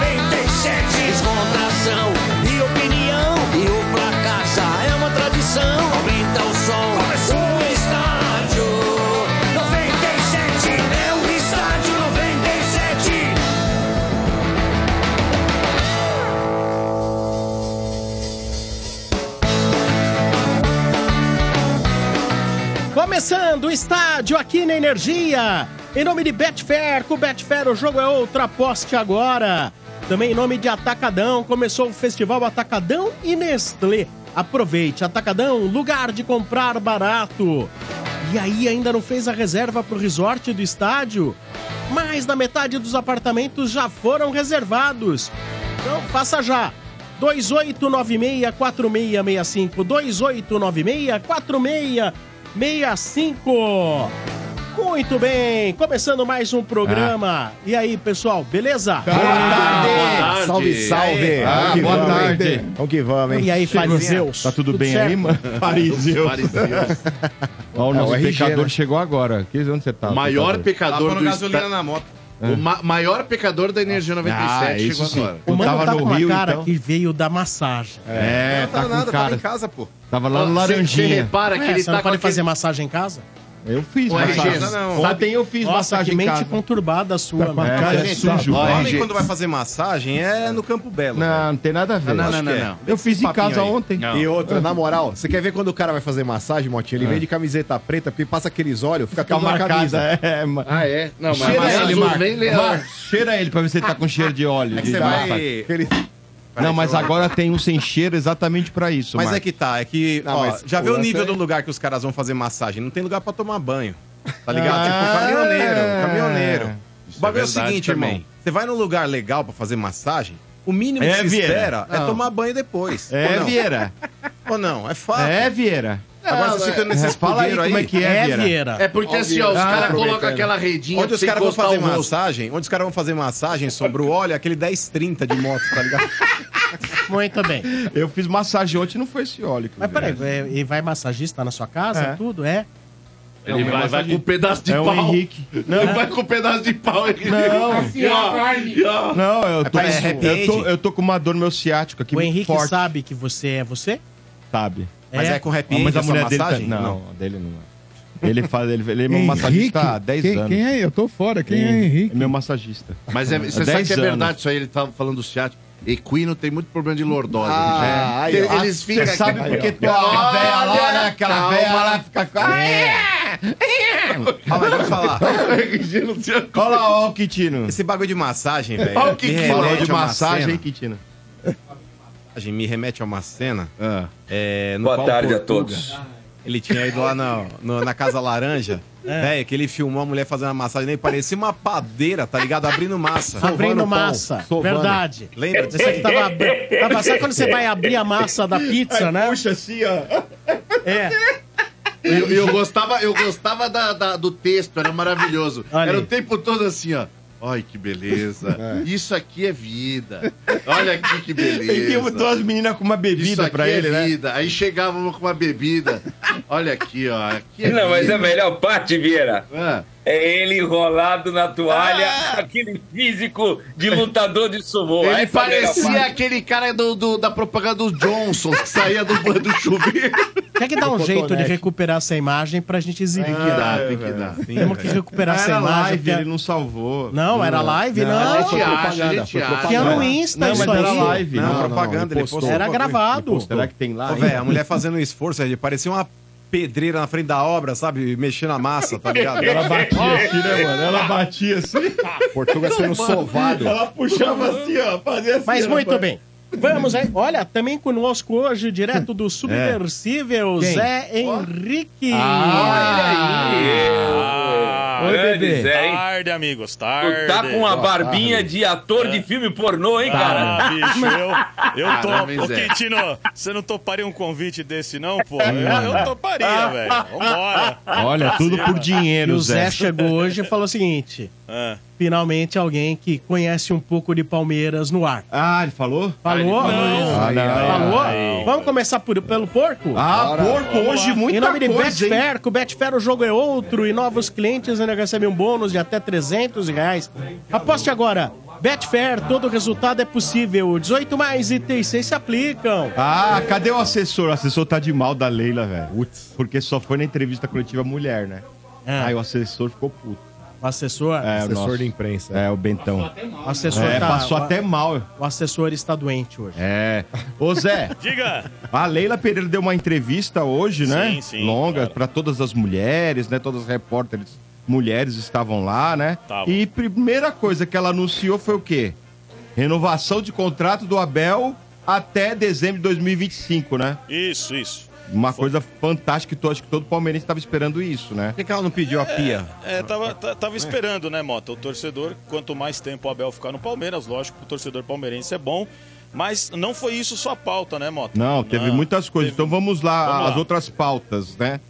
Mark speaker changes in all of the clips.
Speaker 1: é é
Speaker 2: estádio, aqui na Energia. Em nome de Betfair, com Betfair o jogo é outro, aposte agora. Também em nome de Atacadão, começou o Festival Atacadão e Nestlé. Aproveite, Atacadão, lugar de comprar barato. E aí ainda não fez a reserva para o resort do estádio? Mais da metade dos apartamentos já foram reservados. Então faça já. 2896-4665. 2896-4665. Muito bem, começando mais um
Speaker 3: Ah.
Speaker 2: programa. E aí, pessoal, beleza?
Speaker 4: Boa tarde.
Speaker 3: É, Salve, salve!
Speaker 4: Ah,
Speaker 3: Vamos que
Speaker 4: boa
Speaker 3: vamos, hein?
Speaker 4: tarde.
Speaker 3: Vamos que vamos, hein?
Speaker 2: E aí,
Speaker 3: Farizinha?
Speaker 2: fariseus?
Speaker 3: Tá tudo,
Speaker 2: Tudo
Speaker 3: bem
Speaker 2: certo?
Speaker 3: aí, mano?
Speaker 4: Fariseus.
Speaker 3: Ó, o
Speaker 5: É,
Speaker 3: nosso
Speaker 5: o RG,
Speaker 3: pecador
Speaker 5: né?
Speaker 3: chegou agora. Que- Onde você tá? É.
Speaker 5: Maior pecador
Speaker 4: Tava
Speaker 5: do
Speaker 4: no gasolina
Speaker 5: estado.
Speaker 4: na moto.
Speaker 5: O ma- maior pecador da Energia 97
Speaker 3: Ah,
Speaker 5: chegou
Speaker 3: isso sim.
Speaker 5: agora.
Speaker 2: O
Speaker 3: Tu
Speaker 2: Mano
Speaker 3: tava
Speaker 2: tá
Speaker 3: no
Speaker 2: com uma
Speaker 3: Rio,
Speaker 2: cara
Speaker 3: então?
Speaker 2: que veio da massagem.
Speaker 3: É,
Speaker 4: não
Speaker 3: tá
Speaker 4: tava
Speaker 3: com
Speaker 4: nada, tava
Speaker 3: cara.
Speaker 4: em casa, pô.
Speaker 3: Tava lá no
Speaker 5: Ó, cê- cê
Speaker 3: Laranjinha.
Speaker 5: repara que
Speaker 2: Ué,
Speaker 5: ele
Speaker 2: você não
Speaker 5: tá com
Speaker 2: pode
Speaker 5: aquele...
Speaker 2: fazer massagem em casa?
Speaker 3: Eu fiz
Speaker 5: Ô, RG,
Speaker 3: massagem.
Speaker 4: não, não.
Speaker 3: Ontem eu fiz
Speaker 2: Nossa, que
Speaker 3: massagem em
Speaker 2: mente
Speaker 3: casa.
Speaker 2: conturbada a sua.
Speaker 3: Tá com a
Speaker 2: mano.
Speaker 3: cara
Speaker 4: Gente,
Speaker 3: sujo.
Speaker 4: o
Speaker 5: ó,
Speaker 4: homem
Speaker 5: gente.
Speaker 4: quando vai fazer massagem é no Campo Belo. velho.
Speaker 3: Não, não tem nada a ver.
Speaker 5: Não, não,
Speaker 4: Acho
Speaker 5: não,
Speaker 4: que é.
Speaker 5: não.
Speaker 3: Eu fiz em
Speaker 4: Esse papinho
Speaker 3: casa
Speaker 4: aí.
Speaker 3: ontem.
Speaker 5: Não.
Speaker 3: E
Speaker 6: E outra, na moral, você quer ver quando o cara vai fazer massagem, Motinha? Ele vem de camiseta preta, porque passa aqueles óleos, fica
Speaker 3: É. Fica
Speaker 6: tudo na
Speaker 3: marcada.
Speaker 6: camisa.
Speaker 3: É, mano.
Speaker 5: Ah, é? Não, mas
Speaker 3: Cheira
Speaker 5: mas
Speaker 3: ele,
Speaker 5: azul,
Speaker 3: Marco.
Speaker 5: vem ler.
Speaker 3: Marco, cheira ele pra ver se ele tá com cheiro de óleo.
Speaker 4: É que
Speaker 3: de
Speaker 4: você
Speaker 3: massagem.
Speaker 4: vai...
Speaker 6: Aquele-
Speaker 3: Não, mas agora tem um sem cheiro exatamente pra isso,
Speaker 4: Mas
Speaker 3: Marco.
Speaker 4: é que tá, é que.
Speaker 6: Não,
Speaker 4: ó,
Speaker 6: mas
Speaker 4: já vê
Speaker 6: o
Speaker 4: o
Speaker 6: lance
Speaker 4: nível
Speaker 6: é-
Speaker 4: do lugar que os caras vão fazer massagem. Não tem lugar pra tomar banho. Tá ligado?
Speaker 3: Ah,
Speaker 4: tipo, caminhoneiro,
Speaker 5: é.
Speaker 4: caminhoneiro.
Speaker 5: Isso
Speaker 4: O bagulho é,
Speaker 5: é
Speaker 4: o
Speaker 5: verdade
Speaker 4: seguinte,
Speaker 5: também.
Speaker 4: irmão. Você vai num lugar legal pra fazer massagem, o mínimo
Speaker 3: É,
Speaker 4: que se
Speaker 3: Vieira.
Speaker 4: espera é
Speaker 3: Não.
Speaker 4: tomar banho depois.
Speaker 3: É,
Speaker 4: ou não?
Speaker 3: Vieira.
Speaker 4: Ou não, é fato.
Speaker 3: É, Vieira.
Speaker 4: Agora
Speaker 5: Não,
Speaker 4: você fica
Speaker 5: é-
Speaker 4: nesses
Speaker 3: Fala aí
Speaker 4: pudeiros
Speaker 3: como é que é,
Speaker 2: É,
Speaker 3: Vieira.
Speaker 2: Vieira.
Speaker 5: É porque assim, ó, os
Speaker 3: Ah,
Speaker 5: caras
Speaker 3: aproveitando.
Speaker 5: colocam aquela redinha
Speaker 4: Onde
Speaker 5: pra
Speaker 4: os
Speaker 5: você
Speaker 4: caras vão
Speaker 5: encostar
Speaker 4: fazer
Speaker 5: o rosto.
Speaker 4: massagem, onde os caras vão fazer massagem sobre o óleo, é aquele 1030 de moto, tá ligado?
Speaker 2: Muito bem.
Speaker 3: Eu fiz massagem ontem e não foi esse óleo. que eu
Speaker 2: Mas
Speaker 3: vi.
Speaker 2: peraí, é, e vai massagista na sua casa,
Speaker 3: É.
Speaker 2: tudo, é?
Speaker 5: Ele
Speaker 3: É um
Speaker 5: vai, vai com um pedaço de
Speaker 3: É o
Speaker 5: pau.
Speaker 3: Henrique.
Speaker 5: Não, ele vai com um pedaço de pau. Henrique.
Speaker 3: Não.
Speaker 5: E ó, e ó.
Speaker 3: Não,
Speaker 2: É
Speaker 3: eu tô,
Speaker 4: pra isso.
Speaker 3: eu, tô, eu tô com uma dor no meu ciático aqui
Speaker 2: o
Speaker 3: muito
Speaker 2: Henrique
Speaker 3: forte.
Speaker 2: sabe que você é você?
Speaker 3: Sabe.
Speaker 4: Mas é, com
Speaker 3: Ah,
Speaker 4: happy
Speaker 3: mas
Speaker 4: end
Speaker 3: a
Speaker 4: essa
Speaker 3: mulher dele... tá-
Speaker 4: massagem?
Speaker 3: Não, a dele não é. Ele, faz, ele, ele é meu
Speaker 7: Henrique?
Speaker 3: massagista há 10
Speaker 7: quem,
Speaker 3: anos.
Speaker 7: Quem é? Eu tô fora. Quem é
Speaker 3: É
Speaker 7: Henrique?
Speaker 3: meu massagista.
Speaker 5: Mas é- você
Speaker 3: Há
Speaker 5: sabe
Speaker 3: 10
Speaker 5: que é
Speaker 3: anos.
Speaker 5: verdade isso aí, ele tava falando do ciático. Equino tem muito problema de lordose.
Speaker 6: Ah,
Speaker 5: gente.
Speaker 6: aí, ó.
Speaker 5: Eles ficam
Speaker 3: Você sabe
Speaker 5: aqui-
Speaker 3: porque tu
Speaker 1: tá
Speaker 3: a véia lá, né? Aquela véia lá fica...
Speaker 4: Ah, mas vou falar.
Speaker 3: Olha lá, ó o Quitino.
Speaker 4: Esse bagulho de massagem, velho.
Speaker 5: Olha o que
Speaker 4: me
Speaker 5: que
Speaker 4: remete
Speaker 3: Falou de
Speaker 4: a uma
Speaker 3: massagem, hein,
Speaker 4: cena-
Speaker 3: Quitino?
Speaker 4: Me remete a uma cena.
Speaker 3: Ah.
Speaker 4: é, no
Speaker 8: Boa
Speaker 4: qual
Speaker 8: tarde a
Speaker 4: Portuga,
Speaker 8: todos.
Speaker 4: Ele tinha ido lá na, no- na Casa Laranja, velho, que ele filmou a mulher fazendo a massagem nele, parecia uma padeira, tá ligado? Abrindo massa.
Speaker 2: Abrindo
Speaker 6: pão,
Speaker 2: massa.
Speaker 6: sovando.
Speaker 2: Verdade.
Speaker 4: Lembra disso? É.
Speaker 2: Isso aqui tava, abri- tava. Sabe quando você vai abrir a massa da pizza, né?
Speaker 3: Puxa assim, ó.
Speaker 2: É.
Speaker 5: Eu, eu gostava, eu gostava da- da- do texto, era maravilhoso.
Speaker 2: Olha
Speaker 5: era
Speaker 2: aí.
Speaker 5: o tempo todo assim, ó. Ai, que beleza. Isso aqui é vida. Olha aqui que
Speaker 3: Ele botou as
Speaker 5: beleza.
Speaker 3: meninas com uma
Speaker 5: Isso
Speaker 3: bebida
Speaker 5: aqui
Speaker 3: pra
Speaker 5: é
Speaker 3: ele, né?
Speaker 5: vida. Aí chegavam com uma bebida. Olha aqui, ó. Aqui é
Speaker 8: Não, mas
Speaker 5: vida.
Speaker 8: a melhor parte, Vieira,
Speaker 5: Ah,
Speaker 8: é ele enrolado na toalha, aquele físico de lutador de sumô.
Speaker 5: Ele
Speaker 8: Essa é a melhor
Speaker 5: parecia
Speaker 8: parte.
Speaker 5: aquele cara do, do- da propaganda dos Johnsons que saía do banho do chuveiro.
Speaker 2: Quer que dar um
Speaker 6: Cotonete.
Speaker 2: jeito de recuperar essa imagem pra gente
Speaker 5: Tem
Speaker 2: exibir?
Speaker 5: que dar, tem que dar.
Speaker 2: Temos que recuperar essa
Speaker 3: Era
Speaker 2: imagem.
Speaker 3: live,
Speaker 2: porque- é-
Speaker 3: ele não salvou.
Speaker 2: Não, era live, não.
Speaker 5: A gente
Speaker 6: foi
Speaker 5: acha, a
Speaker 6: propaganda,
Speaker 5: gente
Speaker 6: foi
Speaker 5: acha.
Speaker 2: Que é no
Speaker 6: Não,
Speaker 2: Insta
Speaker 3: não,
Speaker 2: isso
Speaker 3: mas era
Speaker 2: aí.
Speaker 3: live.
Speaker 4: Não,
Speaker 3: Não, não,
Speaker 4: propaganda,
Speaker 3: ele
Speaker 4: ele postou.
Speaker 2: Era
Speaker 4: o bagulho.
Speaker 2: gravado.
Speaker 3: Será que tem lá?
Speaker 4: Ô, velho, a mulher fazendo um esforço, ele parecia uma pedreira na frente da obra, sabe? Mexendo a massa, tá ligado?
Speaker 3: Ela batia assim, né, mano? Ela batia assim,
Speaker 6: Portuga sendo sovado.
Speaker 3: ela puxava assim, ó, fazia assim.
Speaker 2: Mas
Speaker 3: ó,
Speaker 2: muito
Speaker 3: pai.
Speaker 2: bem. Vamos aí. Olha, também conosco hoje, direto do Subversível, Zé Henrique.
Speaker 8: Ah,
Speaker 7: Oi,
Speaker 8: grande
Speaker 7: bebê.
Speaker 8: Zé, hein?
Speaker 9: Ah, Tarde, amigos, tarde.
Speaker 8: Tu tá com uma barbinha de ator de filme pornô, hein, cara?
Speaker 9: Ah, bicho, eu,
Speaker 8: Ah,
Speaker 9: eu
Speaker 5: Parabéns,
Speaker 9: tô. Ô,
Speaker 5: Zé.
Speaker 9: Quintino, você não toparia um convite desse, não, pô? Eu, eu toparia, velho. Vambora.
Speaker 2: ah.
Speaker 9: é.
Speaker 3: Olha, tudo por
Speaker 2: E
Speaker 3: dinheiro,
Speaker 2: o Zé
Speaker 3: Zé.
Speaker 2: chegou hoje e falou o seguinte:
Speaker 9: Ah.
Speaker 2: finalmente alguém que conhece um pouco de Palmeiras no ar.
Speaker 3: Ah, ele falou?
Speaker 2: Falou?
Speaker 9: Não.
Speaker 3: Ah, não.
Speaker 2: Falou? Vamos começar por- pelo porco?
Speaker 3: Ah, porco, hoje
Speaker 2: Em
Speaker 3: muita
Speaker 2: nome de
Speaker 3: coisa, hein?
Speaker 2: Betfair, com o Betfair o jogo é outro e novos clientes ainda recebem um bônus de até 300 reais. Aposte agora. Betfair, todo resultado é possível. 18 mais e 36 se aplicam.
Speaker 3: Ah, cadê o assessor? O assessor tá de mal da Leila, velho. Porque só foi na entrevista coletiva mulher, né?
Speaker 2: É.
Speaker 3: Aí o assessor ficou puto.
Speaker 2: O assessor?
Speaker 3: É, o
Speaker 6: Assessor
Speaker 3: nosso.
Speaker 6: de imprensa.
Speaker 3: É, o Bentão.
Speaker 2: O assessor
Speaker 3: É,
Speaker 2: tá-
Speaker 3: passou
Speaker 2: o-
Speaker 3: até mal.
Speaker 2: O assessor está doente hoje.
Speaker 3: É. Ô, Zé,
Speaker 9: Diga!
Speaker 3: a Leila Pereira deu uma entrevista hoje, né?
Speaker 9: Sim, sim,
Speaker 3: Longa,
Speaker 9: claro.
Speaker 3: pra todas as mulheres, né? Todas as repórteres mulheres estavam lá, né?
Speaker 9: Tavam.
Speaker 3: E primeira coisa que ela anunciou foi o quê? Renovação de contrato do Abel até dezembro de 2025, né?
Speaker 9: Isso, isso.
Speaker 3: Uma coisa fantástica que to- acho que todo palmeirense estava esperando isso, né?
Speaker 4: Por que, que ela não pediu a pia?
Speaker 9: É, tava, ta- tava esperando, né, Mota? O torcedor, quanto mais tempo o Abel ficar no Palmeiras, lógico, o torcedor palmeirense é bom. Mas não foi isso só a pauta, né, Mota?
Speaker 3: Não, teve muitas coisas.
Speaker 9: teve-
Speaker 3: Então vamos lá,
Speaker 9: Vamos
Speaker 3: as
Speaker 9: lá.
Speaker 3: outras pautas, né?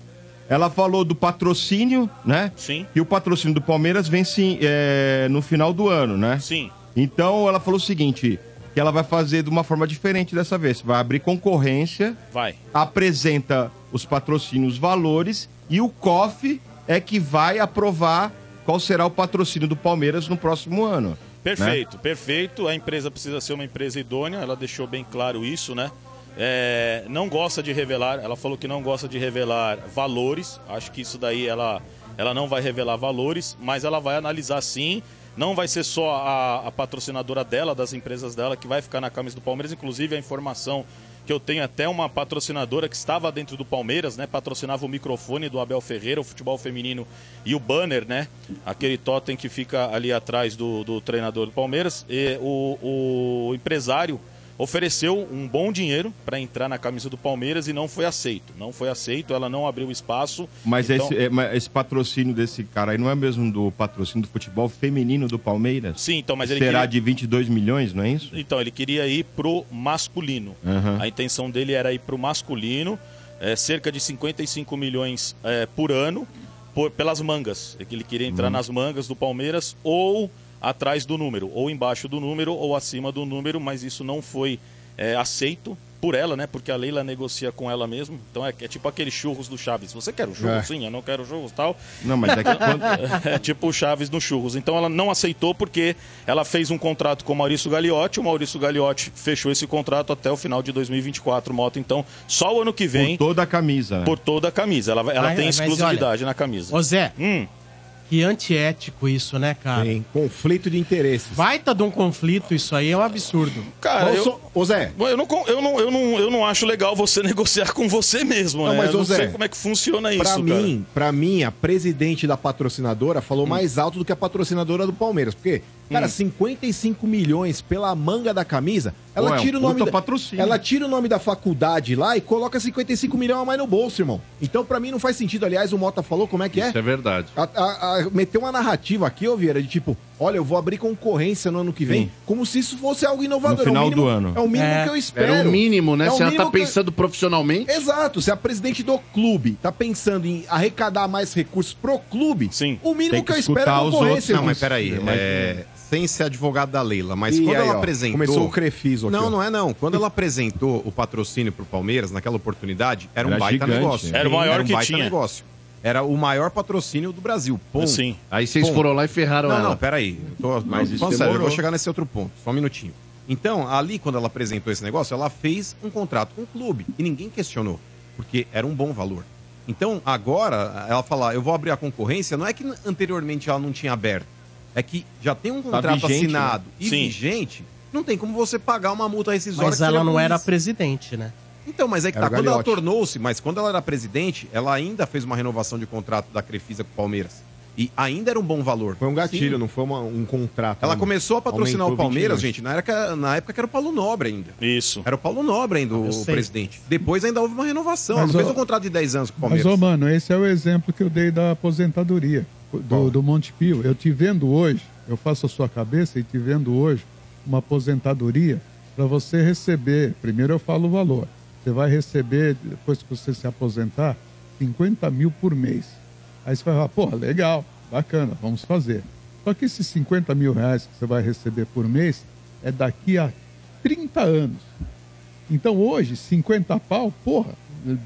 Speaker 3: Ela falou do patrocínio, né?
Speaker 9: Sim.
Speaker 3: E o patrocínio do Palmeiras vence é, no final do ano, né?
Speaker 9: Sim.
Speaker 3: Então ela falou o seguinte: que ela vai fazer de uma forma diferente dessa vez. Vai abrir concorrência,
Speaker 9: Vai.
Speaker 3: apresenta os patrocínios, os valores e o COF é que vai aprovar qual será o patrocínio do Palmeiras no próximo ano.
Speaker 9: Perfeito, perfeito. A empresa precisa ser uma empresa idônea, ela deixou bem claro isso, né? É, não gosta de revelar, ela falou que não gosta de revelar valores. Acho que isso daí ela, ela não vai revelar valores, mas ela vai analisar sim. Não vai ser só a, a patrocinadora dela, das empresas dela, que vai ficar na camisa do Palmeiras. Inclusive, a informação que eu tenho até uma patrocinadora que estava dentro do Palmeiras, né? Patrocinava o microfone do Abel Ferreira, o futebol feminino e o banner, né? Aquele totem que fica ali atrás do, do treinador do Palmeiras. E o, o empresário ofereceu um bom dinheiro para entrar na camisa do Palmeiras e não foi aceito. Não foi aceito, ela não abriu espaço.
Speaker 3: Mas,
Speaker 9: Então-
Speaker 3: esse, é, mas esse patrocínio desse cara aí não é mesmo do patrocínio do futebol feminino do Palmeiras?
Speaker 9: Sim, então, mas ele
Speaker 3: Será
Speaker 9: queria-
Speaker 3: de 22 milhões, não é isso?
Speaker 9: Então, ele queria ir pro masculino.
Speaker 3: Aham.
Speaker 9: A intenção dele era ir pro masculino, é, cerca de 55 milhões é, por ano, por- pelas mangas. É que Ele queria
Speaker 3: Uhum.
Speaker 9: entrar nas mangas do Palmeiras ou atrás do número, ou embaixo do número, ou acima do número, mas isso não foi é, aceito por ela, né? Porque a Leila negocia com ela mesmo. Então é, é tipo aqueles churros do Chaves. Você quer o churro?
Speaker 6: É.
Speaker 9: Sim, eu não quero churros tal.
Speaker 3: Não, mas é que quando...
Speaker 9: É tipo o Chaves no Churros. Então ela não aceitou porque ela fez um contrato com o Maurício Gagliotti. O Maurício Gagliotti fechou esse contrato até o final de 2024, Mota. Então, só o ano que vem,
Speaker 3: por
Speaker 9: por,
Speaker 3: toda a camisa. né?
Speaker 9: toda a camisa. Ela, ela
Speaker 2: Mas-
Speaker 9: tem
Speaker 2: mas
Speaker 9: exclusividade na camisa.
Speaker 2: Ô Zé,
Speaker 9: Hum,
Speaker 2: que antiético isso, né, cara?
Speaker 6: Tem conflito de interesses.
Speaker 2: Baita de um conflito isso aí, é um absurdo.
Speaker 9: cara, eu,
Speaker 6: Bolso- Ô Zé,
Speaker 9: eu, não, con- eu, não, eu, não, eu não acho legal você negociar com você mesmo,
Speaker 6: Não,
Speaker 9: né?
Speaker 6: mas,
Speaker 9: eu
Speaker 6: ô,
Speaker 9: não
Speaker 6: Zé,
Speaker 9: sei como é que funciona isso,
Speaker 6: pra
Speaker 9: cara.
Speaker 6: mim, pra mim, a presidente da patrocinadora falou mais alto do que a patrocinadora do Palmeiras. Porque, cara, 55 milhões pela manga da camisa, ela
Speaker 3: Pô, é um
Speaker 6: tira o nome.
Speaker 3: puta
Speaker 6: da-
Speaker 3: patrocínio.
Speaker 6: Ela tira o nome da faculdade lá e coloca 55 milhões a mais no bolso, irmão. Então, pra mim, não faz sentido. Aliás, o Mota falou como é que é.
Speaker 5: Isso é verdade.
Speaker 6: A- a- a- meteu uma narrativa aqui, ô Vieira, de tipo, olha, eu vou abrir concorrência no ano que vem,
Speaker 3: Sim.
Speaker 6: como se isso fosse algo inovador.
Speaker 3: No final
Speaker 6: é o mínimo,
Speaker 3: do ano.
Speaker 6: É o mínimo
Speaker 2: É.
Speaker 6: que eu espero.
Speaker 5: Era o mínimo, né?
Speaker 6: É o
Speaker 5: Se ela
Speaker 6: mínimo
Speaker 5: tá
Speaker 6: que eu-
Speaker 5: pensando profissionalmente.
Speaker 6: Exato, se a presidente do clube tá pensando em arrecadar mais recursos pro clube,
Speaker 9: Sim.
Speaker 6: o mínimo
Speaker 3: Tem
Speaker 6: que,
Speaker 3: que
Speaker 6: eu espero é
Speaker 3: escutar os
Speaker 6: concorrência.
Speaker 4: Não, mas peraí.
Speaker 3: Mas-
Speaker 4: é, sem ser advogado da Leila, mas
Speaker 6: E
Speaker 4: quando
Speaker 6: aí,
Speaker 4: ela
Speaker 6: ó,
Speaker 4: apresentou.
Speaker 6: Começou o Crefiso aqui.
Speaker 4: Não,
Speaker 6: ó.
Speaker 4: não é não. Quando ela apresentou o patrocínio pro Palmeiras, naquela oportunidade, era um
Speaker 3: Era
Speaker 4: baita
Speaker 3: gigante.
Speaker 4: negócio.
Speaker 9: Era o maior
Speaker 4: um
Speaker 9: que
Speaker 4: baita
Speaker 9: tinha.
Speaker 4: negócio. Era o maior patrocínio do Brasil. Ponto.
Speaker 9: Sim.
Speaker 5: Aí vocês
Speaker 4: Bom.
Speaker 5: foram lá e ferraram
Speaker 4: Não,
Speaker 5: ela.
Speaker 4: não, peraí. Eu tô, mas
Speaker 5: isso
Speaker 4: falando sério, eu
Speaker 5: demorou.
Speaker 4: vou chegar nesse outro ponto. Só um minutinho. Então, ali, quando ela apresentou esse negócio, ela fez um contrato com o clube e ninguém questionou, porque era um bom valor. Então, agora, ela falar, eu vou abrir a concorrência, não é que anteriormente ela não tinha aberto, é que já tem
Speaker 5: Tá
Speaker 4: um contrato
Speaker 3: vigente,
Speaker 5: né?
Speaker 4: assinado e
Speaker 9: Sim.
Speaker 4: vigente, não tem como você pagar uma multa rescisória.
Speaker 2: Mas
Speaker 4: que seria
Speaker 2: ela não
Speaker 4: por
Speaker 2: era
Speaker 4: isso.
Speaker 2: presidente, né?
Speaker 4: Então, mas é que
Speaker 6: Era
Speaker 4: tá.
Speaker 6: o
Speaker 4: Quando ela
Speaker 6: Gagliotti.
Speaker 4: tornou-se, mas quando ela era presidente, ela ainda fez uma renovação de contrato da Crefisa com o Palmeiras. E ainda era um bom valor.
Speaker 6: Foi um gatilho,
Speaker 4: Sim.
Speaker 6: não foi uma- um contrato.
Speaker 4: Ela
Speaker 6: né?
Speaker 4: começou a patrocinar
Speaker 6: Aumentou
Speaker 4: o Palmeiras,
Speaker 6: 20
Speaker 4: gente, na época, na época que era o Paulo Nobre ainda.
Speaker 9: Isso.
Speaker 4: Era o Paulo Nobre ainda
Speaker 2: Eu
Speaker 4: o
Speaker 2: sei.
Speaker 4: presidente. Depois ainda houve uma renovação.
Speaker 7: Mas,
Speaker 4: Ela não fez
Speaker 7: ô-
Speaker 4: um contrato de 10 anos com o
Speaker 7: Mas,
Speaker 4: Palmeiras.
Speaker 7: ô, mano, esse é o exemplo que eu dei da aposentadoria do, do Monte Pio. Eu te vendo hoje, eu faço a sua cabeça e te vendo hoje uma aposentadoria para você receber. Primeiro eu falo o valor. Você vai receber, depois que você se aposentar, 50 mil por mês. Aí você vai falar, porra, legal, bacana, vamos fazer. Só que esses 50 mil reais que você vai receber por mês é daqui a 30 anos. Então hoje, 50 pau, porra,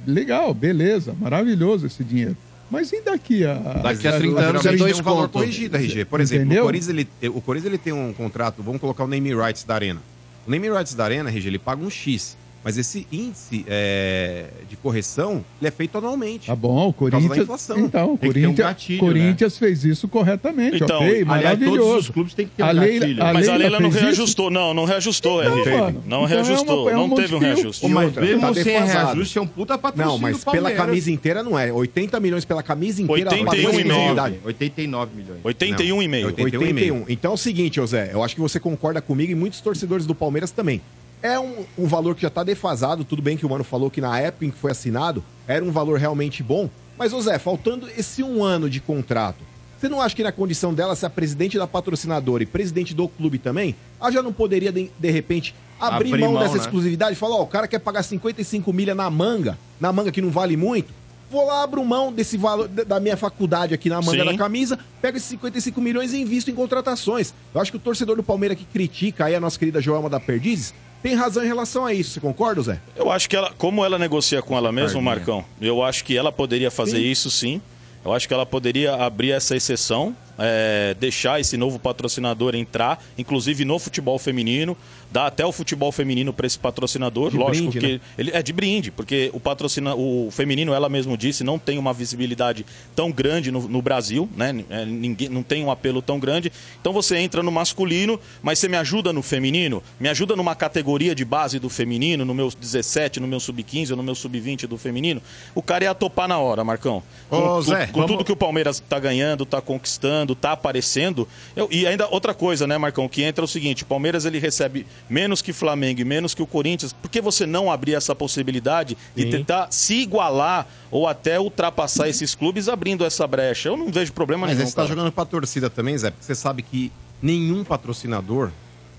Speaker 7: legal, beleza, maravilhoso esse dinheiro. Mas e daqui a.
Speaker 5: Daqui a 30 anos
Speaker 4: Geralmente
Speaker 5: é
Speaker 4: tem
Speaker 5: dois
Speaker 4: um valor
Speaker 5: conto.
Speaker 4: corrigido, RG. Por exemplo,
Speaker 7: Entendeu?
Speaker 4: o Corinthians, ele, o Corinthians ele tem um contrato, vamos colocar o name rights da Arena. O name rights da Arena, RG, ele paga um X. Mas esse índice é, de correção, ele é feito anualmente.
Speaker 7: Tá bom, o Corinthians.
Speaker 4: inflação.
Speaker 7: Então, o
Speaker 4: Tem que ter um
Speaker 7: Corinthians,
Speaker 4: gatilho,
Speaker 7: Corinthians fez isso corretamente,
Speaker 9: Então,
Speaker 7: ok?
Speaker 9: aliás,
Speaker 7: Maravilhoso.
Speaker 3: todos os clubes têm que ter um
Speaker 7: a Leila,
Speaker 3: gatilho.
Speaker 7: A
Speaker 9: Mas a Leila não
Speaker 7: fez isso?
Speaker 9: reajustou, não, não reajustou,
Speaker 7: Então,
Speaker 9: RG.
Speaker 7: mano, então
Speaker 9: Não
Speaker 7: é
Speaker 9: reajustou,
Speaker 7: uma- é um
Speaker 9: não
Speaker 7: monte
Speaker 9: teve um
Speaker 7: de fio.
Speaker 9: reajuste.
Speaker 3: Mas
Speaker 6: outra,
Speaker 3: mesmo
Speaker 6: tá
Speaker 3: sem
Speaker 6: defasado.
Speaker 3: reajuste, é um puta patrocínio
Speaker 6: Não, mas
Speaker 3: do
Speaker 6: pela
Speaker 3: Palmeiras.
Speaker 6: camisa inteira não é. 80 milhões pela camisa inteira.
Speaker 9: 81 e meio.
Speaker 3: 89 milhões.
Speaker 9: 81,5.
Speaker 6: 81. Então é o seguinte, ô Zé, eu acho que você concorda comigo e muitos torcedores do Palmeiras também. É um, um valor que já tá defasado, tudo bem que o Mano falou que na época em que foi assinado era um valor realmente bom, mas ô Zé, faltando esse um ano de contrato, você não acha que na condição dela ser a presidente da patrocinadora e presidente do clube também, ela já não poderia de, de repente abrir,
Speaker 5: Abrir
Speaker 6: mão,
Speaker 5: mão,
Speaker 6: dessa
Speaker 5: né?
Speaker 6: exclusividade e falar, ó, o cara quer pagar 55 milha na manga, na manga que não vale muito, vou lá, abro mão desse valor da da minha faculdade aqui na
Speaker 9: Sim.
Speaker 6: manga da camisa camisa, pega esses 55 milhões e invisto em contratações. Eu acho que o torcedor do Palmeiras que critica aí a nossa querida Joelma da Perdizes tem razão em relação a isso. Você concorda, Zé?
Speaker 9: Eu acho que ela, como ela negocia com ela mesma, Marcão, eu acho que ela poderia fazer isso sim. Eu acho que ela poderia abrir essa exceção, é, deixar esse novo patrocinador entrar, inclusive no futebol feminino, dar até o futebol feminino para esse patrocinador.
Speaker 6: De
Speaker 9: Lógico
Speaker 6: brinde,
Speaker 9: que
Speaker 6: né?
Speaker 9: ele é de brinde, porque o patrocina, o feminino, ela mesmo disse, não tem uma visibilidade tão grande no, no Brasil, né? É, Ninguém, não tem um apelo tão grande. Então você entra no masculino, mas você me ajuda no feminino, me ajuda numa categoria de base do feminino, no meu 17, no meu sub-15, no meu sub-20 do feminino. O cara ia topar tá na hora, Marcão. Com,
Speaker 4: Ô,
Speaker 9: tu-
Speaker 4: Zé,
Speaker 9: com
Speaker 4: vamos-
Speaker 9: tudo que o Palmeiras tá ganhando, tá conquistando, tá aparecendo. Eu- e ainda outra coisa, né, Marcão, que entra o seguinte, o Palmeiras ele recebe menos que Flamengo e menos que o Corinthians. Por que você não abrir essa possibilidade e tentar se igualar ou até ultrapassar esses clubes abrindo essa brecha? Eu não vejo problema
Speaker 4: Mas aí
Speaker 9: nenhum.
Speaker 4: você tá
Speaker 9: Cara.
Speaker 4: jogando pra torcida também, Zé, porque você sabe que nenhum patrocinador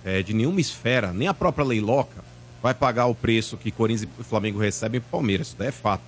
Speaker 4: é, de nenhuma esfera, nem a própria Leiloca, vai pagar o preço que Corinthians e Flamengo recebem pro Palmeiras. Isso daí é fato.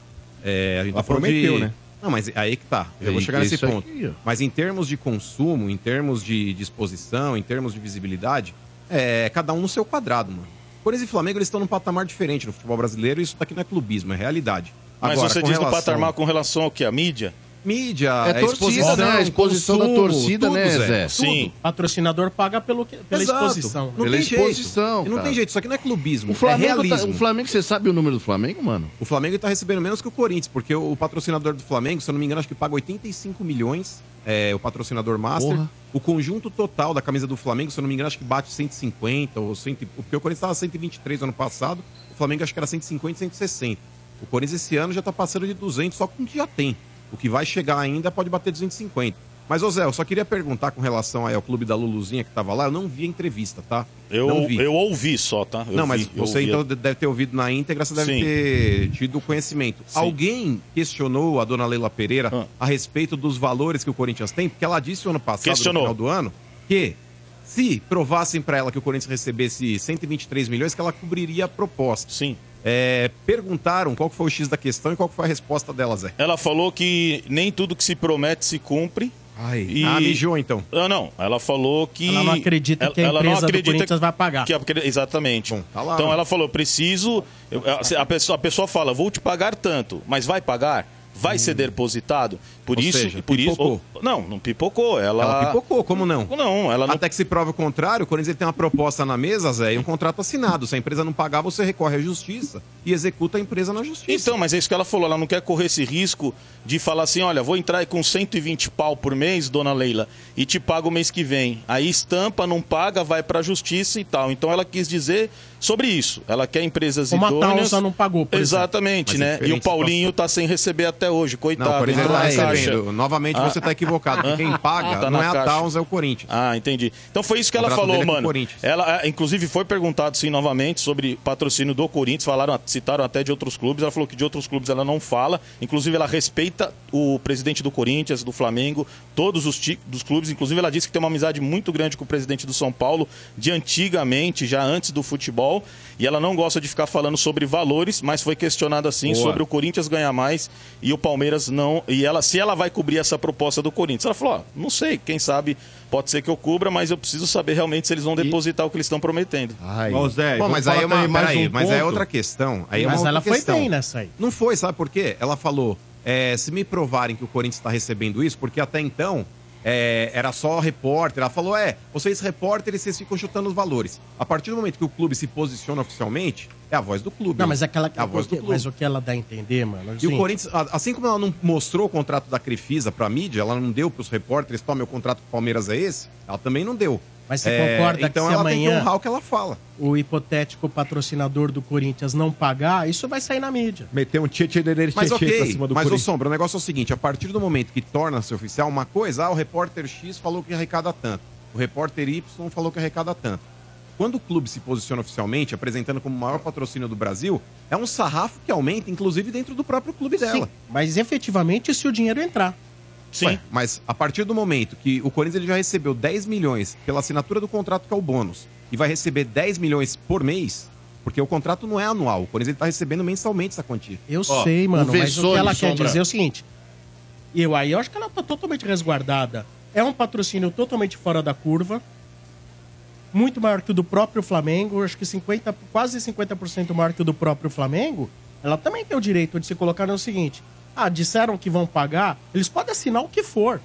Speaker 4: É, a gente
Speaker 6: Ela
Speaker 4: tá falando
Speaker 6: prometeu,
Speaker 4: de-
Speaker 6: né?
Speaker 4: Não, mas aí que tá. Eu vou
Speaker 5: Aí,
Speaker 4: chegar nesse
Speaker 5: isso
Speaker 4: ponto.
Speaker 5: aqui, ó.
Speaker 4: Mas em termos de consumo, em termos de disposição, em termos de visibilidade, é cada um no seu quadrado, mano. Corinthians e Flamengo eles estão num patamar diferente no futebol brasileiro, isso daqui não é clubismo, é realidade.
Speaker 9: Mas
Speaker 4: Agora,
Speaker 9: você
Speaker 4: com
Speaker 9: diz no
Speaker 4: relação-
Speaker 9: patamar com relação ao que? A mídia?
Speaker 4: Mídia,
Speaker 5: É
Speaker 4: é
Speaker 5: torcida,
Speaker 4: exposição,
Speaker 5: né? A exposição da
Speaker 4: consumo,
Speaker 5: torcida,
Speaker 4: tudo,
Speaker 5: né, Zé?
Speaker 4: Tudo.
Speaker 9: Sim.
Speaker 2: Patrocinador paga pelo que- pela
Speaker 4: Exato.
Speaker 2: exposição.
Speaker 4: Não
Speaker 5: Pela
Speaker 4: tem
Speaker 5: exposição,
Speaker 4: jeito. E Não
Speaker 5: cara.
Speaker 4: tem jeito, isso aqui não é clubismo,
Speaker 5: O
Speaker 4: é
Speaker 5: Flamengo, tá-
Speaker 4: realismo.
Speaker 5: o Flamengo, você sabe o número do Flamengo, mano?
Speaker 4: O Flamengo tá recebendo menos que o Corinthians, porque o patrocinador do Flamengo, se eu não me engano, acho que paga 85 milhões, é, o patrocinador Master.
Speaker 5: Porra.
Speaker 4: O conjunto total da camisa do Flamengo, se eu não me engano, acho que bate 150 ou 100, e- porque o Corinthians tava 123 ano passado, o Flamengo acho que era 150, 160. O Corinthians esse ano já tá passando de 200 só com o que já tem. O que vai chegar ainda pode bater 250. Mas, ô Zé, eu só queria perguntar com relação aí ao clube da Luluzinha que tava lá, eu não vi a entrevista, tá? não
Speaker 9: Eu,
Speaker 4: vi.
Speaker 9: eu ouvi só, tá? Eu
Speaker 4: Não,
Speaker 9: vi,
Speaker 4: mas
Speaker 9: eu
Speaker 4: você
Speaker 9: ouvi.
Speaker 4: então deve ter ouvido na íntegra, você deve
Speaker 9: Sim.
Speaker 4: ter tido conhecimento.
Speaker 9: Sim.
Speaker 4: Alguém questionou a dona Leila Pereira
Speaker 9: Ah.
Speaker 4: a respeito dos valores que o Corinthians tem? Porque ela disse ano passado,
Speaker 9: Questionou.
Speaker 4: no final do ano, que se provassem pra ela que o Corinthians recebesse 123 milhões, que ela cobriria a proposta.
Speaker 9: Sim.
Speaker 4: É, perguntaram qual que foi o X da questão e qual que foi a resposta dela, Zé.
Speaker 9: Ela falou que nem tudo que se promete se cumpre.
Speaker 4: Ai,
Speaker 9: E-
Speaker 4: Ah, mijou então.
Speaker 9: Ah, não. Ela falou que.
Speaker 2: Ela não acredita que a empresa do Corinthians vai pagar.
Speaker 9: que a- que- exatamente.
Speaker 4: Bom, tá lá,
Speaker 9: então
Speaker 4: né?
Speaker 9: ela falou: preciso. eu- A, a pessoa, a pessoa fala: vou te pagar tanto, mas vai pagar? Vai ser depositado? Por
Speaker 4: Hum. Ou
Speaker 9: isso.
Speaker 4: seja,
Speaker 9: por
Speaker 4: pipocou.
Speaker 9: isso. Não, não pipocou. Ela.
Speaker 4: Ela pipocou, como não?
Speaker 9: Ah. Não, ela não.
Speaker 4: Até que se prova o contrário, o Corinthians ele tem uma proposta na mesa, Zé, e um contrato assinado. Se a empresa não pagar, você recorre à justiça e executa a empresa na justiça.
Speaker 9: Então, mas é isso que ela falou. Ela não quer correr esse risco de falar assim: olha, vou entrar aí com 120 pau por mês, dona Leila, e te pago o mês que vem. Aí estampa, não paga, vai pra justiça e tal. Então ela quis dizer sobre isso. Ela quer
Speaker 5: tá
Speaker 9: empresas
Speaker 2: Como a
Speaker 9: idôneas.
Speaker 2: Taunsa não pagou, por exemplo.
Speaker 9: Exatamente,
Speaker 4: Mas é
Speaker 9: né? E o
Speaker 4: diferente
Speaker 9: Paulinho tá sem receber até hoje, coitado.
Speaker 4: não, o
Speaker 2: Tá
Speaker 4: Corinthians
Speaker 9: entrou
Speaker 4: está
Speaker 9: na caixa.
Speaker 4: recebendo. tá Novamente
Speaker 9: Ah.
Speaker 4: você tá está equivocado. porque Quem paga
Speaker 9: Tá na
Speaker 4: não é a
Speaker 9: caixa.
Speaker 4: Towns, é o Corinthians.
Speaker 9: Ah, entendi. Então foi isso que
Speaker 4: O
Speaker 9: ela
Speaker 4: contrato
Speaker 9: falou,
Speaker 4: dele é com o
Speaker 9: mano.
Speaker 4: Corinthians.
Speaker 9: Ela, ah, inclusive, foi perguntado sim novamente sobre patrocínio do Corinthians. Falaram, citaram até de outros clubes. Ela falou que de outros clubes ela não fala. Inclusive, ela respeita o presidente do Corinthians, do Flamengo, todos os ti- dos clubes. Inclusive, ela disse que tem uma amizade muito grande com o presidente do São Paulo de antigamente, já antes do futebol. E ela não gosta de ficar falando sobre valores, mas foi questionada assim sobre o Corinthians ganhar mais e o Palmeiras não. E ela, se ela vai cobrir essa proposta do Corinthians, ela falou: ó, não sei, quem sabe pode ser que eu cubra, mas eu preciso saber realmente se eles vão depositar o que eles estão prometendo.
Speaker 3: Ai. Ô, Zé,
Speaker 4: Bom,
Speaker 3: vamos
Speaker 4: mas aí
Speaker 3: falar
Speaker 4: é uma.
Speaker 3: também mais
Speaker 4: peraí,
Speaker 3: um
Speaker 4: mas é
Speaker 3: ponto.
Speaker 4: outra questão. Aí é uma
Speaker 2: Mas
Speaker 4: outra
Speaker 2: ela foi
Speaker 4: questão.
Speaker 2: bem nessa aí.
Speaker 4: Não foi, sabe por quê? Ela falou: é, se me provarem que o Corinthians está recebendo isso, tá porque até então é, era só repórter. Ela falou: é, vocês repórteres, vocês ficam chutando os valores. A partir do momento que o clube se posiciona oficialmente, é a voz do clube.
Speaker 2: Não, mas aquela
Speaker 4: é a voz do clube.
Speaker 2: mas o que ela dá a entender, mano?
Speaker 4: E o Corinthians, a- assim como ela não mostrou o contrato da Crefisa pra mídia, ela não deu pros repórteres, toma, meu contrato com o Palmeiras é esse, ela também não deu.
Speaker 2: Mas você
Speaker 4: É,
Speaker 2: concorda
Speaker 4: então
Speaker 2: que se
Speaker 4: ela tem
Speaker 2: amanhã
Speaker 4: que honrar o que ela fala.
Speaker 2: o hipotético patrocinador do Corinthians não pagar, isso vai sair na mídia.
Speaker 6: Meter um tchê-tchê
Speaker 4: Mas
Speaker 6: pra
Speaker 4: ok,
Speaker 6: cima do
Speaker 4: mas o
Speaker 6: Corinthians.
Speaker 4: Sombra, o negócio é o seguinte, a partir do momento que torna-se oficial uma coisa, ah, o repórter X falou que arrecada tanto, o repórter Y falou que arrecada tanto. Quando o clube se posiciona oficialmente, apresentando como o maior patrocínio do Brasil, é um sarrafo que aumenta, inclusive dentro do próprio clube dela.
Speaker 2: Sim, mas efetivamente se o dinheiro entrar.
Speaker 9: Sim.
Speaker 4: Ué, mas a partir do momento que o Corinthians ele já recebeu 10 milhões pela assinatura do contrato, que é o bônus, e vai receber 10 milhões por mês, porque o contrato não é anual, o Corinthians está recebendo mensalmente essa quantia.
Speaker 2: Eu
Speaker 5: Ó,
Speaker 2: sei, mano,
Speaker 5: o
Speaker 2: mas o que
Speaker 5: Vessone,
Speaker 2: ela quer
Speaker 5: Sombra.
Speaker 2: dizer é o seguinte. Eu aí eu acho que ela tá totalmente resguardada. É um patrocínio totalmente fora da curva. Muito maior que o do próprio Flamengo, acho que 50, quase 50% maior que o do próprio Flamengo. Ela também tem o direito de se colocar no seguinte: ah, disseram que vão pagar, eles podem assinar o que for.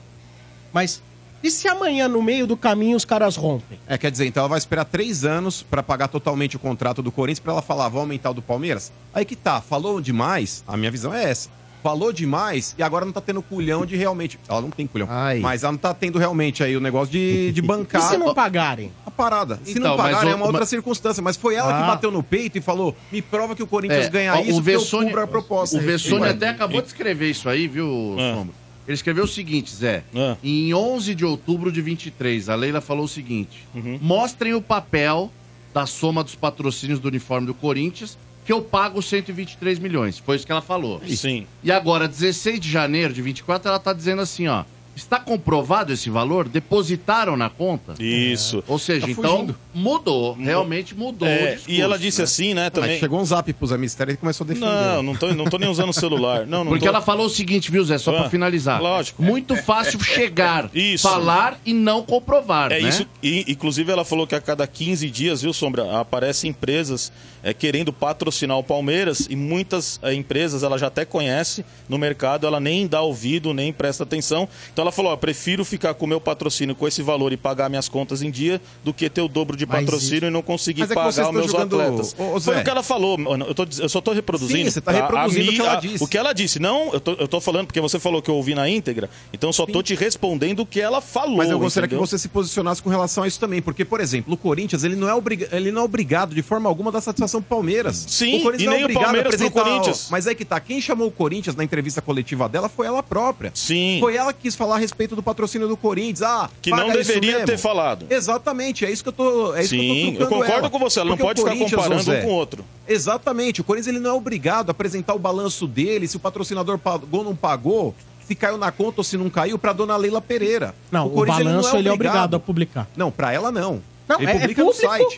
Speaker 2: Mas e se amanhã, no meio do caminho, os caras rompem?
Speaker 4: É, quer dizer, então ela vai esperar três anos para pagar totalmente o contrato do Corinthians para ela falar, vou aumentar o do Palmeiras? Aí que tá, falou demais, a minha visão é essa. Falou demais e agora não tá tendo culhão de realmente. Ela não tem culhão.
Speaker 3: Ai.
Speaker 4: Mas ela não tá tendo realmente aí o negócio de, de
Speaker 2: E
Speaker 4: bancar.
Speaker 2: se não pagarem?
Speaker 4: a parada. Se
Speaker 5: Então,
Speaker 4: não pagar
Speaker 5: mas o-
Speaker 4: é uma outra
Speaker 5: mas-
Speaker 4: circunstância, mas foi ela que
Speaker 2: Ah.
Speaker 4: bateu no peito e falou: me prova que o Corinthians
Speaker 5: É,
Speaker 4: ganha
Speaker 5: ó,
Speaker 4: isso
Speaker 5: o Vessone,
Speaker 4: cubro a proposta.
Speaker 5: O Vessone
Speaker 4: Ué,
Speaker 5: até acabou de escrever isso aí, viu,
Speaker 9: Ah.
Speaker 5: Sombra? Ele escreveu o seguinte, Zé.
Speaker 9: Ah.
Speaker 5: Em 11 de outubro de 23, a Leila falou o seguinte:
Speaker 9: Uhum.
Speaker 5: mostrem o papel da soma dos patrocínios do uniforme do Corinthians, que eu pago 123 milhões. Foi isso que ela falou.
Speaker 9: Sim.
Speaker 5: E agora, 16 de janeiro de 24, ela tá dizendo assim, ó. Está comprovado esse valor? Depositaram na conta?
Speaker 9: Isso.
Speaker 5: Ou seja,
Speaker 4: Tá
Speaker 5: então
Speaker 4: fugindo.
Speaker 5: mudou. Realmente mudou
Speaker 9: É,
Speaker 5: o discurso,
Speaker 9: e ela disse
Speaker 5: né?
Speaker 9: assim, né,
Speaker 4: Mas
Speaker 9: também.
Speaker 4: chegou um zap pros amistérios e começou a defender.
Speaker 9: Não, não tô, não tô nem usando o celular. Não, não
Speaker 5: Porque
Speaker 9: tô.
Speaker 5: ela falou o seguinte, viu, Zé? Só
Speaker 9: Ah,
Speaker 5: pra finalizar.
Speaker 9: lógico.
Speaker 5: Muito fácil chegar,
Speaker 9: Isso.
Speaker 5: falar e não comprovar,
Speaker 9: É
Speaker 5: né?
Speaker 9: isso. E, inclusive, ela falou que a cada 15 dias, viu, Sombra, aparecem empresas é, querendo patrocinar o Palmeiras e muitas é, empresas ela já até conhece no mercado, ela nem dá ouvido, nem presta atenção. Então ela falou: ó, prefiro ficar com o meu patrocínio com esse valor e pagar minhas contas em dia do que ter o dobro de
Speaker 2: Mas
Speaker 9: patrocínio e não conseguir
Speaker 4: Mas é que
Speaker 9: pagar
Speaker 4: vocês
Speaker 9: os
Speaker 4: estão
Speaker 9: meus
Speaker 4: jogando-
Speaker 9: atletas.
Speaker 4: Ô, ô,
Speaker 9: Foi
Speaker 4: Zé.
Speaker 9: o que ela falou, mano. Eu, tô diz- eu só tô reproduzindo.
Speaker 4: Sim, você tá
Speaker 9: A- a
Speaker 4: reproduzindo o que
Speaker 9: mi-
Speaker 4: ela
Speaker 9: a-
Speaker 4: disse.
Speaker 9: O que ela disse. Não, eu tô, eu tô falando, porque você falou que eu ouvi na íntegra, então eu só tô te respondendo o que ela falou.
Speaker 4: Mas eu gostaria
Speaker 9: entendeu?
Speaker 4: que você se posicionasse com relação a isso também, porque, por exemplo, o Corinthians ele não é, obriga- ele não é obrigado de forma alguma a dar satisfação pro Palmeiras.
Speaker 9: Sim,
Speaker 4: o Corinthians
Speaker 9: e
Speaker 4: não é
Speaker 9: nem o
Speaker 4: obrigado
Speaker 9: Palmeiras
Speaker 4: a
Speaker 9: pro
Speaker 4: apresentar-
Speaker 9: Corinthians.
Speaker 4: Mas é que tá, quem chamou o Corinthians na entrevista coletiva dela foi ela própria.
Speaker 9: Sim.
Speaker 4: Foi ela que quis falar a respeito do patrocínio do Corinthians. Ah,
Speaker 9: Que
Speaker 4: paga
Speaker 9: não
Speaker 4: isso
Speaker 9: deveria
Speaker 4: mesmo.
Speaker 9: ter falado.
Speaker 4: Exatamente, é isso que eu tô. É isso que eu,
Speaker 9: Sim,
Speaker 4: tô
Speaker 9: eu
Speaker 4: trucando
Speaker 9: concordo
Speaker 4: ela.
Speaker 9: com você, ela não
Speaker 4: Porque o
Speaker 9: pode ficar
Speaker 4: Corinthians,
Speaker 9: comparando
Speaker 4: Zé,
Speaker 9: um com o outro.
Speaker 4: Exatamente, o Corinthians ele não é obrigado a apresentar o balanço dele, se o patrocinador pagou ou não pagou, se caiu na conta ou se não caiu, pra dona Leila Pereira.
Speaker 2: Não, o,
Speaker 4: Corinthians,
Speaker 2: balanço ele é obrigado a publicar.
Speaker 4: Não, pra ela não.
Speaker 2: Não, é- é público.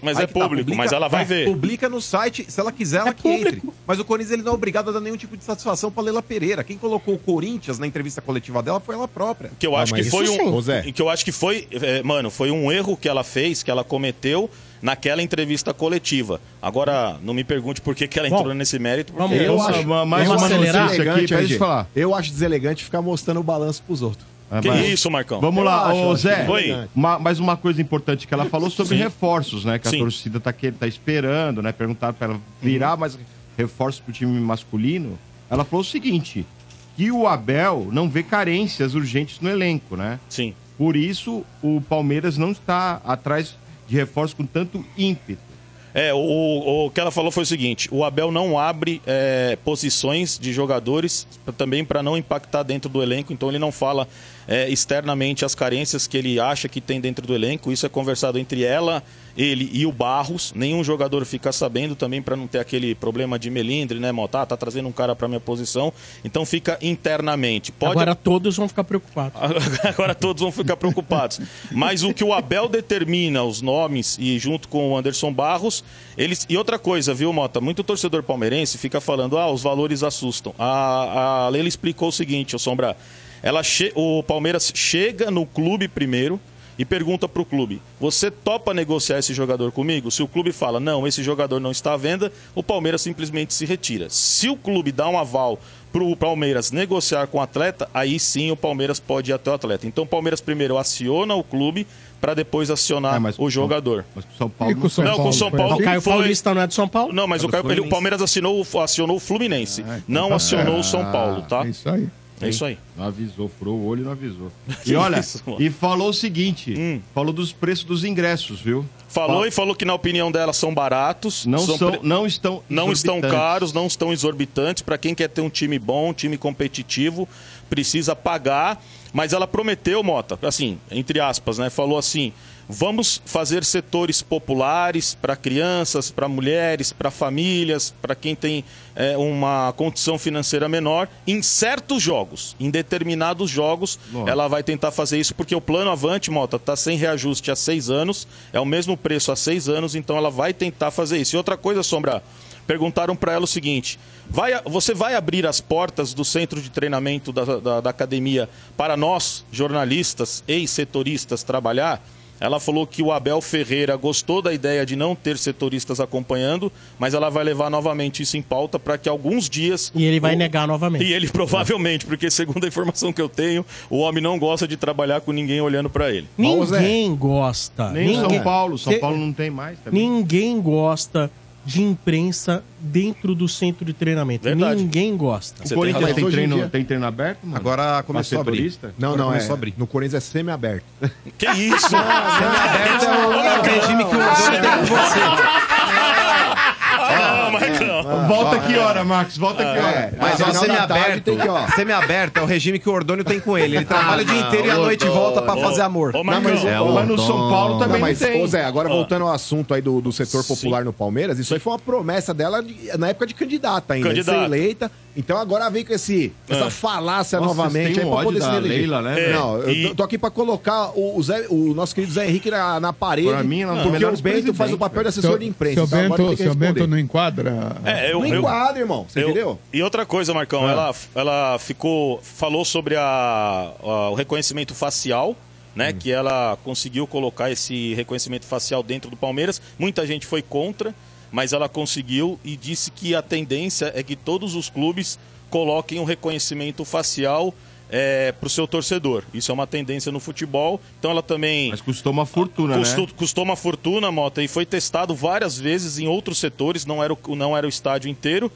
Speaker 9: Mas
Speaker 4: Aí
Speaker 9: é
Speaker 4: que tá,
Speaker 9: público, mas ela vai ver.
Speaker 4: Publica no site, se ela quiser, ela
Speaker 2: É
Speaker 4: que entre.
Speaker 2: público.
Speaker 4: Mas o Corinthians ele não é obrigado a dar nenhum tipo de satisfação pra Leila Pereira. Quem colocou o Corinthians na entrevista coletiva dela foi ela própria.
Speaker 9: Que eu
Speaker 6: Ah,
Speaker 9: acho que
Speaker 6: mas
Speaker 9: foi
Speaker 6: isso
Speaker 9: um.
Speaker 6: sim. Ô, Zé.
Speaker 9: Que eu acho que foi. é, mano, foi um erro que ela fez, que ela cometeu naquela entrevista coletiva. Agora, não me pergunte por que, que ela
Speaker 2: Bom,
Speaker 9: entrou nesse mérito. Porque
Speaker 2: vamos-
Speaker 3: Eu
Speaker 2: Vamos
Speaker 3: acho mais
Speaker 2: vamos
Speaker 3: uma
Speaker 2: acelerar?
Speaker 3: notícia aqui
Speaker 6: Deselegante,
Speaker 3: pra
Speaker 6: hein,
Speaker 3: gente
Speaker 6: gente?
Speaker 3: falar.
Speaker 6: Eu acho deselegante ficar mostrando o balanço pros outros.
Speaker 9: Que
Speaker 3: Vai.
Speaker 9: isso, Marcão?
Speaker 3: Vamos lá,
Speaker 6: acho, é
Speaker 3: ô
Speaker 6: acho
Speaker 3: Zé.
Speaker 9: Oi.
Speaker 3: Uma- mais uma coisa importante que ela falou sobre
Speaker 9: Sim.
Speaker 3: reforços, né? Que
Speaker 9: Sim.
Speaker 3: a torcida tá, que, tá esperando, né? Perguntaram pra ela virar mais reforços pro time masculino. Ela falou o seguinte: que o Abel não vê carências urgentes no elenco, né?
Speaker 9: Sim.
Speaker 3: Por isso, o Palmeiras não está atrás de reforços com tanto ímpeto.
Speaker 9: É, o, o- o que ela falou foi o seguinte: o Abel não abre é, posições de jogadores pra- também para não impactar dentro do elenco, então ele não fala é, externamente as carências que ele acha que tem dentro do elenco. Isso é conversado entre ela, ele e o Barros. Nenhum jogador fica sabendo também para não ter aquele problema de melindre, né, Mota? Ah, tá trazendo um cara para minha posição. Então fica internamente. Pode
Speaker 2: Agora todos vão ficar preocupados.
Speaker 9: Agora todos vão ficar preocupados. Mas o que o Abel determina, os nomes, e junto com o Anderson Barros, eles. E outra coisa, viu, Mota? Muito torcedor palmeirense fica falando, ah, os valores assustam. A, a Leila explicou o seguinte, o Sombra. Ela che... O Palmeiras chega no clube primeiro. e pergunta para o clube: você topa negociar esse jogador comigo? Se o clube fala, não, esse jogador não está à venda, o Palmeiras simplesmente se retira. Se o clube dá um aval para o Palmeiras negociar com o atleta, aí sim o Palmeiras pode ir até o atleta. Então o Palmeiras primeiro aciona o clube para depois acionar o jogador.
Speaker 3: É, Mas com São
Speaker 7: E
Speaker 3: Paulo.
Speaker 4: Ah,
Speaker 7: com
Speaker 3: não
Speaker 7: São
Speaker 3: foi.
Speaker 9: não, com o São
Speaker 7: foi assim?
Speaker 9: Paulo.
Speaker 7: O
Speaker 2: Caio
Speaker 9: foi-
Speaker 2: Paulista não é de São Paulo?
Speaker 9: Não, mas o, Caio- ele- o Palmeiras assinou, o- acionou o Fluminense.
Speaker 3: Ah, então tá.
Speaker 9: não acionou o São Paulo, tá?
Speaker 7: É isso aí.
Speaker 9: É isso aí.
Speaker 3: Não avisou, furou o olho e não avisou. E olha,
Speaker 9: Isso, mano. Hum.
Speaker 3: e falou o seguinte: falou dos preços dos ingressos, viu?
Speaker 9: Falou e falou que na opinião dela são baratos,
Speaker 3: Não são,
Speaker 9: pre-
Speaker 3: não estão
Speaker 9: não estão
Speaker 3: exorbitantes.
Speaker 9: caros, não estão exorbitantes. Para quem quer ter um time bom, um time competitivo, precisa pagar. Mas ela prometeu, Mota, assim, entre aspas, né? Falou assim: vamos fazer setores populares para crianças, para mulheres, para famílias, para quem tem é, uma condição financeira menor, em certos jogos, em determinados jogos,
Speaker 3: Lógico.
Speaker 9: ela vai tentar fazer isso porque o plano Avante, Mota, está sem reajuste há seis anos, é o mesmo preço há seis anos, então ela vai tentar fazer isso. E outra coisa, Sombra, perguntaram para ela o seguinte: vai- você vai abrir as portas do centro de treinamento da, da- da academia para nós, jornalistas e setoristas, trabalhar? Ela falou que o Abel Ferreira gostou da ideia de não ter setoristas acompanhando, mas ela vai levar novamente isso em pauta para que alguns dias
Speaker 2: E ele vai
Speaker 9: o-
Speaker 2: negar novamente.
Speaker 9: e ele provavelmente, porque segundo a informação que eu tenho, o homem não gosta de trabalhar com ninguém olhando pra ele.
Speaker 2: Ninguém gosta.
Speaker 3: Nem o
Speaker 2: ninguém-
Speaker 3: São Paulo. São
Speaker 2: Cê-
Speaker 3: Paulo não tem mais também.
Speaker 2: Ninguém gosta de imprensa dentro do centro de treinamento.
Speaker 9: Verdade.
Speaker 2: Ninguém gosta.
Speaker 9: Você
Speaker 3: o Corinthians
Speaker 9: tem
Speaker 3: tem,
Speaker 6: razão. Hoje em
Speaker 3: treino,
Speaker 6: dia-
Speaker 3: tem treino aberto, mano?
Speaker 4: Agora começou a abrir.
Speaker 3: setorista?
Speaker 6: Não,
Speaker 4: Agora
Speaker 6: não, é.
Speaker 4: começou a abrir.
Speaker 6: No Corinthians é semi-aberto.
Speaker 9: Que isso?
Speaker 3: é
Speaker 4: regime que
Speaker 9: Ah, Marcão.
Speaker 3: Volta que hora, Marcos? Volta que hora?
Speaker 6: É,
Speaker 4: Mas
Speaker 6: ao
Speaker 4: ó,
Speaker 6: final da tarde
Speaker 4: semi-aberto.
Speaker 6: tem que, ó.
Speaker 4: Semi-aberto é o regime que o Ordônio tem com ele. Ele trabalha o dia inteiro e à noite volta pra fazer amor.
Speaker 9: Ô, Marcão,
Speaker 3: mas,
Speaker 5: É, o
Speaker 3: mas no São Paulo
Speaker 6: Não,
Speaker 3: também não,
Speaker 6: mas,
Speaker 3: tem.
Speaker 6: ô Zé, agora voltando ao assunto aí do, do setor popular no Palmeiras, isso aí foi uma promessa dela de- na época de candidata ainda, de ser
Speaker 9: Candidata.
Speaker 6: eleita. Então agora vem com esse, essa
Speaker 9: Ah.
Speaker 6: falácia
Speaker 3: Nossa, vocês
Speaker 6: novamente
Speaker 3: têm
Speaker 6: aí
Speaker 3: um
Speaker 6: pra
Speaker 3: ódio
Speaker 6: poder
Speaker 3: da
Speaker 6: se eleger.
Speaker 3: Leila, né,
Speaker 9: É,
Speaker 6: Não, eu
Speaker 9: e-
Speaker 6: tô- tô aqui pra colocar o, o Zé- o nosso querido Zé Henrique na, na parede,
Speaker 3: Pra mim, ela é uma das
Speaker 6: porque o
Speaker 3: melhores
Speaker 6: Bento faz o
Speaker 3: presidentes,
Speaker 6: papel de assessor
Speaker 7: Seu,
Speaker 6: de imprensa.
Speaker 7: seu
Speaker 6: então agora
Speaker 7: Bento,
Speaker 6: tem que
Speaker 7: seu
Speaker 6: responder.
Speaker 7: Bento não enquadra.
Speaker 9: É, eu,
Speaker 6: Não
Speaker 9: eu,
Speaker 6: enquadra, irmão. Você
Speaker 9: eu-
Speaker 6: entendeu? Ah.
Speaker 9: E outra coisa, Marcão, ela, ela ficou. falou sobre a, a- o reconhecimento facial. Né,
Speaker 6: Uhum.
Speaker 9: Que ela conseguiu colocar esse reconhecimento facial dentro do Palmeiras. Muita gente foi contra, mas ela conseguiu e disse que a tendência é que todos os clubes coloquem um reconhecimento facial para o seu torcedor. Isso é uma tendência no futebol. Então ela também
Speaker 3: Mas custou uma fortuna,
Speaker 9: custou,
Speaker 3: né?
Speaker 9: custou uma fortuna, Mota, e foi testado várias vezes em outros setores, não era o, não era o estádio inteiro.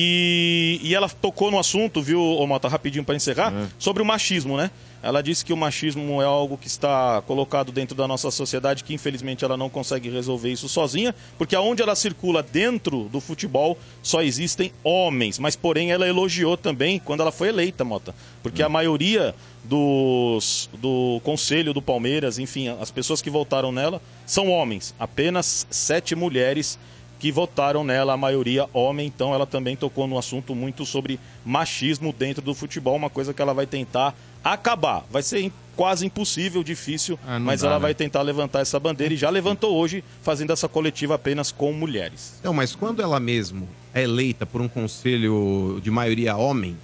Speaker 9: E, e ela tocou no assunto, viu, ô Mota, rapidinho para encerrar,
Speaker 3: É.
Speaker 9: sobre o machismo, né? Ela disse que o machismo é algo que está colocado dentro da nossa sociedade, que infelizmente ela não consegue resolver isso sozinha, porque aonde ela circula dentro do futebol só existem homens. Mas, porém, ela elogiou também quando ela foi eleita, Mota, porque a maioria dos, do conselho do Palmeiras, enfim, as pessoas que votaram nela são homens. Apenas sete mulheres que votaram nela, a maioria homem. Então ela também tocou no assunto muito sobre machismo dentro do futebol, uma coisa que ela vai tentar acabar. Vai ser im- quase impossível, difícil,
Speaker 3: Ah, não
Speaker 9: mas
Speaker 3: dá,
Speaker 9: ela
Speaker 3: né?
Speaker 9: vai tentar levantar essa bandeira e já levantou hoje, fazendo essa coletiva apenas com mulheres.
Speaker 4: Não, Então, mas quando ela mesmo é eleita por um conselho de maioria homem,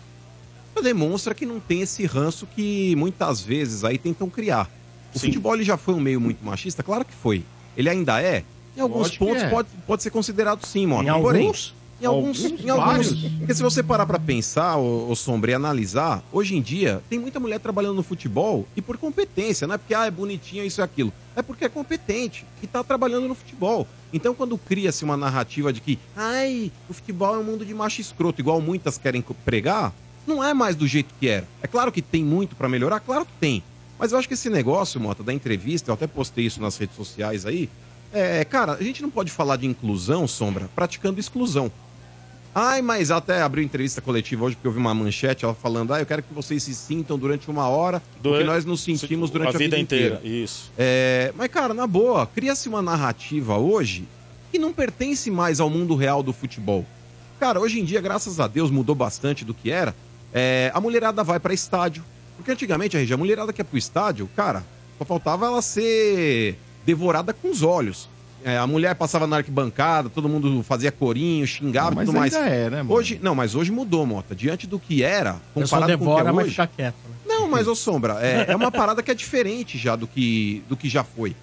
Speaker 4: ela demonstra que não tem esse ranço que muitas vezes aí tentam criar. O
Speaker 9: Sim.
Speaker 4: futebol ele já foi um meio muito machista? Claro que foi. Ele ainda é? Em alguns
Speaker 3: Lógico que
Speaker 4: pontos
Speaker 3: é.
Speaker 4: pode, pode ser considerado sim, mano.
Speaker 2: Em alguns?
Speaker 4: Em alguns,
Speaker 3: Alguns,
Speaker 4: em alguns.
Speaker 3: vários.
Speaker 4: Porque se você parar pra pensar, ô, ô Sombra, e analisar, hoje em dia tem muita mulher trabalhando no futebol e por competência, não é porque ah, é bonitinha isso e aquilo. É porque é competente e tá trabalhando no futebol. Então quando cria-se uma narrativa de que, ai, o futebol é um mundo de macho escroto, igual muitas querem co- pregar, não é mais do jeito que era. É claro que tem muito pra melhorar, claro que tem. Mas eu acho que esse negócio, Mota, da entrevista, eu até postei isso nas redes sociais aí. É, cara, a gente não pode falar de inclusão, Sombra, praticando exclusão. Ai, mas ela até abriu entrevista coletiva hoje, porque eu vi uma manchete, ela falando, ah, eu quero que vocês se sintam durante uma hora, o que
Speaker 9: Durante-
Speaker 4: nós nos sentimos durante a, vida, inteira.
Speaker 9: Isso.
Speaker 4: É, mas, cara, na boa, cria-se uma narrativa hoje que não pertence mais ao mundo real do futebol. Cara, hoje em dia, graças a Deus, mudou bastante do que era. É, a mulherada vai pra estádio. Porque antigamente, a região, a mulherada que ia pro estádio, cara, só faltava ela ser devorada com os olhos. É, a mulher passava na arquibancada, todo mundo fazia corinho, xingava e
Speaker 3: Mas
Speaker 4: tudo mais.
Speaker 3: ainda é, né, mano?
Speaker 4: Hoje, não, mas hoje mudou, Mota. Diante do que era,
Speaker 2: O pessoal
Speaker 4: comparado com o que
Speaker 2: devora,
Speaker 4: é
Speaker 2: mas
Speaker 4: hoje,
Speaker 2: fica quieto. né?
Speaker 4: Não, mas, ô Sombra, é, é uma parada que é diferente já do que, do que já foi.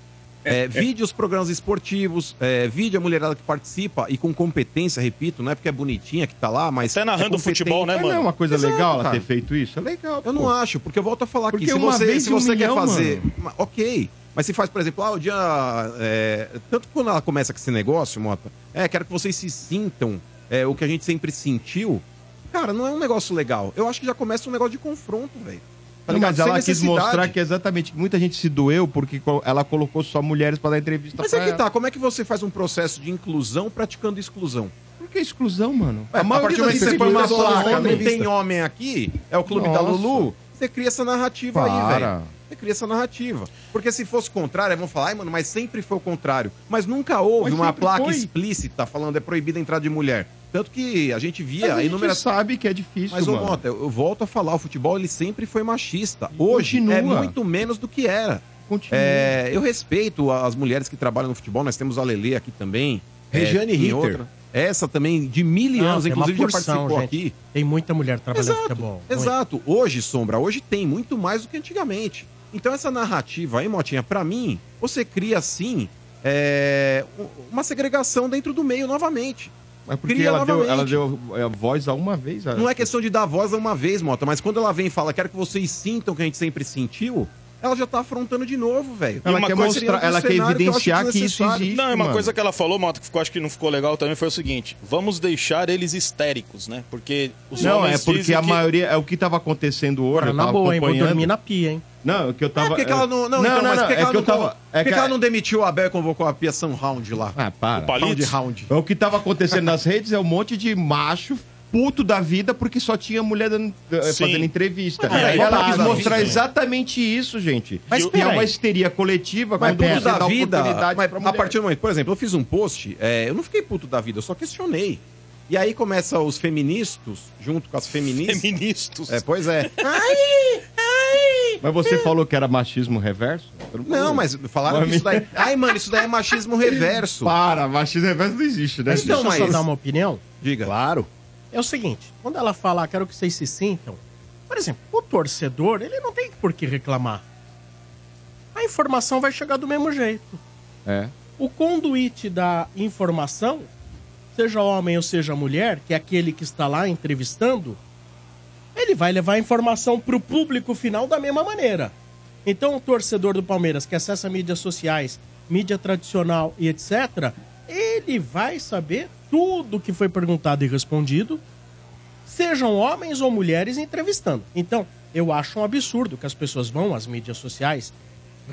Speaker 4: É, vide os programas esportivos, é, vide a mulherada que participa e com competência, repito, não é porque é bonitinha que tá lá, mas.
Speaker 9: Até narrando
Speaker 4: é competente.
Speaker 9: futebol, né,
Speaker 4: Mas
Speaker 9: mano?
Speaker 4: Não é uma coisa
Speaker 3: Exato,
Speaker 4: legal ela
Speaker 3: cara.
Speaker 4: ter feito isso? É legal. Eu não acho, porque eu volto a falar aqui.
Speaker 3: Porque
Speaker 4: Se
Speaker 3: uma
Speaker 4: você,
Speaker 3: vez
Speaker 4: se
Speaker 3: em um
Speaker 4: você quer
Speaker 3: milhão,
Speaker 4: fazer.
Speaker 3: mano.
Speaker 4: ma- Ok. Mas se faz, por exemplo, ah, o dia. é, tanto quando ela começa com esse negócio, Mota, é, quero que vocês se sintam é, o que a gente sempre sentiu. Cara, não é um negócio legal. Eu acho que já começa um negócio de confronto, velho. Tá
Speaker 3: Não,
Speaker 4: ligado?
Speaker 3: mas
Speaker 4: Sem
Speaker 3: ela quis
Speaker 4: necessidade.
Speaker 3: mostrar que exatamente muita gente se doeu porque co- ela colocou só mulheres pra dar entrevista
Speaker 4: Mas
Speaker 3: pra
Speaker 4: é que
Speaker 3: ela.
Speaker 4: tá, como é que você faz um processo de inclusão praticando exclusão?
Speaker 3: Por que exclusão, mano?
Speaker 4: É, a, partir do momento que você põe uma placa, não tem
Speaker 3: homem.
Speaker 4: homem aqui, é o clube da
Speaker 3: Nossa.
Speaker 4: Lulu, você cria essa narrativa aí,
Speaker 3: Para.
Speaker 4: velho. Você cria essa narrativa. Porque se fosse o contrário, aí vão falar, ai, mano, mas sempre foi o contrário. Mas nunca houve
Speaker 3: Mas
Speaker 4: uma
Speaker 3: sempre
Speaker 4: placa
Speaker 3: foi.
Speaker 4: explícita falando é proibida a entrada de mulher. Tanto que a gente via
Speaker 3: Mas a gente
Speaker 4: inúmeras
Speaker 3: sabe que é difícil,
Speaker 4: mas, ô
Speaker 3: mano.
Speaker 4: Mota, eu eu volto a falar, o futebol ele sempre foi machista. Hoje é
Speaker 3: continua.
Speaker 4: muito menos do que era.
Speaker 3: Continua.
Speaker 4: É, eu respeito a- as mulheres que trabalham no futebol, nós temos a Lele aqui também. é,
Speaker 6: Regiane
Speaker 4: tem
Speaker 6: Ritter.
Speaker 4: Essa também, de mil e
Speaker 3: Ah,
Speaker 2: Não,
Speaker 4: anos,
Speaker 2: tem uma
Speaker 4: inclusive já
Speaker 2: porção,
Speaker 4: participou
Speaker 2: gente.
Speaker 4: aqui.
Speaker 2: Tem muita mulher trabalhando no futebol. Muito.
Speaker 4: Exato. Hoje, Sombra, hoje tem muito mais do que antigamente. Então essa narrativa aí, Motinha, pra mim, você cria, sim, é, um- uma segregação dentro do meio novamente.
Speaker 3: Mas porque
Speaker 4: Cria
Speaker 3: ela deu,
Speaker 4: novamente.
Speaker 3: ela deu é, voz a uma vez. a-
Speaker 4: Não é questão de dar voz a uma vez, Mota, mas quando ela vem e fala, quero que vocês sintam o que a gente sempre sentiu, ela já tá afrontando de novo, velho.
Speaker 3: Então Ela
Speaker 4: E uma
Speaker 3: quer
Speaker 4: coisa
Speaker 3: mostrar-
Speaker 4: dentro do
Speaker 3: ela quer
Speaker 4: cenário eu acho
Speaker 3: evidenciar que isso
Speaker 4: desnecessário.
Speaker 3: existe.
Speaker 9: Não, e uma
Speaker 3: mano.
Speaker 9: coisa que ela falou, Mota, que ficou, acho que não ficou legal também, foi o seguinte: vamos deixar eles histéricos, né? Porque os
Speaker 3: Não, é
Speaker 9: homens
Speaker 3: porque
Speaker 9: dizem
Speaker 3: a
Speaker 9: que-
Speaker 3: maioria. É o que tava acontecendo hoje.
Speaker 2: Agora,
Speaker 3: eu
Speaker 2: na
Speaker 3: tava
Speaker 2: boa, hein? Vou
Speaker 3: acompanhando.
Speaker 2: dormir na pia, hein?
Speaker 3: Não, é que eu
Speaker 4: Ah,
Speaker 3: tava.
Speaker 4: por que que ela não... Não,
Speaker 3: não,
Speaker 4: então,
Speaker 3: não,
Speaker 4: mas por
Speaker 3: não,
Speaker 4: que que
Speaker 3: é
Speaker 4: ela
Speaker 3: que eu
Speaker 4: não colo-
Speaker 3: tava.
Speaker 4: por
Speaker 3: É
Speaker 4: que
Speaker 3: que
Speaker 4: que ela não demitiu o Abel e convocou a Pia Round lá?
Speaker 3: Ah, para. É
Speaker 4: Round
Speaker 9: Palitos.
Speaker 4: Round.
Speaker 3: O que tava acontecendo nas redes é um monte de macho puto da vida porque só tinha mulher dando- eh,
Speaker 9: Sim.
Speaker 3: fazendo entrevista.
Speaker 4: Mas, é um peraí,
Speaker 3: e ela
Speaker 4: puto
Speaker 3: quis
Speaker 4: da
Speaker 3: mostrar
Speaker 9: vida, né?
Speaker 3: exatamente isso, gente.
Speaker 2: Mas
Speaker 3: que é
Speaker 2: peraí.
Speaker 3: uma histeria coletiva
Speaker 4: Mas
Speaker 3: quando
Speaker 4: puto
Speaker 3: você
Speaker 4: da
Speaker 3: dá
Speaker 4: vida,
Speaker 3: oportunidade
Speaker 4: mas
Speaker 3: pra
Speaker 4: a
Speaker 3: mulher.
Speaker 4: partir do momento, por exemplo, eu fiz um post, é, eu não fiquei puto da vida, eu só questionei. E aí começa os feministas, junto com as feministas.
Speaker 9: Feministas.
Speaker 4: É, pois é. Ai, ai,
Speaker 3: Mas você
Speaker 2: É.
Speaker 3: falou que era machismo reverso? Eu
Speaker 4: Não,
Speaker 3: falei.
Speaker 4: mas falaram que isso daí. Ai, mano, isso daí é machismo reverso.
Speaker 3: Para, machismo reverso não existe, né?
Speaker 4: Mas
Speaker 3: gente?
Speaker 4: não,
Speaker 2: Deixa eu
Speaker 4: mas-
Speaker 2: só dar uma opinião.
Speaker 4: Diga.
Speaker 3: Claro.
Speaker 2: É o seguinte, quando ela falar, quero que vocês se sintam, por exemplo, o torcedor, ele não tem por que reclamar. A informação vai chegar do mesmo jeito.
Speaker 3: É.
Speaker 2: O conduíte da informação, seja homem ou seja mulher, que é aquele que está lá entrevistando, ele vai levar a informação para o público final da mesma maneira. Então, o torcedor do Palmeiras que acessa mídias sociais, mídia tradicional e etc., ele vai saber tudo que foi perguntado e respondido, sejam homens ou mulheres entrevistando. Então, eu acho um absurdo que as pessoas vão às mídias sociais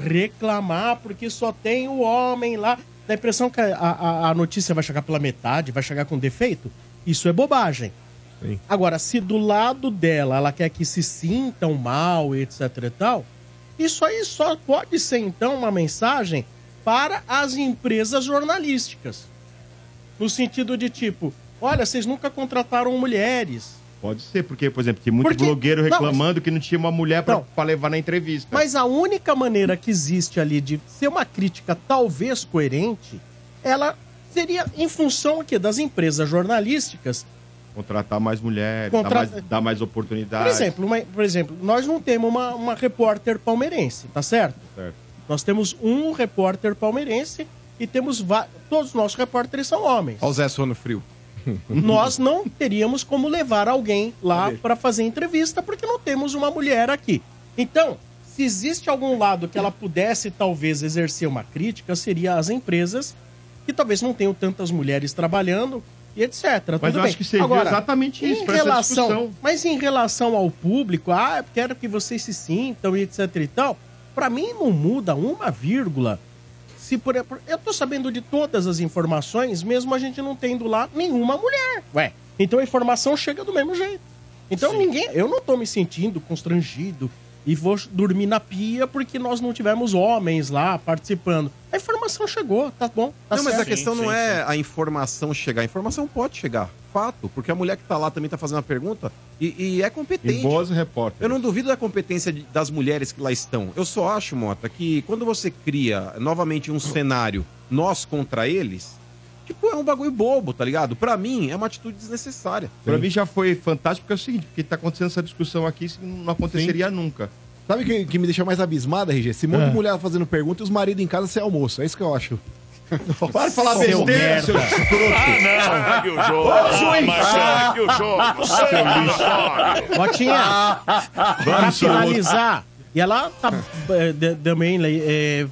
Speaker 2: reclamar porque só tem o homem lá. Dá a impressão que a, a- a notícia vai chegar pela metade, vai chegar com defeito. Isso é bobagem. Agora, se do lado dela ela quer que se sintam mal, etc e tal, isso aí só pode ser então uma mensagem para as empresas jornalísticas. No sentido de tipo, olha, vocês nunca contrataram mulheres.
Speaker 3: Pode ser, porque, por exemplo, tem muito
Speaker 2: Porque-
Speaker 3: blogueiro
Speaker 2: não, mas-
Speaker 3: reclamando que não tinha uma mulher pra,
Speaker 2: Não.
Speaker 3: pra levar na entrevista.
Speaker 2: Mas a única maneira que existe ali de ser uma crítica talvez coerente, ela seria em função aqui das empresas jornalísticas.
Speaker 3: Contratar mais mulheres,
Speaker 2: Contra-
Speaker 3: dar, mais, dar mais
Speaker 2: Por
Speaker 3: oportunidades.
Speaker 2: exemplo, uma- por exemplo, nós não temos uma, uma repórter palmeirense, tá certo?
Speaker 3: Certo.
Speaker 2: Nós temos um repórter palmeirense e temos va- todos os nossos repórteres são homens.
Speaker 4: Olha o Zé Sono Frio.
Speaker 3: Uhum.
Speaker 2: Nós não teríamos como levar alguém lá para fazer entrevista porque não temos uma mulher aqui. Então, se existe algum lado que ela pudesse talvez exercer uma crítica, seria as empresas que talvez não tenham tantas mulheres trabalhando e etc.
Speaker 3: Mas eu acho que serviu exatamente isso,
Speaker 2: em
Speaker 3: pra essa
Speaker 2: relação,
Speaker 3: discussão.
Speaker 2: Mas em relação ao público, ah, eu quero que vocês se sintam e etc e tal, para mim não muda uma vírgula. Se por, por- eu tô sabendo de todas as informações, mesmo a gente não tendo lá nenhuma mulher. Ué, então a informação chega do mesmo jeito. Então ninguém, eu não tô me sentindo constrangido e vou dormir na pia porque nós não tivemos homens lá participando. A informação chegou, tá bom, tá
Speaker 4: não, mas a
Speaker 2: certo.
Speaker 4: questão
Speaker 9: Sim,
Speaker 4: não
Speaker 9: sim,
Speaker 4: é a informação chegar. A informação pode chegar, fato. Porque a mulher que tá lá também tá fazendo a pergunta e, e é
Speaker 3: E
Speaker 4: competente.
Speaker 3: boas repórteres.
Speaker 4: Eu não duvido da competência de- das mulheres que lá estão. Eu só acho, Mota, que quando você cria novamente um cenário nós contra eles, Tipo, é um bagulho bobo, tá ligado? Pra mim, é uma atitude desnecessária.
Speaker 3: Pra mim já foi fantástico, porque é o seguinte, porque tá acontecendo essa discussão aqui, isso não aconteceria nunca.
Speaker 6: Sabe o que, que me deixa mais abismada, RG? Esse monte
Speaker 3: É.
Speaker 2: Ah.
Speaker 6: de mulher fazendo pergunta e os maridos em casa sem almoço. É isso que eu acho.
Speaker 3: Para de falar besteira, seu escroto.
Speaker 1: Ah, não. Segue o jogo.
Speaker 6: Ô,
Speaker 1: Ah,
Speaker 6: juiz.
Speaker 1: mas segue o jogo. Segue o jogo.
Speaker 2: Botinha,
Speaker 1: Ah.
Speaker 2: pra
Speaker 1: Vamos,
Speaker 2: finalizar. E ela tá, eh, de- também eh,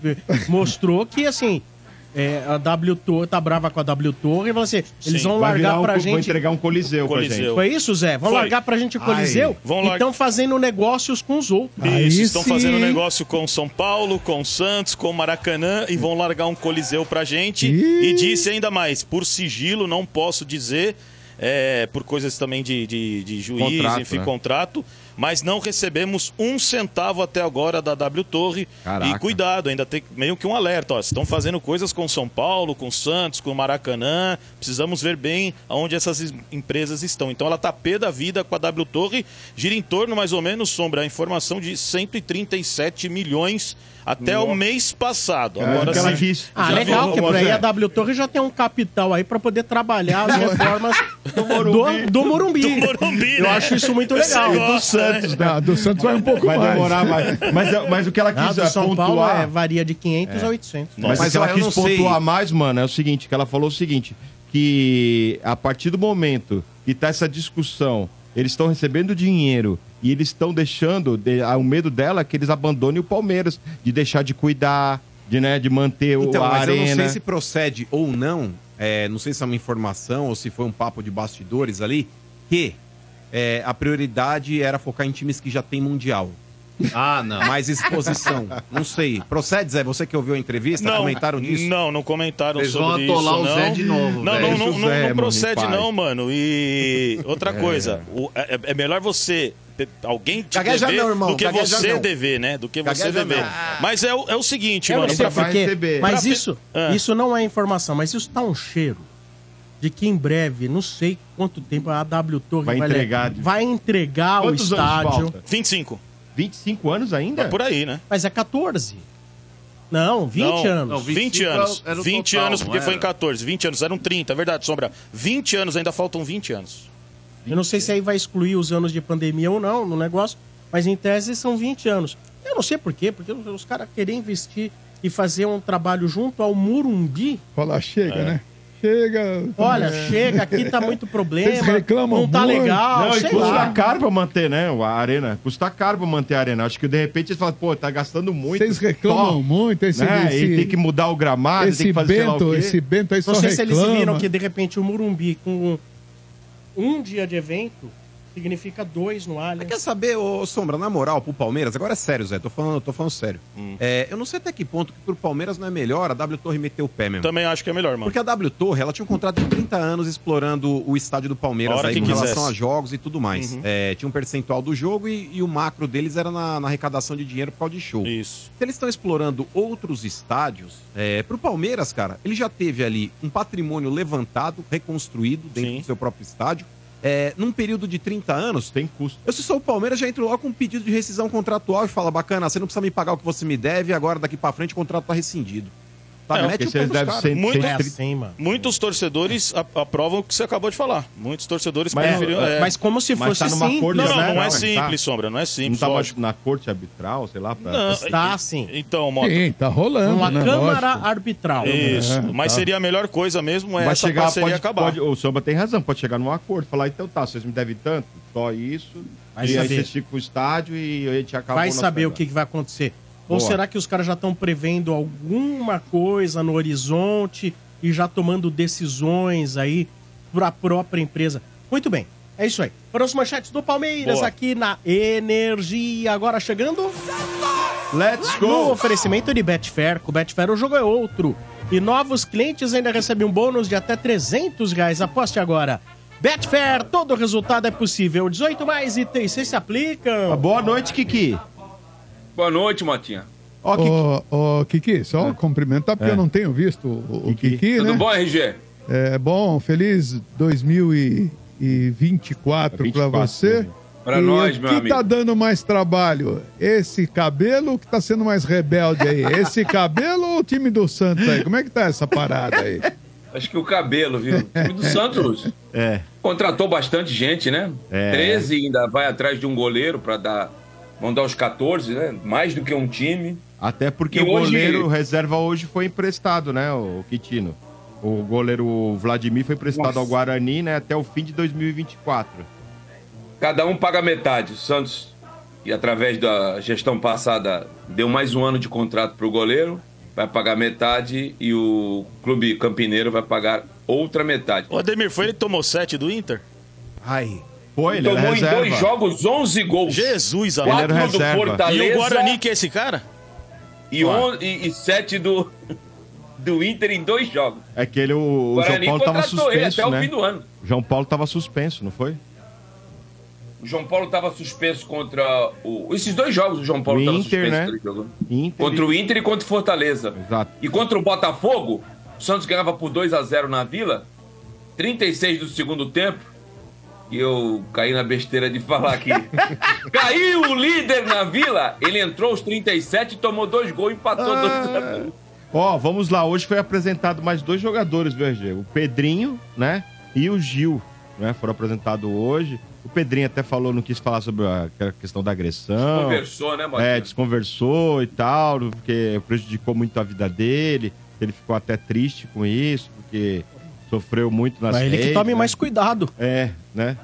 Speaker 2: mostrou que, assim, eh, a W Torre tá brava com a W Torre e falou assim: eles
Speaker 3: Sim.
Speaker 2: vão
Speaker 3: Vai
Speaker 2: largar
Speaker 3: virar um-
Speaker 2: pra
Speaker 3: vão
Speaker 2: gente.
Speaker 3: entregar um coliseu pra Coliseu. gente.
Speaker 2: Foi isso, Zé? Vão
Speaker 3: Foi.
Speaker 2: largar pra gente o Coliseu
Speaker 9: Ai. Vão
Speaker 2: e
Speaker 9: largar.
Speaker 2: estão fazendo negócios com os outros.
Speaker 9: Isso, estão fazendo negócio com São Paulo, com Santos, com Maracanã e vão largar um coliseu pra gente. E disse ainda mais, por sigilo, não posso dizer, é, por coisas também de, de, de juiz,
Speaker 4: Contrato,
Speaker 9: enfim,
Speaker 4: né?
Speaker 9: contrato, mas não recebemos um centavo até agora da W Torre.
Speaker 4: Caraca.
Speaker 9: E cuidado, ainda tem meio que um alerta, ó, estão fazendo coisas com São Paulo, com Santos, com Maracanã, precisamos ver bem aonde essas es- empresas estão. Então ela tá pé da vida com a W Torre, gira em torno mais ou menos, Sombra, a informação de 137 milhões até o mês passado.
Speaker 2: É,
Speaker 9: Agora
Speaker 2: que ela
Speaker 9: sim,
Speaker 2: quis. Ah,
Speaker 9: já
Speaker 2: legal,
Speaker 9: virou-
Speaker 2: que por aí a W Torre já tem um capital aí pra poder trabalhar as reformas do Morumbi. Do, Morumbi.
Speaker 7: né?
Speaker 2: Eu acho isso muito legal.
Speaker 7: Ah, do Santos vai um pouco
Speaker 2: Vai
Speaker 7: mais.
Speaker 2: demorar
Speaker 3: mais. Mas, mas o que ela
Speaker 2: Ah,
Speaker 3: quis
Speaker 2: do
Speaker 3: é
Speaker 2: São Paulo
Speaker 3: pontuar-
Speaker 2: é, varia de 500 a 800.
Speaker 3: Mas, o que ela quis pontuar mais, mano, é o seguinte, que ela falou o seguinte, que a partir do momento que tá essa discussão, eles estão recebendo dinheiro e eles estão deixando, de- ah, o medo dela é que eles abandonem o Palmeiras, de deixar de cuidar, de, né, de manter o
Speaker 4: Então,
Speaker 3: a
Speaker 4: mas
Speaker 3: arena.
Speaker 4: eu não sei se procede ou não, é, não sei se é uma informação ou se foi um papo de bastidores ali, que é, a prioridade era focar em times que já tem Mundial.
Speaker 5: Ah, não.
Speaker 4: Mais exposição. Não sei. Procede, Zé? Você que ouviu a entrevista,
Speaker 9: Não,
Speaker 4: comentaram disso?
Speaker 9: Não, não comentaram
Speaker 4: Eles vão
Speaker 9: sobre
Speaker 4: atolar
Speaker 9: isso,
Speaker 4: o
Speaker 9: não.
Speaker 4: Zé de novo,
Speaker 9: Não,
Speaker 4: velho.
Speaker 9: não, não,
Speaker 4: Isso,
Speaker 9: não-
Speaker 4: Zé,
Speaker 9: não
Speaker 4: mano,
Speaker 9: procede,
Speaker 4: me faz.
Speaker 9: não, mano. E outra
Speaker 4: É.
Speaker 9: coisa, o- é, é melhor você. pe- Alguém te
Speaker 4: Gagueja
Speaker 9: dever
Speaker 4: não, irmão,
Speaker 9: do que
Speaker 4: gagueja
Speaker 9: você
Speaker 4: não.
Speaker 9: dever, né? Do que você
Speaker 4: Gagueja
Speaker 9: dever.
Speaker 4: não. Ah.
Speaker 9: Mas é, o- é o seguinte,
Speaker 2: Eu não
Speaker 9: mano.
Speaker 2: sei
Speaker 9: pra-
Speaker 2: porquê,
Speaker 9: pra
Speaker 2: mas
Speaker 9: fi-
Speaker 2: isso,
Speaker 9: Ah.
Speaker 2: isso não é informação, mas isso tá um cheiro de que em breve, não sei quanto tempo, a W Torre
Speaker 3: Vai
Speaker 2: le-
Speaker 3: entregar de-
Speaker 2: vai entregar
Speaker 3: Quantos
Speaker 2: o
Speaker 3: anos
Speaker 2: estádio.
Speaker 3: falta?
Speaker 9: 25.
Speaker 3: 25 anos ainda?
Speaker 9: Tá por aí, né?
Speaker 2: Mas é 14. Não, 20
Speaker 9: Não,
Speaker 2: anos.
Speaker 9: Não, 20, anos. 20 anos, porque foi em 14. 20 anos, eram 30, é verdade, Sombra. 20 anos, ainda faltam 20 anos.
Speaker 2: Eu não sei se aí vai excluir os anos de pandemia ou não no negócio, mas em tese são 20 anos. Eu não sei por quê, porque os, os caras querem investir e fazer um trabalho junto ao Murumbi.
Speaker 7: Falar, chega,
Speaker 2: É.
Speaker 7: né? Chega.
Speaker 2: Olha,
Speaker 7: É.
Speaker 2: chega, aqui tá muito problema.
Speaker 7: Vocês reclamam
Speaker 2: não tá
Speaker 7: muito.
Speaker 2: legal,
Speaker 3: Não, e
Speaker 2: sei
Speaker 3: custa
Speaker 2: lá.
Speaker 3: caro pra manter, né? A arena. Custa caro pra manter a arena. Acho que de repente eles falam, pô, tá gastando muito.
Speaker 7: Vocês reclamam
Speaker 3: Tó,
Speaker 7: muito, esse-
Speaker 3: né?
Speaker 7: esse-
Speaker 3: e tem que mudar o gramado,
Speaker 7: esse
Speaker 3: tem que fazer sei lá
Speaker 7: Bento,
Speaker 3: o quê.
Speaker 7: esse Bento aí só
Speaker 2: Não sei se eles
Speaker 7: reclama.
Speaker 2: viram que, de repente, o Murumbi com um, um dia de evento significa dois no Allianz.
Speaker 4: Quer saber, ô Sombra, na moral, pro Palmeiras, agora é sério, Zé, tô falando, tô falando sério.
Speaker 9: Hum.
Speaker 4: É, eu não sei até que ponto que pro Palmeiras não é melhor a W Torre meter o pé mesmo.
Speaker 9: Também acho que é melhor, mano.
Speaker 4: Porque a W Torre, ela tinha um contrato de 30 anos explorando o estádio do
Speaker 9: A
Speaker 4: Palmeiras
Speaker 9: hora
Speaker 4: aí
Speaker 9: que
Speaker 4: com
Speaker 9: quisesse.
Speaker 4: relação a jogos e tudo mais.
Speaker 9: Uhum.
Speaker 4: É, tinha um percentual do jogo e, e o macro deles era na, na arrecadação de dinheiro por causa de show.
Speaker 9: Isso.
Speaker 4: Se eles estão explorando outros estádios, é, pro Palmeiras, cara, ele já teve ali um patrimônio levantado, reconstruído dentro do seu próprio estádio. É, num período de 30 anos.
Speaker 3: Tem custo.
Speaker 4: Eu, se sou o Palmeiras, já entro logo com um pedido de rescisão contratual e fala: bacana, você não precisa me pagar o que você me deve, agora daqui pra frente o contrato tá rescindido. Tá,
Speaker 9: É,
Speaker 4: mete
Speaker 9: porque
Speaker 4: o
Speaker 9: se
Speaker 4: pé
Speaker 9: eles
Speaker 4: nos
Speaker 9: devem
Speaker 4: caras.
Speaker 9: cento- Muito- cento e trinta-
Speaker 2: Sim, mano.
Speaker 9: Muitos torcedores a- aprovam o que você acabou de falar. Muitos torcedores
Speaker 3: Mas-
Speaker 9: preferiam.
Speaker 3: é, mas como se mas fosse tá numa simples, corte,
Speaker 9: Não, não,
Speaker 3: né?
Speaker 9: não é
Speaker 3: Não,
Speaker 9: simples,
Speaker 3: tá.
Speaker 9: Sombra, não é
Speaker 3: Não
Speaker 9: simples.
Speaker 3: tava
Speaker 9: lógico.
Speaker 3: na corte arbitral, sei lá. Pra...
Speaker 9: Não, e- Então, Mota.
Speaker 7: Sim, tá rolando.
Speaker 2: Uma
Speaker 7: né?
Speaker 2: Câmara
Speaker 7: Lógico.
Speaker 2: Arbitral.
Speaker 9: Isso.
Speaker 3: É,
Speaker 9: Mas
Speaker 3: tá.
Speaker 9: seria a melhor coisa mesmo é
Speaker 3: Vai
Speaker 9: essa
Speaker 3: chegar,
Speaker 9: parceria
Speaker 3: pode,
Speaker 9: acabar.
Speaker 3: pode- o Samba tem razão, pode chegar num acordo, falar, então tá, vocês me devem tanto, só isso,
Speaker 2: Vai
Speaker 3: e aí
Speaker 2: saber.
Speaker 3: vocês ficam com o estádio e a gente acaba
Speaker 2: vai
Speaker 3: o nosso
Speaker 2: saber o
Speaker 3: negócio.
Speaker 2: que, que vai acontecer. Ou
Speaker 3: Boa.
Speaker 2: será que os caras já estão prevendo alguma coisa no horizonte e já tomando decisões aí para a própria empresa? Muito bem, é isso aí. Foram os manchetes do Palmeiras
Speaker 3: Boa.
Speaker 2: aqui na Energia. Agora chegando.
Speaker 3: Let's go!
Speaker 2: No oferecimento de Betfair. Com Betfair o jogo é outro. E novos clientes ainda recebem um bônus de até 300 reais. Aposte agora. Betfair, todo resultado é possível. 18 mais itens seis se aplicam.
Speaker 3: Boa noite, Kiki.
Speaker 8: Boa noite, Motinha.
Speaker 7: Ô, ô, Kiki, só cumprimentar, porque eu não tenho visto o, o É. Kiki, né?
Speaker 8: Tudo bom, RG?
Speaker 7: É bom, feliz 2024 para você.
Speaker 8: Pra
Speaker 7: E
Speaker 8: nós,
Speaker 7: o
Speaker 8: meu
Speaker 7: que
Speaker 8: amigo.
Speaker 7: tá dando mais trabalho? Esse cabelo ou que tá sendo mais rebelde aí? Esse cabelo ou o time do Santos aí? Como é que tá essa parada aí?
Speaker 8: Acho que o cabelo, viu? O time do Santos
Speaker 3: É.
Speaker 8: contratou bastante gente, né?
Speaker 3: É.
Speaker 8: 13 ainda vai atrás de um goleiro para dar. Vão dar os 14, né? Mais do que um time.
Speaker 3: Até porque
Speaker 8: E
Speaker 3: o
Speaker 8: hoje-
Speaker 3: goleiro reserva hoje foi emprestado, né, o Quitino? O goleiro Vladimir foi emprestado ao Guarani, né, até o fim de 2024.
Speaker 8: Cada um paga metade. O Santos, e através da gestão passada, deu mais um ano de contrato para o goleiro, vai pagar metade e o clube campineiro vai pagar outra metade.
Speaker 9: O Ademir, foi ele que tomou 7 do Inter?
Speaker 4: Ai.
Speaker 3: Foi, ele era
Speaker 8: Tomou em
Speaker 3: reserva.
Speaker 8: dois jogos 11 gols.
Speaker 9: Jesus, amado.
Speaker 3: Ele era
Speaker 8: Quatro do
Speaker 3: reserva.
Speaker 9: E
Speaker 8: Fortaleza
Speaker 9: o Guarani, que é esse cara?
Speaker 8: e, on- e- e sete do, do Inter em dois jogos.
Speaker 3: É que ele, o, o João
Speaker 8: Guarani
Speaker 3: Paulo tava
Speaker 8: contratou ele até
Speaker 3: suspenso,
Speaker 8: o
Speaker 3: né?
Speaker 8: fim do ano.
Speaker 3: O João Paulo tava suspenso, não foi?
Speaker 8: O João Paulo estava suspenso contra o. Esses dois jogos o João Paulo
Speaker 3: O
Speaker 8: estava
Speaker 3: Inter,
Speaker 8: suspenso.
Speaker 3: né?
Speaker 8: que ele jogou.
Speaker 3: Inter.
Speaker 8: Contra o Inter e contra o Fortaleza.
Speaker 3: Exato.
Speaker 8: E contra o Botafogo, o Santos ganhava por 2 a 0 na Vila, 36 do segundo tempo. E eu caí na besteira de falar aqui. Caiu o líder na Vila, ele entrou os 37, tomou dois gols, empatou dois a dois.
Speaker 3: Ah. Ó, vamos lá. Hoje foi apresentado mais dois jogadores, viu, RG? O Pedrinho, né? E o Gil, né? Foram apresentados hoje. O Pedrinho até falou, não quis falar sobre a aquela questão da agressão.
Speaker 8: Conversou, né,
Speaker 3: É,
Speaker 8: Matheus?
Speaker 3: desconversou e tal, porque prejudicou muito a vida dele. Ele ficou até triste com isso, porque sofreu muito nas
Speaker 2: Mas ele que
Speaker 3: redes,
Speaker 2: tome
Speaker 3: né?
Speaker 2: mais cuidado.
Speaker 3: É, né?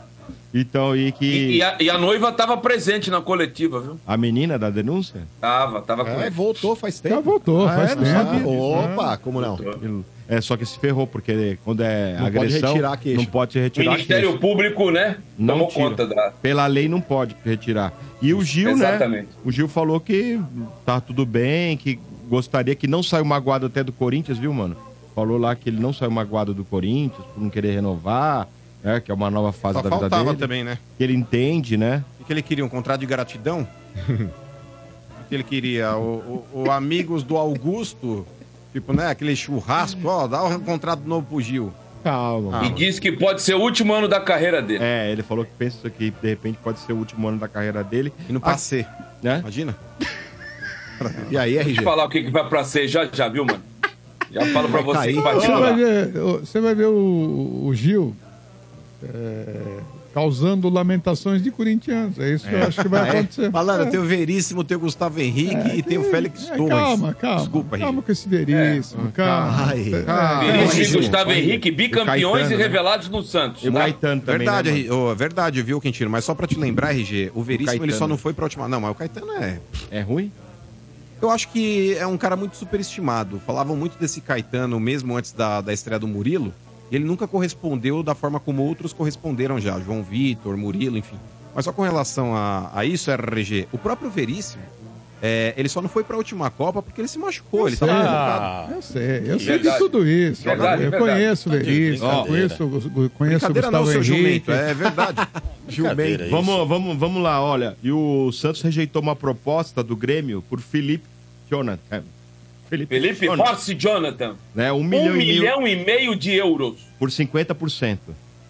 Speaker 3: Então, e que...
Speaker 8: E, e
Speaker 3: a...
Speaker 8: a, e a noiva estava presente na coletiva, viu?
Speaker 3: menina da denúncia?
Speaker 8: Tava, tava com
Speaker 6: É,
Speaker 8: ele.
Speaker 6: voltou faz tempo.
Speaker 7: Já voltou,
Speaker 3: Ah,
Speaker 7: faz
Speaker 3: é? Não
Speaker 7: tempo.
Speaker 3: sabia.
Speaker 6: Opa, como não?
Speaker 3: É, só que se ferrou, porque quando é
Speaker 6: Não pode
Speaker 3: agressão,
Speaker 6: retirar a queixa.
Speaker 3: não pode
Speaker 8: O
Speaker 3: retirar a
Speaker 8: Ministério
Speaker 3: queixa.
Speaker 8: Público, né?
Speaker 3: Não
Speaker 8: tomou
Speaker 3: tira.
Speaker 8: conta da.
Speaker 3: Pela lei não pode retirar. E o Gil, né?
Speaker 8: Exatamente.
Speaker 3: O Gil falou que tá tudo bem, que gostaria que não saiu magoado até do Corinthians, viu, mano? Falou lá que ele não saiu magoado do Corinthians por não querer renovar, né? Que é uma nova fase
Speaker 4: Só
Speaker 3: da vida
Speaker 4: faltava
Speaker 3: dele.
Speaker 4: também, né?
Speaker 3: Que ele entende, né?
Speaker 4: O que ele queria? Um contrato de gratidão? o que ele queria? O, o- o Amigos do Augusto? Tipo, né? Aquele churrasco, ó, dá um contrato novo pro Gil.
Speaker 3: Calma.
Speaker 4: Ah,
Speaker 8: E diz que pode ser o último ano da carreira dele.
Speaker 3: É, ele falou que pensa que de repente pode ser o último ano da carreira dele,
Speaker 4: E no passei.
Speaker 3: né?
Speaker 4: Imagina?
Speaker 6: E
Speaker 3: É,
Speaker 6: aí,
Speaker 8: Deixa
Speaker 6: RG?
Speaker 8: eu falar o que, que vai pra ser já, já, viu, mano? Já falo pra você que vai
Speaker 7: Você vai
Speaker 8: tirar.
Speaker 7: ver, o- você vai ver o, o Gil é, causando lamentações de corintianos. É isso que eu acho que vai acontecer.
Speaker 4: Malandro,
Speaker 7: É.
Speaker 4: tem o Veríssimo, tem o Gustavo Henrique e tem o Félix
Speaker 7: É,
Speaker 4: Torres.
Speaker 7: Calma, calma.
Speaker 4: Desculpa,
Speaker 7: calma
Speaker 4: Henrique.
Speaker 7: com esse veríssimo,
Speaker 8: É.
Speaker 7: calma.
Speaker 6: Ai,
Speaker 7: Ah,
Speaker 8: Vinícius e
Speaker 3: Corrigiu,
Speaker 8: Gustavo
Speaker 3: corrigiu.
Speaker 8: Henrique, bicampeões
Speaker 3: Caetano,
Speaker 8: e
Speaker 3: né?
Speaker 8: revelados no Santos.
Speaker 3: E o
Speaker 8: tá?
Speaker 3: Caetano também.
Speaker 4: Verdade,
Speaker 3: né, mano?
Speaker 4: RG, ô, verdade, viu, Quintino? Mas só pra te lembrar, RG, o Veríssimo ele
Speaker 3: Caetano.
Speaker 4: só não foi pra última. Não, mas o Caetano é.
Speaker 3: É ruim?
Speaker 4: Eu acho que é um cara muito superestimado. Falavam muito desse Caetano mesmo antes da, da estreia do Murilo. E ele nunca correspondeu da forma como outros corresponderam já. João Vitor, Murilo, enfim. Mas só com relação a, a isso, RG, o próprio Veríssimo, é, ele só não foi pra última Copa porque ele se machucou. Ele tá tava machucado.
Speaker 9: Ah,
Speaker 7: Eu sei, eu sei de
Speaker 8: Verdade.
Speaker 7: tudo isso.
Speaker 8: Verdade,
Speaker 7: eu
Speaker 8: verdade.
Speaker 7: conheço o Veríssimo,
Speaker 9: Ó,
Speaker 7: conheço, o- conheço o
Speaker 4: Brincadeira não,
Speaker 7: Gustavo
Speaker 4: seu
Speaker 7: Henrique.
Speaker 4: jumento. É verdade. é
Speaker 9: brincadeira isso.
Speaker 3: Vamos, vamos, vamos lá, olha. E o Santos rejeitou uma proposta do Grêmio por Felipe Jonathan. É, Felipe,
Speaker 8: Felipe
Speaker 3: Jonathan,
Speaker 8: Force Jonathan.
Speaker 3: né? Um
Speaker 8: Um
Speaker 3: milhão, e meio
Speaker 8: milhão e meio de euros.
Speaker 3: por 50%.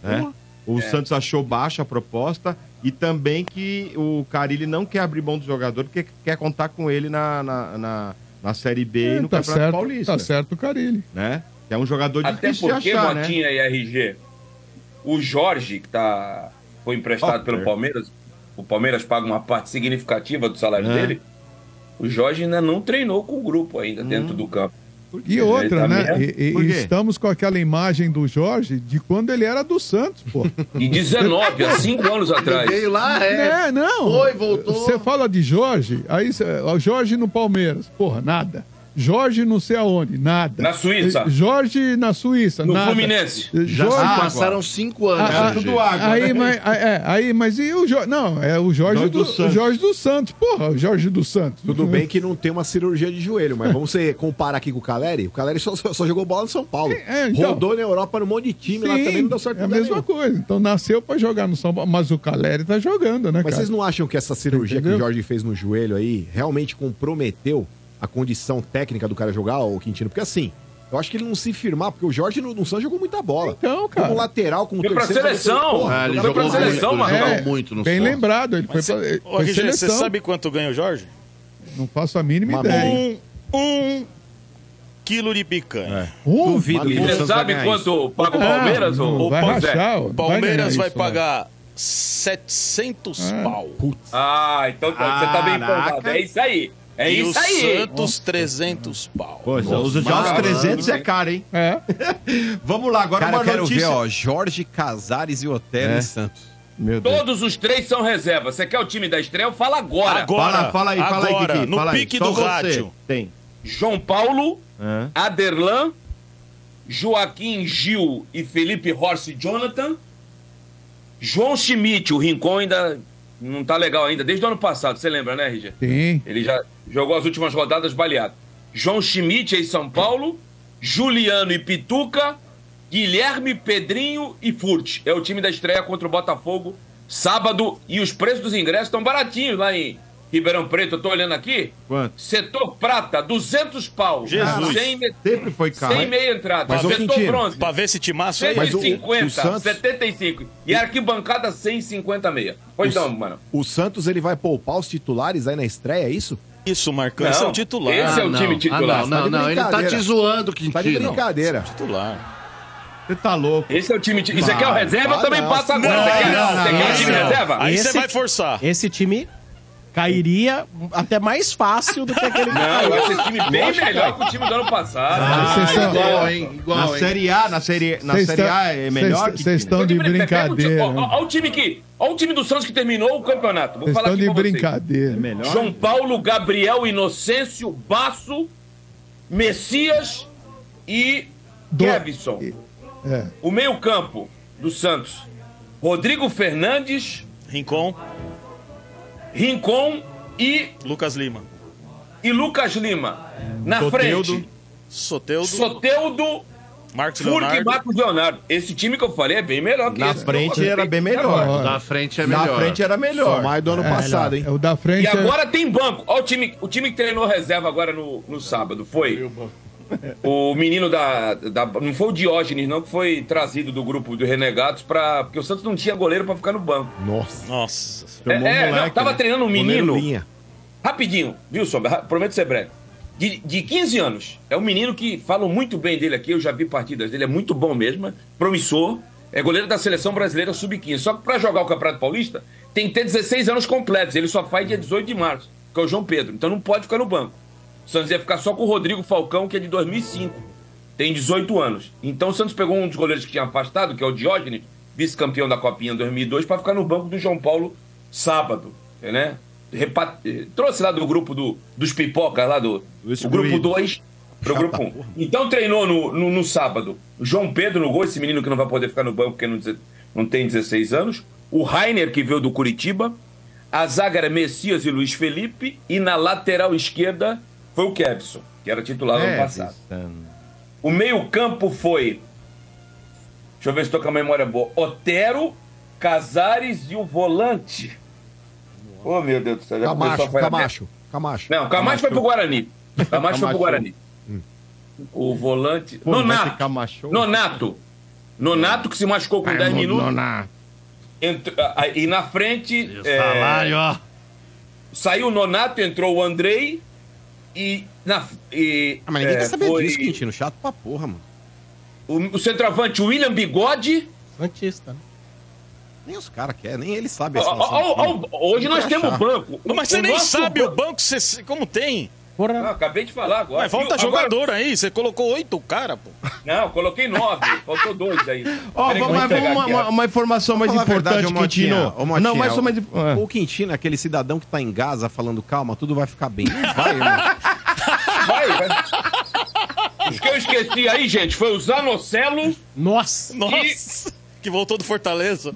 Speaker 3: Né? O
Speaker 8: É.
Speaker 3: Santos achou baixa a proposta e também que o Carilli não quer abrir mão do jogador porque quer contar com ele na, na, na, na Série B e
Speaker 7: É,
Speaker 3: no
Speaker 7: tá,
Speaker 3: Campeonato
Speaker 7: certo,
Speaker 3: Paulista.
Speaker 7: tá certo o Carilli.
Speaker 3: Né? Que é um jogador
Speaker 8: Até
Speaker 3: difícil
Speaker 8: porque,
Speaker 3: de achar, né?
Speaker 8: Motinha e RG, o Jorge, que tá, foi emprestado
Speaker 3: Ó,
Speaker 8: pelo
Speaker 3: é.
Speaker 8: Palmeiras, o Palmeiras paga uma parte significativa do salário
Speaker 3: É.
Speaker 8: dele, o Jorge ainda não treinou com o grupo ainda dentro do campo.
Speaker 7: E outra,
Speaker 8: Ele
Speaker 7: né?
Speaker 8: tá
Speaker 7: E- e-
Speaker 3: Por quê?
Speaker 7: estamos com aquela imagem do Jorge de quando ele era do Santos, pô.
Speaker 8: De assim? 19, há 5 anos atrás.
Speaker 5: Veio lá, é.
Speaker 3: Né,
Speaker 7: É, não.
Speaker 5: Foi, voltou.
Speaker 7: Você fala de Jorge, aí cê- ó, Jorge no Palmeiras, porra, nada. Jorge não sei aonde, nada.
Speaker 8: Na Suíça.
Speaker 7: Eh, Jorge na Suíça,
Speaker 8: No
Speaker 7: nada.
Speaker 8: Fluminense.
Speaker 7: Eh,
Speaker 5: Já
Speaker 7: Jorge,
Speaker 6: é.
Speaker 5: se passaram cinco
Speaker 7: Ah,
Speaker 5: anos.
Speaker 7: ah,
Speaker 5: RG.
Speaker 3: Tudo água,
Speaker 7: aí,
Speaker 3: né?
Speaker 7: mas, é, aí, mas e o Jorge? Não, é o Jorge,
Speaker 3: Jorge
Speaker 7: do,
Speaker 3: do Santos.
Speaker 7: o Jorge do Santos. Porra, o Jorge do Santos.
Speaker 6: Tudo bem que não tem uma cirurgia de joelho, mas vamos ser- comparar aqui com o Caleri. O Caleri só, só- só jogou bola no São Paulo.
Speaker 7: É, então.
Speaker 6: Rodou na Europa num monte de time, lá
Speaker 7: Sim,
Speaker 6: também não deu certo
Speaker 7: É a
Speaker 6: lugar
Speaker 7: mesma
Speaker 6: nenhum.
Speaker 7: coisa. Então nasceu pra jogar no São Paulo, mas o Caleri tá jogando, né,
Speaker 6: Mas
Speaker 7: cara?
Speaker 6: vocês não acham que essa cirurgia
Speaker 7: Entendeu?
Speaker 6: que o Jorge fez no joelho aí realmente comprometeu a condição técnica do cara jogar, o Quintino? Porque assim, eu acho que ele não se firmar, porque o Jorge no, no Santos jogou muita bola.
Speaker 7: Então, cara.
Speaker 6: Como lateral, como
Speaker 8: Foi pra seleção.
Speaker 6: Porra,
Speaker 3: É,
Speaker 5: Ah, ele
Speaker 6: foi
Speaker 5: jogou
Speaker 6: pra seleção.
Speaker 8: seleção,
Speaker 5: muito,
Speaker 8: mano.
Speaker 5: ele jogou
Speaker 7: É,
Speaker 5: muito no
Speaker 7: Bem
Speaker 5: Santos.
Speaker 7: lembrado, ele foi,
Speaker 9: Mas
Speaker 7: pra,
Speaker 9: cê,
Speaker 7: ele
Speaker 9: ô,
Speaker 7: foi
Speaker 9: RG, você
Speaker 7: seleção.
Speaker 9: sabe quanto ganha o Jorge?
Speaker 7: Não faço a mínima
Speaker 6: Uma
Speaker 7: ideia.
Speaker 6: merda.
Speaker 9: Um, um, quilo de picanha.
Speaker 7: Um?
Speaker 9: Duvido que o
Speaker 8: Você
Speaker 9: Santos
Speaker 8: sabe
Speaker 9: vai ganhar isso.
Speaker 8: quanto paga o Palmeiras?
Speaker 9: Ah,
Speaker 8: ou...
Speaker 9: o Pal-
Speaker 7: vai ganhar
Speaker 9: Palmeiras
Speaker 7: isso,
Speaker 9: vai,
Speaker 7: né?
Speaker 9: pagar 700 pau.
Speaker 8: Ah, então tá- você tá bem empolgado. É isso aí. É
Speaker 9: e
Speaker 8: isso
Speaker 9: o
Speaker 8: aí.
Speaker 9: Santos, 300 pau.
Speaker 3: Poxa, é, os, já os 300 é caro, hein?
Speaker 7: É.
Speaker 3: Vamos lá, agora
Speaker 4: Cara,
Speaker 3: uma
Speaker 4: quero
Speaker 3: notícia. É.
Speaker 4: ver, ó, Jorge Casares e Otero em Santos.
Speaker 3: Meu Deus.
Speaker 8: Todos os três são reserva. Você quer o time da estreia? Fala agora.
Speaker 9: Agora,
Speaker 3: fala, fala aí, fala aí,
Speaker 9: agora,
Speaker 3: Kiki,
Speaker 9: no
Speaker 3: fala aí.
Speaker 9: pique
Speaker 3: Só
Speaker 9: do
Speaker 3: você
Speaker 9: rádio.
Speaker 3: Tem.
Speaker 8: João Paulo,
Speaker 3: Hã?
Speaker 8: Aderlan, Joaquim Gil e Felipe Horst Jonathan. João Schmidt, o Rincon ainda não tá legal ainda. Desde o ano passado, você lembra, né, RG?
Speaker 7: Tem.
Speaker 8: Ele já jogou as últimas rodadas baleado. João Schmidt em São Paulo, Juliano e Pituca, Guilherme, Pedrinho e Furt. É o time da estreia contra o Botafogo sábado e os preços dos ingressos estão baratinhos lá em Ribeirão Preto. Eu tô olhando aqui.
Speaker 3: Quanto?
Speaker 8: Setor prata, 200 pau.
Speaker 9: Jesus.
Speaker 8: Sem, me-
Speaker 3: Sempre foi caro.
Speaker 8: sem meia entrada.
Speaker 6: Mas, ô,
Speaker 8: Setor
Speaker 6: Quintino,
Speaker 8: bronze,
Speaker 9: Pra ver esse timaço aí.
Speaker 6: Mas o-
Speaker 8: 150,
Speaker 6: o Santos-
Speaker 8: 75. E arquibancada 150 meia. Pois não, mano.
Speaker 6: O Santos ele vai poupar os titulares aí na estreia, é isso?
Speaker 9: Isso, Marcão. Esse é o titular.
Speaker 8: Esse é o
Speaker 5: não.
Speaker 8: time titular.
Speaker 5: Ah, não,
Speaker 6: Tá
Speaker 5: não,
Speaker 6: de
Speaker 5: não. Ele tá
Speaker 6: brincadeira.
Speaker 5: te zoando,
Speaker 6: Tá de
Speaker 5: Quintino.
Speaker 6: brincadeira.
Speaker 9: titular.
Speaker 3: Você tá louco.
Speaker 8: Esse é o time. ti- Isso aqui é o reserva,
Speaker 6: Ah,
Speaker 8: também
Speaker 6: não.
Speaker 8: passa agora. né? você quer, você quer o time
Speaker 9: não.
Speaker 8: reserva?
Speaker 9: Aí você
Speaker 2: Esse-
Speaker 9: vai forçar.
Speaker 2: Esse time cairia até mais fácil do que aquele que
Speaker 8: Não, eu
Speaker 2: caiu.
Speaker 8: acho esse time bem melhor que o time do ano passado. Ah,
Speaker 7: Vocês estão-
Speaker 5: Igual, hein? Igual,
Speaker 3: Ah, Na
Speaker 5: hein?
Speaker 3: Série A, na Série, na
Speaker 7: Vocês
Speaker 3: série
Speaker 7: estão-
Speaker 3: A é melhor
Speaker 7: vocês-
Speaker 3: que...
Speaker 7: Vocês estão de brincadeira. né?
Speaker 8: Olha É, o time que. Olha o time do Santos que terminou o campeonato. Vou
Speaker 7: Vocês
Speaker 8: falar
Speaker 7: estão
Speaker 8: aqui
Speaker 7: de
Speaker 8: pra vocês.
Speaker 7: brincadeira. melhor.
Speaker 8: João Paulo, Gabriel, Inocêncio, Baço, Messias e
Speaker 7: Do-
Speaker 8: Kevson.
Speaker 7: É.
Speaker 8: O meio-campo do Santos. Rodrigo Fernandes,
Speaker 9: Rincon,
Speaker 8: Rincon e,
Speaker 9: Lucas Lima.
Speaker 8: e Lucas Lima. Na frente,
Speaker 9: Soteudo,
Speaker 8: Soteudo,
Speaker 9: Marcos
Speaker 8: Furque e
Speaker 9: Leonardo.
Speaker 8: Marcos Leonardo. Esse time que eu falei é bem melhor que
Speaker 3: Na
Speaker 8: esse.
Speaker 3: frente
Speaker 8: Eu-
Speaker 3: era bem melhor.
Speaker 5: Na frente é
Speaker 3: Na
Speaker 5: melhor.
Speaker 3: frente era melhor.
Speaker 6: Mais do ano passado, hein?
Speaker 7: É o da frente.
Speaker 8: E
Speaker 7: é-
Speaker 8: agora tem banco. Olha o time, o time que treinou reserva agora no, no sábado. Foi o menino da, da- Não foi o Diógenes, não, que foi trazido do grupo do Renegados para Porque o Santos não tinha goleiro pra ficar no banco.
Speaker 6: Nossa.
Speaker 9: Nossa.
Speaker 8: É,
Speaker 3: Tomou um
Speaker 8: é, não,
Speaker 3: moleque,
Speaker 8: tava
Speaker 3: né?
Speaker 8: treinando um
Speaker 6: Goleiro
Speaker 8: menino.
Speaker 6: linha.
Speaker 8: Rapidinho, viu, Sombra? Ra- Prometo ser breve. De, de 15 anos. É um menino que falam muito bem dele aqui, eu já vi partidas dele, é muito bom mesmo, é promissor. É goleiro da seleção brasileira sub-15. Só que pra jogar o Campeonato Paulista, tem que ter 16 anos completos. Ele só faz dia 18 de março, que é o João Pedro. Então não pode ficar no banco. O Santos ia ficar só com o Rodrigo Falcão, que é de 2005. Tem 18 anos. Então o Santos pegou um dos goleiros que tinha afastado, que é o Diógenes, vice-campeão da Copinha em 2002, para ficar no banco do João Paulo sábado. Né? Repa- eh, Trouxe lá do grupo do, dos pipocas, lá do, do grupo 2 pro grupo 1. Um. Então treinou no, no, no sábado João Pedro no gol, esse menino que não vai poder ficar no banco porque não, deze- não tem 16 anos. O Rainer, que veio do Curitiba. A zaga era Messias e Luiz Felipe. E na lateral esquerda foi o Kevson, que era titular
Speaker 3: É,
Speaker 6: É,
Speaker 8: no ano passado. O meio-campo foi. Deixa eu ver se estou com a memória boa. Otero, Casares e o volante. Ô, meu Deus do céu. já
Speaker 6: Camacho,
Speaker 8: começou a falhar.
Speaker 6: Camacho, Camacho.
Speaker 8: Não, Camacho foi pro Guarani. Camacho foi
Speaker 6: Camacho.
Speaker 8: pro Guarani. O volante.
Speaker 3: vai ficar
Speaker 8: Nonato.
Speaker 3: macho.
Speaker 8: Nonato. Nonato que se machucou com 10 minutos. Entrou- ah, e na frente. é,
Speaker 5: Salário, ó.
Speaker 8: saiu o Nonato, entrou o Andrei. E. Na, e
Speaker 4: Ah, mas ninguém
Speaker 8: é,
Speaker 4: quer saber
Speaker 8: foi
Speaker 4: disso, Quintino. Chato pra porra, mano.
Speaker 8: O, o centroavante William Bigode.
Speaker 2: Santista, né?
Speaker 4: Nem os caras querem, nem eles sabem. a
Speaker 8: Ó,
Speaker 4: escalação
Speaker 8: ó,
Speaker 4: do time.
Speaker 8: ó, ó, hoje nós temos banco.
Speaker 9: Mas você
Speaker 8: O
Speaker 9: nem
Speaker 8: nosso
Speaker 9: sabe o
Speaker 8: banco-
Speaker 9: banco, você, como tem?
Speaker 8: Não,
Speaker 2: Porra,
Speaker 8: acabei de falar agora.
Speaker 9: Mas falta
Speaker 8: Viu? Agora-
Speaker 9: jogador aí. Você colocou oito cara, pô.
Speaker 8: Não, eu coloquei nove. faltou dois aí.
Speaker 3: Ó,
Speaker 8: Peraí que eu
Speaker 3: vamos-
Speaker 8: vou
Speaker 3: mas
Speaker 8: entregar
Speaker 3: vamos uma,
Speaker 8: aqui, ó.
Speaker 3: uma- uma informação mais
Speaker 4: Fala a
Speaker 3: importante,
Speaker 4: verdade, ô Motinha,
Speaker 3: Quintino.
Speaker 4: ô Motinha,
Speaker 3: Não, mais uma...
Speaker 4: o- O Quintino é aquele cidadão que tá em Gaza falando, calma, tudo vai ficar bem. Não vai, irmão.
Speaker 8: Vai, vai. Os que eu esqueci aí, gente, foi o Zanocelo
Speaker 2: nossa.
Speaker 9: Nossa. Que voltou do Fortaleza.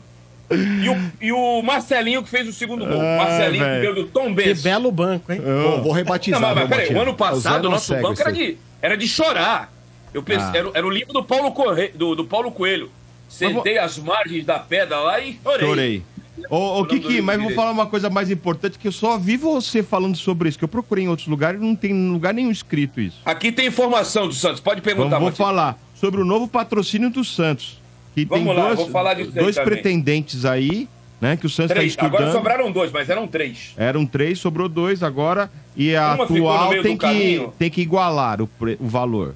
Speaker 8: e o, e o Marcelinho que fez o segundo gol.
Speaker 9: Ah,
Speaker 8: Marcelinho que veio do Tom
Speaker 2: Ah, Que
Speaker 8: Benz.
Speaker 2: belo banco, hein?
Speaker 6: Bom, vou
Speaker 8: Ah. Não,
Speaker 6: rebatizar.
Speaker 8: mas, mas
Speaker 6: viu,
Speaker 8: peraí,
Speaker 6: Motinha?
Speaker 8: o ano passado
Speaker 6: Zé
Speaker 8: o nosso
Speaker 6: Nocega,
Speaker 8: banco era
Speaker 6: esse aí.
Speaker 8: de, era de chorar. Eu pensei,
Speaker 3: Ah.
Speaker 8: era, era o livro do Paulo, Corre, do, do Paulo Coelho. Sentei às margens da pedra lá e chorei.
Speaker 3: Chorei. Ô, ô
Speaker 8: Falando
Speaker 3: Kiki, mas vou
Speaker 8: direito.
Speaker 3: falar uma coisa mais importante que eu só vi você falando sobre isso, que eu procurei em outros lugares e não tem em lugar nenhum escrito isso.
Speaker 8: Aqui tem informação do Santos, pode
Speaker 3: Vamos,
Speaker 8: perguntar,
Speaker 3: vou
Speaker 8: Matheus.
Speaker 3: falar sobre o novo patrocínio do Santos. Que
Speaker 8: Vamos
Speaker 3: tem
Speaker 8: lá,
Speaker 3: dois,
Speaker 8: vou falar disso aí
Speaker 3: dois
Speaker 8: também.
Speaker 3: pretendentes aí, né? Que o Santos está
Speaker 8: Três. Agora
Speaker 3: estudando.
Speaker 8: sobraram dois, mas eram três.
Speaker 3: Eram três, sobrou dois agora. E a
Speaker 8: Uma ficou no
Speaker 3: atual
Speaker 8: meio
Speaker 3: tem
Speaker 8: do
Speaker 3: que,
Speaker 8: caminho.
Speaker 3: tem que igualar o, pre- o valor.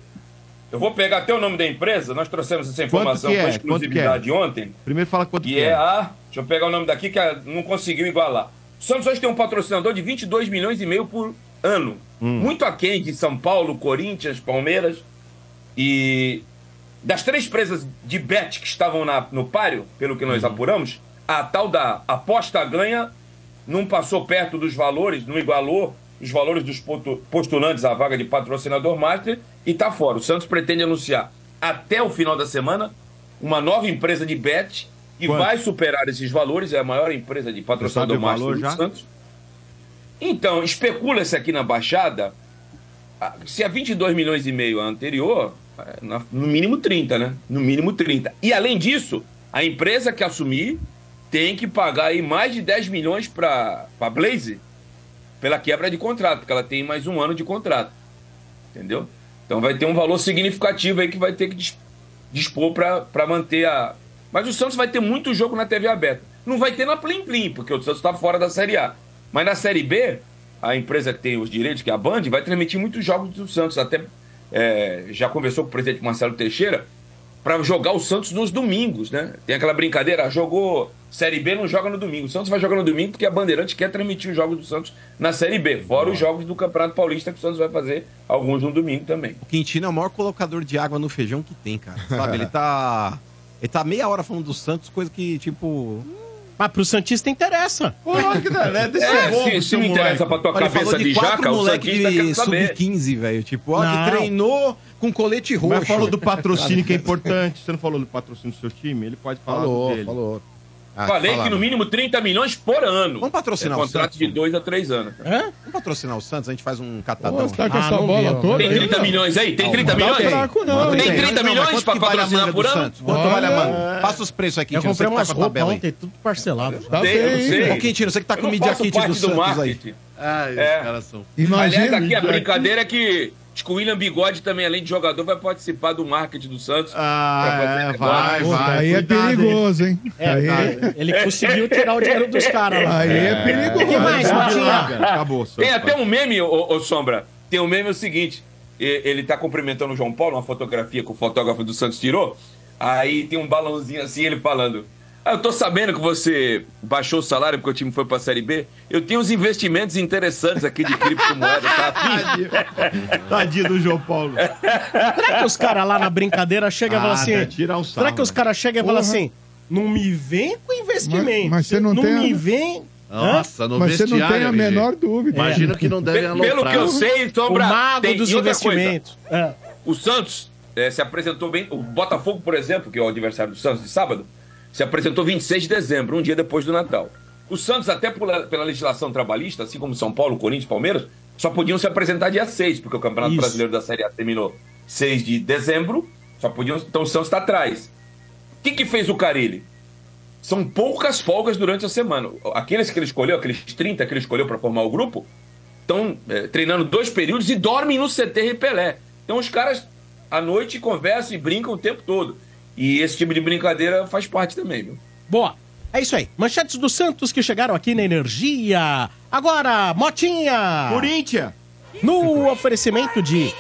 Speaker 8: Eu vou pegar até o nome da empresa, nós trouxemos essa
Speaker 3: Quanto
Speaker 8: informação
Speaker 3: que
Speaker 8: com
Speaker 3: é? Quanto que é?
Speaker 8: exclusividade ontem.
Speaker 3: Primeiro fala quanto
Speaker 8: E
Speaker 3: que
Speaker 8: é
Speaker 3: é.
Speaker 8: a. Deixa eu pegar o nome daqui que a- não conseguiu igualar. O Santos hoje tem um patrocinador de 22 milhões e meio por ano.
Speaker 3: Hum.
Speaker 8: Muito aquém de São Paulo, Corinthians, Palmeiras. E das três empresas de bet que estavam na- no páreo, pelo que
Speaker 3: Uhum.
Speaker 8: nós apuramos, a tal da aposta ganha não passou perto dos valores, não igualou os valores dos potu- postulantes à vaga de patrocinador master e está fora. O Santos pretende anunciar até o final da semana uma nova empresa de bet que vai superar esses valores, é a maior empresa de patrocinador
Speaker 3: Você sabe o
Speaker 8: master
Speaker 3: valor
Speaker 8: do
Speaker 3: já?
Speaker 8: Santos. Então, especula-se aqui na Baixada, a- se é 22 milhões e meio a anterior, é, na- no mínimo 30, né? No mínimo 30. E além disso, a empresa que assumir tem que pagar aí mais de 10 milhões para a Blaze pela quebra de contrato, porque ela tem mais um ano de contrato. Entendeu? Então vai ter um valor significativo aí que vai ter que dis- dispor para manter a. Mas o Santos vai ter muito jogo na TV aberta. Não vai ter na Plim Plim, porque o Santos está fora da Série A. Mas na Série B, a empresa que tem os direitos, que é a Band, vai transmitir muitos jogos do Santos. Até é, já conversou com o presidente Marcelo Teixeira para jogar o Santos nos domingos, né? Tem aquela brincadeira, ah, jogou Série B, não joga no domingo. O Santos vai jogar no domingo porque a Bandeirante quer transmitir os jogos do Santos na Série B, fora os jogos do Campeonato Paulista que o Santos vai fazer alguns no domingo também.
Speaker 4: O Quintino é o maior colocador de água no feijão que tem, cara. Sabe? Ele tá. Ele tá meia hora falando do Santos, coisa que, tipo.
Speaker 2: Mas pro Santista interessa.
Speaker 4: né?
Speaker 8: É, se, se não interessa pra tua
Speaker 4: Olha, ele
Speaker 8: cabeça
Speaker 4: falou
Speaker 8: de jaca, o
Speaker 4: moleque
Speaker 8: Santista quer
Speaker 4: de
Speaker 8: saber.
Speaker 4: sub-15, velho. Tipo, ó,
Speaker 2: Não.
Speaker 4: que treinou com colete roxo.
Speaker 3: Mas falou do patrocínio que é importante. Você não falou do patrocínio do seu time? Ele pode falar
Speaker 6: Falou,
Speaker 3: dele.
Speaker 6: falou.
Speaker 8: Falei que no mínimo 30 milhões por ano.
Speaker 4: Ah, Vamos patrocinar
Speaker 8: é
Speaker 4: o
Speaker 8: contrato
Speaker 4: Santos.
Speaker 8: de 2 a 3 anos. cara.
Speaker 4: Vamos patrocinar o Santos, a gente faz um catadão.
Speaker 7: Pô, você tá com
Speaker 4: Ah,
Speaker 7: essa
Speaker 4: não
Speaker 7: bola
Speaker 4: viu.
Speaker 7: toda
Speaker 8: Tem
Speaker 7: aí?
Speaker 8: 30
Speaker 7: não?
Speaker 8: milhões aí? Tem 30
Speaker 7: Não tá
Speaker 8: milhões?
Speaker 7: fraco, não.
Speaker 8: Tem
Speaker 7: hein?
Speaker 4: Não,
Speaker 8: 30
Speaker 4: mas
Speaker 8: milhões
Speaker 4: quanto
Speaker 8: pra
Speaker 4: que vale a
Speaker 8: patrocinar
Speaker 4: manga
Speaker 8: por
Speaker 4: do
Speaker 8: ano?
Speaker 4: Santos? Quanto vale a manga? Passa os preços aqui,
Speaker 2: Eu
Speaker 4: Quintino. Você
Speaker 2: comprei
Speaker 4: que tá com
Speaker 2: umas
Speaker 4: a
Speaker 2: roupas
Speaker 4: tabela aí.
Speaker 2: ontem, tudo parcelado.
Speaker 7: Tá
Speaker 8: Sei, eu
Speaker 7: feio, hein?
Speaker 8: sei.
Speaker 4: Ô, Quintino, você que tá
Speaker 8: Eu
Speaker 4: com o
Speaker 8: não
Speaker 4: media
Speaker 8: faço
Speaker 4: kit
Speaker 8: parte
Speaker 4: do Santos aí.
Speaker 8: marketing.
Speaker 4: Ah,
Speaker 5: Ai,
Speaker 8: É.
Speaker 5: os caras são.
Speaker 8: Aliás, aqui a
Speaker 7: Imagina.
Speaker 8: brincadeira é que, acho que o William Bigode também, além de jogador, vai participar do marketing do Santos.
Speaker 3: Ah, é, vai,
Speaker 7: Pô,
Speaker 3: vai.
Speaker 7: aí é
Speaker 3: cuidado, hein?
Speaker 7: perigoso, hein?
Speaker 2: É,
Speaker 7: aí,
Speaker 2: ele conseguiu tirar o dinheiro dos caras lá.
Speaker 7: aí é perigoso.
Speaker 2: O que mais, Matinha?
Speaker 7: é
Speaker 3: Acabou,
Speaker 8: Tem
Speaker 3: Santos.
Speaker 8: até um meme, ô, ô, Sombra. Tem um meme é o seguinte: e- ele tá cumprimentando o João Paulo, uma fotografia que o fotógrafo do Santos tirou. Aí tem um balãozinho assim, ele falando. "Ah, eu tô sabendo que você baixou o salário porque o time foi pra Série B. Eu tenho uns investimentos interessantes aqui de criptomoeda, tá? afim?"
Speaker 3: Tadinho do João Paulo.
Speaker 2: Será que os caras lá na brincadeira chegam e falam
Speaker 3: Ah,
Speaker 2: assim.
Speaker 3: né, tirar o sarro,
Speaker 2: será que os
Speaker 3: né?
Speaker 2: caras chegam e falam
Speaker 7: Porra.
Speaker 2: assim? Não me vem com investimento.
Speaker 7: Mas- mas você não tem a-
Speaker 2: me vem. Hã?
Speaker 5: Nossa, no
Speaker 7: Mas você não tem a
Speaker 5: vestiário, MG.
Speaker 7: menor dúvida.
Speaker 5: Imagino que não devem
Speaker 8: Pe-
Speaker 5: aloprar.
Speaker 8: Pelo que eu sei,
Speaker 2: É.
Speaker 5: então,
Speaker 2: O
Speaker 8: Sombra.
Speaker 2: mago
Speaker 8: tem-
Speaker 2: dos
Speaker 8: e outra coisa,
Speaker 2: investimentos. É.
Speaker 8: O Santos eh, se apresentou bem. O Botafogo, por exemplo, que é o adversário do Santos de sábado, se apresentou 26 de dezembro, um dia depois do Natal. O Santos, até pela, pela legislação trabalhista, assim como São Paulo, Corinthians, Palmeiras, só podiam se apresentar dia 6, porque o Campeonato
Speaker 2: Isso.
Speaker 8: Brasileiro da Série A terminou 6 de dezembro, só podiam. Então o Santos está atrás. O que, que fez o Carilli? São poucas folgas durante a semana. Aqueles que ele escolheu, aqueles 30 que ele escolheu para formar o grupo, estão eh, treinando dois períodos e dormem no CT Repelé. Então os caras à noite conversam e brincam o tempo todo. E esse tipo de brincadeira faz parte também, viu?
Speaker 2: Boa. É isso aí. Manchetes do Santos que chegaram aqui na Energia. Agora, Motinha.
Speaker 3: Corinthians.
Speaker 2: No oferecimento de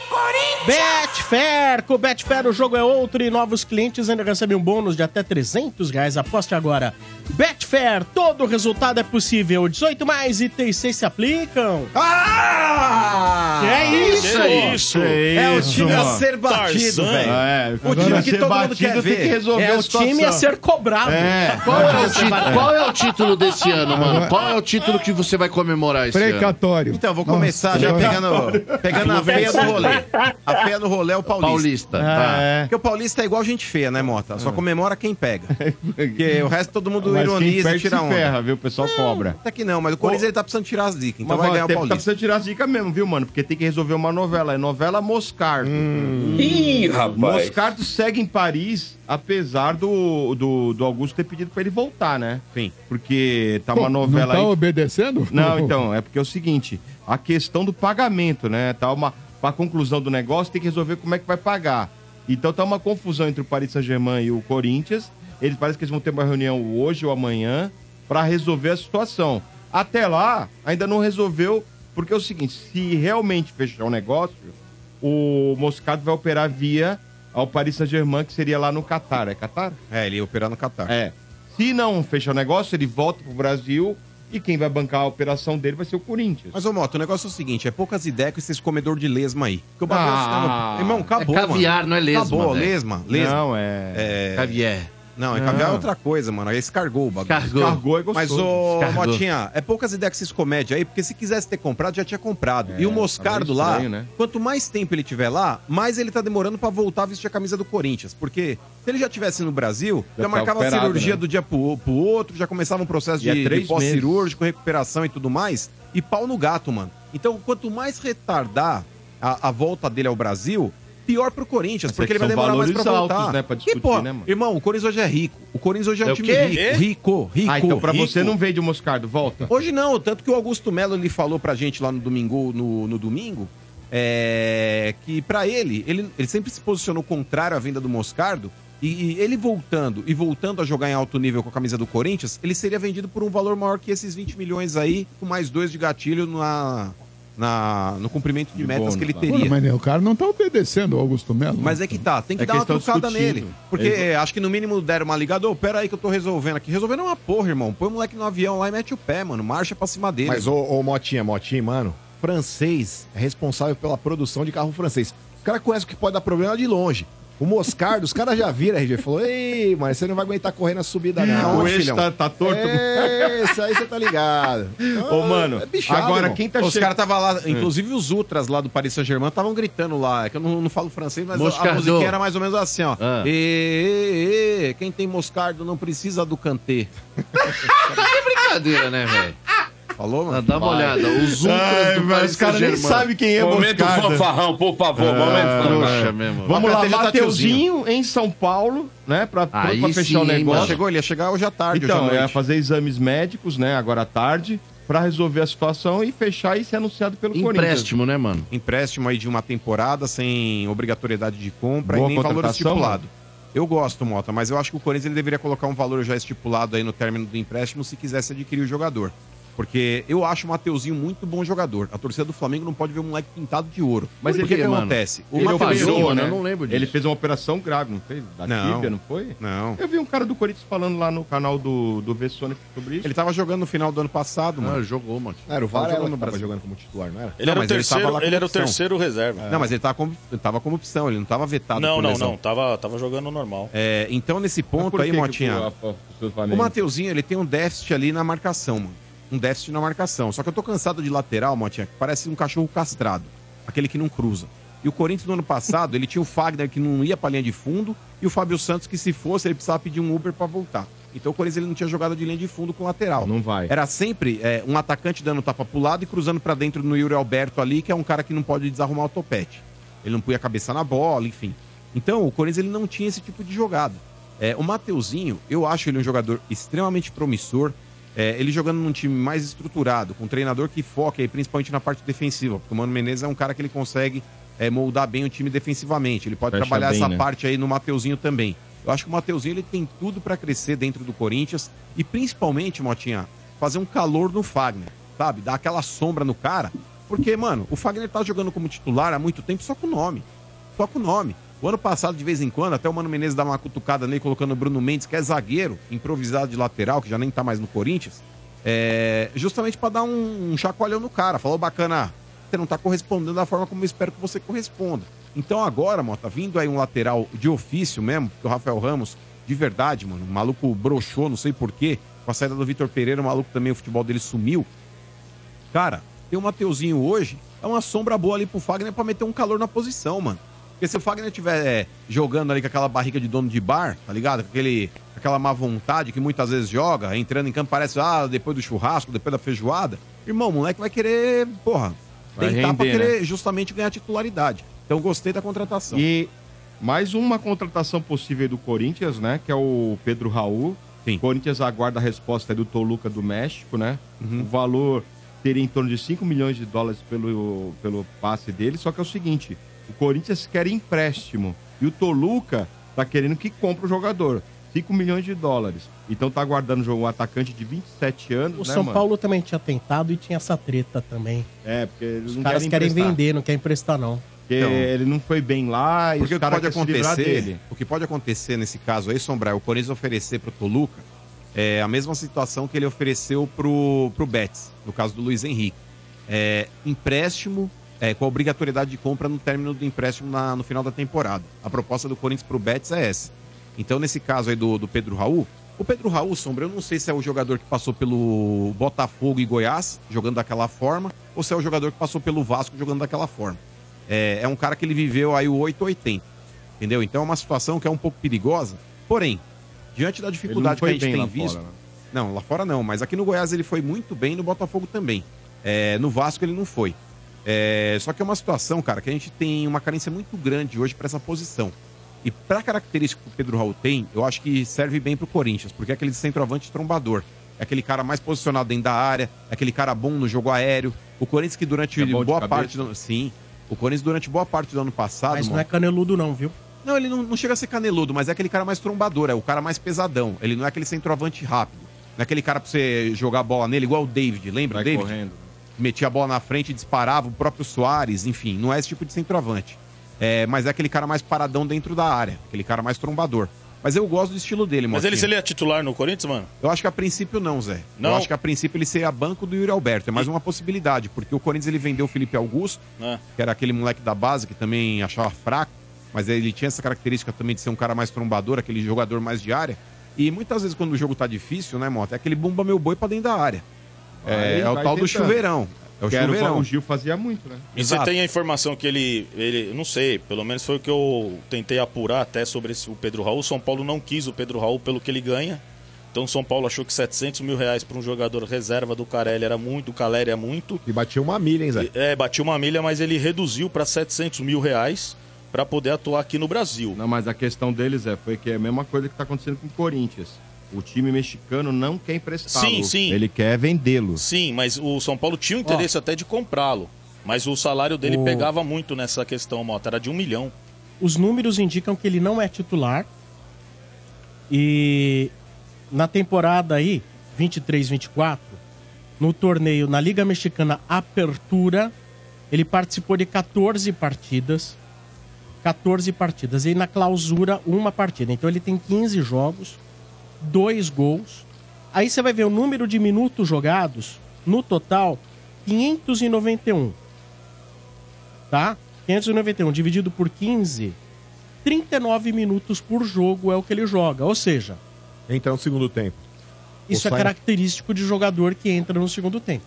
Speaker 2: Betfair, com o Betfair o jogo é outro e novos clientes ainda recebem um bônus de até 300 reais. Aposte agora. Betfair, todo resultado é possível. 18 mais itens 6 se aplicam.
Speaker 4: Ah!
Speaker 2: Que é isso?
Speaker 9: É isso.
Speaker 4: É o time a
Speaker 3: mano.
Speaker 4: ser batido,
Speaker 9: Tarzan.
Speaker 4: velho.
Speaker 3: É,
Speaker 4: O time
Speaker 3: agora
Speaker 4: que
Speaker 3: ser
Speaker 4: todo mundo
Speaker 3: batido
Speaker 4: quer
Speaker 3: tem que
Speaker 4: ver.
Speaker 3: resolver
Speaker 2: É o
Speaker 3: situação.
Speaker 2: time a ser cobrado.
Speaker 3: É.
Speaker 5: Qual é, o título, qual é o título desse ano, mano? Qual é o título que você vai comemorar esse ano?
Speaker 7: Precatório.
Speaker 4: Então, vou
Speaker 7: Nossa,
Speaker 4: começar já
Speaker 7: agora-
Speaker 4: pegando, pegando a feia do rolê. A feia do rolê é o Paulista.
Speaker 5: Paulista. tá.
Speaker 3: É.
Speaker 4: Porque o Paulista é igual gente feia, né, Mota? Só comemora quem pega. Porque o resto todo mundo
Speaker 3: É. Mas quem
Speaker 4: ironiza e
Speaker 3: perde
Speaker 4: tira
Speaker 3: se
Speaker 4: onda.
Speaker 3: ferra, viu? O pessoal cobra.
Speaker 4: Até que não, mas o Corinthians ele tá precisando tirar as dicas. Então
Speaker 3: Mas
Speaker 4: vai
Speaker 3: vai
Speaker 4: ganhar o
Speaker 3: ter, tá
Speaker 4: Paulista.
Speaker 3: precisando tirar as dicas mesmo, viu, mano? Porque tem que resolver uma novela. É novela Moscardo.
Speaker 4: Hum.
Speaker 8: Ih, rapaz.
Speaker 3: Moscardo segue em Paris, apesar do, do, do Augusto ter pedido pra ele voltar, né?
Speaker 4: Sim.
Speaker 3: Porque tá
Speaker 7: Pô,
Speaker 3: uma novela
Speaker 7: não tá
Speaker 3: aí.
Speaker 7: obedecendo?
Speaker 3: Não, então, é porque é o seguinte, a questão do pagamento, né? Tá uma pra conclusão do negócio, tem que resolver como é que vai pagar. Então tá uma confusão entre o Paris Saint-Germain e o Corinthians. Eles parece que eles vão ter uma reunião hoje ou amanhã pra resolver a situação. Até lá, ainda não resolveu, porque é o seguinte, se realmente fechar o negócio, o Moscato vai operar via ao Paris Saint-Germain, que seria lá no Catar. É Catar?
Speaker 4: É, ele ia operar no Catar.
Speaker 3: É. Se não fechar o negócio, ele volta pro Brasil e quem vai bancar a operação dele vai ser o Corinthians.
Speaker 4: Mas, ô Moto, o negócio é o seguinte: é poucas ideias com esses comedor de lesma aí. Porque o bagulho
Speaker 3: Ah.
Speaker 4: tá no- Irmão, acabou.
Speaker 3: É caviar,
Speaker 4: mano.
Speaker 3: não é lesma,
Speaker 4: Acabou,
Speaker 3: velho.
Speaker 4: lesma, lesma.
Speaker 3: Não, é-
Speaker 4: Caviar. Não, é
Speaker 3: Não.
Speaker 4: caviar é outra coisa, mano. Aí escargou o bagulho.
Speaker 3: Escargou. Escargou é gostoso.
Speaker 4: Mas, ô,
Speaker 3: Escargou.
Speaker 4: Motinha, é poucas ideias com esses comédia aí, porque se quisesse ter comprado, já tinha comprado. e o
Speaker 3: tá
Speaker 4: Moscardo
Speaker 3: meio
Speaker 4: lá,
Speaker 3: estranho, né?
Speaker 4: quanto mais tempo ele tiver lá, mais ele tá demorando pra voltar a vestir a camisa do Corinthians. Porque se ele já tivesse no Brasil,
Speaker 3: Já
Speaker 4: já,
Speaker 3: tá
Speaker 4: marcava a
Speaker 3: operado,
Speaker 4: cirurgia
Speaker 3: né?
Speaker 4: do dia pro, pro outro, já começava um processo
Speaker 3: E é
Speaker 4: de, de
Speaker 3: três
Speaker 4: pós-cirúrgico, recuperação e tudo mais, e pau no gato, mano. Então, quanto mais retardar a, a volta dele ao Brasil, pior pro Corinthians,
Speaker 3: é
Speaker 4: porque
Speaker 3: que
Speaker 4: ele vai
Speaker 3: são
Speaker 4: demorar mais pra
Speaker 3: valores
Speaker 4: voltar.
Speaker 3: altos, né, pra
Speaker 4: Que
Speaker 3: discutir,
Speaker 4: pô,
Speaker 3: né, mano?
Speaker 4: Irmão, o Corinthians hoje é rico. O Corinthians hoje é,
Speaker 3: É
Speaker 4: um
Speaker 3: o
Speaker 4: time
Speaker 3: quê?
Speaker 4: rico, rico, rico.
Speaker 3: Ah, então pra
Speaker 4: rico.
Speaker 3: você não vende o Moscardo, volta.
Speaker 4: Hoje não, tanto que o Augusto Melo ele falou pra gente lá no domingo, no, no domingo, é, que pra ele, ele, ele sempre se posicionou contrário à venda do Moscardo. E, e ele voltando e voltando a jogar em alto nível com a camisa do Corinthians, ele seria vendido por um valor maior que esses 20 milhões aí, com mais dois de gatilho na, na- no cumprimento de, metas
Speaker 7: bônus,
Speaker 4: que ele
Speaker 7: tá.
Speaker 4: teria.
Speaker 7: Pô, mas né, o cara não tá obedecendo ao Augusto Melo.
Speaker 4: Mas é que tá, tem que
Speaker 7: É
Speaker 4: dar uma
Speaker 7: que eles tão
Speaker 4: trucada
Speaker 7: discutindo.
Speaker 4: nele. Porque
Speaker 7: Eles-
Speaker 4: é, acho que no mínimo deram uma ligada, ô, pera aí que eu tô resolvendo aqui. Resolvendo é uma porra, irmão. Põe o moleque no avião lá e mete o pé, mano. Marcha pra cima dele.
Speaker 6: Mas, ô, ô, Motinha, Motinha, mano, francês é responsável pela produção de carro francês. O cara conhece o que pode dar problema de longe. O Moscardo, os caras já viram, RG, falou, ei, mas você não vai aguentar correr na subida não,
Speaker 3: o eixo
Speaker 6: filhão."
Speaker 3: tá- tá torto.
Speaker 6: É, isso aí você tá ligado.
Speaker 3: Ô, mano, agora quem tá
Speaker 4: é Os
Speaker 3: che-
Speaker 4: caras estavam lá,
Speaker 3: É.
Speaker 4: inclusive os Ultras lá do Paris Saint-Germain estavam gritando lá. É que eu não, não falo francês, mas a
Speaker 3: Moscardo.
Speaker 4: musiquinha era mais ou menos assim, ó.
Speaker 3: Ah.
Speaker 4: "Ê, ê, ê, ê, quem tem Moscardo não precisa do Kantê.
Speaker 5: É brincadeira, né, velho?
Speaker 4: Falou, mano?
Speaker 5: Dá uma olhada. Os ultras do Paris Saint-Germain.
Speaker 8: Momento fanfarrão, por favor. momento fanfarrão.
Speaker 3: Vamos lá,
Speaker 4: Abacate já tá
Speaker 3: Mateuzinho em São Paulo, né? Pra, pra
Speaker 4: Aí
Speaker 3: fechar
Speaker 4: sim,
Speaker 3: o
Speaker 4: hein,
Speaker 3: negócio.
Speaker 4: mano. Chegou, ele ia chegar hoje à tarde, hoje à
Speaker 3: Então,
Speaker 4: noite.
Speaker 3: ia fazer exames médicos, né? Agora à tarde, pra resolver a situação e fechar e ser anunciado pelo Corinthians.
Speaker 5: né, mano?
Speaker 4: Empréstimo aí de uma temporada sem obrigatoriedade de compra
Speaker 3: Boa
Speaker 4: e nem valor
Speaker 3: contratação,
Speaker 4: estipulado.
Speaker 3: mano.
Speaker 4: Eu gosto, Mota, mas eu acho que o Corinthians ele deveria colocar um valor já estipulado aí no término do empréstimo se quisesse adquirir o jogador. Porque eu acho o Mateuzinho muito bom jogador. A torcida do Flamengo não pode ver um moleque pintado de ouro.
Speaker 3: Mas
Speaker 4: Por
Speaker 3: ele
Speaker 4: que que
Speaker 3: mano,
Speaker 4: acontece?
Speaker 3: ele
Speaker 4: Mateuzinho,
Speaker 3: operou, né?
Speaker 4: Eu não lembro disso.
Speaker 3: Ele fez uma operação grave, não fez? Da
Speaker 4: Não.
Speaker 3: tíbia, não foi?
Speaker 4: Não.
Speaker 3: Eu vi um cara do Corinthians falando lá no canal do, do Vessônico sobre isso.
Speaker 4: Ele tava jogando no final do ano passado, mano.
Speaker 5: jogou, mano.
Speaker 6: Era o
Speaker 4: Varela que
Speaker 6: Varela que
Speaker 4: tava
Speaker 6: tava jogando como titular, não era?
Speaker 9: Ele era o
Speaker 4: mas ele
Speaker 9: terceiro-
Speaker 4: tava lá como
Speaker 9: ele era o
Speaker 4: opção.
Speaker 9: terceiro reserva.
Speaker 4: Não, mas ele tava como, ele tava como opção, ele não tava vetado
Speaker 9: Não,
Speaker 4: por
Speaker 9: não,
Speaker 4: lesão.
Speaker 9: não. Tava, tava jogando normal.
Speaker 4: É, então, nesse
Speaker 3: Mas
Speaker 4: ponto
Speaker 3: por
Speaker 4: aí,
Speaker 3: que que
Speaker 4: Motinha.
Speaker 3: o- a- a- o Flamengo-
Speaker 4: O Mateuzinho, ele tem um déficit ali na marcação, mano. Um déficit na marcação. Só que eu tô cansado de lateral, Motinha, que parece um cachorro castrado. Aquele que não cruza. E o Corinthians, no ano passado, ele tinha o Fagner que não ia pra linha de fundo e o Fábio Santos que, se fosse, ele precisava pedir um Uber pra voltar. Então o Corinthians ele não tinha jogado de linha de fundo com lateral.
Speaker 3: Não vai.
Speaker 4: Era sempre é, um atacante dando tapa pro lado e cruzando pra dentro no Yuri Alberto ali, que é um cara que não pode desarrumar o topete. Ele não punha a cabeça na bola, enfim. Então, o Corinthians ele não tinha esse tipo de jogada. É, o Mateuzinho, eu acho ele um jogador extremamente promissor. É, ele jogando num time mais estruturado, com um treinador que foca aí, principalmente na parte defensiva, porque o Mano Menezes é um cara que ele consegue é, moldar bem o time defensivamente. Ele pode
Speaker 3: Fecha
Speaker 4: trabalhar
Speaker 3: bem,
Speaker 4: essa
Speaker 3: né?
Speaker 4: parte parte aí no Mateuzinho também. Eu acho que o Mateuzinho ele tem tudo pra crescer dentro do Corinthians e principalmente, Motinha, fazer um calor no Fagner, sabe? Dar aquela sombra no cara, porque, mano, o Fagner tá jogando como titular há muito tempo só com o nome. Só com o nome. O ano passado, de vez em quando, até o Mano Menezes dava uma cutucada nele, colocando o Bruno Mendes, que é zagueiro, improvisado de lateral, que já nem tá mais no Corinthians, é, justamente pra dar um, um chacoalhão no cara. Falou, bacana, você não tá correspondendo da forma como eu espero que você corresponda. Então agora, Mota, vindo aí um lateral de ofício mesmo, porque o Rafael Ramos, de verdade, mano, o maluco broxou, não sei porquê, com a saída do Vitor Pereira, o maluco também, o futebol dele sumiu. Cara, tem o Mateuzinho hoje, é uma sombra boa ali pro Fagner pra meter um calor na posição, mano. Porque se o Fagner estiver jogando ali com aquela barriga de dono de bar, tá ligado? Com aquele, aquela má vontade que muitas vezes joga, entrando em campo, parece, ah, depois do churrasco, depois da feijoada. Irmão, o moleque vai querer, porra,
Speaker 3: Vai
Speaker 4: tentar pra
Speaker 3: render, né?
Speaker 4: querer justamente ganhar titularidade. Então gostei da contratação.
Speaker 3: E mais uma contratação possível aí do Corinthians, né? Que é o Pedro Raul.
Speaker 4: Sim.
Speaker 3: Corinthians aguarda a resposta aí do Toluca do México, né? O valor teria em torno de 5 milhões de dólares pelo, pelo passe dele. Só que é o seguinte: o Corinthians quer empréstimo. E o Toluca tá querendo que compre o jogador. 5 milhões de dólares. Então tá aguardando o jogo, um atacante de 27 anos.
Speaker 2: O
Speaker 3: né,
Speaker 2: São
Speaker 3: mano?
Speaker 2: Paulo também tinha tentado e tinha essa treta também.
Speaker 3: É, porque eles
Speaker 2: Os
Speaker 3: não
Speaker 2: caras
Speaker 3: querem
Speaker 2: querem
Speaker 3: emprestar.
Speaker 2: vender, não querem emprestar, não.
Speaker 3: Porque
Speaker 4: Então.
Speaker 3: ele não foi bem lá e
Speaker 4: Porque o
Speaker 3: os
Speaker 4: que
Speaker 3: caras
Speaker 4: pode
Speaker 3: querem se livrar
Speaker 4: acontecer,
Speaker 3: dele.
Speaker 4: o que pode acontecer nesse caso aí, Sombra, é o Corinthians oferecer pro Toluca é, a mesma situação que ele ofereceu pro, pro Betis, no caso do Luiz Henrique. É, empréstimo é, com a obrigatoriedade de compra no término do empréstimo na- no final da temporada. A proposta do Corinthians pro Betis é essa. Então, nesse caso aí do, do Pedro Raul, o Pedro Raul, Sombra, eu não sei se é o jogador que passou pelo Botafogo e Goiás, jogando daquela forma, ou se é o jogador que passou pelo Vasco, jogando daquela forma. É, é um cara que ele viveu aí o 880. Entendeu? Então é uma situação que é um pouco perigosa. Porém, diante da dificuldade que a
Speaker 3: foi
Speaker 4: gente
Speaker 3: bem
Speaker 4: tem
Speaker 3: lá
Speaker 4: visto.
Speaker 3: fora, né?
Speaker 4: Não, lá fora não, mas aqui no Goiás ele foi muito bem, no Botafogo também. É, no Vasco ele não foi. É, só que é uma situação, cara, que a gente tem uma carência muito grande hoje para essa posição. E para a característica que o Pedro Raul tem, eu acho que serve bem pro Corinthians, porque é aquele centroavante trombador. É aquele cara mais posicionado dentro da área, é aquele cara bom no jogo aéreo. O Corinthians que durante
Speaker 2: É bom de
Speaker 4: boa
Speaker 2: cabeça.
Speaker 4: parte do. Sim. O Corinthians durante boa parte do ano passado.
Speaker 2: Mas não
Speaker 4: mano,
Speaker 2: é caneludo, não, viu?
Speaker 4: não, ele não, não chega a ser caneludo, mas é aquele cara mais trombador, é o cara mais pesadão. Ele não é aquele centroavante rápido. Não é aquele cara pra você jogar a bola nele, igual o David, lembra?
Speaker 3: Vai
Speaker 4: o David?
Speaker 3: correndo.
Speaker 4: Metia a bola na frente, disparava, o próprio Soares, enfim, não é esse tipo de centroavante. É, mas é aquele cara mais paradão dentro da área, aquele cara mais trombador. Mas eu gosto do estilo dele,
Speaker 9: Mas
Speaker 4: Motinha.
Speaker 9: ele, se ele é titular no Corinthians, mano?
Speaker 4: Eu acho que a princípio não, Zé.
Speaker 9: Não?
Speaker 4: Eu acho que a princípio ele seria banco do Yuri Alberto. É mais uma possibilidade, porque o Corinthians ele vendeu o Felipe Augusto,
Speaker 9: É.
Speaker 4: que era aquele moleque da base que também achava fraco, mas ele tinha essa característica também de ser um cara mais trombador, aquele jogador mais de área. E muitas vezes quando o jogo tá difícil, né, Mota? É aquele bomba meu boi pra dentro da área. É,
Speaker 3: Aí
Speaker 4: é o
Speaker 3: vai
Speaker 4: tal do
Speaker 3: tentando.
Speaker 4: chuveirão. É o
Speaker 3: Que era o
Speaker 4: chuveirão.
Speaker 6: um
Speaker 3: Paulo Gil fazia muito, né?
Speaker 9: E você tem a informação que ele, ele, não sei, pelo menos foi o que eu tentei apurar até sobre esse- o Pedro Raul. São Paulo não quis o Pedro Raul pelo que ele ganha. Então São Paulo achou que 700 mil reais para um jogador reserva do Carelli era muito, do Caleri era muito.
Speaker 6: E batia uma milha, hein, Zé?
Speaker 9: É, batiu uma milha, mas ele reduziu para 700 mil reais para poder atuar aqui no Brasil.
Speaker 3: Não, mas a questão deles é, foi que é a mesma coisa que tá acontecendo com o Corinthians. O time mexicano não quer emprestá-lo.
Speaker 9: Sim, sim.
Speaker 3: Ele quer vendê-lo.
Speaker 9: Sim, mas o São Paulo tinha o interesse até de comprá-lo. Mas o salário dele
Speaker 2: O-
Speaker 9: pegava muito nessa questão, Mota. Era de um milhão.
Speaker 2: Os números indicam que ele não é titular. E na temporada aí, 23-24, no torneio na Liga Mexicana Apertura, ele participou de 14 partidas. 14 partidas. E na clausura, uma partida. Então ele tem 15 jogos, dois gols. Aí você vai ver o número de minutos jogados, no total, 591 tá? 591 dividido por 15, 39 minutos por jogo é o que ele joga. Ou seja,
Speaker 6: Entra no segundo tempo. Ou
Speaker 2: isso é
Speaker 6: sai-
Speaker 2: característico de jogador que entra no segundo tempo.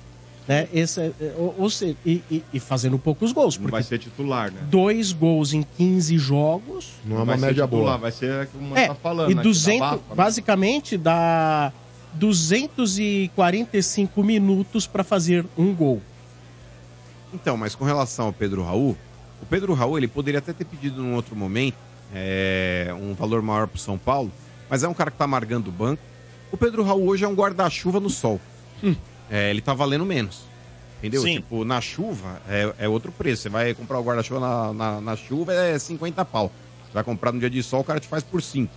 Speaker 2: Né? Esse, é- é- ou, ou seja, e, e- e fazendo poucos gols,
Speaker 3: Não
Speaker 2: porque
Speaker 3: vai ser titular, né?
Speaker 2: dois gols em 15 jogos.
Speaker 6: Não é
Speaker 3: Vai
Speaker 6: uma
Speaker 3: ser
Speaker 6: média
Speaker 3: titular,
Speaker 6: boa.
Speaker 3: Vai ser como
Speaker 2: É,
Speaker 3: tá falando.
Speaker 2: e
Speaker 3: né?
Speaker 2: 200,
Speaker 3: Da Bafa, né?
Speaker 2: basicamente dá 245 minutos para fazer um gol.
Speaker 4: Então, mas com relação ao Pedro Raul, o Pedro Raul ele poderia até ter pedido num outro momento é, um valor maior pro São Paulo, mas é um cara que tá amargando o banco. O Pedro Raul hoje é um guarda-chuva no sol. É, ele tá valendo menos. Entendeu?
Speaker 9: Sim.
Speaker 4: Tipo, na chuva é, é outro preço. Você vai comprar o guarda-chuva na, na, na chuva, é 50 pau. Você vai comprar no dia de sol, o cara te faz por 5.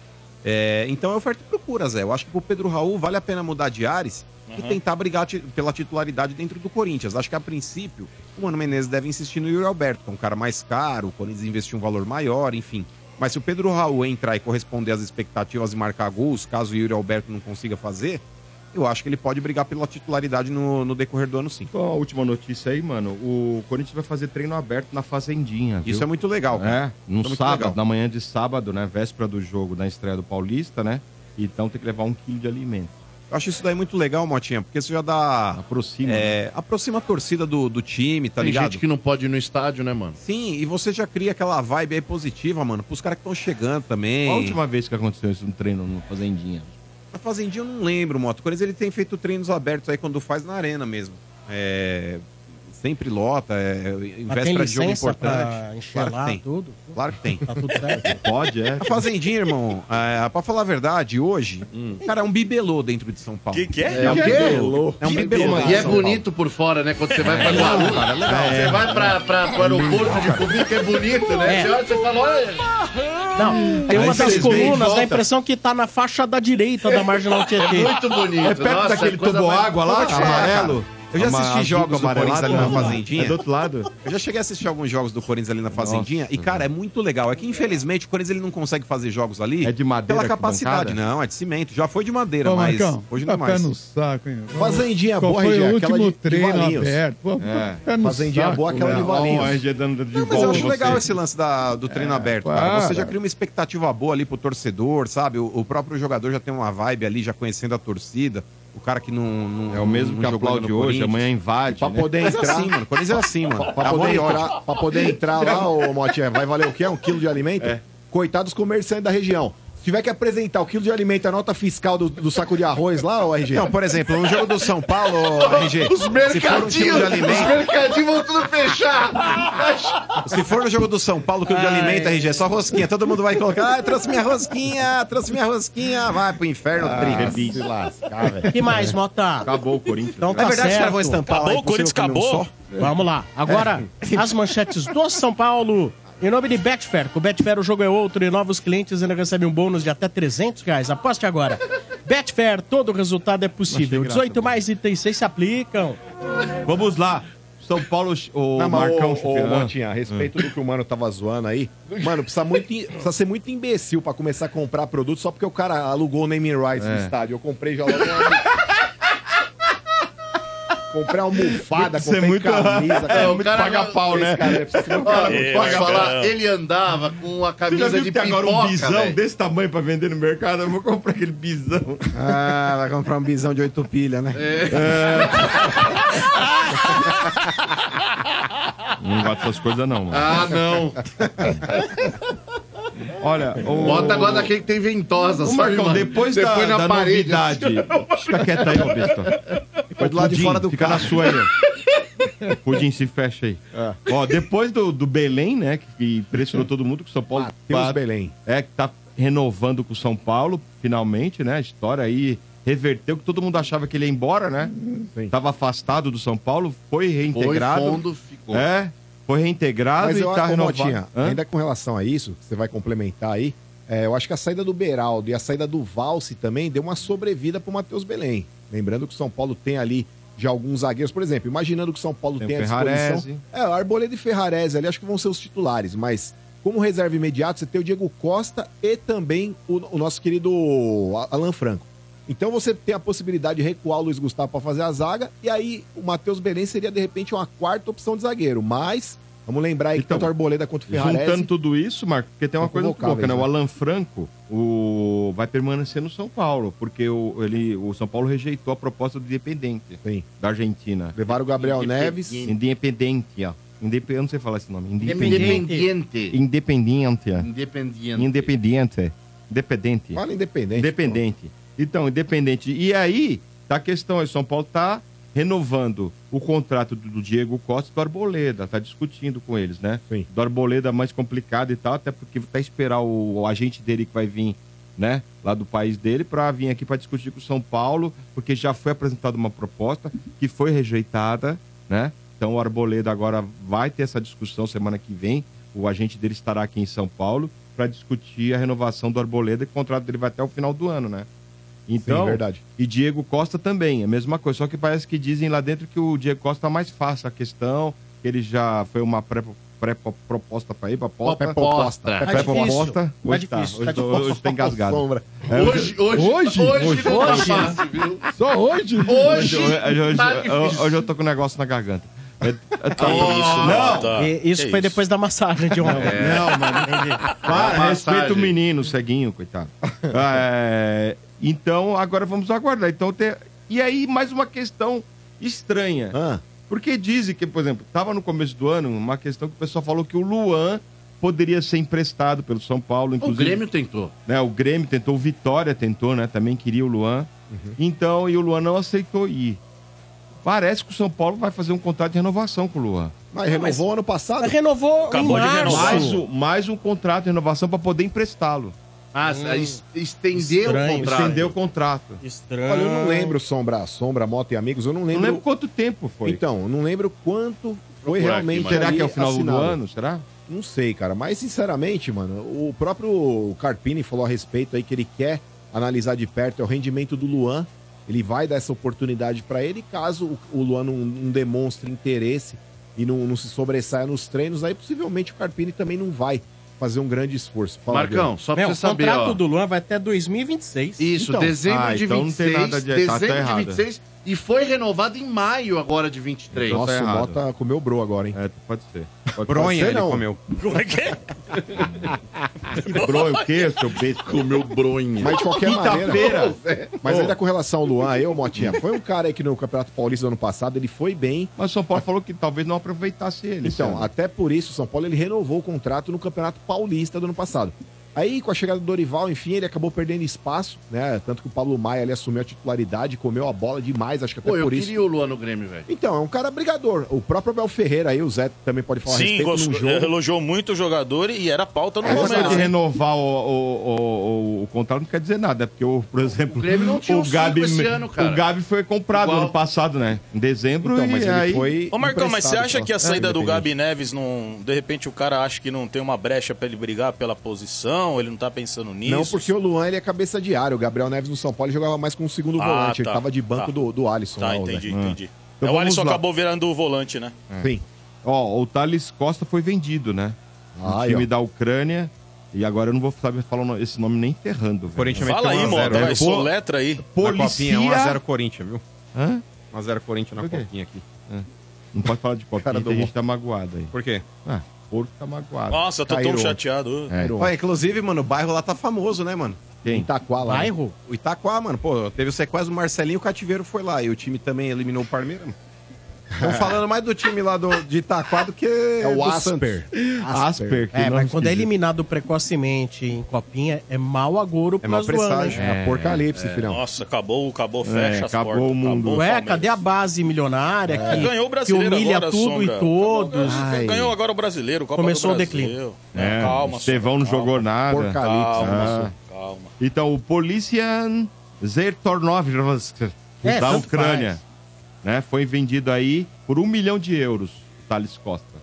Speaker 4: É, então é oferta e procura, Zé. Eu acho que pro Pedro Raul vale a pena mudar de ares e
Speaker 9: Uhum.
Speaker 4: tentar brigar ti- pela titularidade dentro do Corinthians. Acho que a princípio o Mano Menezes deve insistir no Yuri Alberto, que é um cara mais caro, o Corinthians investiu um valor maior, enfim. Mas se o Pedro Raul entrar e corresponder às expectativas e marcar gols, caso o Yuri Alberto não consiga fazer, eu acho que ele pode brigar pela titularidade no, no decorrer do ano, sim.
Speaker 3: Então, a última notícia aí, mano. O Corinthians vai fazer treino aberto na Fazendinha. viu?
Speaker 4: Isso é muito legal.
Speaker 3: É,
Speaker 4: cara.
Speaker 3: no
Speaker 4: Isso é muito
Speaker 3: sábado,
Speaker 4: legal.
Speaker 3: na manhã de sábado, né? Véspera do jogo, da estreia do Paulista, né? Então tem que levar um quilo de alimento.
Speaker 4: Eu acho isso daí muito legal, Motinha, porque isso já dá.
Speaker 3: Aproxima.
Speaker 4: é, aproxima a torcida do, do time, tá
Speaker 5: Tem
Speaker 4: ligado?
Speaker 5: gente que não pode ir no estádio, né, mano?
Speaker 4: Sim, e você já cria aquela vibe aí positiva, mano, pros caras que estão chegando também.
Speaker 3: Qual a última vez que aconteceu isso no treino no Fazendinha?
Speaker 4: Na Fazendinha eu não lembro, Moto. O Corinthians ele tem feito treinos abertos aí quando faz na arena mesmo. É, Sempre lota, é... em
Speaker 2: Mas tem
Speaker 4: véspera de jogo
Speaker 2: licença
Speaker 4: importante.
Speaker 2: para enxelar
Speaker 4: Claro que tem.
Speaker 2: tudo?
Speaker 4: Claro que tem.
Speaker 2: Tá tudo certo?
Speaker 3: Pode, é?
Speaker 4: A Fazendinha, irmão, é, pra falar a verdade, hoje, cara, é um bibelô dentro de São Paulo.
Speaker 9: Hum. que é?
Speaker 4: É um bibelô. É um bibelô.
Speaker 5: E é bonito por fora, né? Quando você vai pra Guarulhos. Você vai pra, pra, pro aeroporto de Cumbica, é bonito, né?
Speaker 2: É.
Speaker 5: Você olha, você fala, olha...
Speaker 2: Não, tem
Speaker 3: Aí
Speaker 2: uma das
Speaker 3: vocês veem,
Speaker 2: colunas, dá
Speaker 3: volta.
Speaker 2: a impressão que tá na faixa da direita da Marginal Tietê.
Speaker 5: Muito bonito.
Speaker 3: É perto
Speaker 5: Nossa,
Speaker 3: daquele
Speaker 5: coisa
Speaker 3: tubo
Speaker 5: mais-
Speaker 3: água lá,
Speaker 4: cara.
Speaker 3: amarelo.
Speaker 9: Eu
Speaker 4: É
Speaker 9: já
Speaker 3: Ama-
Speaker 9: assisti jogos do
Speaker 3: amarelado,
Speaker 9: Corinthians ali na
Speaker 3: não.
Speaker 9: Fazendinha.
Speaker 3: É do outro lado.
Speaker 9: Eu já cheguei a assistir alguns jogos do Corinthians ali na Fazendinha. e, cara, é muito legal. É que, infelizmente, o Corinthians ele não consegue fazer jogos ali.
Speaker 3: É de madeira
Speaker 9: Pela
Speaker 3: que
Speaker 9: capacidade.
Speaker 3: bancada?
Speaker 9: Não, é de cimento. Já foi de madeira,
Speaker 7: Ô,
Speaker 9: mas
Speaker 7: Marcão,
Speaker 9: hoje não é
Speaker 7: tá pé
Speaker 9: mais.
Speaker 7: no saco, hein?
Speaker 4: Fazendinha
Speaker 7: Qual
Speaker 4: boa,
Speaker 7: foi
Speaker 4: RG,
Speaker 7: o
Speaker 4: aquela
Speaker 7: último
Speaker 4: de- de
Speaker 7: treino
Speaker 4: Valinhos.
Speaker 7: aberto. Pô,
Speaker 3: É.
Speaker 7: pé no
Speaker 4: Fazendinha
Speaker 7: saco,
Speaker 4: boa, aquela
Speaker 7: né?
Speaker 4: de
Speaker 3: Ó, o
Speaker 4: Valinhos.
Speaker 3: RG dando de
Speaker 9: Mas eu
Speaker 3: volta
Speaker 9: acho legal
Speaker 3: você. É,
Speaker 9: esse lance da- do treino aberto, cara.
Speaker 7: claro.
Speaker 9: Você
Speaker 4: Ah.
Speaker 9: já cria uma expectativa boa ali pro torcedor, sabe? O, o próprio jogador já tem uma vibe ali, já conhecendo a torcida. O cara que não. não
Speaker 3: É o mesmo
Speaker 9: não
Speaker 3: que
Speaker 9: jogou ainda
Speaker 3: aplaude
Speaker 9: no
Speaker 3: hoje,
Speaker 9: Corinthians.
Speaker 3: amanhã invade.
Speaker 4: Pra
Speaker 3: né?
Speaker 4: poder
Speaker 9: Mas é
Speaker 4: entrar.
Speaker 9: assim, mano. O Corinthians é assim, mano.
Speaker 4: Pra
Speaker 9: É amor
Speaker 4: poder,
Speaker 9: e ódio.
Speaker 4: entrar, pra poder entrar lá, ô Motinha, vai valer o quê? Um quilo de alimento?
Speaker 9: É.
Speaker 4: Coitado dos comerciantes da região. Se tiver que apresentar o quilo de alimento, a nota fiscal do, do saco de arroz lá, ô RG.
Speaker 9: Não, por exemplo, no jogo do São Paulo,
Speaker 3: um tipo
Speaker 9: RG,
Speaker 5: Os mercadinhos,
Speaker 9: se for um quilo de alimento,
Speaker 5: os mercadinhos vão tudo fechar.
Speaker 9: Se for no jogo do São Paulo, que o de alimenta, RG, é só rosquinha. Todo mundo vai colocar, ah, trouxe minha rosquinha, trouxe minha rosquinha. Vai pro
Speaker 4: É
Speaker 9: inferno,
Speaker 3: Ah,
Speaker 9: trigo.
Speaker 3: se lascar, velho.
Speaker 2: que mais, Mota?
Speaker 3: Acabou o Corinthians.
Speaker 2: Então
Speaker 3: Então,
Speaker 9: é
Speaker 2: tá
Speaker 9: verdade que os caras
Speaker 2: certo.
Speaker 9: vão estampar lá,
Speaker 10: Acabou,
Speaker 9: é
Speaker 10: o Corinthians
Speaker 9: impossível que não
Speaker 10: acabou.
Speaker 9: só? É.
Speaker 2: Vamos lá. Agora, as manchetes do São Paulo. Em nome de Betfair. Com Betfair o jogo é outro e novos clientes ainda recebem um bônus de até 300 reais. Aposte agora. Betfair, todo resultado é possível. 18 mais itens 6 se aplicam.
Speaker 3: Vamos lá. São Paulo, o
Speaker 4: Não, mas
Speaker 3: Marcão
Speaker 4: ô, ô,
Speaker 3: Chupirão.
Speaker 4: Motinha, a respeito do que o mano tava zoando aí, mano, precisa, muito, precisa ser muito imbecil pra começar a comprar produto só porque o cara alugou o naming rights
Speaker 3: É.
Speaker 4: no estádio. Eu comprei já logo. comprei almofada,
Speaker 3: Isso é
Speaker 4: comprei
Speaker 3: muito-
Speaker 4: camisa.
Speaker 3: É,
Speaker 4: cara.
Speaker 3: muito paga-pau, né?
Speaker 4: Esse cara é- precisa ser muito
Speaker 5: Olha,
Speaker 10: É,
Speaker 5: posso
Speaker 10: Marcão.
Speaker 5: falar? Ele andava com a
Speaker 3: Você já
Speaker 5: camisa
Speaker 3: viu
Speaker 5: de
Speaker 3: que tem agora um bisão
Speaker 5: pipoca, velho.
Speaker 3: desse tamanho pra vender no mercado? Eu vou comprar aquele bisão.
Speaker 9: Ah, vai comprar um bisão de oito pilhas, né?
Speaker 3: É. Não gosto dessas coisas, não. Mano.
Speaker 5: Ah, não.
Speaker 3: Olha, o...
Speaker 5: Bota agora daquele que tem ventosa.
Speaker 3: Ô,
Speaker 5: sabe,
Speaker 3: Marcão,
Speaker 5: mano?
Speaker 3: depois,
Speaker 5: Depois
Speaker 3: da,
Speaker 5: na
Speaker 3: da
Speaker 5: parede. É assim.
Speaker 3: novidade. Fica quieto aí, ô besta. Foi
Speaker 9: do lado de fora do
Speaker 3: Fica na sua aí, ó. Pudim, se fecha aí. Ó, depois do, do Belém, né? Que, que impressionou todo mundo, que o São Paulo.
Speaker 4: Deus
Speaker 3: tá-
Speaker 4: Belém.
Speaker 3: É, que tá renovando com o São Paulo, finalmente, né? A história aí reverteu, que todo mundo achava que ele ia embora, né? Tava afastado do São Paulo, foi
Speaker 5: Foi
Speaker 3: reintegrado.
Speaker 5: fundo, ficou.
Speaker 3: É, foi reintegrado
Speaker 4: Mas
Speaker 3: e
Speaker 4: eu,
Speaker 3: tá
Speaker 4: ô,
Speaker 3: renovado.
Speaker 4: Motinha,
Speaker 3: Hã?
Speaker 4: ainda com relação a isso, você vai complementar aí, é, eu acho que a saída do Beraldo e a saída do Valse também deu uma sobrevida pro Matheus Belém. Lembrando que o São Paulo tem ali já alguns zagueiros, por exemplo, imaginando que o São Paulo
Speaker 3: Tem
Speaker 4: tem,
Speaker 3: o
Speaker 4: a disposição.
Speaker 3: Ferrarese.
Speaker 4: É, Arboleda e Ferrarese ali acho que vão ser os titulares, mas como reserva imediato, você tem o Diego Costa e também o, o nosso querido A- Alan Franco. Então você tem a possibilidade de recuar o Luiz Gustavo para fazer a zaga, e aí o Matheus Belém seria de repente uma quarta opção de zagueiro, mas vamos lembrar aí que
Speaker 3: Então,
Speaker 4: tanto o Arboleda quanto o
Speaker 3: Juntando
Speaker 4: Ferrarese
Speaker 3: tudo isso, Marco, porque tem uma
Speaker 4: São
Speaker 3: coisa muito louca, né?
Speaker 4: convocáveis,
Speaker 3: O Alan Franco o... vai permanecer no São Paulo, porque o, ele, o São Paulo rejeitou a proposta do Independente
Speaker 4: Sim.
Speaker 3: da Argentina.
Speaker 4: levaram o Gabriel Neves,
Speaker 3: Independente, ó. Indep... Eu não sei falar esse nome. Independente.
Speaker 5: Independiente.
Speaker 3: Independente. ó.
Speaker 5: Independiente.
Speaker 3: Independente. é. Independente.
Speaker 4: fala independente.
Speaker 3: Independente. Então, independente. E aí, tá a questão aí, São Paulo tá renovando o contrato do do Diego Costa e do Arboleda, tá discutindo com eles, né?
Speaker 4: Sim.
Speaker 3: Do Arboleda é mais complicado e tal, até porque tá esperar o, o agente dele que vai vir, né, lá do país dele para vir aqui para discutir com o São Paulo, porque já foi apresentada uma proposta que foi rejeitada, né? Então o Arboleda agora vai ter essa discussão semana que vem. O agente dele estará aqui em São Paulo para discutir a renovação do Arboleda e o contrato dele vai até o final do ano, né? Então,
Speaker 4: Sim, verdade.
Speaker 3: e Diego Costa também, a mesma coisa. Só que parece que dizem lá dentro que o Diego Costa tá mais fácil a questão, que ele já foi uma pré- pré-proposta para ir, para
Speaker 5: Posta.
Speaker 3: proposta. Pré-proposta.
Speaker 2: difícil, tá
Speaker 3: Hoje tá,
Speaker 2: difícil,
Speaker 3: hoje
Speaker 2: tá
Speaker 3: tô-
Speaker 2: difícil.
Speaker 3: hoje tá engasgado.
Speaker 4: Sombra.
Speaker 3: É,
Speaker 5: Hoje, hoje, hoje,
Speaker 7: Hoje?
Speaker 5: hoje, não tá
Speaker 2: Hoje?
Speaker 5: fácil, viu?
Speaker 7: Só hoje?
Speaker 5: Hoje,
Speaker 3: hoje, hoje- hoje-
Speaker 5: tá
Speaker 3: hoje-
Speaker 5: difícil.
Speaker 3: hoje eu tô com um negócio na garganta. É- é- tá-
Speaker 10: Não, tá.
Speaker 2: E isso
Speaker 10: Que
Speaker 2: foi depois da massagem de ontem.
Speaker 3: Não, mano. Para,
Speaker 5: Massagem.
Speaker 3: respeita o menino, o ceguinho, coitado. É, então, agora vamos aguardar. Então, tem- E aí, mais uma questão estranha.
Speaker 4: Ah,
Speaker 3: Porque dizem que, por exemplo, estava no começo do ano uma questão que o pessoal falou que o Luan poderia ser emprestado pelo São Paulo,
Speaker 5: O
Speaker 3: inclusive.
Speaker 5: Grêmio tentou.
Speaker 3: né, o Grêmio tentou, o Vitória tentou, né? Também queria o Luan.
Speaker 4: Uhum.
Speaker 3: Então, e o Luan não aceitou ir. Parece que o São Paulo vai fazer um contrato de renovação com o Luan.
Speaker 4: mas renovou ano passado?
Speaker 2: Renovou
Speaker 9: Tá
Speaker 10: Acabou
Speaker 2: em
Speaker 10: de
Speaker 2: março.
Speaker 10: renovar.
Speaker 3: Mais um, mais um contrato de renovação para poder emprestá-lo.
Speaker 5: Ah, es- estendeu o
Speaker 2: Estranho.
Speaker 5: contrato.
Speaker 3: Hum. Estendeu o contrato.
Speaker 2: Estranho.
Speaker 4: Olha, eu não lembro, Sombra, Sombra, Moto e Amigos, eu
Speaker 3: Ah.
Speaker 4: não
Speaker 3: Não
Speaker 4: lembro.
Speaker 3: lembro quanto tempo foi.
Speaker 4: Então, eu não lembro quanto foi
Speaker 11: aqui,
Speaker 4: realmente.
Speaker 11: mano.
Speaker 3: Será
Speaker 4: ali
Speaker 3: que é o final
Speaker 4: assinado.
Speaker 3: do ano? Será?
Speaker 4: Não sei, cara. Mas, sinceramente, mano, o próprio Carpini falou a respeito aí que ele quer analisar de perto é o rendimento do Luan Ele vai dar essa oportunidade para ele, caso o- o Luan não, não demonstre interesse e não, não se sobressaia nos treinos, aí possivelmente o Carpini também não vai fazer um grande esforço.
Speaker 5: Marcão, só pra
Speaker 4: Meu,
Speaker 5: você saber,
Speaker 4: O contrato
Speaker 5: ó.
Speaker 4: do
Speaker 2: Luan vai até 2026.
Speaker 5: Isso,
Speaker 4: Então,
Speaker 5: dezembro
Speaker 4: ah,
Speaker 5: de
Speaker 4: então não
Speaker 5: 26.
Speaker 4: tem nada de- tá- tá
Speaker 5: dezembro de
Speaker 4: errado.
Speaker 5: 26 e foi renovado em maio agora de 23.
Speaker 4: Nossa, o Mota comeu bro agora, hein? É, pode ser. Pode,
Speaker 5: Bronha ele
Speaker 12: comeu.
Speaker 5: Como é que é?
Speaker 4: Bronha o quê, seu besta?
Speaker 5: Comeu bronha.
Speaker 4: Mas de qualquer
Speaker 5: Quinta-feira.
Speaker 4: maneira... Mas ainda com relação ao Luan, eu, Motinha, foi um cara aí que no Campeonato Paulista do ano passado, ele foi bem.
Speaker 3: Mas o São Paulo falou que talvez não aproveitasse ele.
Speaker 4: Então, até por isso, o São Paulo ele renovou o contrato no Campeonato Paulista do ano passado. Aí, com a chegada do Dorival, enfim, ele acabou perdendo espaço, né? Tanto que o Pablo Maia ele assumiu a titularidade, comeu a bola demais, acho que até
Speaker 5: Pô, eu
Speaker 4: por isso.
Speaker 5: queria o Luan no Grêmio, velho.
Speaker 4: Então, é um cara brigador. O próprio Abel Ferreira aí, o Zé também pode falar a
Speaker 9: Sim,
Speaker 4: respeito
Speaker 9: gostou,
Speaker 4: num jogo.
Speaker 9: elogiou muito o jogador e era pauta no
Speaker 3: Essa
Speaker 9: Palmeiras.
Speaker 3: de renovar o, o, o, o, o contrato não quer dizer nada, é porque, o, por exemplo,
Speaker 9: Grêmio não tinha
Speaker 3: o
Speaker 9: os
Speaker 3: Gabi,
Speaker 9: cinco esse ano, cara.
Speaker 3: o Gabi foi comprado
Speaker 9: Igual.
Speaker 3: ano passado, né? Em dezembro,
Speaker 9: Então,
Speaker 3: e
Speaker 9: mas ele
Speaker 3: aí... É,
Speaker 9: foi Ô Marcão, mas você acha que a saída do Gabi Neves não. De repente o cara acha que não tem uma brecha pra ele brigar pela posição, ele não tá pensando nisso.
Speaker 4: Não, porque o Luan ele é cabeça de área. O Gabriel Neves no São Paulo jogava mais como segundo
Speaker 9: Ah,
Speaker 4: volante.
Speaker 9: tá.
Speaker 4: Ele tava de banco
Speaker 9: Tá.
Speaker 4: do, do Alisson.
Speaker 9: Tá,
Speaker 4: lá, o
Speaker 9: entendi,
Speaker 4: Zé.
Speaker 9: entendi.
Speaker 3: Então
Speaker 9: É, o
Speaker 3: vamos
Speaker 9: Alisson
Speaker 3: lá.
Speaker 9: acabou virando o volante, né?
Speaker 12: É.
Speaker 4: Sim.
Speaker 3: Ó, o Thales Costa foi vendido, né? O
Speaker 9: Ai,
Speaker 3: time
Speaker 9: ó.
Speaker 3: da Ucrânia. E agora eu não vou saber falar o no- esse nome nem enterrando. velho.
Speaker 12: um
Speaker 9: Fala aí,
Speaker 12: né?
Speaker 9: Mota, vai,
Speaker 3: Pô,
Speaker 9: soletra aí.
Speaker 12: Na copinha,
Speaker 3: Policia-
Speaker 12: 1x0 Corinthians, viu?
Speaker 3: Hã?
Speaker 12: 1x0 Corinthians na
Speaker 3: Por quê?
Speaker 12: copinha aqui.
Speaker 4: É.
Speaker 3: Não pode falar de copinha,
Speaker 12: Cara do
Speaker 3: tem gente
Speaker 12: Mo-
Speaker 3: que tá magoado aí.
Speaker 12: Por quê?
Speaker 3: Ah, porco tá magoado.
Speaker 9: Nossa, eu tô
Speaker 12: Caíram.
Speaker 9: tão chateado.
Speaker 12: É. Ó, inclusive, mano, o bairro lá tá famoso, né, mano?
Speaker 4: Quem? Itaquá lá. né?
Speaker 12: Bairro? O Itaquá, mano. Pô, teve o sequestro do Marcelinho, o cativeiro foi lá. E o time também eliminou o Palmeiras, mano. Estão falando mais do time lá do, de Itaquá do que. É
Speaker 2: o Asper.
Speaker 3: Asper, que
Speaker 2: É,
Speaker 3: nome
Speaker 2: mas quando
Speaker 3: esquisito.
Speaker 2: é eliminado precocemente em copinha, é mau agouro pra
Speaker 3: mau
Speaker 2: zoar,
Speaker 3: presságio,
Speaker 2: né?
Speaker 3: é apocalipse,
Speaker 9: É, Nossa, acabou, acabou, É, fecha as
Speaker 2: É, acabou
Speaker 9: portas.
Speaker 2: o mundo.
Speaker 9: acabou,
Speaker 2: Ué,
Speaker 9: Palmeiras.
Speaker 2: É, cadê a base milionária
Speaker 9: É,
Speaker 2: que,
Speaker 9: ganhou o
Speaker 2: que
Speaker 9: brasileiro
Speaker 2: humilha
Speaker 9: agora,
Speaker 2: tudo
Speaker 9: Sombra.
Speaker 2: e todos?
Speaker 9: Ganhou, ganhou agora o brasileiro, Copa
Speaker 2: Começou
Speaker 9: do
Speaker 2: o
Speaker 9: Brasil.
Speaker 2: declínio.
Speaker 3: É,
Speaker 9: calma,
Speaker 3: o Estevão não jogou nada.
Speaker 9: Porcalipse.
Speaker 3: Calma,
Speaker 9: Calma,
Speaker 3: ah.
Speaker 9: calma.
Speaker 3: Então, o Polician Zertornovsk,
Speaker 9: É,
Speaker 3: da
Speaker 9: tanto
Speaker 3: Ucrânia, né, foi vendido aí por um milhão de euros, tá o Thales Costa.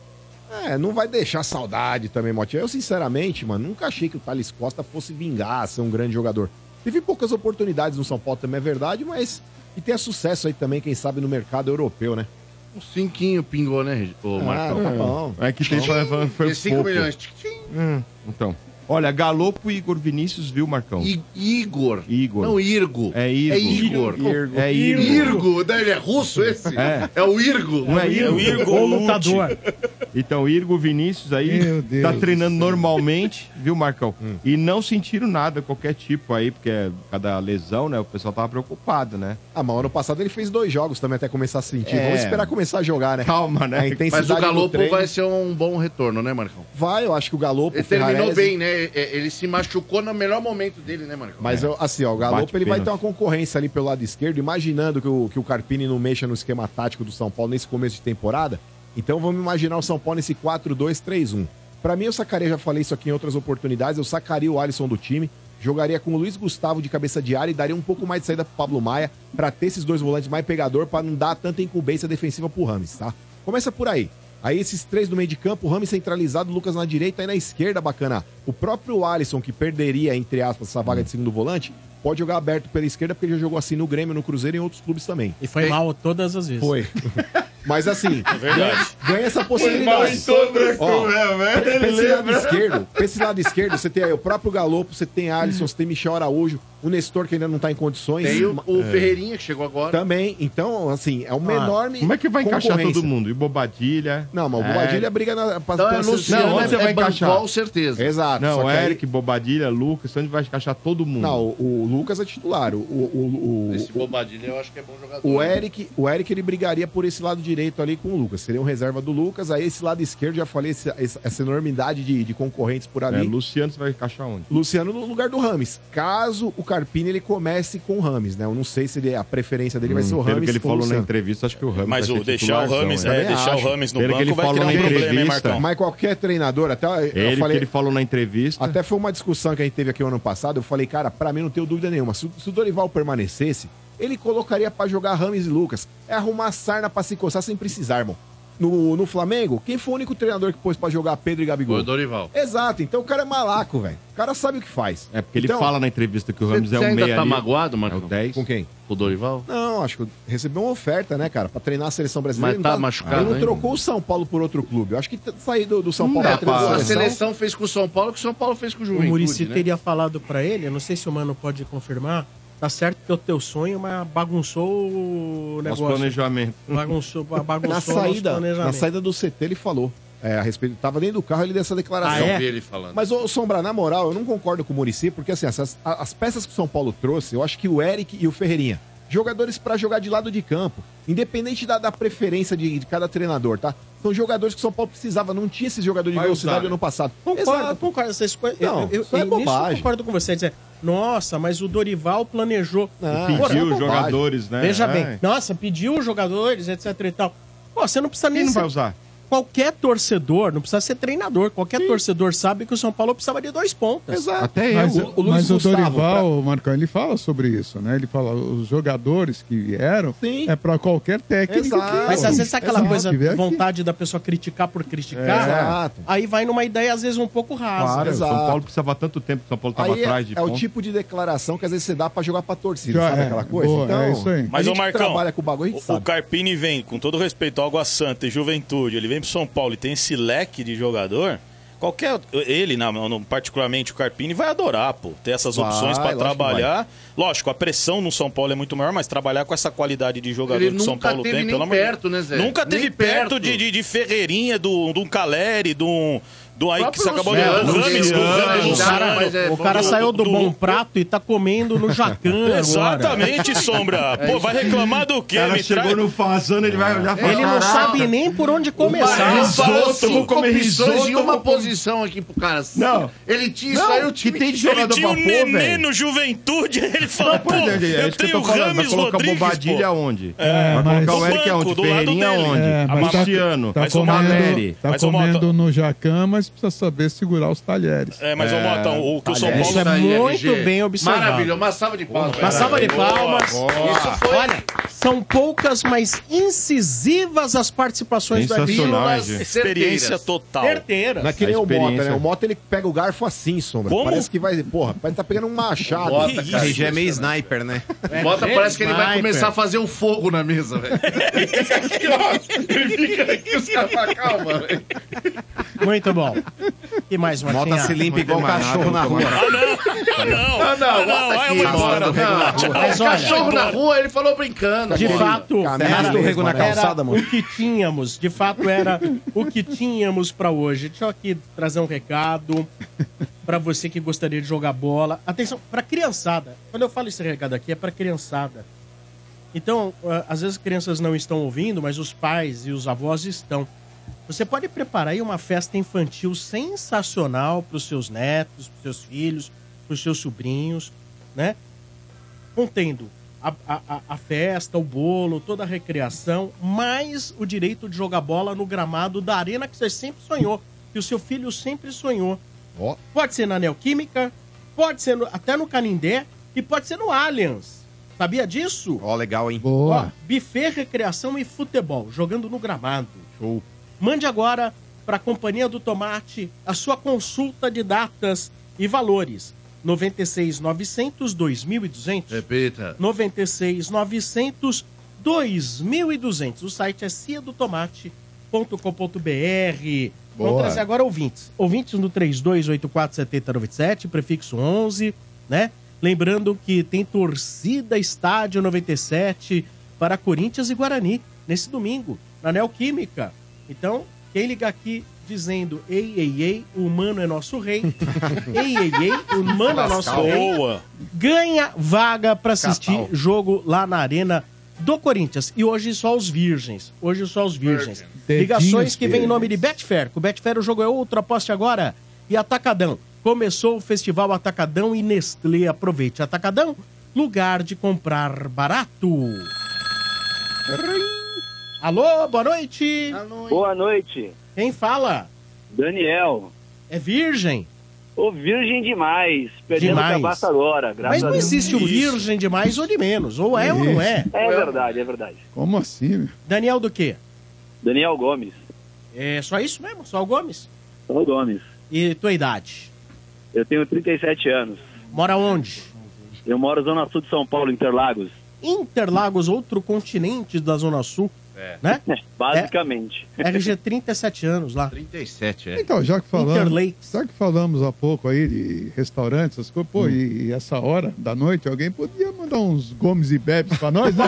Speaker 4: É, não vai deixar saudade também, Motinha. Eu, sinceramente, mano, nunca achei que o Thales Costa fosse vingar, ser um grande jogador. Teve poucas oportunidades no São Paulo também, é verdade, mas e tenha sucesso aí também, quem sabe, no mercado europeu, né?
Speaker 5: Um cinquinho pingou, né, ô
Speaker 4: Ah,
Speaker 5: Marcão?
Speaker 4: tá bom.
Speaker 3: É que tem foi, foi
Speaker 5: 5
Speaker 3: pouco.
Speaker 5: milhões.
Speaker 3: Hum, então, olha, Galo pro Igor Vinícius, viu, Marcão?
Speaker 5: I- Igor.
Speaker 3: Igor.
Speaker 5: Não, Irgo.
Speaker 3: É Irgo.
Speaker 5: É Igor.
Speaker 3: Irgo.
Speaker 5: É
Speaker 3: É
Speaker 5: Irgo.
Speaker 3: Irgo.
Speaker 5: né? Ele é russo esse?
Speaker 3: É.
Speaker 5: o Irgo.
Speaker 3: Não é Irgo.
Speaker 5: Ou
Speaker 3: Então, Irgo Vinícius aí
Speaker 5: Meu Deus
Speaker 3: tá
Speaker 5: do Hum.
Speaker 3: treinando normalmente, viu, Marcão? E não sentiram nada, qualquer tipo aí, porque é, cada lesão, né? O pessoal tava preocupado, né?
Speaker 4: Ah, mas ano passado ele fez dois jogos também até começar a sentir.
Speaker 3: É.
Speaker 4: Vamos esperar começar a jogar, né?
Speaker 3: Calma, né?
Speaker 4: A
Speaker 3: Mas
Speaker 4: intensidade
Speaker 5: Mas o
Speaker 4: do
Speaker 5: Galopo
Speaker 4: treino-
Speaker 5: vai ser um bom retorno, né, Marcão?
Speaker 4: Vai, eu acho que o Galopo...
Speaker 5: Ele
Speaker 4: o
Speaker 5: terminou
Speaker 4: Ferrarese-
Speaker 5: bem, né? É, é, Ele se machucou no melhor momento dele, né, Marcão?
Speaker 4: Mas eu- assim, ó, o
Speaker 5: Bate
Speaker 4: Galopo ele vai
Speaker 5: pênalti.
Speaker 4: ter uma concorrência ali pelo lado esquerdo, imaginando que o, que o Carpini não mexa no esquema tático do São Paulo nesse começo de temporada. Então vamos imaginar o São Paulo nesse 4-2-3-1. Pra mim, eu sacaria, já falei isso aqui em outras oportunidades, eu sacaria o Alisson do time, jogaria com o Luiz Gustavo de cabeça de área e daria um pouco mais de saída pro Pablo Maia pra ter esses dois volantes mais pegador pra não dar tanta incumbência defensiva pro Rames, tá? Começa por aí. Aí esses três do meio de campo, o Rami centralizado, o Lucas na direita e na esquerda, bacana. O próprio Alisson, que perderia, entre aspas, essa vaga de segundo volante, pode jogar aberto pela esquerda, porque ele já jogou assim no Grêmio, no Cruzeiro e em outros clubes também.
Speaker 2: E foi mal todas as vezes.
Speaker 4: Foi. Mas assim,
Speaker 2: É verdade.
Speaker 4: ganha essa
Speaker 2: Foi mal
Speaker 4: possibilidade.
Speaker 2: em todas,
Speaker 4: Ó,
Speaker 2: né, velho?
Speaker 4: pra esse
Speaker 2: Ele
Speaker 4: lado
Speaker 2: lembra.
Speaker 4: esquerdo, pra esse lado esquerdo, você tem aí o próprio Galopo, você tem Alisson, você tem Michel Araújo, o Nestor que ainda não tá em condições.
Speaker 5: Tem o, o
Speaker 4: É.
Speaker 5: Ferreirinha que chegou agora.
Speaker 4: Também, então, assim, é uma
Speaker 5: Ah,
Speaker 4: enorme.
Speaker 3: Como é que vai encaixar
Speaker 4: concorrência.
Speaker 3: todo mundo? E Bobadilha?
Speaker 4: Não, mas o Bobadilha briga na. pra-
Speaker 5: Então,
Speaker 4: pela
Speaker 5: é
Speaker 4: sexta-
Speaker 5: Luciano,
Speaker 4: Não, onde
Speaker 5: é Banval, certeza.
Speaker 4: Exato.
Speaker 3: Não,
Speaker 4: Ah, só que aí-
Speaker 3: Eric, Bobadilha, Lucas, onde vai encaixar todo mundo?
Speaker 4: Não, o, o Lucas é titular. O, o, o,
Speaker 5: Esse Bobadilha eu acho que é bom jogador.
Speaker 4: o, o Eric, o Eric ele brigaria por esse lado direito ali com o Lucas. Seria um reserva do Lucas. Aí esse lado esquerdo, já falei, esse- essa, essa enormidade de, de concorrentes por
Speaker 3: É,
Speaker 4: ali.
Speaker 3: Luciano, você vai encaixar onde?
Speaker 4: Luciano no lugar do Rames. Caso o Carpini ele comece com o Rames, né? Eu não sei se ele- a preferência dele vai ser o
Speaker 3: Hum, Pelo
Speaker 4: Rames.
Speaker 3: que ele
Speaker 4: ou
Speaker 3: falou
Speaker 4: Luciano.
Speaker 3: na entrevista, acho que o Rames
Speaker 9: Mas
Speaker 3: vai
Speaker 9: o
Speaker 3: ser então,
Speaker 9: deixar o
Speaker 3: titularzão,
Speaker 9: Rames,
Speaker 3: hein?
Speaker 9: é, deixar o Rames no
Speaker 3: Pelo que
Speaker 9: banco
Speaker 3: ele
Speaker 9: vai
Speaker 3: falou
Speaker 9: criar um
Speaker 3: na
Speaker 9: problema, hein,
Speaker 3: entrevista.
Speaker 9: Marcão?
Speaker 4: Mas qualquer treinador, até eu
Speaker 3: Ele
Speaker 4: falei,
Speaker 3: que ele falou na entrevista.
Speaker 4: Até foi uma discussão que a gente teve aqui o ano passado. Eu falei, cara, pra mim não tenho dúvida nenhuma. Se, o- se o Dorival permanecesse, ele colocaria pra jogar Rames e Lucas. É arrumar sarna pra se coçar sem precisar, irmão.
Speaker 6: no, no Flamengo, quem foi o único treinador que pôs pra jogar Pedro e Gabigol?
Speaker 5: Foi o Dorival.
Speaker 6: Exato, então o cara é malaco, velho. O cara sabe o que faz.
Speaker 3: É porque ele
Speaker 6: Então,
Speaker 3: fala na entrevista que o
Speaker 6: cê-
Speaker 3: Ramos é
Speaker 6: cê
Speaker 3: um
Speaker 6: ainda
Speaker 3: meia
Speaker 6: tá
Speaker 3: ali.
Speaker 6: magoado,
Speaker 3: É o 10.
Speaker 6: Com quem?
Speaker 5: O Dorival?
Speaker 6: Não, acho que recebeu uma oferta, né, cara, pra treinar a seleção brasileira.
Speaker 5: Mas
Speaker 6: Ele
Speaker 5: tá
Speaker 6: não
Speaker 5: machucado
Speaker 6: Ele não
Speaker 5: ainda.
Speaker 6: trocou o São Paulo por outro clube. Eu acho que t- sair do, do São Paulo
Speaker 5: Não,
Speaker 6: pra treinar
Speaker 5: a seleção fez com o São Paulo o que o São Paulo fez com o
Speaker 2: O
Speaker 5: Juventude.
Speaker 2: Murici
Speaker 5: né?
Speaker 2: teria falado pra ele, eu não sei se o mano pode confirmar. Tá certo que é o teu sonho, mas bagunçou o
Speaker 3: Nosso
Speaker 2: negócio.
Speaker 3: planejamento.
Speaker 2: Bagunçou, ba- bagunçou
Speaker 6: na
Speaker 2: nosso
Speaker 6: saída, na
Speaker 2: planejamento.
Speaker 6: saída do CT ele falou. É, a respeito, tava dentro do carro ele deu essa declaração.
Speaker 2: Ah, é? Eu
Speaker 5: vi ele falando.
Speaker 6: Mas, ô, Sombra, na moral, eu não concordo com o Murici, porque assim, essas- a- as peças que o São Paulo trouxe, eu acho que o Eric e o Ferreirinha, jogadores pra jogar de lado de campo, independente da, da preferência de, de cada treinador, tá? São jogadores que o São Paulo precisava, não tinha esse jogador de
Speaker 4: Vai
Speaker 6: velocidade
Speaker 4: usar, né?
Speaker 6: ano passado.
Speaker 2: Concordo,
Speaker 6: Exato.
Speaker 2: concordo. Essas coisas.
Speaker 6: Não, isso é
Speaker 2: nisso
Speaker 6: bobagem.
Speaker 2: concordo com você. Dizer, nossa, mas o Dorival planejou.
Speaker 6: Não,
Speaker 2: Pô,
Speaker 6: isso é
Speaker 3: Pediu os
Speaker 6: bobagem.
Speaker 3: jogadores, né?
Speaker 2: Veja
Speaker 3: É.
Speaker 2: bem, nossa, pediu os jogadores, etc e tal. Pô, você não precisa nem.
Speaker 3: Quem não
Speaker 2: ser-
Speaker 3: vai usar?
Speaker 2: Qualquer torcedor, não precisa ser treinador, qualquer torcedor sabe que o São Paulo precisava de dois pontas.
Speaker 6: Exato.
Speaker 3: Até
Speaker 7: Mas,
Speaker 3: eu.
Speaker 6: o Luiz
Speaker 7: mas o
Speaker 6: Gustavo,
Speaker 7: Dorival, Marcão, ele fala sobre isso, né? Ele fala, os jogadores que vieram
Speaker 6: Sim.
Speaker 7: é pra qualquer técnico.
Speaker 6: Exato.
Speaker 7: que-
Speaker 2: Mas às vezes sabe aquela
Speaker 7: Exato,
Speaker 2: coisa,
Speaker 7: tiver aqui.
Speaker 2: vontade da pessoa criticar por criticar?
Speaker 6: Exato.
Speaker 2: Aí vai numa ideia, às vezes, um pouco rasa.
Speaker 6: Claro.
Speaker 3: Cara, o São
Speaker 6: Exato.
Speaker 3: Paulo precisava tanto tempo que o São Paulo estava
Speaker 6: Aí é,
Speaker 3: atrás de
Speaker 6: é o
Speaker 3: ponto.
Speaker 6: tipo de declaração que às vezes você dá pra jogar pra torcida,
Speaker 7: Já
Speaker 6: sabe
Speaker 7: é,
Speaker 6: aquela coisa? Então,
Speaker 7: boa, é isso aí.
Speaker 6: a
Speaker 9: Mas, ô
Speaker 6: gente que
Speaker 9: Marcão,
Speaker 6: trabalha com o bagulho, a gente
Speaker 9: o,
Speaker 6: sabe.
Speaker 9: o Carpini vem, com todo respeito, ao Água Santa e Juventude, ele vem pro São Paulo e tem esse leque de jogador. Qualquer. Ele, na- no- particularmente o Carpini, vai adorar, pô. Ter essas
Speaker 6: Vai,
Speaker 9: opções pra
Speaker 6: lógico que
Speaker 9: trabalhar. Lógico, a pressão no São Paulo é muito maior, mas trabalhar com essa qualidade de jogador
Speaker 5: Ele
Speaker 9: que o São
Speaker 5: nunca
Speaker 9: Paulo
Speaker 5: teve
Speaker 9: tem,
Speaker 5: nem
Speaker 9: pelo amor de
Speaker 5: perto, né, Zé?
Speaker 9: Nunca
Speaker 5: Nem
Speaker 9: teve perto,
Speaker 5: perto.
Speaker 9: de, de, de Ferreirinha, do, do Caleri, do. Do aí que
Speaker 5: Próprio
Speaker 9: você acabou de.
Speaker 5: Luciano,
Speaker 9: Do Rames, do
Speaker 5: Luciano,
Speaker 9: Rames, do
Speaker 2: O cara,
Speaker 9: Santos.
Speaker 5: mas é-
Speaker 2: o cara
Speaker 9: do-
Speaker 2: saiu do,
Speaker 9: do-
Speaker 2: bom prato e tá comendo no jacan agora. É
Speaker 9: Exatamente, Sombra. Pô, vai reclamar do
Speaker 3: O
Speaker 9: quê?
Speaker 3: cara
Speaker 9: Me
Speaker 3: chegou
Speaker 9: traz-
Speaker 3: no Fazano, ele vai
Speaker 9: É.
Speaker 3: olhar e falar,
Speaker 2: Ele não
Speaker 3: "Caraca,
Speaker 2: sabe nem por onde
Speaker 5: Ele
Speaker 2: começar.
Speaker 3: Mas-
Speaker 5: falou
Speaker 3: Risoto, vou
Speaker 5: cinco
Speaker 3: comer
Speaker 5: opções
Speaker 3: risoto,
Speaker 5: em uma
Speaker 3: vou comer-
Speaker 5: posição aqui pro cara.
Speaker 3: Não.
Speaker 5: Ele tinha isso
Speaker 3: Não,
Speaker 5: aí, o
Speaker 3: e
Speaker 5: time
Speaker 3: tem
Speaker 9: Ele
Speaker 3: jogador
Speaker 9: tinha
Speaker 3: pra
Speaker 9: um
Speaker 3: pôr,
Speaker 9: nenê
Speaker 3: velho.
Speaker 9: no Juventude, ele falou, pô,
Speaker 3: Não, é isso
Speaker 9: eu
Speaker 3: que
Speaker 9: tenho o
Speaker 3: tô falando,
Speaker 9: Rames
Speaker 3: Vai colocar o
Speaker 9: Rodrigues,
Speaker 3: Bobadilha
Speaker 9: pô.
Speaker 3: aonde?
Speaker 7: É,
Speaker 3: vai
Speaker 7: mas-
Speaker 3: colocar o Eric
Speaker 9: Do
Speaker 3: aonde?
Speaker 9: banco, do lado
Speaker 3: Ferreirinha
Speaker 9: dele.
Speaker 3: aonde?
Speaker 7: É, mas tá-
Speaker 3: Marciano.
Speaker 7: Tá
Speaker 9: Mas o
Speaker 7: comendo,
Speaker 3: Caleri.
Speaker 7: tá
Speaker 9: Mas o Mota-
Speaker 7: comendo no jacan, mas precisa saber segurar os talheres.
Speaker 9: É, mas, ô, Mota, o que o São
Speaker 5: Olha,
Speaker 9: Paulo...
Speaker 5: isso
Speaker 2: é
Speaker 5: tá aí,
Speaker 2: muito
Speaker 5: RG.
Speaker 2: bem observado.
Speaker 5: Maravilha, uma salva de palmas.
Speaker 2: Uma salva de
Speaker 9: Boa,
Speaker 2: palmas.
Speaker 9: Ah.
Speaker 5: Isso foi
Speaker 2: Olha, são poucas, mas incisivas as participações do Arthur.
Speaker 3: Sensacional, né,
Speaker 5: pílulas
Speaker 3: gente.
Speaker 9: Experiência
Speaker 5: certeiras.
Speaker 9: total.
Speaker 2: Certeiras.
Speaker 6: Não é que nem
Speaker 3: A
Speaker 6: o Mota,
Speaker 3: experiência.
Speaker 6: né? O Mota ele pega o garfo assim, sombra.
Speaker 9: Como?
Speaker 6: Parece que vai. Porra, parece que tá pegando um machado.
Speaker 5: Bota,
Speaker 9: Que
Speaker 5: cara. É,
Speaker 9: isso?
Speaker 4: RG é meio sniper, né?
Speaker 5: Bota,
Speaker 2: Gente,
Speaker 5: parece que ele vai
Speaker 2: sniper.
Speaker 5: começar a fazer o fogo na mesa, velho. Ele fica aqui, ó. Ele fica aqui, os caras falam, calma, velho.
Speaker 2: Muito bom. E mais uma
Speaker 4: Mota se limpa igual cachorro na rua. Tá
Speaker 9: Ah, não, ah, não, ah,
Speaker 5: Não,
Speaker 9: não,
Speaker 5: bota
Speaker 9: ah,
Speaker 2: é
Speaker 9: eu
Speaker 5: aqui.
Speaker 9: vou embora.
Speaker 5: Não,
Speaker 2: Mas olha-
Speaker 5: Cachorro na rua, ele falou brincando.
Speaker 2: De
Speaker 5: mano.
Speaker 2: fato,
Speaker 4: Camisa do rego na calçada,
Speaker 2: era
Speaker 4: mano.
Speaker 2: o que tínhamos. De fato, era o que tínhamos pra hoje. Deixa eu aqui trazer um recado pra você que gostaria de jogar bola. Atenção, pra criançada. Quando eu falo esse recado aqui, é pra criançada. Então, ah, às vezes as crianças não estão ouvindo, mas os pais e os avós estão. Você pode preparar aí uma festa infantil sensacional para os seus netos, para seus filhos, para os seus sobrinhos, né? contendo a, a- a- a festa, o bolo, toda a recreação, mais o direito de jogar bola no gramado da arena que você sempre sonhou, que o seu filho sempre sonhou.
Speaker 6: Ó.
Speaker 2: Pode ser na Neoquímica, pode ser no- até no Canindé e pode ser no Allianz. Sabia disso?
Speaker 4: Ó, legal, hein?
Speaker 2: Ó,
Speaker 7: Boa.
Speaker 2: buffet, recreação e futebol, jogando no gramado. Show. Mande agora para a Companhia do Tomate a sua consulta de datas e valores. 96 900 2200.
Speaker 5: Repita.
Speaker 2: 96 900 2200. O site é ciadotomate.com.br. Vamos trazer agora é ouvintes. Ouvintes no 32847097, prefixo 11, né? Lembrando que tem torcida estádio 97 para Corinthians e Guarani nesse domingo, na Neoquímica. Então, quem ligar aqui dizendo ei, ei, ei, o mano é nosso rei. ei, ei, ei, o mano é nosso rei
Speaker 9: Boa.
Speaker 2: ganha vaga pra assistir jogo lá na Arena do Corinthians. E hoje só os virgens. Hoje só os virgens.
Speaker 7: Dedinhos
Speaker 2: Ligações que vem em
Speaker 7: virgens.
Speaker 2: nome de Betfair. Com Betfair o jogo é outro, aposte agora. E Atacadão. Começou o Festival Atacadão e Nestlé. Aproveite. Atacadão, lugar de comprar barato. Alô, boa noite.
Speaker 13: Boa noite,
Speaker 2: Quem fala?
Speaker 13: Daniel.
Speaker 2: É virgem?
Speaker 13: Ô, virgem demais. Perdendo
Speaker 2: Demais.
Speaker 13: o cabaço agora,
Speaker 2: Mas
Speaker 13: graças
Speaker 2: não
Speaker 13: a Deus.
Speaker 2: existe o virgem de mais ou de menos. Ou é ou não é.
Speaker 13: É verdade, é verdade.
Speaker 7: Como assim? né?
Speaker 2: Daniel do quê?
Speaker 13: Daniel Gomes.
Speaker 2: É só isso mesmo? Só o Gomes?
Speaker 13: Só o Gomes.
Speaker 2: E tua idade?
Speaker 13: Eu tenho 37 anos.
Speaker 2: Mora onde?
Speaker 13: Eu moro Zona Sul de São Paulo, Interlagos.
Speaker 2: Interlagos, outro continente da Zona Sul,
Speaker 13: É.
Speaker 2: né? É.
Speaker 13: Basicamente.
Speaker 2: RG 37 anos lá.
Speaker 5: 37, é.
Speaker 7: Então, já que falamos,
Speaker 2: Interlake.
Speaker 7: já que falamos há pouco aí de restaurantes, essas coisas, pô, e, e essa hora da noite, alguém podia mandar uns gomes e bebes pra nós, né?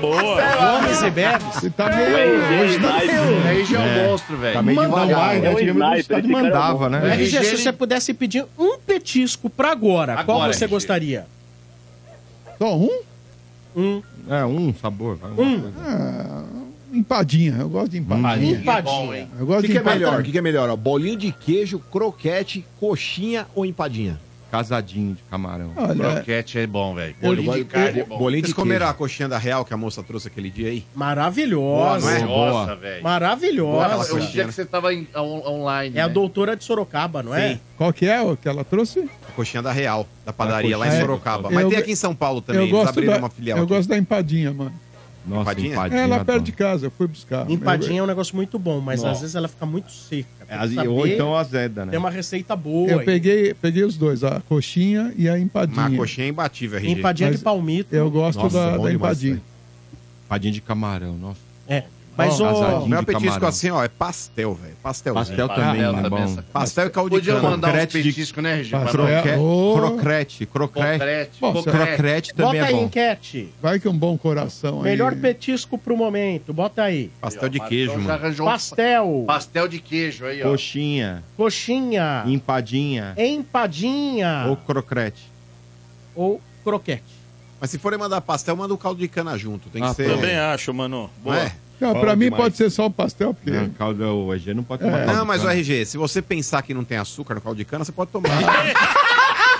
Speaker 2: Gomes e Bebes.
Speaker 7: Você tá meio... Hoje tá meio...
Speaker 5: RG é um monstro, velho.
Speaker 3: Tá meio
Speaker 6: Mandava,
Speaker 3: devagar, né?
Speaker 13: é um
Speaker 3: Antigamente o
Speaker 13: sniper,
Speaker 3: Estado
Speaker 13: esse cara é
Speaker 3: mandava,
Speaker 13: bom.
Speaker 3: né?
Speaker 5: É.
Speaker 2: RG, se
Speaker 5: ele-
Speaker 2: você pudesse pedir um petisco pra agora, qual
Speaker 5: Agora,
Speaker 2: você
Speaker 5: RG.
Speaker 2: gostaria?
Speaker 7: Só um?
Speaker 2: Um
Speaker 3: É, um sabor. vai, uma coisa.
Speaker 7: Ah, empadinha, eu gosto de empadinha.
Speaker 2: empadinha.
Speaker 7: Eu
Speaker 6: O
Speaker 7: gosto
Speaker 6: Hum, que,
Speaker 7: de
Speaker 6: que é
Speaker 7: empadinha.
Speaker 6: melhor? O que, que é melhor? Ó? Bolinho de queijo, croquete, coxinha ou empadinha?
Speaker 3: Casadinho de camarão.
Speaker 7: Olha,
Speaker 5: Croquete é bom, velho.
Speaker 6: Eu
Speaker 5: Bolinho de
Speaker 6: gosto-
Speaker 5: carne é
Speaker 6: bo-
Speaker 5: bom.
Speaker 6: Bolinho
Speaker 4: Vocês
Speaker 6: de
Speaker 4: comeram a
Speaker 6: queijo.
Speaker 4: coxinha da Real que a moça trouxe aquele dia aí?
Speaker 2: Maravilhosa.
Speaker 4: Boa,
Speaker 6: é?
Speaker 4: não
Speaker 5: Nossa, velho.
Speaker 2: Maravilhosa.
Speaker 5: Eu achei
Speaker 3: né?
Speaker 5: que você tava em- on- online.
Speaker 2: É a
Speaker 5: né?
Speaker 2: doutora de Sorocaba, não é?
Speaker 4: Sim.
Speaker 7: qual que é o que ela trouxe?
Speaker 4: A coxinha da Real, da padaria lá em
Speaker 7: coxinha. É.
Speaker 4: Sorocaba.
Speaker 7: Eu
Speaker 4: Mas tem
Speaker 7: go-
Speaker 4: aqui em São Paulo também,
Speaker 7: eu
Speaker 4: eles
Speaker 7: gosto,
Speaker 4: abriram
Speaker 7: da,
Speaker 4: uma filial
Speaker 7: eu
Speaker 4: aqui.
Speaker 7: gosto da empadinha, mano.
Speaker 3: Nossa,
Speaker 4: Empadinha?
Speaker 3: empadinha.
Speaker 7: É, ela
Speaker 3: adoro.
Speaker 7: perto de casa, eu fui buscar.
Speaker 2: Empadinha é um negócio muito bom, mas
Speaker 3: Nossa.
Speaker 2: às vezes ela fica muito seca.
Speaker 3: É,
Speaker 2: Tem que
Speaker 3: as- ou
Speaker 2: saber,
Speaker 3: então azeda, né?
Speaker 2: Tem uma receita boa.
Speaker 7: Eu
Speaker 2: aí.
Speaker 7: peguei, peguei os dois, a coxinha e a
Speaker 4: Uma
Speaker 7: empadinha.
Speaker 4: coxinha imbatível, RG.
Speaker 2: Empadinha
Speaker 7: Mas
Speaker 2: de palmito.
Speaker 7: Eu gosto
Speaker 3: Nossa,
Speaker 7: da,
Speaker 3: bom
Speaker 7: da
Speaker 3: demais
Speaker 7: empadinha.
Speaker 3: isso Empadinha de camarão, nossa.
Speaker 2: É. Mas
Speaker 7: Bom,
Speaker 2: o.
Speaker 4: O
Speaker 3: casadinho.
Speaker 4: meu
Speaker 3: de
Speaker 4: petisco
Speaker 3: camarão.
Speaker 4: assim, ó, é pastel, velho. Pastel. Ah,
Speaker 3: Pastel
Speaker 4: Pastel,
Speaker 3: também,
Speaker 5: Pastel
Speaker 3: né?
Speaker 5: também,
Speaker 3: Bom.
Speaker 5: essa-
Speaker 4: pastel e caldo de
Speaker 5: Podia
Speaker 4: cana.
Speaker 5: mandar uns
Speaker 3: Croquete de-
Speaker 5: petiscos, né, RG?
Speaker 7: Pastel.
Speaker 5: Pra-
Speaker 3: Croque-
Speaker 7: Ô.
Speaker 3: Crocrete, crocrete.
Speaker 5: Concrete.
Speaker 7: Bom,
Speaker 5: Concrete.
Speaker 3: Crocrete também
Speaker 2: Bota aí,
Speaker 3: é bom.
Speaker 2: enquete.
Speaker 7: Vai que um bom coração aí.
Speaker 2: Melhor petisco pro momento. Bota aí.
Speaker 4: Pastel de
Speaker 5: Marcão
Speaker 4: queijo,
Speaker 5: já
Speaker 4: mano.
Speaker 5: arranjou um
Speaker 2: Pastel,
Speaker 5: Pastel de queijo aí, ó.
Speaker 3: Coxinha,
Speaker 2: coxinha,
Speaker 3: empadinha
Speaker 2: empadinha
Speaker 3: ou crocrete.
Speaker 2: ou croquete.
Speaker 4: Mas se forem mandar pastel, manda o caldo de cana junto. Tem que
Speaker 3: Ah,
Speaker 4: ser.
Speaker 9: Também acho, mano.
Speaker 4: Não,
Speaker 9: Boa.
Speaker 4: é?
Speaker 7: Não,
Speaker 3: Bom
Speaker 7: pra mim
Speaker 3: demais.
Speaker 7: pode ser só É. um pastel, porque
Speaker 3: Não, caldo, o EG não pode tomar caldo
Speaker 4: não
Speaker 3: de
Speaker 4: mas o
Speaker 3: cana.
Speaker 4: RG, se você pensar que não tem açúcar no caldo de cana, você pode tomar.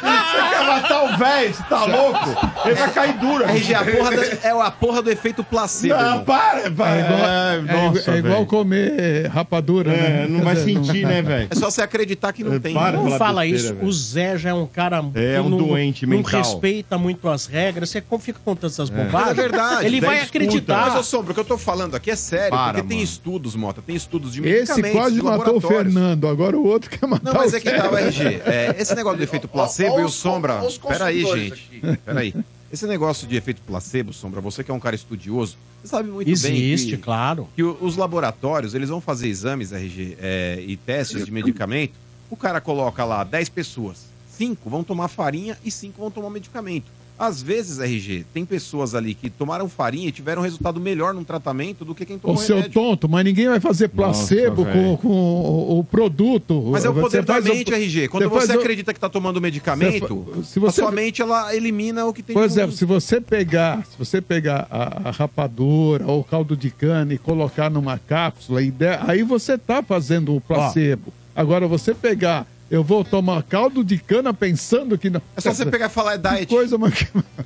Speaker 3: Vai matar o velho, você tá louco? Ele vai cair duro.
Speaker 4: RG, a porra da- é a porra do efeito placebo. irmão.
Speaker 3: para, para.
Speaker 7: é igual,
Speaker 3: É,
Speaker 7: é igu-
Speaker 3: nossa,
Speaker 7: é igual
Speaker 3: velho.
Speaker 7: comer rapadura,
Speaker 3: É,
Speaker 7: né?
Speaker 3: não vai
Speaker 7: Quer dizer,
Speaker 3: sentir, né, velho?
Speaker 4: É só você acreditar que não
Speaker 3: É,
Speaker 4: tem.
Speaker 3: para.
Speaker 2: Não
Speaker 3: falar
Speaker 2: fala
Speaker 3: besteira,
Speaker 2: isso,
Speaker 3: velho.
Speaker 2: o Zé já é um cara
Speaker 3: É,
Speaker 2: que
Speaker 3: um doente mental.
Speaker 2: Não respeita muito as regras, você fica contando essas
Speaker 4: Mas
Speaker 2: bobagens.
Speaker 4: é verdade.
Speaker 2: Ele vai
Speaker 4: Daí escuta. Mas,
Speaker 2: acreditar.
Speaker 4: ô, Sombra, o que eu tô falando aqui é sério.
Speaker 3: Para,
Speaker 4: porque tem
Speaker 3: mano.
Speaker 4: estudos, Mota. Tem estudos de medicamentos,
Speaker 7: Esse quase
Speaker 4: de
Speaker 7: matou o
Speaker 4: laboratórios.
Speaker 7: Fernando, agora o outro quer matar
Speaker 4: Não, mas
Speaker 7: o
Speaker 4: é que tá, o RG. É, esse negócio do efeito placebo e o Sombra. Peraí, gente. Peraí. Esse negócio de efeito placebo, Sombra, você que é um cara estudioso, você sabe muito bem.
Speaker 2: Existe,
Speaker 4: que-
Speaker 2: claro.
Speaker 4: que o- os laboratórios eles vão fazer exames RG é, e testes de medicamento. O cara coloca lá 10 pessoas, 5 vão tomar farinha e 5 vão tomar medicamento. Às vezes, RG, tem pessoas ali que tomaram farinha e tiveram um resultado melhor num tratamento do que quem
Speaker 7: Ô,
Speaker 4: tomou
Speaker 7: seu
Speaker 4: remédio.
Speaker 7: tonto, mas ninguém vai fazer placebo
Speaker 3: Nossa,
Speaker 7: com,
Speaker 3: velho.
Speaker 7: com o, o produto.
Speaker 4: Mas é o
Speaker 7: Você
Speaker 4: poder da
Speaker 7: faz o-
Speaker 4: mente, RG. Quando
Speaker 7: você faz
Speaker 4: você
Speaker 7: o-
Speaker 4: acredita que está tomando medicamento,
Speaker 7: Você fa- se você-
Speaker 4: a sua mente ela elimina o que tem
Speaker 7: Por
Speaker 4: de ruim.
Speaker 7: exemplo, se você pegar, se você pegar a, a rapadura ou o caldo de cana e colocar numa cápsula, e der- aí você tá fazendo o placebo. Agora você pegar, eu vou tomar caldo de cana pensando que não.
Speaker 4: É só você pegar e falar é
Speaker 7: Que
Speaker 4: diet.
Speaker 7: coisa, mano.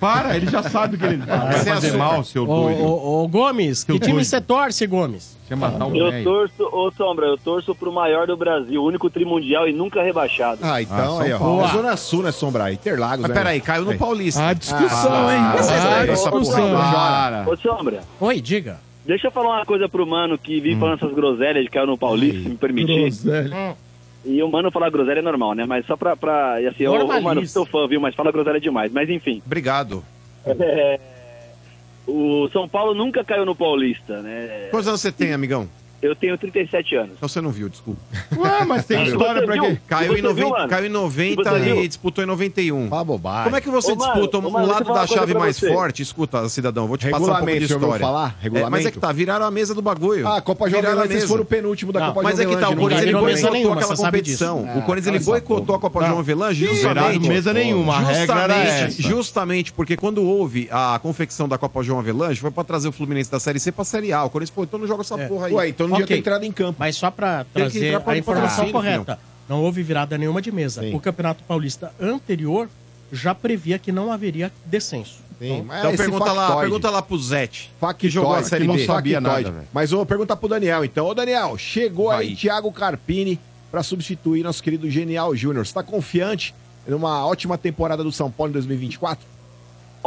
Speaker 3: Para, ele já sabe que ele vai
Speaker 4: Sem
Speaker 3: fazer
Speaker 4: açúcar.
Speaker 3: mal, seu
Speaker 2: Ah, Ô,
Speaker 3: doido.
Speaker 2: ô, ô, Gomes, que
Speaker 3: Seu
Speaker 2: time
Speaker 3: doido.
Speaker 2: você torce, Gomes?
Speaker 3: Você ia matar o
Speaker 2: um
Speaker 13: Eu
Speaker 3: velho.
Speaker 13: torço, ô Sombra, eu torço pro maior do Brasil, único trimundial e nunca rebaixado.
Speaker 6: Ah, então
Speaker 3: Ah,
Speaker 6: aí,
Speaker 3: São
Speaker 6: ó.
Speaker 2: Paulo.
Speaker 6: É Zona Sul, né, Sombra? Interlagos,
Speaker 4: Mas
Speaker 6: né?
Speaker 4: peraí, caiu no Paulista.
Speaker 7: A discussão, hein?
Speaker 6: ah,
Speaker 7: A
Speaker 6: essa porra.
Speaker 7: discussão.
Speaker 3: Para.
Speaker 13: Ô Sombra,
Speaker 2: Oi, diga.
Speaker 13: deixa eu falar uma coisa pro mano que vive falando essas groselhas de caiu no Paulista, se me permitir.
Speaker 7: Groselha.
Speaker 13: E o mano falar groselha é normal, né? Mas só pra. pra e assim, eu,
Speaker 2: Normaliza.
Speaker 13: ô, mano, sou fã, viu? Mas fala groselha demais. Mas enfim.
Speaker 4: Obrigado.
Speaker 13: É, o São Paulo nunca caiu no Paulista, né?
Speaker 4: Quantos anos você tem, amigão?
Speaker 13: Eu tenho 37 anos.
Speaker 4: Então você não viu, desculpa.
Speaker 3: Ué, mas tem história pra quê?
Speaker 4: Caiu em,
Speaker 13: Você
Speaker 4: 90,
Speaker 13: viu, mano?
Speaker 4: caiu em 90
Speaker 13: Você viu?
Speaker 4: e disputou em 91.
Speaker 6: Fala bobagem.
Speaker 4: Como é que você
Speaker 13: Ô, mano,
Speaker 4: disputa
Speaker 13: ô,
Speaker 4: um
Speaker 13: mano, deixa eu falar
Speaker 4: lado da
Speaker 13: uma coisa
Speaker 4: chave
Speaker 13: pra
Speaker 4: mais
Speaker 13: você.
Speaker 4: forte? Escuta, cidadão, vou te passar um pouco de
Speaker 6: Regulamento, já ouviu
Speaker 4: história.
Speaker 6: falar?
Speaker 4: É, mas é que
Speaker 6: Regulamento?
Speaker 4: tá, viraram a mesa do bagulho.
Speaker 6: Ah, Copa
Speaker 4: Viraram
Speaker 6: Jovem
Speaker 4: a
Speaker 6: vocês
Speaker 4: mesa.
Speaker 6: foram o penúltimo da
Speaker 2: Não,
Speaker 6: Copa
Speaker 4: Mas é
Speaker 6: João
Speaker 4: que tá, o
Speaker 6: Avelange,
Speaker 4: Corinthians
Speaker 6: não
Speaker 4: ele
Speaker 2: virou mesa
Speaker 4: boicotou
Speaker 2: nenhuma,
Speaker 4: aquela
Speaker 2: você sabe
Speaker 4: competição.
Speaker 6: disso.
Speaker 4: O Corinthians
Speaker 6: Ah,
Speaker 4: ele
Speaker 6: essa
Speaker 4: boicotou a Copa João um Avelange
Speaker 3: Viraram
Speaker 4: justamente.
Speaker 3: mesa nenhuma, a regra era
Speaker 4: Justamente,
Speaker 3: essa.
Speaker 4: justamente porque quando houve a confecção da Copa João Avelange, foi pra trazer o Fluminense da Série C pra Série A. O Corinthians falou, então não joga essa
Speaker 2: É.
Speaker 4: porra aí.
Speaker 6: Ué, então não devia
Speaker 2: Ok.
Speaker 6: ter entrado em campo.
Speaker 2: Mas só
Speaker 4: Tem
Speaker 2: pra
Speaker 4: que
Speaker 2: trazer
Speaker 4: entrar pra-
Speaker 2: a informação
Speaker 4: pra-
Speaker 2: correta. Não houve virada nenhuma de mesa.
Speaker 6: Sim.
Speaker 2: O Campeonato Paulista anterior já previa que não haveria descenso.
Speaker 6: Sim, mas
Speaker 4: Então
Speaker 6: esse
Speaker 4: pergunta lá,
Speaker 6: factoide.
Speaker 4: pergunta lá pro Zete.
Speaker 6: Factoide,
Speaker 4: que jogou a
Speaker 6: que
Speaker 4: Série
Speaker 6: não
Speaker 4: B.
Speaker 6: sabia
Speaker 3: Factoide.
Speaker 6: nada, velho. Mas eu vou perguntar pro Daniel, então. Ô, Daniel, chegou aí,
Speaker 4: Aí.
Speaker 6: Thiago Carpini pra substituir nosso querido Genial Júnior. Você tá confiante numa ótima temporada do São Paulo em 2024?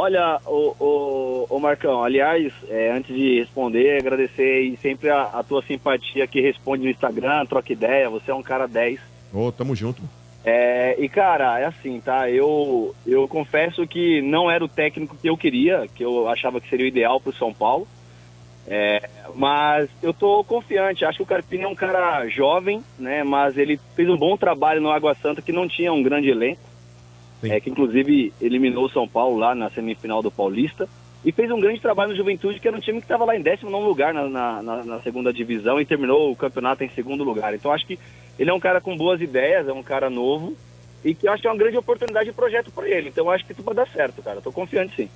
Speaker 13: Olha, o, o, o Marcão, aliás, é, antes de responder, agradecer aí sempre a, a tua simpatia que responde no Instagram, troca ideia, você é um cara 10.
Speaker 4: Ô, tamo junto.
Speaker 13: É, e cara, é assim, tá? Eu, eu confesso que não era o técnico que eu queria, que eu achava que seria o ideal pro São Paulo. É, mas eu tô confiante, acho que o Carpini é um cara jovem, né? Mas ele fez um bom trabalho no Água Santa que não tinha um grande elenco. É, que inclusive eliminou o São Paulo lá na semifinal do Paulista. E fez um grande trabalho no Juventude, que era um time que estava lá em 19 lugar na, na, na- na segunda divisão e terminou o campeonato em segundo lugar. Então acho que ele é um cara com boas ideias, é um cara novo e que eu acho que é uma grande oportunidade de projeto para ele. Então acho que tudo vai dar certo, cara. Eu tô confiante sim.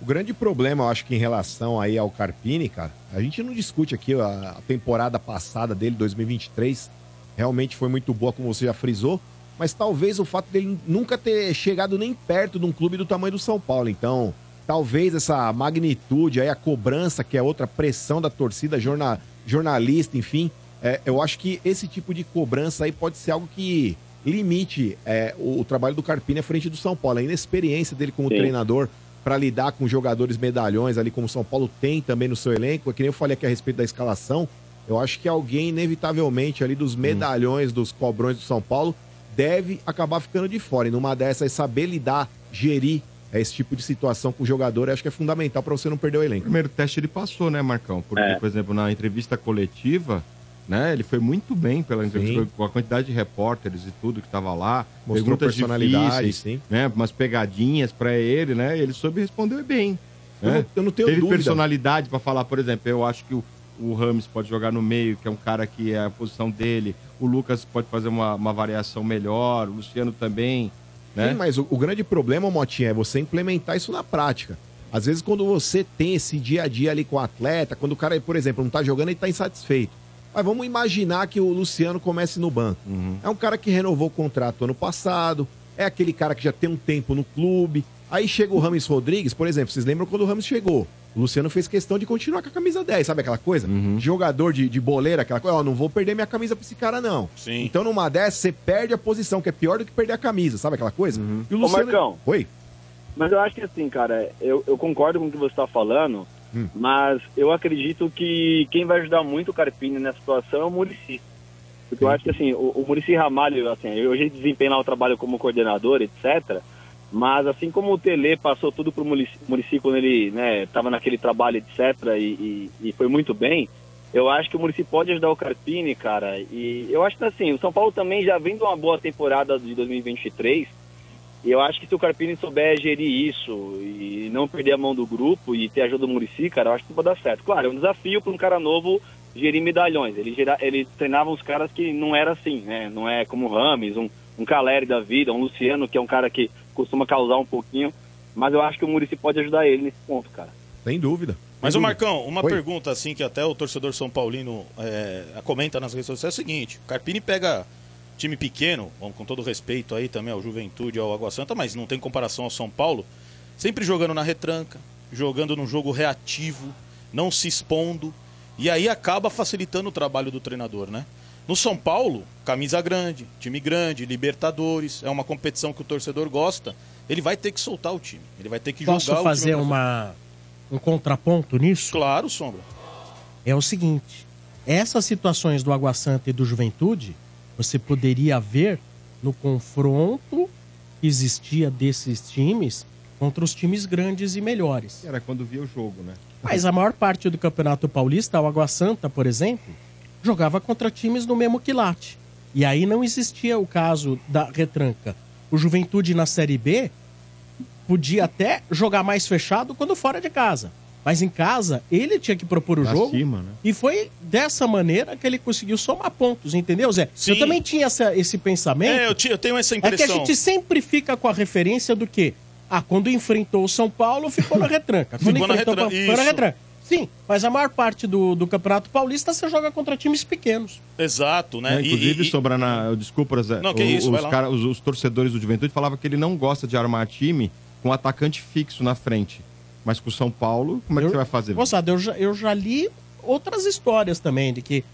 Speaker 4: O grande problema, eu acho que em relação aí ao Carpini, cara, a gente não discute aqui a a temporada passada dele, 2023, realmente foi muito boa, como você já frisou, mas talvez o fato dele nunca ter chegado nem perto de um clube do tamanho do São Paulo. Então, talvez essa magnitude aí, a cobrança, que é outra pressão da torcida, jorna- jornalista, enfim, é, eu acho que esse tipo de cobrança aí pode ser algo que limite é, o, o trabalho do Carpini à frente do São Paulo, a inexperiência dele como
Speaker 13: Sim.
Speaker 4: treinador treinador para lidar com jogadores medalhões ali, como o São Paulo tem também no seu elenco. É que nem eu falei aqui a respeito da escalação. Eu acho que alguém, inevitavelmente, ali dos medalhões, dos cobrões do São Paulo, deve acabar ficando de fora. E numa dessas, é saber lidar, gerir esse tipo de situação com o jogador, eu acho que é fundamental para você não perder o elenco.
Speaker 3: primeiro teste ele passou, né, Marcão? Porque,
Speaker 4: É.
Speaker 3: por exemplo, na entrevista coletiva, né, ele foi muito bem pela entrevista,
Speaker 4: Sim.
Speaker 3: com a quantidade de repórteres e tudo que estava lá.
Speaker 4: Mostrou
Speaker 3: perguntas
Speaker 4: personalidade,
Speaker 3: difíceis,
Speaker 4: sim.
Speaker 3: né, umas pegadinhas para ele, né? Ele soube responder bem.
Speaker 4: Eu
Speaker 3: né?
Speaker 4: não- eu não tenho
Speaker 3: Teve
Speaker 4: dúvida.
Speaker 3: personalidade para falar, por exemplo, eu acho que o, o Rames pode jogar no meio, que é um cara que é a posição dele. O Lucas pode fazer uma, uma variação melhor, o Luciano também, né?
Speaker 4: Sim, mas o, o grande problema, Motinha, é você implementar isso na prática. Às vezes, quando você tem esse dia a dia ali com o atleta, quando o cara, por exemplo, não tá jogando, ele tá insatisfeito. Mas vamos imaginar que o Luciano comece no banco. É um cara que renovou o contrato ano passado, é aquele cara que já tem um tempo no clube. Aí chega o Rames Rodrigues, por exemplo, vocês lembram quando o Rames chegou? O Luciano fez questão de continuar com a camisa 10, sabe aquela coisa? Jogador de, de boleira, aquela coisa, ó, não vou perder minha camisa pra esse cara, não.
Speaker 9: Sim.
Speaker 4: Então, numa dessa, você perde a posição, que é pior do que perder a camisa, sabe aquela coisa? E
Speaker 13: Ô, Marcão.
Speaker 4: Oi?
Speaker 13: Mas eu acho que assim, cara, eu, eu concordo com o que você está falando, mas eu acredito que quem vai ajudar muito o Carpini nessa situação é o Murici. Porque eu acho que assim, o, o Murici Ramalho, assim, hoje ele desempenha lá o trabalho como coordenador, etc. Mas assim como o Tele passou tudo pro Murici Murici quando ele né, tava naquele trabalho, etc., e, e- e foi muito bem, eu acho que o Murici pode ajudar o Carpini, cara. E eu acho que assim, o São Paulo também já vem de uma boa temporada de 2023. E eu acho que se o Carpini souber gerir isso e não perder a mão do grupo e ter a ajuda do Murici, cara, eu acho que vai dar certo. Claro, é um desafio para um cara novo gerir medalhões. Ele, gera, ele treinava uns caras que não era assim, né? Não é como o Rames, um, um Caleri da vida, um Luciano, que é um cara que costuma causar um pouquinho. Mas eu acho que o Murici pode ajudar ele nesse ponto, cara.
Speaker 4: Sem dúvida.
Speaker 9: Mas,
Speaker 4: Sem
Speaker 9: o
Speaker 4: dúvida.
Speaker 9: Marcão, uma
Speaker 4: Oi?
Speaker 9: pergunta assim que até o torcedor São Paulino é, comenta nas redes sociais é o seguinte: o Carpini pega time pequeno, bom, com todo respeito aí também ao Juventude, ao Água Santa, mas não tem comparação ao São Paulo, sempre jogando na retranca, jogando num jogo reativo, não se expondo, e aí acaba facilitando o trabalho do treinador, né? No São Paulo, camisa grande, time grande, Libertadores, é uma competição que o torcedor gosta, ele vai ter que soltar o time, ele vai ter que
Speaker 2: Posso
Speaker 9: jogar
Speaker 2: fazer
Speaker 9: o time. pra-
Speaker 2: uma, um contraponto nisso?
Speaker 9: Claro, Sombra.
Speaker 2: É o seguinte: essas situações do Água Santa e do Juventude, você poderia ver no confronto que existia desses times contra os times grandes e melhores.
Speaker 3: Era quando via o jogo, né?
Speaker 2: Mas a maior parte do Campeonato Paulista, o Água Santa, por exemplo, jogava contra times no mesmo quilate. E aí não existia o caso da retranca. O Juventude na Série B podia até jogar mais fechado quando fora de casa. Mas em casa, ele tinha que propor o
Speaker 3: Pra
Speaker 2: jogo.
Speaker 3: cima, né?
Speaker 2: E foi dessa maneira que ele conseguiu somar pontos, entendeu, Zé? Eu também tinha essa- esse pensamento.
Speaker 9: É, eu, ti- eu tenho essa
Speaker 2: É que
Speaker 9: impressão.
Speaker 2: a gente sempre fica com a referência do que? Ah, quando enfrentou o São Paulo, ficou na retranca. Quando
Speaker 9: Ficou na
Speaker 2: enfrentou o
Speaker 9: retranca,
Speaker 2: Palmeiras, ficou na
Speaker 9: isso.
Speaker 2: retranca. Sim, mas a maior parte do, do Campeonato Paulista você joga contra times pequenos.
Speaker 9: Exato, né?
Speaker 3: É,
Speaker 9: E-
Speaker 3: inclusive,
Speaker 9: e- e-
Speaker 3: Sobra na. Desculpa, Zé.
Speaker 9: Não, que isso, vai
Speaker 3: os,
Speaker 9: lá.
Speaker 3: cara- os, os torcedores do Juventude falavam que ele não gosta de armar time com um atacante fixo na frente. Mas com o São Paulo, como é que você vai fazer?
Speaker 2: Moçada, eu já, eu já li outras histórias também de que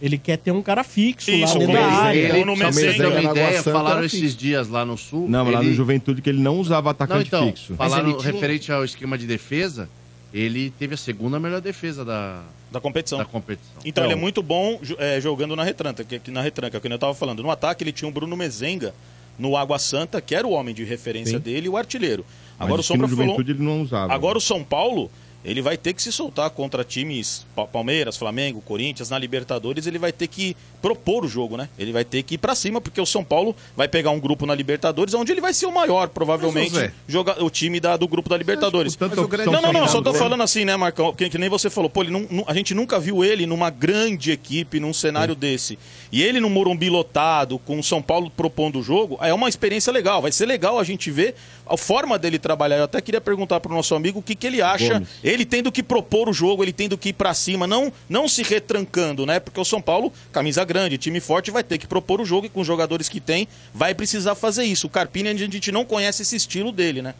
Speaker 2: Ele quer ter um cara fixo
Speaker 5: Isso,
Speaker 2: lá dentro
Speaker 5: como
Speaker 2: da
Speaker 5: ele-
Speaker 2: área.
Speaker 5: ele-
Speaker 2: no
Speaker 5: Só pra vocês terem uma ideia, falaram
Speaker 3: fica.
Speaker 5: esses dias lá no Sul.
Speaker 3: Não, mas lá
Speaker 5: ele-
Speaker 3: no Juventude que ele não usava atacante
Speaker 5: Não, então,
Speaker 3: fixo.
Speaker 5: falaram referente ao esquema de defesa, ele teve a segunda melhor defesa da,
Speaker 9: da competição.
Speaker 5: competição.
Speaker 9: Então, ele é muito bom jo- é, jogando na retranca, que, que na retranca, que eu tava falando. No ataque ele tinha o Bruno Mezenga no Água Santa, que era o homem de referência
Speaker 3: Sim.
Speaker 9: dele e o artilheiro.
Speaker 3: Mas
Speaker 9: Agora o
Speaker 3: diz que no
Speaker 9: Sombra falou.
Speaker 3: Juventude ele não usava.
Speaker 9: Agora o São Paulo, ele vai ter que se soltar contra times Pa- Palmeiras, Flamengo, Corinthians, na Libertadores, ele vai ter que propor o jogo, né? Ele vai ter que ir pra cima, porque o São Paulo vai pegar um grupo na Libertadores, onde ele vai ser o maior, provavelmente,
Speaker 4: Mas, ô, Zé.
Speaker 9: joga- o time da- do grupo da Libertadores.
Speaker 4: Mas o é grande
Speaker 9: não, não, não,
Speaker 4: São
Speaker 9: só tô
Speaker 4: Paulo-
Speaker 9: falando assim, né, Marcão? Que, que nem você falou, pô, ele não- não- a gente nunca viu ele numa grande equipe, num cenário desse. E ele no Morumbi lotado, com o São Paulo propondo o jogo, é uma experiência legal. Vai ser legal a gente ver a forma dele trabalhar. Eu até queria perguntar pro nosso amigo o que, que ele acha.
Speaker 14: Gomes.
Speaker 9: Ele tendo que propor o jogo, ele tendo que ir pra cima, não, não se retrancando, né? Porque o São Paulo, camisa grande, time forte, vai ter que propor o jogo e com os jogadores que tem, vai precisar fazer isso. O Carpini, a gente não conhece esse estilo dele, né?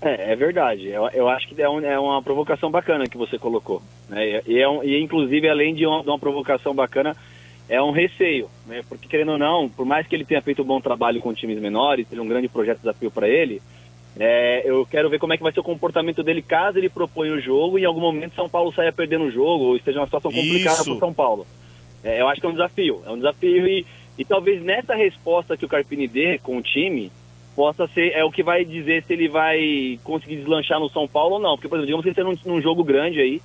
Speaker 13: É, é verdade. Eu, eu acho que é, um- é uma provocação bacana que você colocou. Né? E, é um- e, inclusive, além de uma, de uma provocação bacana, é um receio. Né? Porque, querendo ou não, por mais que ele tenha feito um bom trabalho com times menores, seja um grande projeto de desafio para ele, é, eu quero ver como é que vai ser o comportamento dele caso ele proponha o jogo e em algum momento São Paulo saia perdendo o jogo ou esteja uma situação complicada
Speaker 15: Isso.
Speaker 13: para São Paulo. É, eu acho que é um desafio. É um desafio e, e talvez nessa resposta que o Carpini dê com o time possa ser é o que vai dizer se ele vai conseguir deslanchar no São Paulo ou não. Porque, por exemplo, digamos que ele esteja num, num jogo grande aí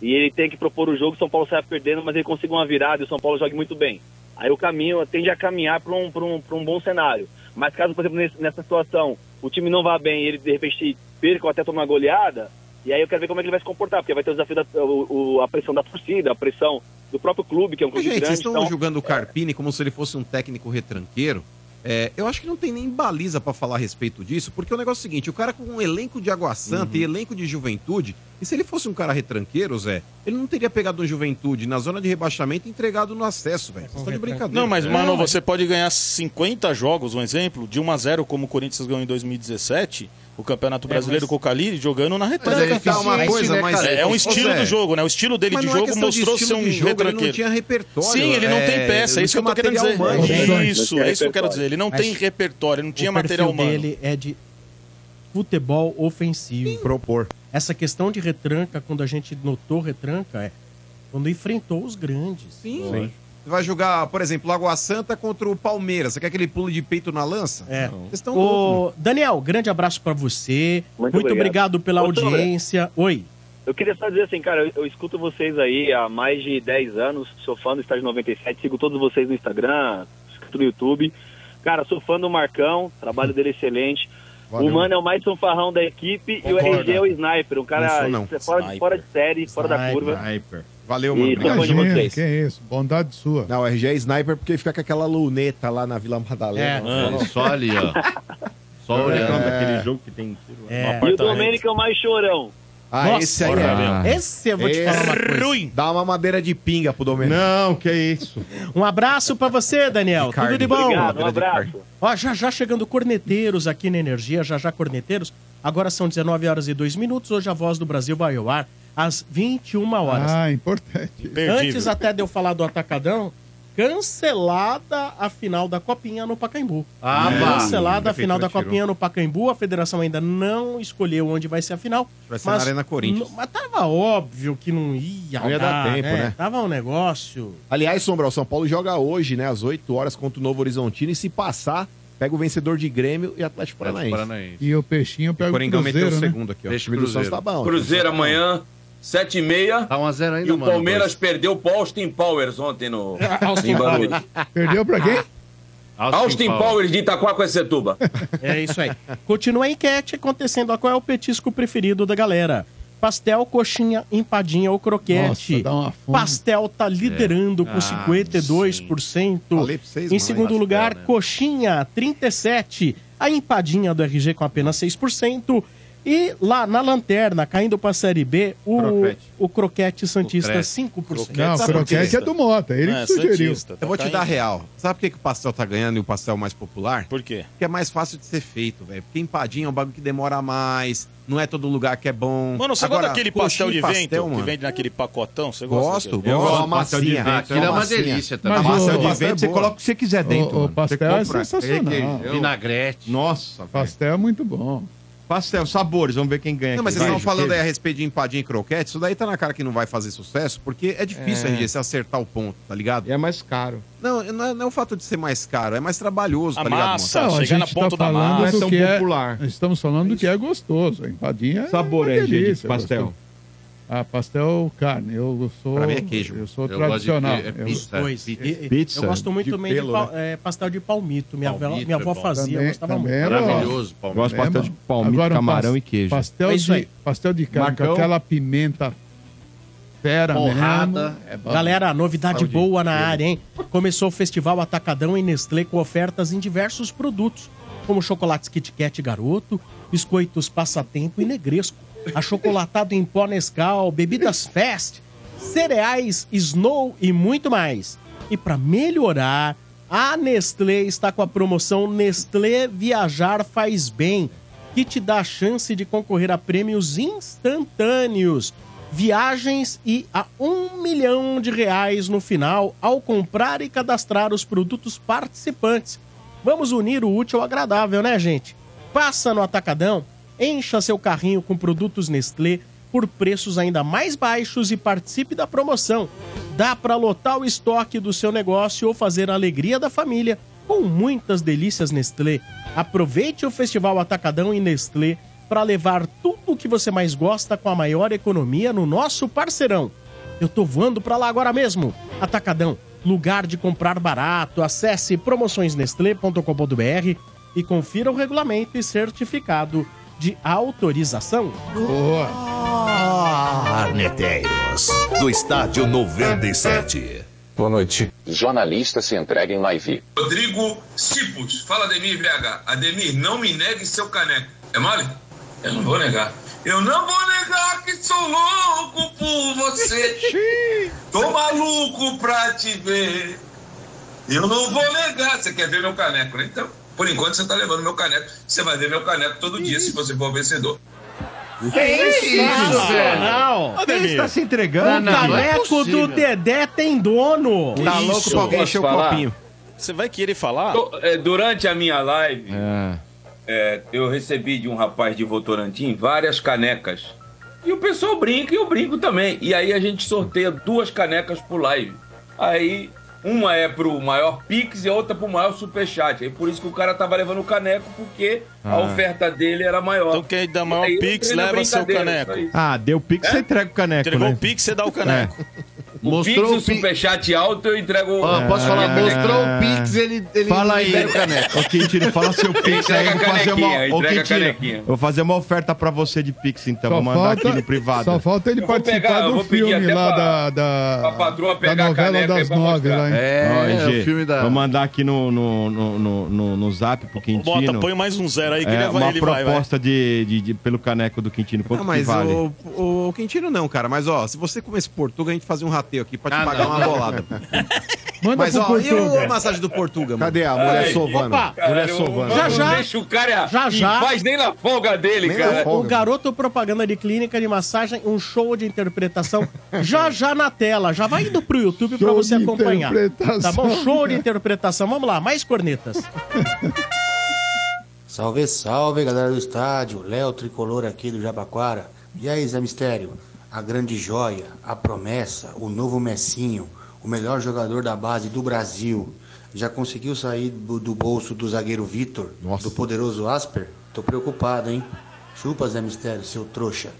Speaker 13: e ele tem que propor o jogo, o São Paulo saia perdendo, mas ele consiga uma virada e o São Paulo jogue muito bem. Aí o caminho tende a caminhar para um, pra um, pra um bom cenário. Mas caso, por exemplo, nesse- nessa situação, o time não vá bem e ele de repente perca ou até toma uma goleada, e aí eu quero ver como é que ele vai se comportar, porque vai ter o desafio da o- o- a pressão da torcida, a pressão do próprio clube, que é um
Speaker 4: Mas,
Speaker 13: clube
Speaker 4: gente,
Speaker 13: grande.
Speaker 4: vocês estão
Speaker 13: então-
Speaker 4: julgando o Carpini como se ele fosse um técnico retranqueiro. É, eu acho que não tem nem baliza pra falar a respeito disso, porque o negócio é o seguinte: o cara com um elenco de Água Santa e elenco de juventude, e se ele fosse um cara retranqueiro, Zé, ele não teria pegado um juventude na zona de rebaixamento e entregado no acesso, velho. Vocês estão de brincadeira.
Speaker 9: Não, mas,
Speaker 4: É.
Speaker 9: mano, você pode ganhar 50 jogos, um exemplo, de 1 a 0 como o Corinthians ganhou em 2017, o
Speaker 4: É,
Speaker 9: Campeonato Brasileiro
Speaker 4: mas-
Speaker 9: com o Cali, jogando na retranca.
Speaker 4: Mas é eficiente, uma coisa, né, mas-
Speaker 9: É, é um estilo
Speaker 4: Ô, Zé,
Speaker 9: do jogo, né? O estilo dele
Speaker 4: mas
Speaker 9: de
Speaker 4: não é
Speaker 9: jogo
Speaker 4: questão de
Speaker 9: mostrou ser
Speaker 4: estilo
Speaker 9: um
Speaker 4: de jogo, ele não
Speaker 9: retranqueiro.
Speaker 4: tinha repertório,
Speaker 9: Sim, ele não
Speaker 4: é,
Speaker 9: tem peça, é
Speaker 4: ele
Speaker 9: isso que eu
Speaker 4: não
Speaker 9: tô
Speaker 4: tinha
Speaker 9: querendo dizer.
Speaker 4: material humano.
Speaker 9: Isso, é isso que eu quero dizer. Ele não
Speaker 2: Mas
Speaker 9: tem repertório, ele não tinha
Speaker 2: o
Speaker 9: material
Speaker 2: perfil
Speaker 9: humano.
Speaker 2: dele é de futebol ofensivo.
Speaker 4: Propor.
Speaker 2: Essa questão de retranca, quando a gente notou retranca, é quando enfrentou os grandes.
Speaker 4: Sim. Você vai jogar, por exemplo, Água Santa contra o Palmeiras. Você quer que ele pule de peito na lança?
Speaker 2: É.
Speaker 4: Vocês estão loucos.
Speaker 2: Ô, Daniel, grande abraço pra você. Muito, obrigado.
Speaker 13: obrigado.
Speaker 2: pela
Speaker 13: Ô, Sombra.
Speaker 2: audiência. Oi.
Speaker 13: Eu queria só dizer assim, cara, eu, eu escuto vocês aí há mais de 10 anos, sou fã do Estádio 97, sigo todos vocês no Instagram, escuto no YouTube. Cara, sou fã do Marcão, trabalho dele é excelente.
Speaker 15: Valeu.
Speaker 13: O Mano é o mais fanfarrão da equipe e o
Speaker 15: Concordo.
Speaker 13: RG é o sniper, um cara
Speaker 15: Não sou, não.
Speaker 13: fora, de- fora de série, fora da curva.
Speaker 4: Valeu,
Speaker 3: É,
Speaker 13: mano.
Speaker 6: Obrigado.
Speaker 7: Imagina, que é isso? Bondade sua.
Speaker 6: Não, o RG é sniper porque fica com aquela luneta lá na Vila Madalena.
Speaker 5: É, só ali, ó.
Speaker 6: Só olhando
Speaker 3: aquele jogo que tem tiro
Speaker 6: É.
Speaker 13: E o Domênico é o mais chorão.
Speaker 6: Ah,
Speaker 13: Nossa,
Speaker 6: esse aí
Speaker 13: olha,
Speaker 6: é.
Speaker 13: meu.
Speaker 2: Esse eu vou te falar uma coisa.
Speaker 6: Ruim. Dá uma madeira de pinga pro Domênico. Não, que isso.
Speaker 2: Um abraço pra você, Daniel.
Speaker 6: De carne.
Speaker 2: Tudo de bom.
Speaker 6: Obrigado, um abraço.
Speaker 2: Ó, já já chegando corneteiros aqui na Energia, já já corneteiros. Agora são 19 horas e 2 minutos. Hoje a Voz do Brasil vai ao ar às 21 horas.
Speaker 7: Ah, importante.
Speaker 2: Antes até de eu falar do Atacadão, cancelada a final da Copinha no Pacaembu.
Speaker 5: Ah, vá.
Speaker 2: Cancelada a
Speaker 5: Prefeitura
Speaker 2: final da
Speaker 5: tirou.
Speaker 2: Copinha no Pacaembu. A federação ainda não escolheu onde vai ser a final.
Speaker 4: Vai ser na Arena Corinthians.
Speaker 2: Mas tava óbvio que não ia,
Speaker 6: Não ia dar tempo, né?
Speaker 2: Tava um negócio...
Speaker 6: Aliás, Sombra, o São Paulo joga hoje, né, às 8 horas contra o Novo Horizontino e se passar, pega o vencedor de Grêmio e Atlético Paranaense.
Speaker 7: E o peixinho pega o
Speaker 6: Coringão meteu
Speaker 7: Cruzeiro,
Speaker 6: o
Speaker 7: né?
Speaker 6: segundo aqui, ó. Deixa o time do Santos tá bom.
Speaker 8: Cruzeiro amanhã, 7h30.
Speaker 5: Tá 1x0 ainda,
Speaker 8: E o
Speaker 5: mano,
Speaker 8: Palmeiras perdeu pro Austin Powers ontem no
Speaker 7: Austin
Speaker 8: em Barueri.
Speaker 7: Perdeu pra quem?
Speaker 8: Austin, Powers. de Itaquaquecetuba.
Speaker 2: É isso aí. Continua a enquete acontecendo. ó, Qual é o petisco preferido da galera? Pastel, coxinha, empadinha ou croquete.
Speaker 7: Nossa, dá uma fome.
Speaker 2: Pastel tá liderando
Speaker 7: É.
Speaker 2: com
Speaker 7: Ah,
Speaker 2: 52%.
Speaker 7: vocês,
Speaker 2: em
Speaker 7: mano,
Speaker 2: segundo
Speaker 7: pastel,
Speaker 2: lugar,
Speaker 7: né?
Speaker 2: coxinha, 37%. A empadinha do RG com apenas 6%. E lá na lanterna, caindo para a Série B, o Croquete, o croquete Santista
Speaker 4: Croquete.
Speaker 2: 5%.
Speaker 7: Não, o croquete é do Mota, ele que sugeriu.
Speaker 6: tá
Speaker 4: Eu vou te dar real. Sabe por que, que o pastel tá ganhando e o pastel é mais popular?
Speaker 9: Por quê?
Speaker 4: Porque é mais fácil de ser feito, velho. Porque empadinha é um bagulho que demora mais, não é todo lugar que é bom.
Speaker 9: Mano, você gosta
Speaker 4: Agora,
Speaker 9: daquele
Speaker 4: coxinha
Speaker 9: pastel
Speaker 4: e
Speaker 9: de vento
Speaker 4: pastel,
Speaker 9: que
Speaker 4: mano.
Speaker 9: vende naquele pacotão? Você gosta?
Speaker 4: Gosto,
Speaker 9: daquele?
Speaker 4: gosto. Aquilo é
Speaker 9: Aquilo
Speaker 3: A massa de vento, você
Speaker 9: boa.
Speaker 3: coloca o é que você quiser dentro.
Speaker 7: O- o
Speaker 3: mano. Você
Speaker 7: pastel é
Speaker 3: compra
Speaker 7: sensacional.
Speaker 3: requeijão.
Speaker 5: Vinagrete.
Speaker 3: Nossa,
Speaker 7: pastel é muito bom.
Speaker 3: Pastel, sabores, vamos ver quem ganha.
Speaker 4: Não,
Speaker 3: aqui.
Speaker 4: mas vocês
Speaker 3: Vai,
Speaker 4: estão falando é aí
Speaker 3: Juqueira.
Speaker 4: a respeito de empadinha e croquete, isso daí tá na cara que não vai fazer sucesso, porque é difícil
Speaker 3: É.
Speaker 4: RG você acertar o ponto, tá ligado?
Speaker 3: É mais caro.
Speaker 4: Não, não é, não é o fato de ser mais caro, é mais trabalhoso, tá ligado?
Speaker 7: Não,
Speaker 4: mano? um
Speaker 7: a gente tá falando
Speaker 3: um
Speaker 7: do que é- estamos falando do que é gostoso. A empadinha
Speaker 3: Sabor,
Speaker 7: é
Speaker 3: é,
Speaker 7: uma
Speaker 3: gente,
Speaker 7: delícia,
Speaker 3: pastel.
Speaker 7: gostoso. Ah, pastel, carne. Eu sou...
Speaker 4: Pra mim é queijo.
Speaker 7: Eu sou
Speaker 4: Eu gosto de
Speaker 7: tradicional.
Speaker 4: que- é
Speaker 7: Eu-
Speaker 4: pizza.
Speaker 2: Pois, e- e-
Speaker 7: Pizza
Speaker 2: Eu gosto muito
Speaker 7: de
Speaker 2: também
Speaker 4: né?
Speaker 7: pelo,
Speaker 2: de pal- eh, pastel de palmito. Minha, avó-
Speaker 7: Palmito
Speaker 2: minha avó
Speaker 7: é bom.
Speaker 2: fazia, eu
Speaker 7: Também-
Speaker 2: gostava
Speaker 7: também
Speaker 2: muito.
Speaker 7: é bom.
Speaker 3: palmito.
Speaker 4: né?
Speaker 3: Gosto de pastel de palmito,
Speaker 7: Agora, um
Speaker 3: camarão
Speaker 7: pas-
Speaker 3: e queijo.
Speaker 7: Pastel,
Speaker 3: É isso
Speaker 7: de,
Speaker 3: aí.
Speaker 7: pastel de carne com
Speaker 3: Marcão?
Speaker 7: aquela pimenta fera
Speaker 2: Porrada,
Speaker 7: mesmo.
Speaker 2: é bom. Galera, novidade
Speaker 7: Saúde.
Speaker 2: boa na área, hein? Começou o Festival Atacadão em Nestlé com ofertas em diversos produtos, como chocolates Kit Kat Garoto, biscoitos Passatempo e Negresco, achocolatado em pó Nescau, bebidas Fest, cereais Snow e muito mais. E para melhorar, a Nestlé está com a promoção Nestlé Viajar Faz Bem, que te dá a chance de concorrer a prêmios instantâneos viagens e a um milhão de reais no final ao comprar e cadastrar os produtos participantes. Vamos unir o útil ao agradável, né, gente? Passa no Atacadão, encha seu carrinho com produtos Nestlé por preços ainda mais baixos e participe da promoção. Dá para lotar o estoque do seu negócio ou fazer a alegria da família com muitas delícias Nestlé. Aproveite o Festival Atacadão e Nestlé para levar tudo o que você mais gosta com a maior economia no nosso parceirão. Eu tô voando para lá agora mesmo. Atacadão, lugar de comprar barato. Acesse promoçõesnestlé.com.br e confira o regulamento e certificado de autorização.
Speaker 14: Arneteiros, do estádio 97. Boa noite. Jornalistas se entrega em live.
Speaker 8: Rodrigo Cipos, fala Ademir VH. Ademir, não me negue seu caneco. É mole? Eu não vou negar. Eu não vou negar que sou louco por você. Tô maluco pra te ver. Eu não vou negar. Você quer ver meu caneco, né? Então, por enquanto você tá levando meu caneco. Você vai ver meu caneco todo dia se você for vencedor.
Speaker 2: É Sensacional!
Speaker 3: Ele está se entregando.
Speaker 2: O caneco do Dedé tem dono.
Speaker 9: é Tá louco pra alguém encher o copinho. Você vai querer falar?
Speaker 8: Tô- é, durante a minha live, é, eu recebi de um rapaz de Votorantim várias canecas. E o pessoal brinca e eu brinco também. E aí a gente sorteia duas canecas por live. Aí uma é pro maior Pix e a outra pro maior Superchat. Aí por isso que o cara tava levando o caneco, porque a
Speaker 3: Ah.
Speaker 8: oferta dele era maior. Então
Speaker 9: quem dá
Speaker 8: maior
Speaker 9: Pix
Speaker 8: é
Speaker 9: leva seu caneco.
Speaker 3: Ah, deu pix, você entrega o caneco,
Speaker 9: Entregou
Speaker 3: né?
Speaker 9: o Pix, você dá o caneco.
Speaker 8: O
Speaker 9: Mostrou
Speaker 8: Pix, o Superchat alto, eu entrego... um-
Speaker 3: Ah, posso falar, Ah. mostrou o Pix,
Speaker 5: ele,
Speaker 3: Fala aí, ô Quintino, fala seu Pix aí.
Speaker 8: Entrega
Speaker 3: eu Vou fazer,
Speaker 8: a canequinha,
Speaker 3: uma... Ô,
Speaker 8: entrega a
Speaker 3: Quintino,
Speaker 8: canequinha.
Speaker 3: eu vou fazer uma oferta pra você de Pix, então.
Speaker 7: Só
Speaker 3: vou mandar
Speaker 7: falta-
Speaker 3: aqui no privado.
Speaker 7: Só falta ele
Speaker 3: Eu vou
Speaker 7: participar
Speaker 3: pegar, eu
Speaker 7: do
Speaker 3: vou pedir
Speaker 7: filme
Speaker 3: até
Speaker 7: lá
Speaker 3: pra-
Speaker 7: da, da,
Speaker 8: patroa
Speaker 7: da novela das nove lá, hein?
Speaker 3: Ó, Gê,
Speaker 7: o filme da...
Speaker 3: Vou mandar aqui no, no, no, no, no, no zap pro Quintino.
Speaker 9: Bota, põe mais um zero aí que
Speaker 3: é,
Speaker 9: ele vai,
Speaker 3: uma
Speaker 9: ele vai, vai.
Speaker 3: proposta De, de- de- pelo caneco do Quintino. Quanto
Speaker 4: Não,
Speaker 3: que
Speaker 4: mas
Speaker 3: vale?
Speaker 4: o, o, o Quintino não, cara. Mas ó, se você comesse Portuga, a gente fazia um rateio aqui pra te
Speaker 3: Ah,
Speaker 4: pagar
Speaker 3: não.
Speaker 4: uma bolada.
Speaker 7: Manda
Speaker 4: mas
Speaker 7: pro
Speaker 4: ó, e
Speaker 7: Portuga.
Speaker 4: a massagem do Portuga, mano?
Speaker 6: Cadê a mulher sovando?
Speaker 2: Mulher
Speaker 6: sovando.
Speaker 2: Já, já.
Speaker 8: Deixa o cara...
Speaker 2: Já, já.
Speaker 8: Não faz nem na folga dele,
Speaker 2: Nem
Speaker 8: cara.
Speaker 2: o- O garoto propaganda de clínica de massagem, um show de interpretação já já na tela. Já vai indo pro YouTube pra
Speaker 7: Show
Speaker 2: você
Speaker 7: de
Speaker 2: acompanhar. Tá
Speaker 7: interpretação.
Speaker 2: bom? Show de interpretação. Vamos lá, mais cornetas.
Speaker 15: Salve, salve galera do estádio, Léo Tricolor aqui do Jabaquara. E aí, Zé Mistério, a grande joia, a promessa, o novo Messinho, o melhor jogador da base do Brasil. Já conseguiu sair do, do bolso do zagueiro Vitor, do poderoso Asper? Tô preocupado, hein? Chupa, Zé Mistério, seu trouxa.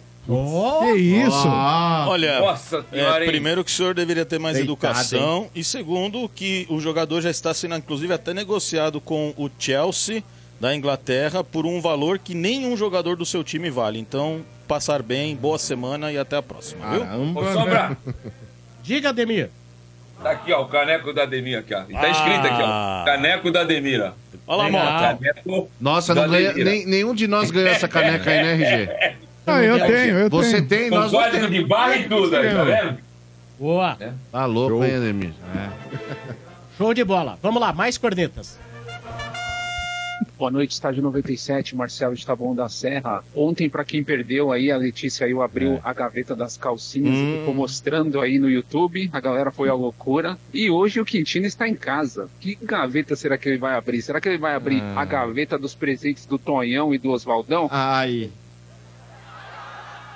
Speaker 7: que isso?
Speaker 2: Ah.
Speaker 9: Olha,
Speaker 15: Nossa Senhora,
Speaker 9: é,
Speaker 15: hein?
Speaker 9: primeiro que o senhor deveria ter mais
Speaker 15: Deitado,
Speaker 9: educação.
Speaker 15: hein?
Speaker 9: E segundo, que o jogador já está sendo, inclusive, até negociado com o Chelsea da Inglaterra por um valor que nenhum jogador do seu time vale. Então, passar bem, boa semana e até a próxima, viu?
Speaker 8: Caramba, Ô, Sombra.
Speaker 4: né?
Speaker 2: Diga, Ademir.
Speaker 8: Tá aqui, ó, o caneco da Ademir aqui, ó. E Tá
Speaker 9: Ah.
Speaker 8: escrito aqui, ó. Caneco da Ademir, ó.
Speaker 9: Olha lá, Mota.
Speaker 5: Nossa, não ganha, nem- nenhum de nós ganhou essa caneca aí, né, RG?
Speaker 7: Ah, eu tenho, eu
Speaker 5: Você
Speaker 7: tenho.
Speaker 5: tem, nós
Speaker 8: Com
Speaker 5: não
Speaker 8: código
Speaker 5: temos.
Speaker 8: de barra e tudo aí, tá vendo?
Speaker 2: Boa.
Speaker 5: Tá louco,
Speaker 2: Show.
Speaker 5: hein, Ademir? É,
Speaker 2: Show de bola. Vamos lá, mais cornetas.
Speaker 16: Boa noite, estádio 97, Marcelo Estabão da Serra. Ontem, para quem perdeu aí, a Letícia eu abriu a gaveta das calcinhas e ficou mostrando aí no YouTube. A galera foi à loucura. E hoje o Quintino está em casa. Que gaveta será que ele vai abrir? Será que ele vai abrir a gaveta dos presentes do Tonhão e do Oswaldão?
Speaker 3: Ai.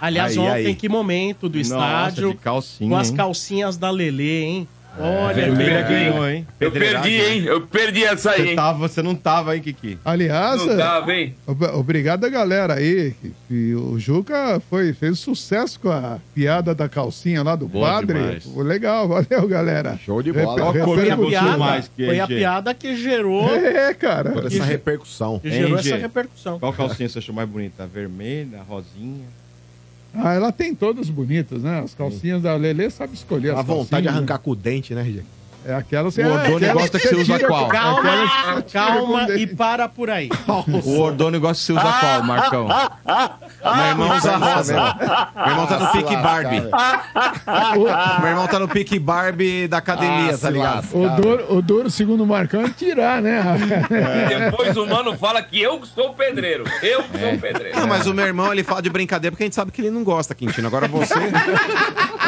Speaker 2: Aliás,
Speaker 3: Aí,
Speaker 2: ontem,
Speaker 3: aí.
Speaker 2: que momento do
Speaker 3: Nossa,
Speaker 2: estádio.
Speaker 3: de calcinha,
Speaker 2: com as
Speaker 3: hein?
Speaker 2: calcinhas da Lele, hein? Olha,
Speaker 3: Vermelha
Speaker 2: que-
Speaker 3: ganhou, hein?
Speaker 8: Eu perdi, hein? né? Eu perdi essa aí,
Speaker 3: Você, tá-
Speaker 8: hein?
Speaker 3: tava, Ah, você não tava, hein, Kiki?
Speaker 7: Ah, Aliás,
Speaker 8: Não dava, hein?
Speaker 7: ob- obrigado a galera aí. que- que o Juca foi, fez sucesso com a piada da calcinha lá do
Speaker 2: Boa
Speaker 7: padre.
Speaker 2: demais.
Speaker 7: Pô, Legal, valeu, galera.
Speaker 6: Show de
Speaker 7: Reper-
Speaker 6: bola.
Speaker 7: reper-
Speaker 2: Foi a
Speaker 7: repercutiu
Speaker 2: piada,
Speaker 7: mais que
Speaker 2: foi a
Speaker 7: RG.
Speaker 2: piada que gerou.
Speaker 7: É, cara.
Speaker 6: Toda essa repercussão.
Speaker 2: Que gerou
Speaker 3: Hein,
Speaker 2: essa
Speaker 3: Gê?
Speaker 2: repercussão.
Speaker 3: Qual calcinha você achou mais bonita? A vermelha, a rosinha?
Speaker 7: Ah, ela tem todas bonitas, né? As calcinhas da Lelê sabe escolher.
Speaker 6: A
Speaker 7: as
Speaker 6: vontade de
Speaker 7: calcinhas.
Speaker 6: arrancar com o dente, né, RG?
Speaker 7: É aquelas
Speaker 6: O Ordone gosta que você usa qual?
Speaker 2: Calma, calma e para por aí.
Speaker 3: O Ordônio gosta que você usa qual, Marcão? Meu irmão usa rosa.
Speaker 4: Meu irmão tá no pique Barbie. Meu irmão tá no pique Barbie da academia,
Speaker 7: Ah,
Speaker 4: tá
Speaker 7: se
Speaker 4: ligado?
Speaker 7: O duro, o duro, segundo o Marcão, é tirar, né?
Speaker 2: É,
Speaker 8: Depois o mano fala que eu que sou o pedreiro. Eu que sou o pedreiro.
Speaker 4: É. Não, mas o meu irmão, ele fala de brincadeira porque a gente sabe que ele não gosta, Quintino. Agora você.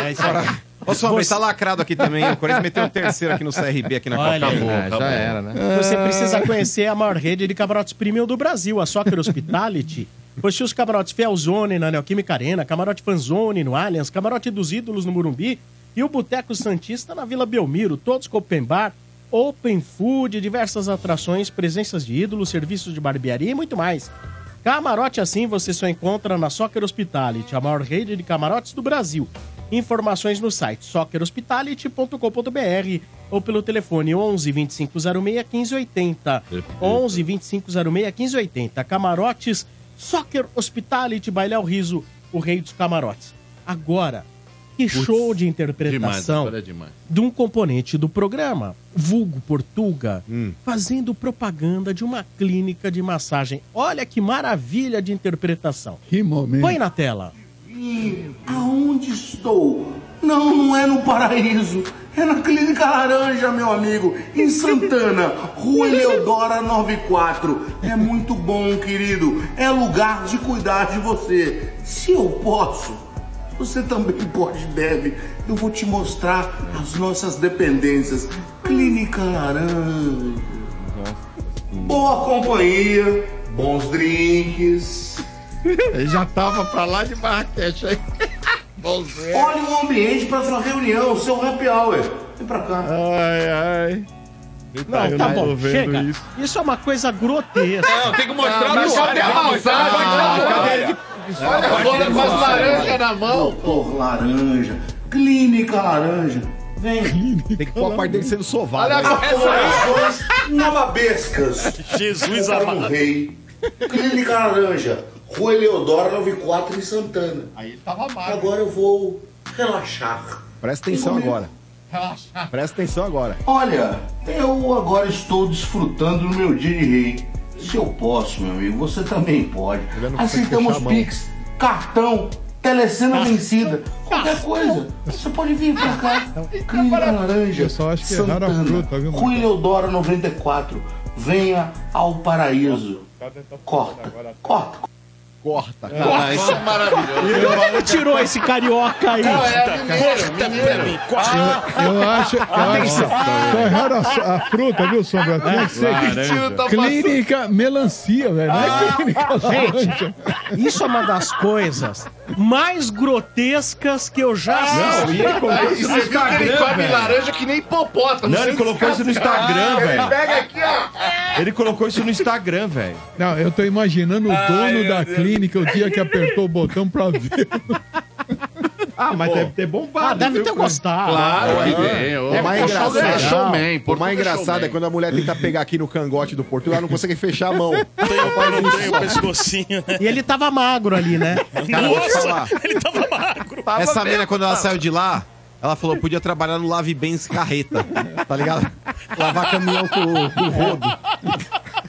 Speaker 2: É isso aí.
Speaker 4: Ô, Sombra, tá lacrado aqui também. O Corinthians meteu o terceiro aqui no CRB, aqui na Copa.
Speaker 2: Olha aí.
Speaker 4: Acabou,
Speaker 2: Ah, já
Speaker 4: acabou.
Speaker 2: era, Você precisa conhecer a maior rede de camarotes premium do Brasil, a Soccer Hospitality. Possui os camarotes Felzone na Neoquímica Arena, camarote Fanzone no Allianz, camarote dos Ídolos no Murumbi e o Boteco Santista na Vila Belmiro, todos com open bar, open food, diversas atrações, presenças de ídolos, serviços de barbearia e muito mais. Camarote assim você só encontra na Soccer Hospitality, a maior rede de camarotes do Brasil. Informações no site soccerhospitality.com.br ou pelo telefone 11 2506 1580. 11 2506 1580. Camarotes Soccer Hospitality Bailel Riso, o rei dos camarotes. Agora, que show de interpretação
Speaker 5: Demais, é demais.
Speaker 2: de um componente do programa, vulgo Portuga, fazendo propaganda de uma clínica de massagem. Olha que maravilha de interpretação.
Speaker 7: Que momento.
Speaker 2: Põe na tela.
Speaker 17: E aonde estou? Não, não é no paraíso. É na Clínica Laranja, meu amigo, em Santana, Rua Eleodora 94. É muito bom, querido. É lugar de cuidar de você. Se eu posso, você também pode e deve. Eu vou te mostrar as nossas dependências. Clínica Laranja. Boa companhia, bons drinks. Já tava pra lá de Marrakech aí. Olha o ambiente pra sua reunião, seu happy hour. Vem pra cá.
Speaker 3: Ai, ai.
Speaker 2: Não, tá bom, chega. Isso. é uma coisa grotesca.
Speaker 8: Não, tem que
Speaker 5: Ah, Tá,
Speaker 8: mostrar
Speaker 2: mas
Speaker 8: no
Speaker 2: só
Speaker 5: né?
Speaker 2: tem a massagem,
Speaker 17: Olha é com as laranjas na mão. Pô, laranja. Clínica laranja. Vem.
Speaker 6: Tem que pôr a parte dele sendo sovado.
Speaker 17: Olha é
Speaker 6: né?
Speaker 17: as corporações nababescas.
Speaker 9: Jesus
Speaker 17: amado. rei. Clínica laranja. Rua Eleodoro 94 em Santana. Aí ele tava mal. Agora eu vou relaxar.
Speaker 6: Presta atenção
Speaker 17: Comigo.
Speaker 6: agora.
Speaker 17: Relaxar.
Speaker 6: Presta atenção agora.
Speaker 17: Olha, eu agora estou desfrutando do meu dia de rei. Se eu posso, meu amigo, você também pode.
Speaker 6: não consegue
Speaker 17: Aceitamos
Speaker 6: fechar a mão.
Speaker 17: Pix, cartão, telecena vencida, qualquer coisa. Você pode vir pra cá. Clínica Laranja,
Speaker 7: Pessoal, acho que erraram a
Speaker 17: Santana,
Speaker 7: fruta, viu, Marcão?
Speaker 17: Rua Eleodoro 94. Venha ao paraíso. Corta, corta.
Speaker 7: Ah,
Speaker 6: Corta,
Speaker 17: cara. Isso é maravilhoso.
Speaker 2: Como tirou esse carioca aí?
Speaker 17: Não, é mineiro, mineiro.
Speaker 7: Eu acho. Eu acho
Speaker 17: Atenção.
Speaker 7: só erraram a, so- a fruta, viu, Sombra? Tinha que ser.
Speaker 17: Laranja.
Speaker 7: Clínica melancia, velho. Não é clínica laranja.
Speaker 2: Gente, isso é uma das coisas mais grotescas que eu já
Speaker 17: Não, e
Speaker 2: assisti.
Speaker 17: ele colocou isso no Você viu que ele Instagram, come velho. laranja
Speaker 2: que nem hipopótamo.
Speaker 3: Não, ele colocou isso no Instagram, velho.
Speaker 17: Pega aqui, ó.
Speaker 3: Ele colocou isso no Instagram, velho.
Speaker 7: Não, eu tô imaginando o dono da clínica o dia que apertou o botão pra ver.
Speaker 3: Ah, mas deve ter
Speaker 2: Ah,
Speaker 3: bombado.
Speaker 2: deve ter gostado.
Speaker 5: Claro que
Speaker 6: É.
Speaker 5: tem. ô.
Speaker 6: O mais
Speaker 5: Portugal
Speaker 6: engraçado,
Speaker 5: é showman,
Speaker 6: o
Speaker 5: Portugal
Speaker 6: mais
Speaker 5: é
Speaker 6: engraçado é
Speaker 5: showman.
Speaker 6: quando a mulher tenta pegar aqui no cangote do Portugal, ela não consegue fechar a mão.
Speaker 5: um
Speaker 9: Eu não tenho o pescocinho, né?
Speaker 2: E ele tava magro ali, né?
Speaker 4: Cara, vou te falar.
Speaker 9: Ele tava magro.
Speaker 4: Essa menina, quando ela saiu de lá, ela falou: podia trabalhar no Lave Bens Carreta, tá ligado? Lavar caminhão com, com rodo.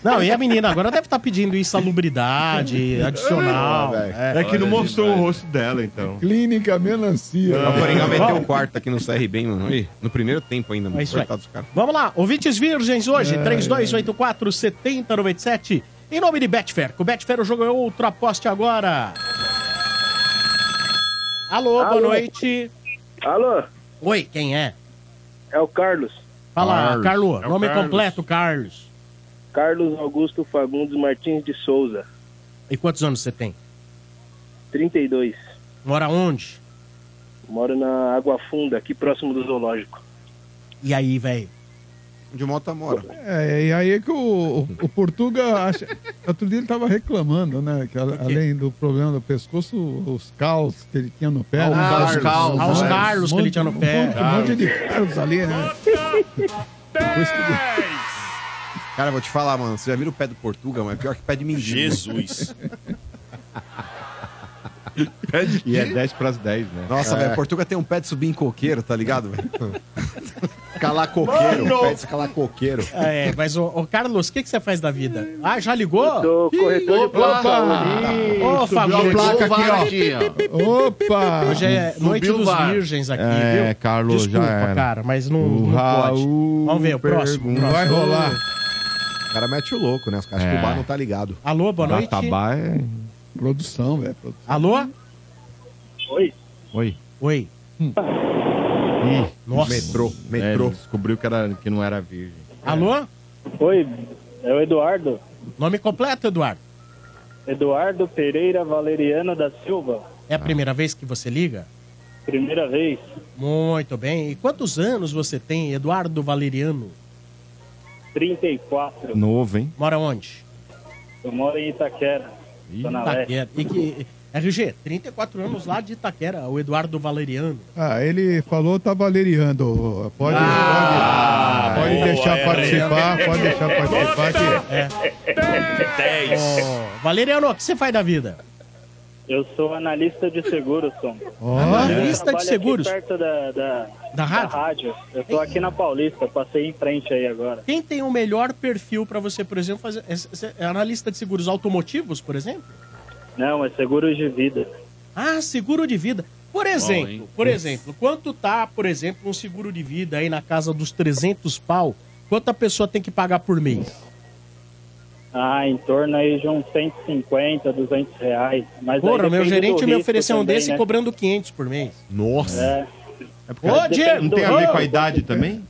Speaker 2: Não, e a menina agora deve estar pedindo insalubridade adicional.
Speaker 3: É, que não mostrou o rosto dela, então.
Speaker 7: Clínica melancia.
Speaker 6: É.
Speaker 4: O Coringão meteu o quarto aqui no CRB, mano. Ih, No primeiro tempo ainda, mano.
Speaker 2: É isso aí.
Speaker 4: Coitado dos caras.
Speaker 2: Vamos lá, ouvintes virgens hoje,
Speaker 4: É,
Speaker 2: 3284 7097, em nome de Betfair. Com Betfair o jogo é outro, aposte agora. Alô, boa
Speaker 18: Alô.
Speaker 2: noite.
Speaker 18: Alô?
Speaker 2: Oi, quem é?
Speaker 18: É o Carlos.
Speaker 2: Fala, Carlos.
Speaker 18: É o
Speaker 2: nome
Speaker 18: Carlos.
Speaker 2: completo, Carlos.
Speaker 18: Carlos Augusto Fagundes Martins de Souza,
Speaker 2: E quantos anos você tem?
Speaker 18: 32.
Speaker 2: Mora onde?
Speaker 18: Moro na Água Funda, aqui próximo do zoológico.
Speaker 2: E aí, velho?
Speaker 4: De moto mora.
Speaker 7: É, e aí é que o, o, o Portuga acha. Outro dia ele tava reclamando, né? Que a- além do problema do pescoço, os caos que ele tinha no pé.
Speaker 2: Ah,
Speaker 7: né?
Speaker 2: os caos. Ah, os calos que ele tinha no pé.
Speaker 7: Um monte, um monte de caos ali, né?
Speaker 4: Cara, vou te falar, mano. Você já viu o pé do Portugal, mas é pior que pé de mendigo.
Speaker 9: Jesus.
Speaker 4: pé de
Speaker 3: E é 10 pras 10, né?
Speaker 4: Nossa,
Speaker 3: É.
Speaker 4: velho, Portugal tem um pé de subir em coqueiro, tá ligado, velho? Calar coqueiro,
Speaker 2: Mano!
Speaker 4: pé de calar coqueiro.
Speaker 2: É, mas ô, ô, Carlos, o que, que você faz da vida? Ah, já ligou?
Speaker 18: Eu sou corretor de plano de saúde.
Speaker 2: Ô,
Speaker 18: Subiu a
Speaker 2: Fagundes.
Speaker 18: placa aqui, ó. Aqui,
Speaker 7: Opa!
Speaker 2: Hoje é
Speaker 18: Subiu
Speaker 2: noite
Speaker 18: o
Speaker 2: dos
Speaker 18: VAR.
Speaker 2: virgens aqui,
Speaker 3: É,
Speaker 2: viu?
Speaker 3: Carlos,
Speaker 2: Desculpa,
Speaker 3: já era.
Speaker 2: cara, mas não, não pode. Vamos ver, o próximo.
Speaker 3: pergunta. Vai
Speaker 2: próximo.
Speaker 3: rolar.
Speaker 4: O cara mete o louco, né? Os caras acham
Speaker 3: É.
Speaker 4: que o bar não tá ligado.
Speaker 2: Alô, Ah, boa noite.
Speaker 3: Databá é...
Speaker 7: Produção, velho.
Speaker 2: Alô?
Speaker 18: Oi?
Speaker 3: Oi.
Speaker 2: Oi.
Speaker 3: Ih,
Speaker 2: Nossa.
Speaker 3: Metrô, metrô. É, descobriu que, era, que não era virgem.
Speaker 2: Alô?
Speaker 18: Oi, é o Eduardo.
Speaker 2: Nome completo, Eduardo?
Speaker 18: Eduardo Pereira Valeriano da Silva.
Speaker 2: É a
Speaker 3: Tá.
Speaker 2: primeira vez que você liga?
Speaker 18: Primeira vez,
Speaker 2: Muito bem. E quantos anos você tem, Eduardo Valeriano?
Speaker 18: 34.
Speaker 3: Novo, hein?
Speaker 2: Mora onde?
Speaker 18: Eu moro em Itaquera, Zona Leste.
Speaker 2: Itaquera. E que... RG, 34 anos lá de Itaquera, o Eduardo Valeriano.
Speaker 7: Ah, ele falou tá valeriando. Pode,
Speaker 2: Ah,
Speaker 7: pode, pode
Speaker 2: boa,
Speaker 7: deixar
Speaker 2: é,
Speaker 7: participar,
Speaker 2: é.
Speaker 7: pode deixar participar. Que...
Speaker 2: É.
Speaker 9: 10.
Speaker 2: Ô, Valeriano, o que você faz da vida?
Speaker 18: Eu sou analista de seguros, Tom.
Speaker 2: Ó.
Speaker 18: Eu
Speaker 2: Analista
Speaker 18: trabalho
Speaker 2: de seguros?
Speaker 18: Aqui perto da, da, da
Speaker 2: rádio?
Speaker 18: Eu tô aqui na Paulista, passei em frente aí agora.
Speaker 2: Quem tem o melhor perfil pra você, por exemplo, fazer é- é- é analista de seguros automotivos, por exemplo?
Speaker 18: Não, é seguros de vida.
Speaker 2: Ah, seguro de vida. Por exemplo,
Speaker 18: hein?
Speaker 2: por
Speaker 18: Ufa.
Speaker 2: exemplo, quanto tá, por exemplo, um seguro de vida aí na casa dos 300 pau? Quanto a pessoa tem que pagar por mês?
Speaker 18: Ah, em torno aí de uns 150, 200 reais. Mas aí
Speaker 2: Porra, meu
Speaker 18: depende
Speaker 2: gerente
Speaker 18: do
Speaker 2: me
Speaker 18: risco
Speaker 2: ofereceu um
Speaker 18: também,
Speaker 2: desse
Speaker 18: né?
Speaker 2: cobrando 500 por mês.
Speaker 4: Nossa.
Speaker 18: É.
Speaker 2: Ô, Diego!
Speaker 3: Não tem a ver
Speaker 2: ô!
Speaker 3: com a idade também?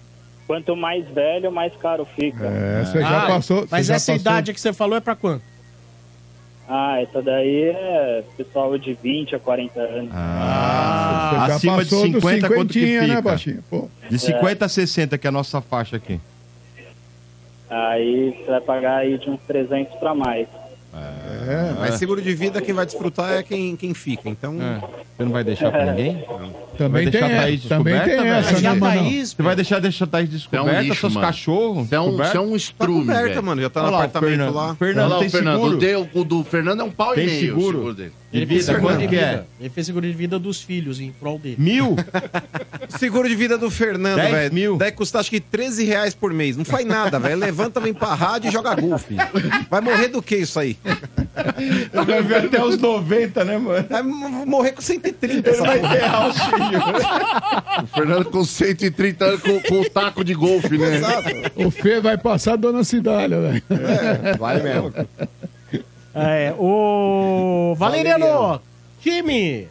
Speaker 18: Quanto mais velho, mais caro fica.
Speaker 3: É,
Speaker 7: você já
Speaker 2: Ah,
Speaker 7: passou-
Speaker 2: Mas
Speaker 7: você já
Speaker 2: essa
Speaker 7: passou-
Speaker 2: idade que você falou é pra quanto?
Speaker 18: Ah, essa daí é pessoal de 20 a 40 anos.
Speaker 3: Ah,
Speaker 7: já
Speaker 3: acima de
Speaker 7: passou do
Speaker 3: 50, quanto que
Speaker 7: cinquentinha,
Speaker 3: fica?
Speaker 7: né, baixinho? Pô.
Speaker 3: De 50 a 60, que é a nossa faixa aqui.
Speaker 18: Aí você vai pagar aí de uns 300 pra mais. Ah,
Speaker 4: É, mas seguro de vida, quem vai desfrutar é quem, quem fica. Então.
Speaker 3: Você não vai deixar pra ninguém?
Speaker 4: Também
Speaker 3: vai deixar
Speaker 4: tem
Speaker 3: a Thaís
Speaker 4: essa, também
Speaker 3: descoberta,
Speaker 4: tem
Speaker 3: velho?
Speaker 4: essa, Mas né, já
Speaker 2: tá
Speaker 6: tá
Speaker 4: mano? Thaís,
Speaker 3: Você vai deixar, deixar a Thaís descoberta,
Speaker 5: lixo,
Speaker 3: seus
Speaker 5: mano.
Speaker 3: cachorros?
Speaker 5: Você é um-
Speaker 3: descoberta?
Speaker 5: você é um estrume,
Speaker 3: um Tá coberta,
Speaker 5: velho.
Speaker 3: mano. Já tá no
Speaker 5: Olha lá o
Speaker 3: apartamento
Speaker 5: Fernando.
Speaker 3: lá.
Speaker 5: Olha lá o Fernando, o
Speaker 3: seguro?
Speaker 5: dele- o do Fernando é um pau e
Speaker 3: Tem
Speaker 5: meio.
Speaker 3: seguro?
Speaker 5: o dele.
Speaker 2: Ele fez
Speaker 3: vida,
Speaker 2: seguro
Speaker 3: quanto
Speaker 2: de
Speaker 3: que é?
Speaker 2: vida. Ele fez seguro de vida dos filhos em prol dele.
Speaker 3: Mil?
Speaker 4: Seguro de vida do Fernando,
Speaker 2: 10
Speaker 4: velho. Mil. Deve custar acho que 13 reais por mês. Não faz nada, velho. Levanta, vem pra rádio e joga gol, filho. Vai morrer do que isso aí?
Speaker 3: Vai ver até os 90, né, mano?
Speaker 4: Vai m- morrer com 130.
Speaker 3: Ele vai enterrar os
Speaker 5: O Fernando com 130 anos com, com o taco de golfe, né?
Speaker 7: O Fê vai passar a dona Cidália, velho.
Speaker 4: vai mesmo.
Speaker 2: É, o Valeriano, time!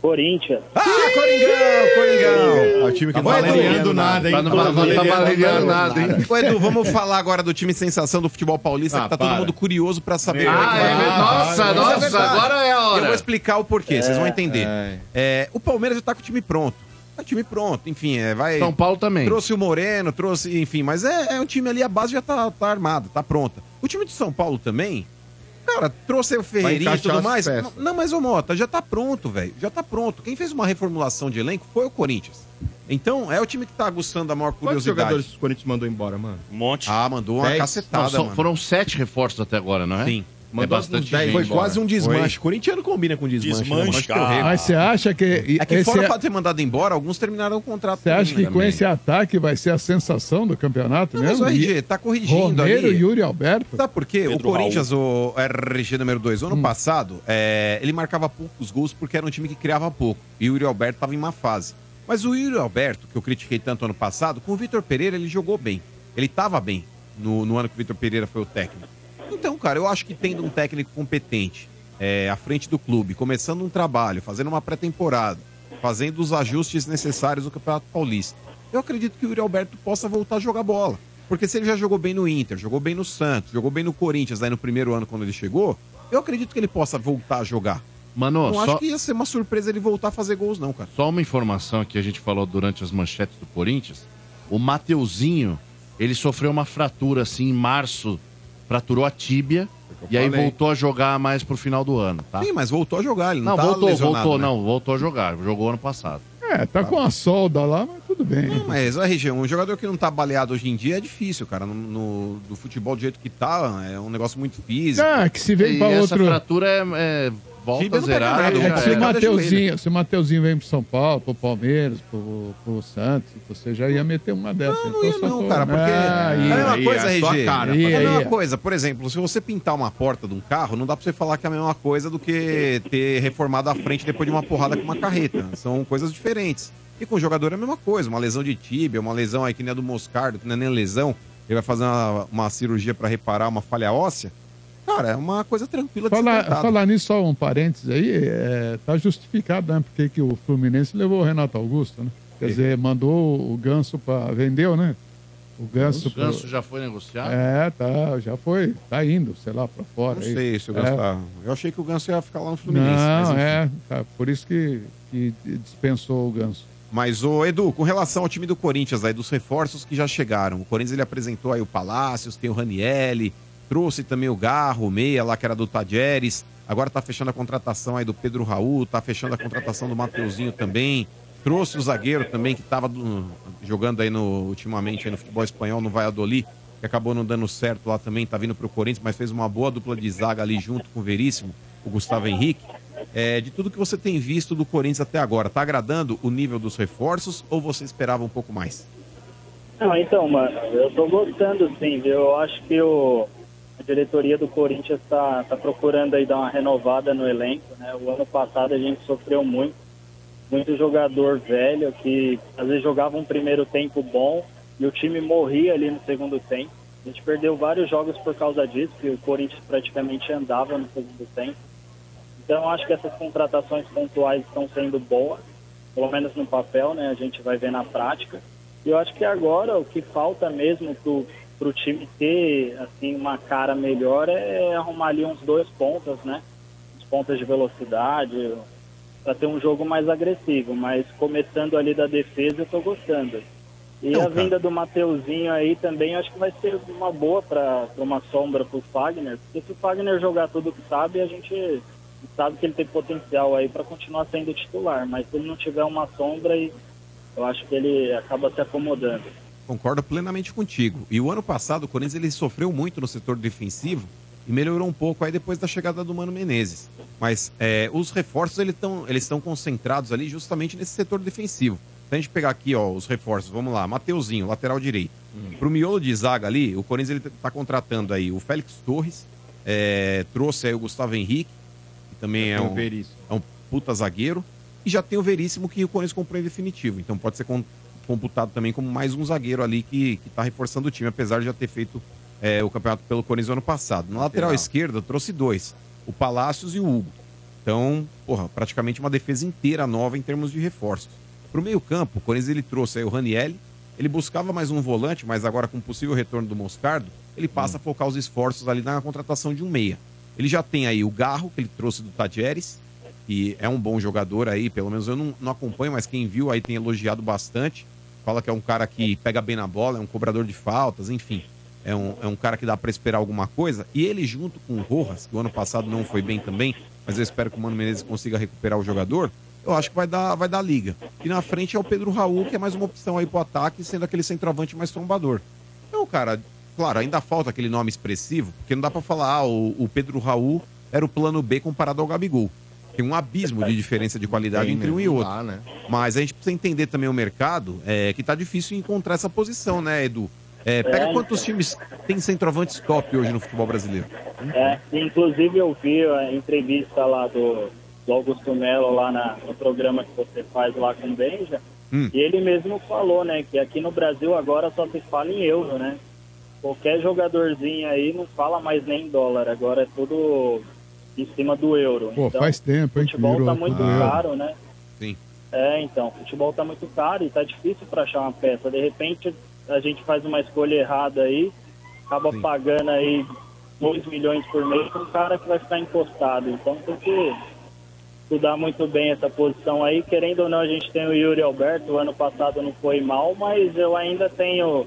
Speaker 18: Corinthians.
Speaker 2: Ah,
Speaker 4: Coringão, Coringão.
Speaker 3: É o time que não
Speaker 4: Vai,
Speaker 3: tá
Speaker 4: Edu.
Speaker 3: valendo nada, hein?
Speaker 4: Tá não valendo
Speaker 5: valendo nada, hein?
Speaker 4: Ô, Edu, vamos falar agora do time sensação do futebol paulista,
Speaker 5: Ah,
Speaker 4: que tá
Speaker 5: para.
Speaker 4: todo mundo curioso pra saber.
Speaker 5: Ah,
Speaker 4: como que vai
Speaker 5: é
Speaker 4: ficar.
Speaker 5: verdade. Nossa,
Speaker 4: Mas
Speaker 5: nossa,
Speaker 4: verdade.
Speaker 5: agora é a hora.
Speaker 4: Eu vou explicar o porquê, vocês vão
Speaker 5: É.
Speaker 4: entender.
Speaker 5: É.
Speaker 4: É, o Palmeiras já tá com o time pronto. Tá com o time pronto, enfim, é, vai...
Speaker 5: São Paulo também.
Speaker 4: Trouxe o Moreno, trouxe, enfim, mas é, é um time ali, a base já tá, tá armada, tá pronta. O time de São Paulo também, cara, trouxe o Ferreirinha e
Speaker 6: encaixar
Speaker 4: tudo
Speaker 6: as
Speaker 4: mais.
Speaker 6: peças.
Speaker 4: Não, mas o Mota, já tá pronto, velho. Já tá pronto. Quem fez uma reformulação de elenco foi o Corinthians. Então, é o time que tá aguçando a maior
Speaker 3: Quantos
Speaker 4: curiosidade.
Speaker 3: jogadores o Corinthians mandou embora, mano?
Speaker 9: Um monte.
Speaker 4: Ah, mandou uma
Speaker 3: Dez?
Speaker 4: cacetada,
Speaker 3: Não, só
Speaker 4: mano.
Speaker 5: Foram sete reforços até agora, não é?
Speaker 4: Sim.
Speaker 6: Mandou
Speaker 4: bastante
Speaker 6: uns dez.
Speaker 4: gente
Speaker 6: Foi
Speaker 4: embora.
Speaker 6: quase um desmanche. Corintiano combina com desmanche. né?
Speaker 4: Desmanche,
Speaker 6: Mancha terrível.
Speaker 7: Mas você acha que.
Speaker 4: É que
Speaker 7: esse
Speaker 4: fora
Speaker 7: é-
Speaker 4: pra ter mandado embora, alguns terminaram o contrato.
Speaker 7: Você acha que
Speaker 4: também,
Speaker 7: com
Speaker 4: né?
Speaker 7: esse ataque vai ser a sensação do campeonato
Speaker 4: Mas
Speaker 7: mesmo?
Speaker 4: o RG
Speaker 7: E-
Speaker 4: tá corrigindo
Speaker 7: Romero,
Speaker 4: ali.
Speaker 7: Yuri Alberto. Hum.
Speaker 4: Sabe por quê?
Speaker 7: Pedro
Speaker 4: o Corinthians, o RG número 2, ano passado, é, ele marcava poucos gols porque era um time que criava pouco. E o Yuri Alberto estava em má fase. Mas o Yuri Alberto, que eu critiquei tanto ano passado, com o Vitor Pereira ele jogou bem. Ele estava bem no, no ano que o Vitor Pereira foi o técnico. Então, cara, eu acho que tendo um técnico competente é, à frente do clube, começando um trabalho, fazendo uma pré-temporada, fazendo os ajustes necessários no Campeonato Paulista, eu acredito que o Yuri Alberto possa voltar a jogar bola. Porque se ele já jogou bem no Inter, jogou bem no Santos, jogou bem no Corinthians aí no primeiro ano quando ele chegou, eu acredito que ele possa voltar a jogar.
Speaker 5: Mano,
Speaker 4: não
Speaker 5: só,
Speaker 4: acho que ia ser uma surpresa ele voltar a fazer gols, não, cara.
Speaker 5: só uma informação que a gente falou durante as manchetes do Corinthians. O Mateuzinho, ele sofreu uma fratura assim em março, fraturou a tíbia e aí
Speaker 4: falei.
Speaker 5: voltou a jogar mais pro final do ano, tá?
Speaker 4: Sim, mas voltou a jogar, ele não,
Speaker 5: Não,
Speaker 4: tá
Speaker 5: voltou,
Speaker 4: lesionado,
Speaker 5: voltou,
Speaker 4: né?
Speaker 5: não, voltou a jogar, jogou ano passado.
Speaker 7: É, tá com a solda lá, mas tudo bem.
Speaker 4: Mas, RG, um jogador que não tá baleado hoje em dia é difícil, cara. No, no- do futebol do jeito que tá, é um negócio muito físico.
Speaker 7: Ah, que se vem
Speaker 4: E
Speaker 7: pra
Speaker 4: essa
Speaker 7: outro.
Speaker 4: fratura
Speaker 5: Fratura é, é volta
Speaker 4: Tíbia não pega
Speaker 5: zerada.
Speaker 4: nada,
Speaker 5: já
Speaker 7: É que se
Speaker 5: era.
Speaker 7: o Mateuzinho, se o Mateuzinho vem pro São Paulo, pro Palmeiras, pro, pro Santos, você já ia meter uma dessa. então Não, não ia
Speaker 4: Não, cara, porque
Speaker 7: Ah,
Speaker 4: é a mesma coisa, RG. é a mesma coisa. Por exemplo, se você pintar uma porta de um carro, não dá pra você falar que é a mesma coisa do que ter reformado a frente depois de uma porrada com uma carreta. São coisas diferentes. E com o jogador é a mesma coisa. Uma lesão de tíbia, uma lesão aí que nem a do Moscardo, que não é nem lesão. Ele vai fazer uma, uma cirurgia pra reparar uma falha óssea. Cara, é uma coisa tranquila de
Speaker 7: Falar,
Speaker 4: ser tratada.
Speaker 7: falar nisso, só um parênteses aí, é, tá justificado, né? Porque que o Fluminense levou o Renato Augusto, né? Quer dizer, mandou o Ganso para Vendeu, né? O Ganso.
Speaker 5: O Ganso
Speaker 7: pro-
Speaker 5: já foi negociado?
Speaker 7: É, tá, já foi, tá indo, sei lá, pra fora.
Speaker 4: Não
Speaker 7: aí.
Speaker 4: sei se o
Speaker 7: É.
Speaker 4: Ganso tá... Eu achei que o Ganso ia ficar lá no Fluminense. mas
Speaker 7: Não,
Speaker 4: enfim.
Speaker 7: é, tá, por isso que, que dispensou o Ganso.
Speaker 4: Mas, o Edu, com relação ao time do Corinthians, aí, dos reforços que já chegaram, o Corinthians ele apresentou aí o Palácios, tem o Ranielli, trouxe também o Garro, o Meia lá, que era do Tajeres, agora tá fechando a contratação aí do Pedro Raul, tá fechando a contratação do Mateuzinho também, trouxe o zagueiro também, que tava do- jogando aí no, ultimamente aí no futebol espanhol, no Valladolid, que acabou não dando certo lá também, tá vindo pro Corinthians, mas fez uma boa dupla de zaga ali junto com o Veríssimo, o Gustavo Henrique. É, de tudo que você tem visto do Corinthians até agora, tá agradando o nível dos reforços ou você esperava um pouco mais?
Speaker 18: Não, então, mano, eu tô gostando sim, viu? Eu acho que o, a diretoria do Corinthians tá, tá procurando aí dar uma renovada no elenco, né? O ano passado a gente sofreu muito, muito jogador velho que às vezes jogava um primeiro tempo bom e o time morria ali no segundo tempo. A gente perdeu vários jogos por causa disso, que o Corinthians praticamente andava no segundo tempo. Então eu acho que essas contratações pontuais estão sendo boas, pelo menos no papel, né? A gente vai ver na prática. E eu acho que agora o que falta mesmo pro, pro time ter assim uma cara melhor é arrumar ali uns dois pontas, né? Uns pontas de velocidade para ter um jogo mais agressivo, mas começando ali da defesa eu tô gostando. E
Speaker 19: Então,
Speaker 18: a
Speaker 19: cara.
Speaker 18: vinda do Mateuzinho aí também eu acho que vai ser uma boa para uma sombra pro Fagner, porque se o Fagner jogar tudo que sabe, a gente sabe que ele tem potencial aí para continuar sendo titular, mas se ele não tiver uma sombra e eu acho que ele acaba se acomodando.
Speaker 4: Concordo plenamente contigo. E o ano passado o Corinthians ele sofreu muito no setor defensivo e melhorou um pouco aí depois da chegada do Mano Menezes. Mas é, os reforços eles estão eles tão concentrados ali justamente nesse setor defensivo. Se a gente pegar aqui ó, os reforços, vamos lá, Mateuzinho, lateral direito. Pro miolo de zaga ali, o Corinthians ele tá contratando aí o Félix Torres, é, trouxe aí o Gustavo Henrique, que também é
Speaker 3: tem o
Speaker 4: um,
Speaker 3: Veríssimo.
Speaker 4: é um puta zagueiro. E já tem o Veríssimo que o Corinthians comprou em definitivo. Então pode ser com- computado também como mais um zagueiro ali que, que tá reforçando o time, apesar de já ter feito é, o campeonato pelo Corinthians no ano passado. Na lateral,
Speaker 6: Lateral.
Speaker 4: esquerda, trouxe dois: o Palácios e o Hugo. Então, porra, praticamente uma defesa inteira nova em termos de reforços. Pro meio-campo, o Corinthians ele trouxe aí o Ranielli. Ele buscava mais um volante, mas agora com o possível retorno do Moscardo, ele passa a focar os esforços ali na contratação de um meia. Ele já tem aí o Garro, que ele trouxe do Tajeres, e é um bom jogador aí, pelo menos eu não, não acompanho, mas quem viu aí tem elogiado bastante. Fala que é um cara que pega bem na bola, é um cobrador de faltas, enfim. É um, é um cara que dá pra esperar alguma coisa. E ele, junto com o Rojas, que o ano passado não foi bem também, mas eu espero que o Mano Menezes consiga recuperar o jogador, eu acho que vai dar, vai dar liga. E na frente é o Pedro Raul, que é mais uma opção aí pro ataque, sendo aquele centroavante mais trombador. Então, cara, Claro, ainda falta aquele nome expressivo, porque não dá pra falar, ah, o, o Pedro Raul era o plano B comparado ao Gabigol. Tem um abismo de diferença de qualidade
Speaker 3: Tem,
Speaker 4: entre
Speaker 3: né?
Speaker 4: um e
Speaker 3: Não
Speaker 4: outro.
Speaker 3: dá, né?
Speaker 4: Mas a gente precisa entender também o mercado, é, que tá difícil encontrar essa posição, né, Edu? É, pega
Speaker 18: É,
Speaker 4: quantos times tem centroavantes top hoje no futebol brasileiro?
Speaker 18: É, inclusive eu vi a entrevista lá do, do Augusto Melo lá na- no programa que você faz lá com o Benja,
Speaker 4: Hum.
Speaker 18: e ele mesmo falou, né, que aqui no Brasil agora só se fala em euro, né? Qualquer jogadorzinho aí não fala mais nem em dólar, agora é tudo em cima do euro.
Speaker 7: Pô, faz tempo, hein? que
Speaker 18: Então, futebol
Speaker 7: virou
Speaker 18: tá
Speaker 7: aqui
Speaker 18: muito
Speaker 7: no euro.
Speaker 18: caro, né?
Speaker 4: Sim.
Speaker 18: É, então, futebol tá muito caro e tá difícil para achar uma peça. De repente a gente faz uma escolha errada aí, acaba pagando aí 2 milhões por mês pra um cara que vai ficar encostado. Então tem que estudar muito bem essa posição aí. Querendo ou não, a gente tem o Yuri Alberto, o ano passado não foi mal, mas eu ainda tenho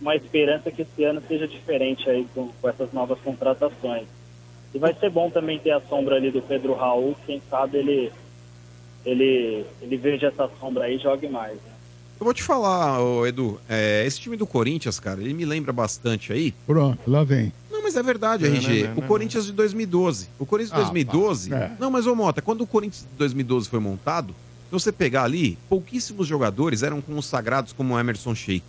Speaker 18: uma esperança que esse ano seja diferente aí com, com essas novas contratações. E vai ser bom também ter a sombra ali do Pedro Raul, quem sabe ele ele, ele veja essa sombra aí e jogue mais.
Speaker 4: Eu vou te falar, ô, Edu, é, esse time do Corinthians, cara, ele me lembra bastante aí.
Speaker 7: Pronto, lá vem.
Speaker 4: Não, mas é verdade,
Speaker 7: Não,
Speaker 4: RG.
Speaker 7: não, não,
Speaker 4: o
Speaker 7: não.
Speaker 4: Corinthians de 2012. O Corinthians de
Speaker 7: Ah,
Speaker 4: 2012.
Speaker 7: pá. É.
Speaker 4: Não, mas ô Mota, quando o Corinthians de 2012 foi montado, se você pegar ali, pouquíssimos jogadores eram consagrados como o Emerson Sheik.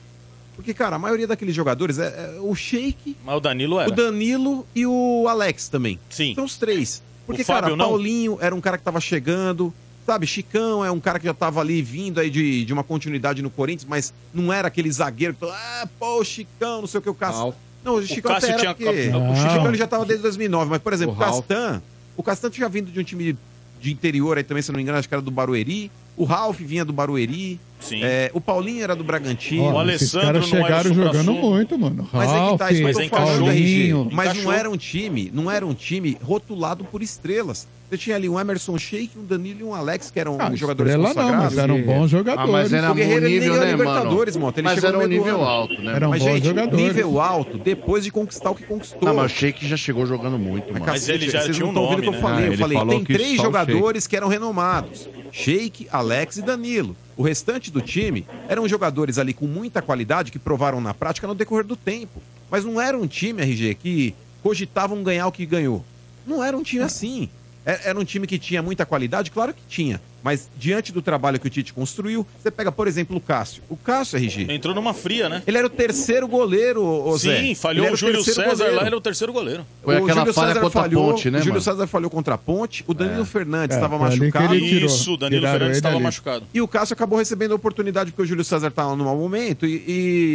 Speaker 4: Porque, cara, a maioria daqueles jogadores é, é o Sheik,
Speaker 9: Mas o Danilo era.
Speaker 4: o Danilo e o Alex também.
Speaker 9: Sim.
Speaker 4: São os três. Porque,
Speaker 9: O Fábio
Speaker 4: cara,
Speaker 9: não?
Speaker 4: Paulinho era um cara que tava chegando, sabe? Chicão é um cara que já tava ali vindo aí de, de uma continuidade no Corinthians, mas não era aquele zagueiro que falou, ah, pô, o Chicão, não sei o que, o Cássio. Não, o Chicão
Speaker 9: Cássio
Speaker 4: até era
Speaker 9: tinha
Speaker 4: porque...
Speaker 9: cap-
Speaker 4: O
Speaker 9: Não.
Speaker 4: Chicão ele já tava desde 2009, mas, por exemplo,
Speaker 9: O
Speaker 4: o
Speaker 9: Ralf.
Speaker 4: Castan, o Castan tinha vindo de um time de interior aí também, se não me engano, acho que era do Barueri. O Ralf vinha do Barueri. É,
Speaker 9: Sim.
Speaker 4: o Paulinho era do Bragantino.
Speaker 7: Ó, esses caras
Speaker 5: é
Speaker 7: chegaram jogando muito, mano.
Speaker 4: Mas aí que tá isso que eu tô
Speaker 7: Ralph,
Speaker 4: falando, RG.
Speaker 7: Paulinho.
Speaker 4: Mas não era um time, não era um time rotulado por estrelas. Você tinha ali um Emerson Sheik, um Danilo e um Alex, que eram
Speaker 7: Ah,
Speaker 4: jogadores
Speaker 7: estrela não,
Speaker 4: consagrados.
Speaker 7: mas eram bons jogadores. Ah, mas era
Speaker 4: o Guerreiro
Speaker 7: bom
Speaker 4: ele nem
Speaker 7: nível,
Speaker 4: ganhou
Speaker 7: né,
Speaker 4: Libertadores,
Speaker 7: mano?
Speaker 4: Mota. Ele
Speaker 7: Mas
Speaker 4: chegou
Speaker 7: era
Speaker 4: no
Speaker 7: um
Speaker 4: meio do
Speaker 7: nível
Speaker 4: ano.
Speaker 7: alto, né? Eram
Speaker 4: mas,
Speaker 7: bons
Speaker 4: gente,
Speaker 7: jogadores.
Speaker 4: nível alto, depois de conquistar o que conquistou.
Speaker 5: Não, mas o Sheik já chegou jogando muito, mano.
Speaker 4: Cacete, vocês
Speaker 9: um
Speaker 5: um
Speaker 4: não tão ouvindo o que eu
Speaker 5: né?
Speaker 9: né?
Speaker 5: Ah,
Speaker 4: falei. eu falei, tem três jogadores que eram renomados. Sheik, Alex e Danilo. O restante do time eram jogadores ali com muita qualidade que provaram na prática no decorrer do tempo. Mas não era um time, RG, que cogitavam ganhar o que ganhou. Não era um time assim. É- Era um time que tinha muita qualidade? Claro que tinha. Mas diante do trabalho que o Tite construiu, você pega, por exemplo, o Cássio. O Cássio, RG,
Speaker 9: Entrou numa fria, né?
Speaker 4: ele era o terceiro goleiro, ô Zé.
Speaker 9: Sim,
Speaker 4: Ele
Speaker 9: falhou
Speaker 4: era
Speaker 9: o Júlio
Speaker 4: terceiro
Speaker 9: César
Speaker 4: goleiro.
Speaker 9: lá, ele é o terceiro goleiro.
Speaker 4: O Júlio César falhou,
Speaker 2: né,
Speaker 4: O Júlio César falhou contra a Ponte, o Danilo Fernandes
Speaker 9: né, É,
Speaker 4: estava
Speaker 9: foi ali que
Speaker 4: machucado.
Speaker 9: ele tirou. Isso, o Danilo Tiraram Fernandes ele estava ali. machucado.
Speaker 4: E o Cássio acabou recebendo a oportunidade porque o Júlio César estava no mau momento e,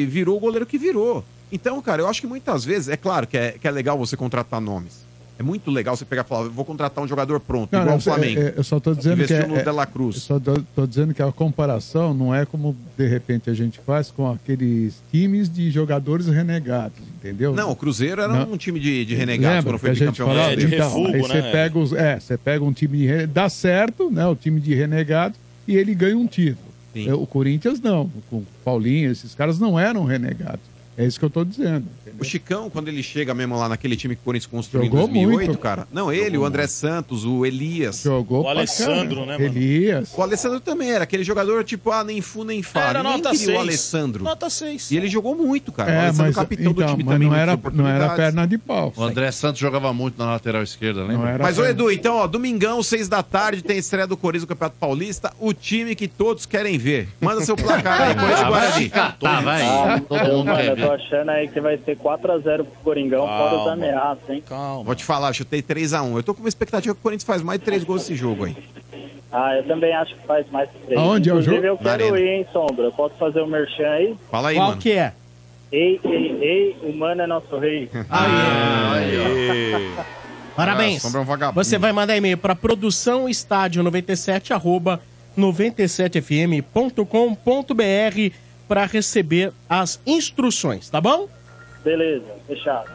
Speaker 4: e virou o goleiro que virou. Então, cara, eu acho que muitas vezes, é claro que é, que é legal você contratar nomes. É muito legal você pegar e falar, vou contratar um jogador pronto,
Speaker 7: Cara,
Speaker 4: igual o
Speaker 7: eu-
Speaker 4: Flamengo.
Speaker 7: Eu, eu só tô dizendo que
Speaker 4: Investiu
Speaker 7: é,
Speaker 4: no
Speaker 7: é-
Speaker 4: Dela Cruz.
Speaker 7: eu só tô, tô dizendo que a comparação não é como de repente a gente faz com aqueles times de jogadores renegados, entendeu?
Speaker 4: Não, o Cruzeiro era
Speaker 7: Não.
Speaker 4: um time de, de renegados
Speaker 7: Lembra
Speaker 4: quando
Speaker 7: que
Speaker 4: foi
Speaker 7: a gente
Speaker 4: bicampeão
Speaker 7: falava?
Speaker 9: É,
Speaker 4: brasileiro.
Speaker 7: Então, aí você
Speaker 9: né?
Speaker 4: né?
Speaker 7: pega os, é, você pega um time de rene- dá certo, né? O time de renegado e ele ganha um título. É, O Corinthians não, com o Paulinho, esses caras não eram renegados. É isso que eu tô dizendo.
Speaker 4: O Chicão, quando ele chega mesmo lá naquele time que o Corinthians construiu
Speaker 7: Jogou
Speaker 4: em 2008,
Speaker 7: muito.
Speaker 4: cara. Não, ele, o André Santos, o Elias.
Speaker 7: Jogou
Speaker 4: o né,
Speaker 7: pra caramba.
Speaker 9: né,
Speaker 7: Elias.
Speaker 4: O Alessandro também era aquele jogador tipo, ah, nem fu nem fa.
Speaker 9: Era
Speaker 4: Ninguém
Speaker 9: nota
Speaker 4: queria
Speaker 9: 6.
Speaker 4: o Alessandro.
Speaker 9: Nota 6.
Speaker 4: E ele jogou muito, cara. o
Speaker 7: É,
Speaker 4: Alessandro
Speaker 7: mas,
Speaker 4: capitão do
Speaker 7: então,
Speaker 4: time
Speaker 7: mas
Speaker 4: também.
Speaker 7: não
Speaker 4: muitas
Speaker 7: era, não era
Speaker 4: oportunidades.
Speaker 7: perna de pau.
Speaker 5: O André Santos jogava muito na lateral esquerda,
Speaker 7: Não
Speaker 5: lembra?
Speaker 7: era
Speaker 4: Mas, ô Edu, então, ó, domingão, seis da tarde, tem estreia do Corinthians no Campeonato Paulista, o time que todos querem ver. Manda seu placar aí, Corinthians e Guarani.
Speaker 5: Ah, Tá, vai. Todo mundo
Speaker 18: Ah, mano,
Speaker 5: quer
Speaker 18: eu tô
Speaker 5: ver.
Speaker 18: achando aí que vai ser 4x0 pro Coringão, fora os
Speaker 4: Calma.
Speaker 18: ameaças, hein?
Speaker 4: Vou te falar, chutei 3x1. Eu tô com uma expectativa que o Corinthians faz mais de 3 gols nesse jogo aí.
Speaker 18: Ah, eu também acho que faz mais que três.
Speaker 4: Aonde é o
Speaker 18: Inclusive,
Speaker 4: jogo?
Speaker 18: eu
Speaker 4: Na
Speaker 18: quero
Speaker 4: Arena.
Speaker 18: ir, hein, Sombra? Eu posso fazer o merchan aí?
Speaker 4: Fala aí, mano.
Speaker 2: que é?
Speaker 18: Ei, ei, ei, o mano é nosso rei.
Speaker 2: Parabéns.
Speaker 18: Ah, Sombra é um vagabundo.
Speaker 2: Você vai mandar e-mail para produção estádio 97 arroba 97fm.com.br para receber as instruções, tá bom?
Speaker 18: Beleza, fechado.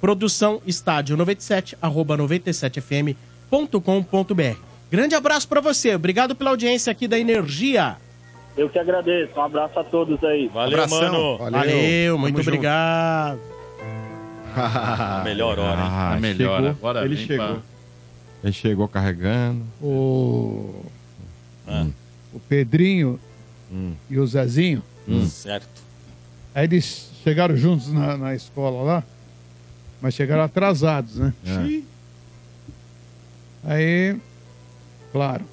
Speaker 2: Produção estádio 97 arroba 97fm.com.br. Grande abraço para você. Obrigado pela audiência aqui da Energia.
Speaker 18: Eu que agradeço. Um abraço a todos aí.
Speaker 2: Valeu, mano. Valeu, muito obrigado.
Speaker 9: A melhor hora, hein?
Speaker 3: Ah,
Speaker 9: A melhor
Speaker 3: chegou,
Speaker 9: agora
Speaker 3: Ele
Speaker 9: vem
Speaker 3: chegou.
Speaker 9: pra-
Speaker 3: Ele chegou carregando.
Speaker 7: O, o Pedrinho e o Zezinho.
Speaker 19: Hum.
Speaker 7: Hum.
Speaker 9: Certo.
Speaker 7: Aí eles Chegaram juntos na, na escola lá, mas chegaram atrasados, né?
Speaker 3: É.
Speaker 7: Aí, claro,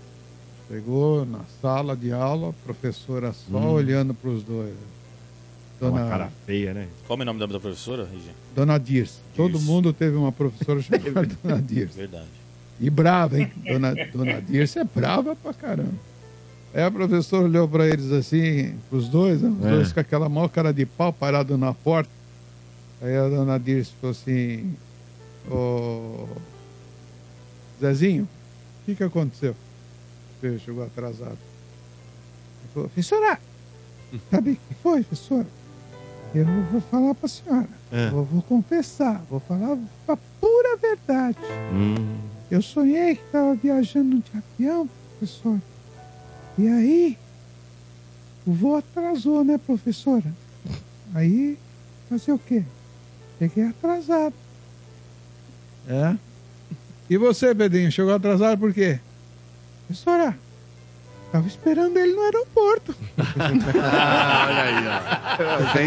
Speaker 7: chegou na sala de aula, a professora só
Speaker 9: Hum.
Speaker 7: olhando para os dois.
Speaker 9: Uma
Speaker 7: Dona,
Speaker 9: cara
Speaker 3: feia, né?
Speaker 9: Qual é o nome da da professora, Rigi?
Speaker 7: Dona Dirce. Todo mundo teve uma professora chamada Dona Dirce.
Speaker 9: Verdade.
Speaker 7: E brava, hein? Dona, dona Dirce é brava pra caramba. Aí a professora É, olhou pra eles assim, pros dois, né? os
Speaker 19: É.
Speaker 7: dois com aquela maior cara de pau parado na porta. Aí a dona Dirce falou assim: Ô. Zezinho, o que, que aconteceu? Ele chegou atrasado. Ele falou: Professora, sabe o que foi, professora? Eu vou falar pra senhora.
Speaker 19: É.
Speaker 7: Eu vou confessar, vou falar a pura verdade.
Speaker 20: Hum.
Speaker 7: Eu sonhei que estava viajando de avião, professora. E aí, o voo atrasou, né, professora? Aí, fazer o quê? Cheguei atrasado. É? E você, Pedrinho, chegou atrasado por quê? Professora, estava esperando ele no aeroporto.
Speaker 6: Ah,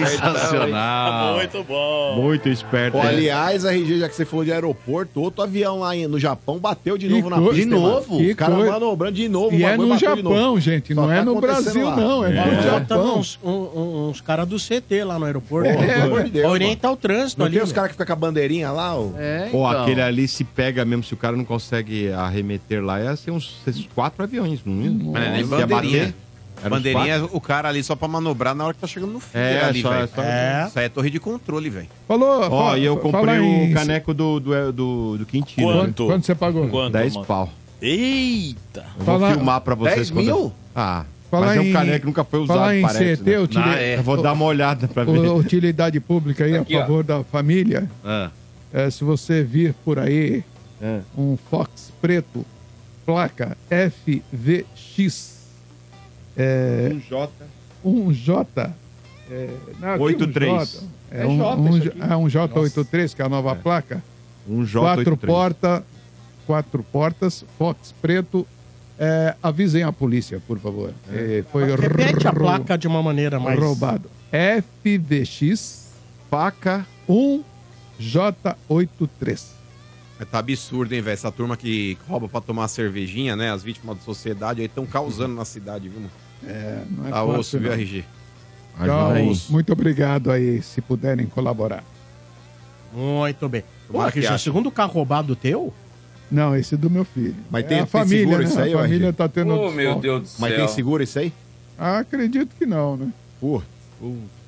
Speaker 6: Sensacional.
Speaker 9: Muito bom.
Speaker 3: Muito esperto.
Speaker 7: É.
Speaker 6: Pô,
Speaker 3: né?
Speaker 6: aliás, a RG, já que você falou de aeroporto, outro avião lá em- no Japão bateu de
Speaker 7: Que
Speaker 6: novo na
Speaker 7: coi-
Speaker 6: pista.
Speaker 7: de
Speaker 6: hein,
Speaker 7: novo?
Speaker 6: mano?
Speaker 7: Que
Speaker 6: O cara
Speaker 7: coi-
Speaker 6: manobrando de novo.
Speaker 7: E
Speaker 6: o
Speaker 7: é
Speaker 6: bagulho
Speaker 7: no
Speaker 6: bateu de novo.
Speaker 7: Japão, gente,
Speaker 6: Só
Speaker 7: não é
Speaker 6: tá
Speaker 7: no
Speaker 6: acontecendo
Speaker 7: Brasil,
Speaker 6: lá. Tá,
Speaker 7: não, é, no
Speaker 2: Estavam
Speaker 7: Japão.
Speaker 2: uns, um- um- uns caras do CT lá no aeroporto.
Speaker 6: Pô, pelo amor de Deus,
Speaker 2: orienta
Speaker 6: mano.
Speaker 2: o trânsito
Speaker 6: Não
Speaker 2: ali.
Speaker 6: tem os
Speaker 2: meu.
Speaker 6: caras que ficam com a bandeirinha lá? Ô?
Speaker 5: É,
Speaker 3: Pô,
Speaker 7: então.
Speaker 3: aquele ali se pega mesmo, se o cara não consegue arremeter lá, ia ser uns esses quatro aviões, não ia?
Speaker 4: Mas é nem
Speaker 3: Se ia
Speaker 4: bandeirinha.
Speaker 3: era uns
Speaker 4: bandeirinha, é
Speaker 3: quatro.
Speaker 4: o cara ali só pra manobrar na hora que tá chegando no fim
Speaker 3: É,
Speaker 4: ali,
Speaker 3: só-
Speaker 4: velho.
Speaker 3: só-
Speaker 4: É. Isso aí é torre de controle, velho.
Speaker 7: Falou,
Speaker 3: Ó,
Speaker 4: fala-
Speaker 3: e eu
Speaker 4: fala
Speaker 3: comprei
Speaker 4: aí,
Speaker 3: o
Speaker 4: isso.
Speaker 3: caneco do, do, do, do Quintino.
Speaker 7: Quanto? Quanto você pagou? Quanto,
Speaker 3: 10
Speaker 7: mano?
Speaker 3: pau.
Speaker 9: Eita!
Speaker 3: Eu vou
Speaker 7: Fala-
Speaker 3: filmar pra vocês.
Speaker 7: 10
Speaker 3: quando-
Speaker 7: mil?
Speaker 3: Ah,
Speaker 7: Fala
Speaker 3: mas é um
Speaker 7: em-
Speaker 3: caneco que nunca foi usado,
Speaker 7: fala em
Speaker 3: parece.
Speaker 7: CT, eu tirei-
Speaker 3: Ah, é. Eu Vou dar uma olhada pra ver.
Speaker 7: Ô, Utilidade pública aí
Speaker 3: Aqui,
Speaker 7: a
Speaker 3: ó.
Speaker 7: favor da família.
Speaker 3: Ah.
Speaker 7: É, se você vir por aí
Speaker 3: É.
Speaker 7: um Fox preto, placa FVX. É,
Speaker 3: Um J.
Speaker 7: Um J. É, não, aqui
Speaker 3: 83.
Speaker 7: Um J, é, um, um, J- é um J83, que é a nova placa.
Speaker 3: Um J83.
Speaker 7: Quatro, porta, quatro portas, Fox preto. É, avisem a polícia, por favor. É, foi
Speaker 2: Repete a
Speaker 7: rou-
Speaker 2: placa de uma maneira mais.
Speaker 7: Roubado. FVX Faca 1J83.
Speaker 4: Mas Tá absurdo, hein, velho? Essa turma que rouba pra tomar cervejinha, né? As vítimas da sociedade aí estão causando na cidade, viu? mano?
Speaker 7: É, não é
Speaker 4: Tá
Speaker 7: fácil,
Speaker 4: osso, viu,
Speaker 7: não.
Speaker 4: RG?
Speaker 7: Então,
Speaker 4: Ajuda aí.
Speaker 7: muito obrigado aí, se puderem colaborar.
Speaker 2: Muito bem. Pô,
Speaker 7: Tomara que
Speaker 2: aqui já
Speaker 7: ache.
Speaker 2: segundo carro roubado teu?
Speaker 7: Não, esse é do meu filho.
Speaker 2: Mas
Speaker 7: É
Speaker 2: tem-
Speaker 7: a
Speaker 2: tem
Speaker 7: família,
Speaker 2: seguro
Speaker 7: né?
Speaker 2: isso aí,
Speaker 7: A
Speaker 2: ó,
Speaker 7: família
Speaker 2: gente?
Speaker 7: tá tendo.
Speaker 2: Ô,
Speaker 7: desconto.
Speaker 2: meu Deus do
Speaker 6: Mas tem seguro isso aí?
Speaker 7: Ah, acredito que não, né?
Speaker 6: Pô.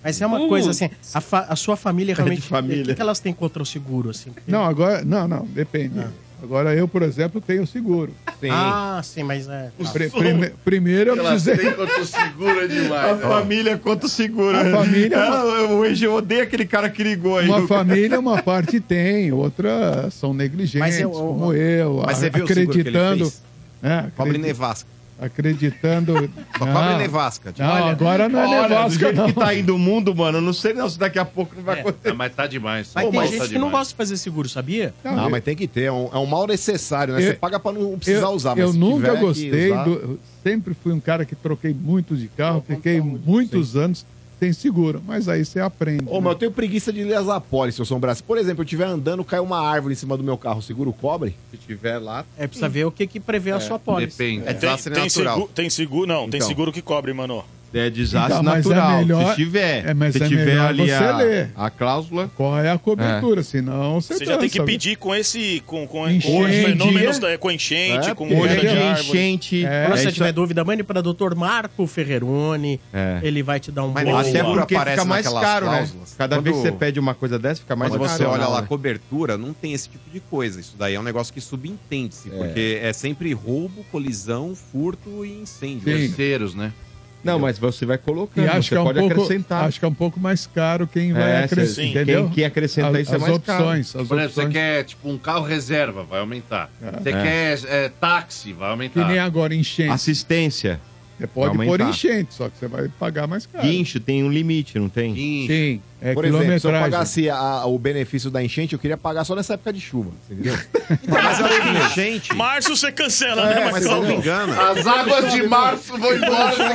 Speaker 2: Mas é uma
Speaker 7: Putz.
Speaker 2: coisa assim, a, fa- a sua família
Speaker 7: É
Speaker 2: realmente.
Speaker 7: de família.
Speaker 2: O que que elas têm contra o seguro, assim?
Speaker 7: Não, agora. Não, não, depende. Agora eu, por exemplo, tenho seguro.
Speaker 2: Ah, sim, mas é.
Speaker 7: Pre- prime- primeiro eu
Speaker 2: Elas
Speaker 7: precisei.
Speaker 2: têm
Speaker 5: quanto segura
Speaker 3: A família quanto segura. né?
Speaker 7: A família- é
Speaker 3: Ah, O EG odeia aquele cara que ligou aí.
Speaker 7: Uma
Speaker 3: no-
Speaker 7: família, uma parte tem, outra são negligentes,
Speaker 3: Mas eu-
Speaker 7: como eu,
Speaker 4: Mas
Speaker 7: a-
Speaker 4: você viu o seguro que ele
Speaker 7: acreditando.
Speaker 4: fez?
Speaker 7: É,
Speaker 4: Cobre
Speaker 7: acredi-
Speaker 4: nevasca.
Speaker 7: Acreditando.
Speaker 4: Só
Speaker 7: Não.
Speaker 4: cobre nevasca.
Speaker 7: Não, agora não é
Speaker 3: é tipo, Olha, do
Speaker 7: nevasca,
Speaker 3: jeito
Speaker 7: não. É.
Speaker 3: que tá indo o mundo, mano, eu não sei não se daqui a pouco não vai acontecer.
Speaker 5: mas tá demais.
Speaker 2: Mas
Speaker 6: Pô,
Speaker 2: tem
Speaker 6: mas
Speaker 2: gente
Speaker 6: tá
Speaker 2: que não
Speaker 6: demais.
Speaker 2: gosta de fazer seguro, sabia?
Speaker 6: Não, mas tem que ter. É um, é um mal necessário, né?
Speaker 7: Eu-
Speaker 6: você paga pra não precisar
Speaker 7: eu,
Speaker 6: usar. mas
Speaker 7: Eu
Speaker 6: se
Speaker 7: nunca
Speaker 6: tiver que
Speaker 7: gostei.
Speaker 6: usar-
Speaker 7: do- eu sempre fui um cara que troquei muito de carro, fiquei muitos anos sem seguro. Mas aí você aprende.
Speaker 6: Ô,
Speaker 7: né?
Speaker 6: mas eu tenho preguiça de ler as apólices, seu Sombra. Se, por exemplo, eu estiver andando, cai uma árvore em cima do meu carro, o seguro cobre?
Speaker 4: Se tiver lá...
Speaker 2: É, precisa ver o que, que prevê a sua pólice.
Speaker 6: Depende.
Speaker 9: É, tem, tem, seguro, tem seguro, não, tem
Speaker 6: Então.
Speaker 9: seguro que cobre, mano.
Speaker 3: É desastre
Speaker 7: Então, mas é
Speaker 3: natural.
Speaker 7: melhor-
Speaker 3: se tiver,
Speaker 7: é, mas
Speaker 3: se
Speaker 7: é
Speaker 3: tiver
Speaker 7: melhor
Speaker 3: ali
Speaker 7: você ler.
Speaker 3: a, a cláusula.
Speaker 7: Qual é a cobertura?
Speaker 3: É.
Speaker 7: Senão você, tá
Speaker 9: Você, já tem que
Speaker 7: dança. né?
Speaker 9: pedir com esse. com, com, com os
Speaker 7: Enchente.
Speaker 9: fenômenos, da- com enchente,
Speaker 2: É,
Speaker 9: com
Speaker 2: porque
Speaker 9: hoje
Speaker 2: é
Speaker 9: de
Speaker 2: de
Speaker 9: árvore.
Speaker 2: enchente.
Speaker 9: É,
Speaker 2: Quando
Speaker 9: é
Speaker 2: você
Speaker 9: isso
Speaker 2: tiver
Speaker 9: aí.
Speaker 2: dúvida, mande para Dr. Marco Ferreroni.
Speaker 3: É.
Speaker 2: Ele vai te dar um
Speaker 3: Mas
Speaker 2: bom-
Speaker 3: até porque fica mais caro, né? Cada vez que
Speaker 4: Quando-
Speaker 3: você pede uma coisa dessa, fica mais
Speaker 4: Mas
Speaker 3: caro.
Speaker 4: você olha
Speaker 3: né?
Speaker 4: lá, a cobertura, não tem esse tipo de coisa. Isso daí é um negócio que subentende-se, porque é sempre roubo, colisão, furto e incêndio.
Speaker 7: Sim.
Speaker 5: Terceiros, né?
Speaker 3: Não, mas você vai colocando,
Speaker 7: E acho
Speaker 3: você
Speaker 7: que, é um
Speaker 3: pode
Speaker 7: pouco,
Speaker 3: acrescentar.
Speaker 7: acho que é um pouco mais caro quem vai
Speaker 3: É,
Speaker 7: acrescentar.
Speaker 3: sim.
Speaker 7: Entendeu?
Speaker 3: Quem- quem acrescenta isso é
Speaker 7: as
Speaker 3: mais caro.
Speaker 7: opções, As
Speaker 5: Por exemplo, você
Speaker 7: opções.
Speaker 5: quer, tipo, um carro reserva, vai aumentar. Você
Speaker 3: É.
Speaker 5: quer é, táxi, vai
Speaker 7: Que
Speaker 5: aumentar.
Speaker 7: nem agora enchente.
Speaker 3: Assistência.
Speaker 7: Você pode
Speaker 3: Vai
Speaker 7: pôr
Speaker 3: aumentar.
Speaker 7: enchente, só que você vai pagar mais caro.
Speaker 3: Guincho tem um limite, não tem?
Speaker 7: Sim, é
Speaker 6: Por exemplo, se eu
Speaker 7: quilometragem.
Speaker 6: pagasse a- o benefício da enchente, eu queria pagar só nessa época de chuva, você entendeu? Então,
Speaker 4: Gente.
Speaker 9: Março você cancela,
Speaker 6: É,
Speaker 9: né,
Speaker 6: mas
Speaker 9: Marcão?
Speaker 6: salvo engano. As águas de março vão embora, você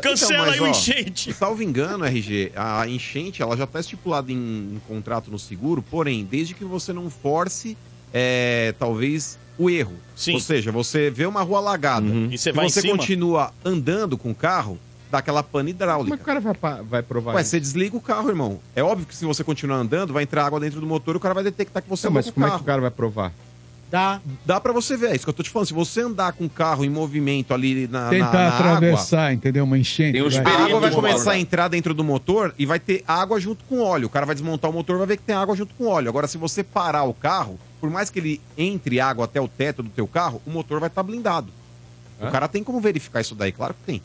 Speaker 9: Cancela
Speaker 4: Então, mas,
Speaker 9: aí o
Speaker 4: Então, ó,
Speaker 9: enchente.
Speaker 4: Salvo engano, RG, a enchente ela já está estipulada em, em contrato no seguro, porém, desde que você não force, é, talvez, o erro. Ou seja, você vê uma rua alagada e
Speaker 9: Uhum. você vai em cima?
Speaker 4: continua andando com o carro, dá aquela pane hidráulica. Mas o cara vai, provar Ué,
Speaker 3: isso?
Speaker 4: você desliga o carro, irmão. É óbvio que se você continuar andando, vai entrar água dentro do motor e o cara vai detectar que você
Speaker 3: Não,
Speaker 4: andou
Speaker 3: mas
Speaker 4: com o
Speaker 3: como é
Speaker 4: carro.
Speaker 3: que o cara vai provar?
Speaker 4: Dá. Dá pra você ver, é isso que eu tô te falando. Se você andar com o carro em movimento ali na, na-
Speaker 7: Tentar
Speaker 4: na água,
Speaker 7: atravessar, entendeu? Uma enchente.
Speaker 4: tem
Speaker 9: um
Speaker 4: os
Speaker 7: vai-
Speaker 4: a água vai começar a entrar dentro do motor e vai ter água junto com óleo. O cara vai desmontar o motor vai ver que tem água junto com óleo. Agora, se você parar o carro, por mais que ele entre água até o teto do teu carro, o motor vai estar blindado. O cara tem como verificar isso daí, claro que tem.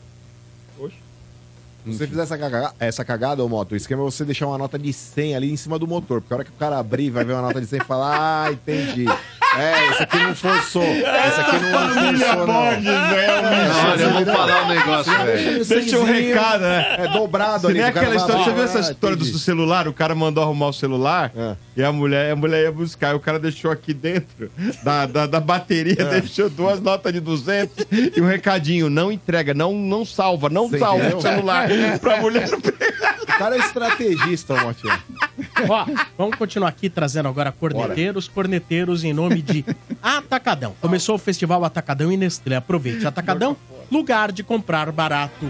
Speaker 6: Se você fizer essa cagada, essa cagada, ô moto, o esquema é você deixar uma nota de 100 ali em cima do motor, porque a hora que o cara abrir, vai ver uma nota de 100 e falar, ah, entendi. É, isso aqui não forçou. Esse aqui não forçou, não.
Speaker 3: é
Speaker 5: Não, olha, eu vou falar um negócio,
Speaker 6: Você
Speaker 5: velho.
Speaker 6: deixa um recado, né? É dobrado
Speaker 3: Você
Speaker 6: ali.
Speaker 3: nem
Speaker 6: pro cara
Speaker 3: aquela história, você
Speaker 6: falar,
Speaker 3: viu
Speaker 6: ah, É.
Speaker 3: essa história do celular? O cara mandou arrumar o celular e a mulher, a mulher ia buscar. E o cara deixou aqui dentro da, da, da bateria,
Speaker 6: É.
Speaker 3: deixou duas notas de 200 e um recadinho. Não entrega, não, não salva, não
Speaker 6: Você
Speaker 3: salva
Speaker 6: entendeu?
Speaker 3: o celular pra mulher.
Speaker 6: O cara é estrategista, ô moto.
Speaker 2: Ó, vamos continuar aqui trazendo agora corneteiros, corneteiros em nome de Atacadão. Começou o festival Atacadão e Nestlé. Aproveite. Atacadão, lugar de comprar barato.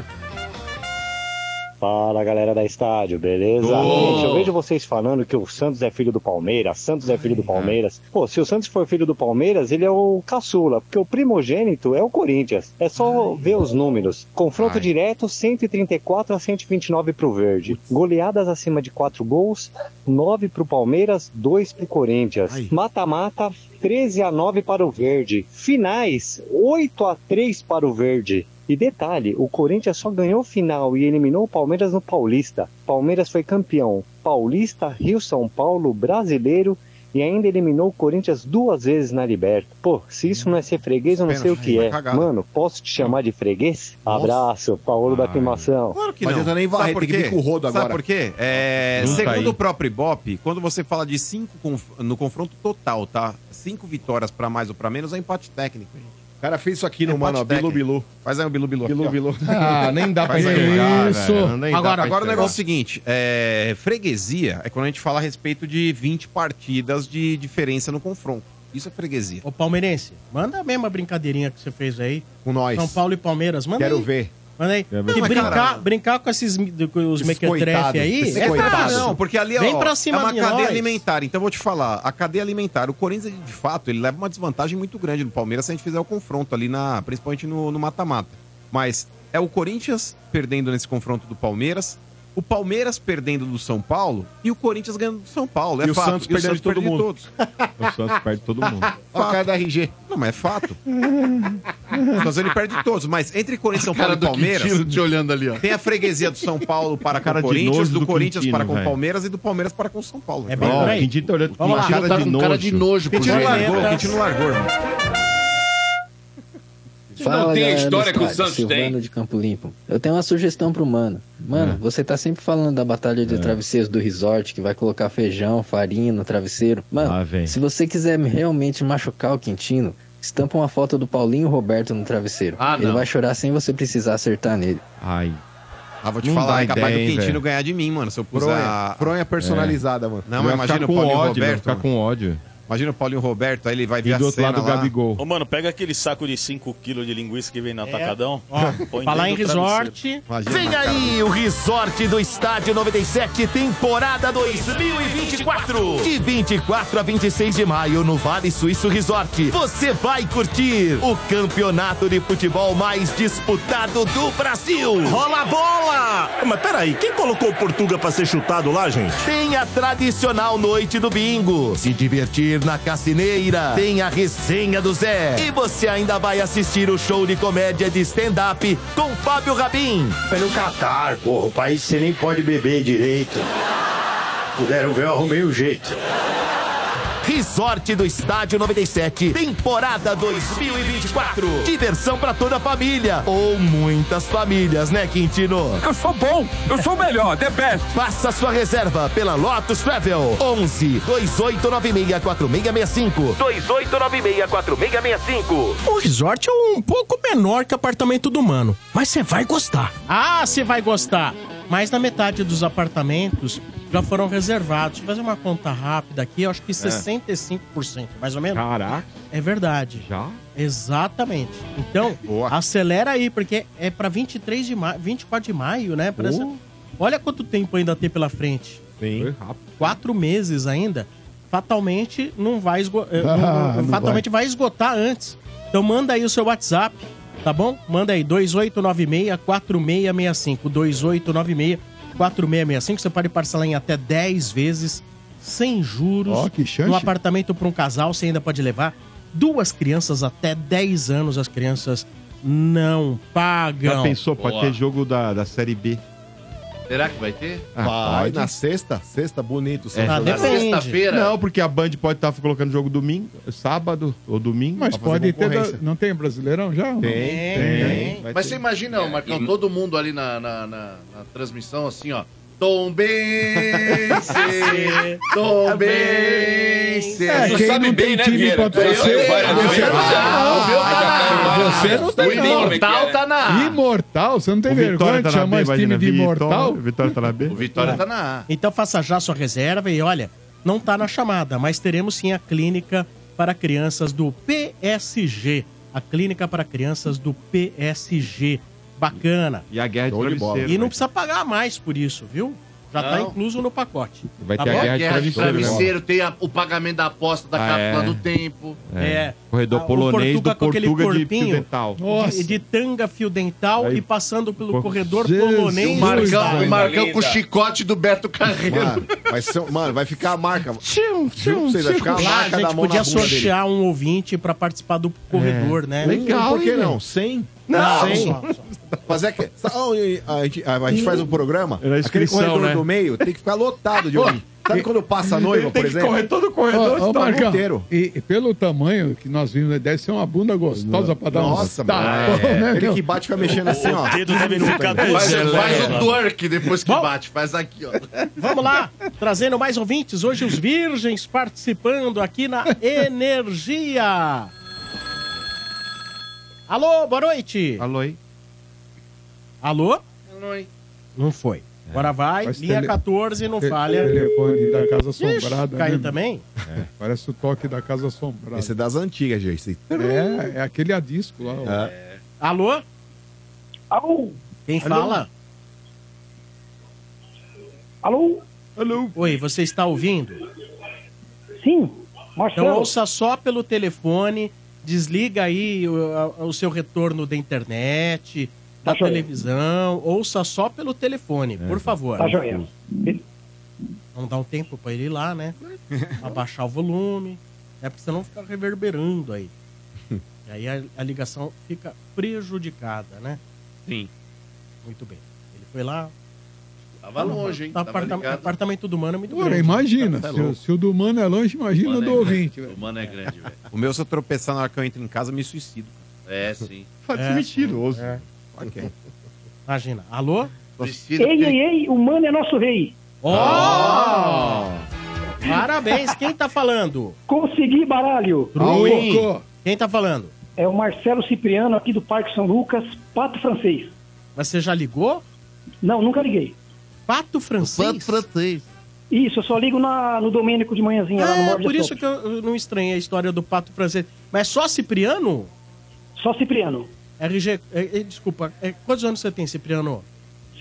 Speaker 19: Fala galera da estádio, beleza?
Speaker 2: Ô!
Speaker 19: Gente, eu vejo vocês falando que o Santos é filho do Palmeiras, Santos é filho do Palmeiras. Pô, se o Santos for filho do Palmeiras, ele é o caçula, porque o primogênito é o Corinthians. É só ver os números. Confronto direto, 134 a 129 pro Verde. Goleadas acima de 4 gols, 9 pro Palmeiras, 2 pro Corinthians. Mata-mata, 13 a 9 para o Verde. Finais, 8 a 3 para o Verde. E detalhe, o Corinthians só ganhou final e eliminou o Palmeiras no Paulista. Palmeiras foi campeão paulista, Rio São Paulo, brasileiro e ainda eliminou o Corinthians duas vezes na Liberta. Pô, se isso não é ser freguês, eu não sei o que é. Mano, posso te chamar de freguês? Abraço, Paulo da Aclimação.
Speaker 4: Claro que não. Sabe por quê? Sabe por quê? É,
Speaker 19: Nunca
Speaker 4: segundo
Speaker 19: aí.
Speaker 4: o próprio Ibope, quando você fala de cinco conf- no confronto total, tá? Cinco vitórias pra mais ou pra menos é empate técnico, gente.
Speaker 6: O cara fez isso aqui no mano, ó,
Speaker 4: bilu
Speaker 6: bilu.
Speaker 4: Faz aí um bilu bilu.
Speaker 6: Bilu, bilu.
Speaker 3: Ah, nem dá pra
Speaker 4: Faz aí.
Speaker 3: entregar, Isso. velho, nem dá
Speaker 4: Agora,
Speaker 3: pra
Speaker 4: agora o
Speaker 3: entregar.
Speaker 4: negócio é o seguinte: é, freguesia é quando a gente fala a respeito de 20 partidas de diferença no confronto. Isso é freguesia.
Speaker 2: Ô palmeirense, manda a mesma brincadeirinha que você fez aí.
Speaker 6: Com nós.
Speaker 2: São Paulo e Palmeiras, manda
Speaker 6: Quero
Speaker 2: aí.
Speaker 6: ver.
Speaker 2: Manda aí.
Speaker 6: Quero ver.
Speaker 2: Que
Speaker 6: Não, mas
Speaker 2: brincar,
Speaker 6: caralho.
Speaker 2: brincar com esses com os
Speaker 4: Esses
Speaker 2: mequetrefe
Speaker 4: coitados,
Speaker 2: aí
Speaker 4: esses
Speaker 2: é
Speaker 4: coitados.
Speaker 2: fácil.
Speaker 4: Não, porque ali
Speaker 2: Vem
Speaker 4: ó,
Speaker 2: pra cima
Speaker 4: é uma
Speaker 2: de
Speaker 4: cadeia
Speaker 2: nós.
Speaker 4: alimentar. Então eu vou te falar, a cadeia alimentar, o Corinthians de fato, ele leva uma desvantagem muito grande no Palmeiras se a gente fizer o confronto ali na, principalmente no no mata-mata. Mas é o Corinthians perdendo nesse confronto do Palmeiras, o Palmeiras perdendo do São Paulo e o Corinthians ganhando do São Paulo, é
Speaker 6: E o
Speaker 4: fato.
Speaker 6: Santos perdendo de todo
Speaker 4: perdendo
Speaker 6: mundo.
Speaker 4: todos.
Speaker 3: O Santos perde todo mundo.
Speaker 4: Olha a cara da RG. Não, mas é fato. Mas ele perde todos. Mas entre Corinthians, São Paulo
Speaker 5: Cara
Speaker 4: e
Speaker 5: do
Speaker 4: Palmeiras.
Speaker 5: Quintino te olhando ali, ó.
Speaker 4: Tem a freguesia do São Paulo para com
Speaker 3: Cara
Speaker 4: o
Speaker 3: de
Speaker 4: Corinthians,
Speaker 3: nojo
Speaker 4: do,
Speaker 3: do
Speaker 4: Corinthians
Speaker 3: Quintino,
Speaker 4: para com o
Speaker 3: velho.
Speaker 4: Palmeiras e do Palmeiras para com o São Paulo.
Speaker 3: bem Ó, por aí. o Quintino tá olhando com uma cara de nojo.
Speaker 4: Quintino
Speaker 3: Corinthians.
Speaker 4: largou, Quintino largou, irmão.
Speaker 8: não tem
Speaker 21: galera
Speaker 8: a
Speaker 21: do
Speaker 8: história que o
Speaker 21: estádio,
Speaker 8: Santos tem.
Speaker 21: Silvano de Campo Limpo. Eu tenho uma sugestão pro mano.
Speaker 4: É.
Speaker 21: Mano, você tá sempre falando da batalha de travesseiros do resort, que vai colocar feijão, farinha no travesseiro. Mano,
Speaker 4: É.
Speaker 21: se você quiser realmente machucar o Quintino, estampa uma foto do Paulinho Roberto no travesseiro. Ele
Speaker 4: Ah, não.
Speaker 21: vai chorar sem você precisar acertar nele.
Speaker 3: Ai.
Speaker 4: Ah, vou te
Speaker 21: Não
Speaker 4: falar,
Speaker 21: dá
Speaker 4: é capaz
Speaker 21: ideia,
Speaker 4: do
Speaker 21: hein,
Speaker 4: Quintino
Speaker 21: velho.
Speaker 4: ganhar de mim, mano. Se eu puser
Speaker 6: Fronha.
Speaker 4: a-
Speaker 3: é
Speaker 6: Fronha personalizada, mano.
Speaker 4: Não, mas imagina o Paulinho Roberto.
Speaker 3: ficar
Speaker 4: mano.
Speaker 3: com ódio.
Speaker 4: Imagina o Paulinho Roberto, aí ele vai ver
Speaker 3: E
Speaker 4: a
Speaker 3: do outro
Speaker 4: cena
Speaker 3: lado o
Speaker 4: lá.
Speaker 3: Gabigol.
Speaker 9: Ô, mano, pega aquele saco de 5kg de linguiça que
Speaker 2: É.
Speaker 9: vem no atacadão. põe
Speaker 22: falar
Speaker 9: dentro
Speaker 22: em
Speaker 9: do travesseiro.
Speaker 22: resort. Vem aí o Resort do Estádio 97, temporada 2024. De 24 a 26 de maio no Vale Suíço Resort. Você vai curtir o campeonato de futebol mais disputado do Brasil.
Speaker 23: Rola a bola! Mas peraí, quem colocou o Portuga pra ser chutado lá, gente?
Speaker 22: Tem a tradicional noite do bingo. Se divertir na cassineira. Tem a resenha do Zé. E você ainda vai assistir o show de comédia de stand-up com Fábio Rabin.
Speaker 24: Pelo É Catar, porra, o país você nem pode beber direito. Puderam ver, eu arrumei um jeito.
Speaker 22: Resort do Estádio 97, temporada 2024. Diversão pra toda a família. Ou muitas famílias, né, Quintino? Eu sou bom, eu sou melhor, the best. Faça sua reserva pela Lotus Travel. 11 2896 4665. 2896 4665.
Speaker 25: O resort é um pouco menor que o apartamento do mano, mas você vai gostar.
Speaker 2: Ah, você vai gostar! Mas na metade dos apartamentos já foram reservados. Deixa eu fazer uma conta rápida aqui, eu acho
Speaker 25: É.
Speaker 2: que 65%, mais ou menos.
Speaker 3: Caraca.
Speaker 2: É verdade.
Speaker 3: Já?
Speaker 2: Exatamente. Então, acelera aí, porque é pra 23 de maio, 24 de maio, né? Pra essa- Olha quanto tempo ainda tem pela frente.
Speaker 3: Foi rápido.
Speaker 2: Quatro meses ainda. Fatalmente não vai esgotar.
Speaker 3: Ah, não
Speaker 2: fatalmente vai. esgotar antes. Então manda aí o seu WhatsApp, tá bom? Manda aí 2896-4665. 2896-4665. Você pode parcelar em até 10 vezes, sem juros.
Speaker 7: Ó, que chance.
Speaker 2: No apartamento para um casal, você ainda pode levar duas crianças até 10 anos. As crianças não pagam.
Speaker 3: Já pensou, pode ter jogo da, da Série B.
Speaker 5: Será que vai ter?
Speaker 3: Ah,
Speaker 6: Vai
Speaker 3: pode.
Speaker 6: na sexta, sexta bonito.
Speaker 3: É.
Speaker 6: São José.
Speaker 3: Não, porque a Band pode estar colocando jogo domingo, sábado ou domingo.
Speaker 7: Mas
Speaker 3: pra fazer
Speaker 7: pode ter.
Speaker 3: concorrência.
Speaker 7: da- Não tem Brasileirão já?
Speaker 3: Tem, tem.
Speaker 5: Mas você imagina,
Speaker 3: É.
Speaker 5: ó, Marcão, todo mundo ali na, na, na- na transmissão, assim, ó. Tombense! Tombense!
Speaker 1: É, quem não tem
Speaker 7: né,
Speaker 1: time pra torcer-
Speaker 5: Você
Speaker 7: Ah, tá Você não
Speaker 5: O imortal tá na A.
Speaker 7: Imortal? Você não tem vergonha de chamar esse time de imortal?
Speaker 3: Vitória tá na B. O
Speaker 5: Vitória tá na A.
Speaker 2: Então faça já sua reserva e olha, não tá na chamada, mas teremos sim a clínica para crianças do PSG. A clínica para crianças do PSG. Bacana.
Speaker 3: E a guerra de travesseiro.
Speaker 2: E não precisa pagar mais por isso, viu? Já tá
Speaker 5: Não.
Speaker 2: incluso no pacote.
Speaker 3: Vai
Speaker 2: tá
Speaker 3: ter a
Speaker 2: bom?
Speaker 3: guerra de
Speaker 5: de
Speaker 3: travesseiro, né,
Speaker 5: travesseiro, tem a- o pagamento da aposta da
Speaker 3: Ah,
Speaker 5: cápsula
Speaker 3: é.
Speaker 5: do tempo.
Speaker 2: É.
Speaker 3: Corredor
Speaker 2: Ah, o
Speaker 3: polonês do
Speaker 2: com aquele
Speaker 3: Portuga de fio
Speaker 2: corpinho
Speaker 3: dental.
Speaker 2: de-
Speaker 3: Nossa.
Speaker 2: De, tanga fio dental e passando pelo
Speaker 3: Por-
Speaker 2: corredor
Speaker 3: Jesus.
Speaker 2: polonês.
Speaker 6: O Marcão-
Speaker 2: do
Speaker 6: o Marcão
Speaker 2: estádio.
Speaker 6: com o
Speaker 5: chicote do Beto Carreiro.
Speaker 6: Mano, vai
Speaker 4: um-
Speaker 6: ser- mano, vai ficar a marca.
Speaker 2: Tchum,
Speaker 6: Juro pra vocês, vai ficar a
Speaker 2: um Lá
Speaker 6: marca
Speaker 2: a
Speaker 6: da
Speaker 2: gente
Speaker 6: mão
Speaker 2: podia
Speaker 6: na bunda dele.
Speaker 2: sortear um ouvinte pra participar do
Speaker 4: É.
Speaker 2: corredor, né?
Speaker 6: Legal, Por que hein, não? meu? 100?
Speaker 2: Não,
Speaker 6: Cem?
Speaker 2: só,
Speaker 6: Fazer aquele. é sabe onde A gente, a gente faz um programa.
Speaker 3: Era a
Speaker 6: Aquele
Speaker 3: inscrição,
Speaker 6: corredor
Speaker 3: né?
Speaker 6: do meio tem que ficar lotado de homem. Sabe quando passa a noiva, por exemplo?
Speaker 7: Ô, ô,
Speaker 6: está
Speaker 7: Marcão,
Speaker 6: inteiro.
Speaker 7: E, e pelo tamanho que nós vimos, né, deve ser uma bunda gostosa pra dar um né,
Speaker 6: Nossa, mano. É. Aquele que bate fica mexendo assim, ó.
Speaker 5: Faz, faz
Speaker 7: né?
Speaker 5: o
Speaker 2: dor.
Speaker 5: twerk depois que bate, faz aqui, ó.
Speaker 2: Vamos lá, trazendo mais ouvintes. Hoje os virgens participando aqui na Energia. Alô, boa noite.
Speaker 3: Alô aí.
Speaker 2: Alô? Não foi. Agora vai,
Speaker 7: Faz
Speaker 2: linha
Speaker 7: tele-
Speaker 2: 14, não
Speaker 7: te-
Speaker 2: falha.
Speaker 7: Telefone da Casa
Speaker 2: Ixi,
Speaker 7: Assombrada.
Speaker 2: caiu
Speaker 7: né?
Speaker 2: também?
Speaker 7: É, parece o toque da Casa Assombrada.
Speaker 6: Esse é das antigas, gente.
Speaker 7: É, é aquele a disco lá. ó.
Speaker 2: Alô?
Speaker 20: Alô?
Speaker 2: Quem
Speaker 7: Alô?
Speaker 2: fala?
Speaker 20: Alô?
Speaker 2: Alô? Oi, você está ouvindo?
Speaker 20: Sim,
Speaker 2: Então
Speaker 20: Marcelo.
Speaker 2: ouça só pelo telefone, desliga aí o, a- o seu retorno da internet, da
Speaker 20: Tá joia.
Speaker 2: televisão, ouça só pelo telefone, por favor.
Speaker 20: Tá joia.
Speaker 2: Não dá um tempo pra ele ir lá, né? Abaixar o volume, é porque senão fica reverberando aí. E aí a, a ligação fica prejudicada, né?
Speaker 8: Sim.
Speaker 2: Muito bem. Ele foi lá.
Speaker 5: Tava longe, hein?
Speaker 2: Tá
Speaker 5: Tava
Speaker 2: aparta-
Speaker 5: ligado.
Speaker 2: apartamento do mano é muito
Speaker 7: Agora,
Speaker 2: grande.
Speaker 7: imagina.
Speaker 2: Tá- tá
Speaker 7: se, o-
Speaker 2: louco.
Speaker 7: se o do mano é longe, imagina o do ouvinte.
Speaker 5: O mano é grande, velho.
Speaker 4: O meu, se eu tropeçar na hora que eu entro em casa, eu me suicido.
Speaker 5: É, sim.
Speaker 3: Pode
Speaker 2: É,
Speaker 3: ser mentiroso.
Speaker 2: é.
Speaker 3: Ok.
Speaker 2: Imagina. Alô?
Speaker 20: Ei, ei, ei, o mano é nosso rei.
Speaker 2: Ó! Parabéns, quem tá falando?
Speaker 20: Consegui baralho.
Speaker 2: Ruim. Quem tá falando?
Speaker 20: É o Marcelo Cipriano, aqui do Parque São Lucas, Pato Francês.
Speaker 2: Mas você já ligou?
Speaker 20: Não, nunca liguei.
Speaker 2: Pato Francês?
Speaker 20: Pato Francês. Isso, eu só ligo na, no Domênico de manhãzinha, lá no
Speaker 2: É,
Speaker 20: Borges
Speaker 2: por isso
Speaker 20: Shopping.
Speaker 2: que eu eu não estranhei a história do pato francês. Mas só Cipriano?
Speaker 20: Só Cipriano.
Speaker 2: RG, é, é, desculpa, é, quantos anos você tem, Cipriano?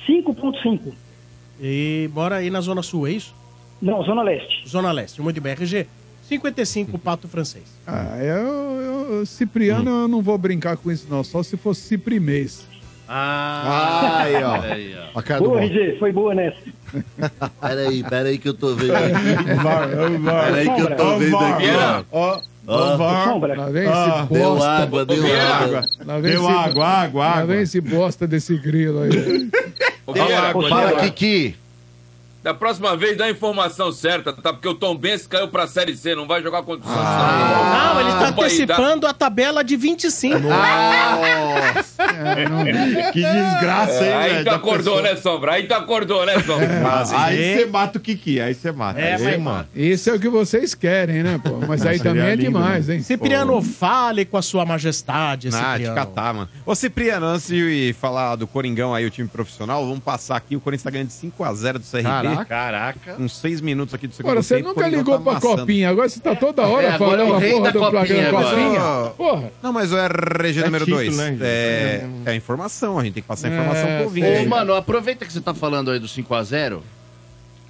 Speaker 20: 5.5.
Speaker 2: E mora aí na Zona Sul, é isso?
Speaker 20: Não, Zona Leste.
Speaker 2: Zona Leste, muito bem. RG, 55 pato francês.
Speaker 7: Ah, eu, eu- Cipriano, eu não vou brincar com isso, não. Só se fosse Ciprimês.
Speaker 5: Ah,
Speaker 7: Aí, ó.
Speaker 5: Aí, ó. um.
Speaker 7: A cara do Boa, Bob.
Speaker 20: RG, foi boa né? nessa.
Speaker 5: Peraí, peraí que eu tô vendo aqui.
Speaker 20: VAR.
Speaker 5: Peraí que eu tô
Speaker 20: Sombra.
Speaker 5: vendo aqui,
Speaker 20: Vieira.
Speaker 5: ó.
Speaker 20: Ó,
Speaker 7: Ó, Lá vem
Speaker 2: Ah,
Speaker 7: esse bosta.
Speaker 5: deu água, deu água.
Speaker 7: Lá vem esse- Lá vem esse bosta desse grilo aí.
Speaker 5: Fala, Kiki.
Speaker 8: Da próxima vez dá a informação certa, tá? Porque o Tom Benz caiu pra Série C, não vai jogar contra o Santos.
Speaker 3: Ah.
Speaker 2: Não, ele tá antecipando a tabela de 25.
Speaker 3: Que desgraça, hein,
Speaker 8: É, Aí
Speaker 3: velho,
Speaker 8: tu
Speaker 3: da
Speaker 8: acordou,
Speaker 3: pessoa. É,
Speaker 8: né, Sombra? Aí tu acordou, né, Sombra?
Speaker 3: aí você mata o Kiki, aí você mata.
Speaker 8: É,
Speaker 3: aí,
Speaker 8: mas-
Speaker 3: mano.
Speaker 13: Isso é o que vocês querem, né, pô? Mas aí também é demais,
Speaker 7: né?
Speaker 13: hein?
Speaker 2: Cipriano, fale com a sua majestade,
Speaker 4: Ah, te
Speaker 2: Cipriano.
Speaker 4: catar, mano. Ô, Cipriano, antes de falar do Coringão aí, o time profissional, vamos passar aqui. O Corinthians tá ganhando de 5x0 do CRB.
Speaker 13: Caraca.
Speaker 4: Caraca. Uns 6 minutos aqui do segundo
Speaker 13: Agora, você
Speaker 4: tempo, o
Speaker 13: nunca
Speaker 4: Coringão
Speaker 13: ligou
Speaker 4: tá
Speaker 13: pra
Speaker 4: amassando.
Speaker 13: Copinha, agora você tá toda hora
Speaker 4: É, agora
Speaker 13: falando
Speaker 4: é o
Speaker 13: a
Speaker 4: rei
Speaker 13: porra
Speaker 4: da
Speaker 13: do
Speaker 4: Copinha
Speaker 13: programa
Speaker 4: agora.
Speaker 13: Copinha. Porra.
Speaker 4: Não, mas o RG
Speaker 5: É
Speaker 4: número
Speaker 5: título,
Speaker 4: 2.
Speaker 5: né, gente? É,
Speaker 4: é, é a informação, a gente tem que passar a informação pro ouvinte. né?
Speaker 5: Ô, mano, aproveita que você tá falando aí do 5x0.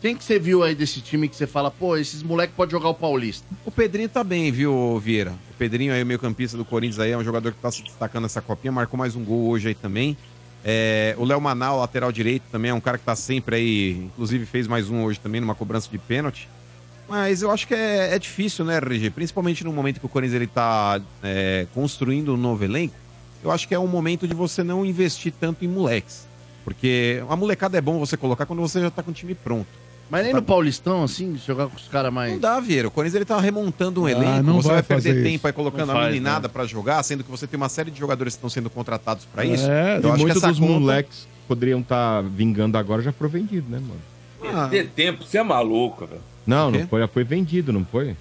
Speaker 5: Quem que você viu aí desse time que você fala, pô, esses moleque pode jogar o Paulista?
Speaker 4: O Pedrinho tá bem, viu, Vieira? O Pedrinho aí, o meio-campista do Corinthians aí, é um jogador que tá se destacando nessa copinha, marcou mais um gol hoje aí também. É, o Léo Manal, lateral direito, também é um cara que tá sempre aí, inclusive fez mais um hoje também, numa cobrança de pênalti. Mas eu acho que é, é difícil, né, RG? Principalmente no momento que o Corinthians ele tá é, construindo um novo elenco, eu acho que é um momento de você não investir tanto em moleques. Porque a molecada é bom você colocar quando você já tá com o time pronto.
Speaker 5: Mas nem no Paulistão, assim, jogar com os caras mais.
Speaker 4: Não dá, Vieira. O Corinthians ele tá remontando um
Speaker 5: Ah,
Speaker 4: elenco.
Speaker 5: não
Speaker 4: você
Speaker 5: vai
Speaker 4: vai perder
Speaker 5: fazer
Speaker 4: tempo
Speaker 5: isso.
Speaker 4: aí colocando
Speaker 5: Não
Speaker 4: a
Speaker 5: faz, né?
Speaker 4: meninada
Speaker 5: não.
Speaker 4: pra jogar, sendo que você tem uma série de jogadores que estão sendo contratados pra isso.
Speaker 3: É,
Speaker 4: eu
Speaker 3: e
Speaker 4: acho que
Speaker 3: muitos
Speaker 4: essa
Speaker 3: dos
Speaker 4: conta-
Speaker 3: moleques que poderiam estar vingando agora já foram vendidos, né, mano?
Speaker 8: Ter tempo, você é maluco, velho.
Speaker 3: Não, não foi, já foi vendido, não foi?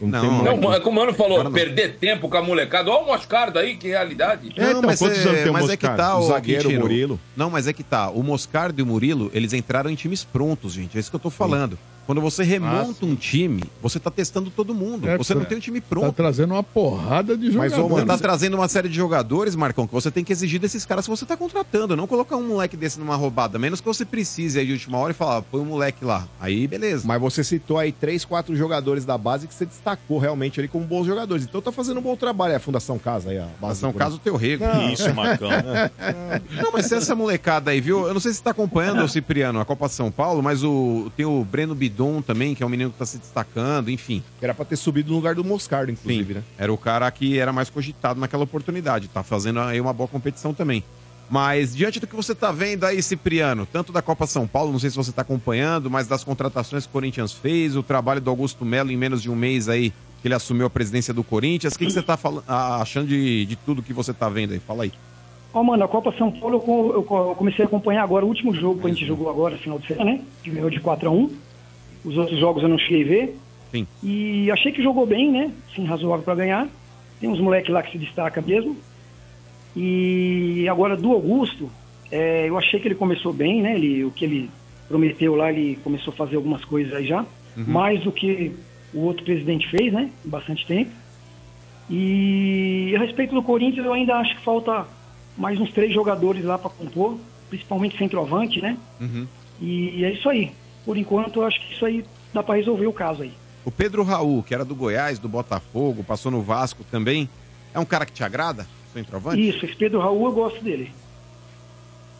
Speaker 3: Não, tem
Speaker 8: Não,
Speaker 3: moleque-
Speaker 8: mano, como o Mano falou,
Speaker 3: Cara, não.
Speaker 8: perder tempo com a molecada. Olha o Moscardo daí, que realidade.
Speaker 4: Não,
Speaker 3: então,
Speaker 4: mas, é, mas é que tá o, Quintino.
Speaker 3: Murilo.
Speaker 4: Não, mas é que tá. O Moscardo e o Murilo, eles entraram em times prontos, gente. É isso que eu tô falando. Quando você
Speaker 5: Ah,
Speaker 4: remonta um time, você tá testando todo mundo.
Speaker 13: É,
Speaker 4: você não
Speaker 13: tá-
Speaker 4: tem um time
Speaker 13: Tá
Speaker 4: pronto.
Speaker 13: trazendo uma porrada de
Speaker 4: Mas, ô,
Speaker 13: jogadores.
Speaker 4: mano, tá trazendo uma série de jogadores, Marcão, que você tem que exigir desses caras que você tá contratando. Não colocar um moleque desse numa roubada, a menos que você precise aí de última hora e falar, põe um moleque lá. Aí, beleza.
Speaker 6: Mas você citou aí três, quatro jogadores da base que você destacou realmente ali como bons jogadores. Então tá fazendo um bom trabalho. É a Fundação Casa aí, a base.
Speaker 4: Fundação Casa, o é um teu rego. Isso, Marcão.
Speaker 6: Marcão.
Speaker 9: né?
Speaker 4: Não, mas se essa molecada aí, viu? Eu não sei se você tá acompanhando, Cipriano, a Copa São Paulo, mas o, tem o Breno Bidon também, que é um menino que tá se destacando, enfim.
Speaker 6: Era pra ter subido no lugar do Moscardo, inclusive, né?
Speaker 4: Era o cara que era mais cogitado naquela oportunidade. Tá fazendo aí uma boa competição também. Mas diante do que você tá vendo aí, Cipriano, tanto da Copa São Paulo, não sei se você tá acompanhando, mas das contratações que o Corinthians fez, o trabalho do Augusto Melo em menos de um mês aí, que ele assumiu a presidência do Corinthians, o que, que você tá falan- ah, achando de, de tudo que você tá vendo aí? Fala aí.
Speaker 20: Ó, mano, a Copa São Paulo eu co- eu, co- eu comecei a acompanhar agora o último jogo que a gente jogou agora, final de semana, né? Que ganhou de 4 a 1 Os outros jogos eu não cheguei a ver.
Speaker 4: Sim.
Speaker 20: E achei que jogou bem, né? Sim, razoável pra ganhar. Tem uns moleques lá que se destaca mesmo. E agora do Augusto, é, eu achei que ele começou bem, né? Ele, o que ele prometeu lá, ele começou a fazer algumas coisas aí já. Mais do que o outro presidente fez, né? Em bastante tempo. E a respeito do Corinthians, eu ainda acho que falta mais uns três jogadores lá pra compor, principalmente centroavante, né?
Speaker 4: Uhum.
Speaker 20: E é isso aí. Por enquanto, eu acho que isso aí dá pra resolver o caso aí.
Speaker 4: O Pedro Raul, que era do Goiás, do Botafogo, passou no Vasco também, é um cara que te agrada? Centroavante?
Speaker 20: Isso, esse Pedro Raul, eu gosto dele.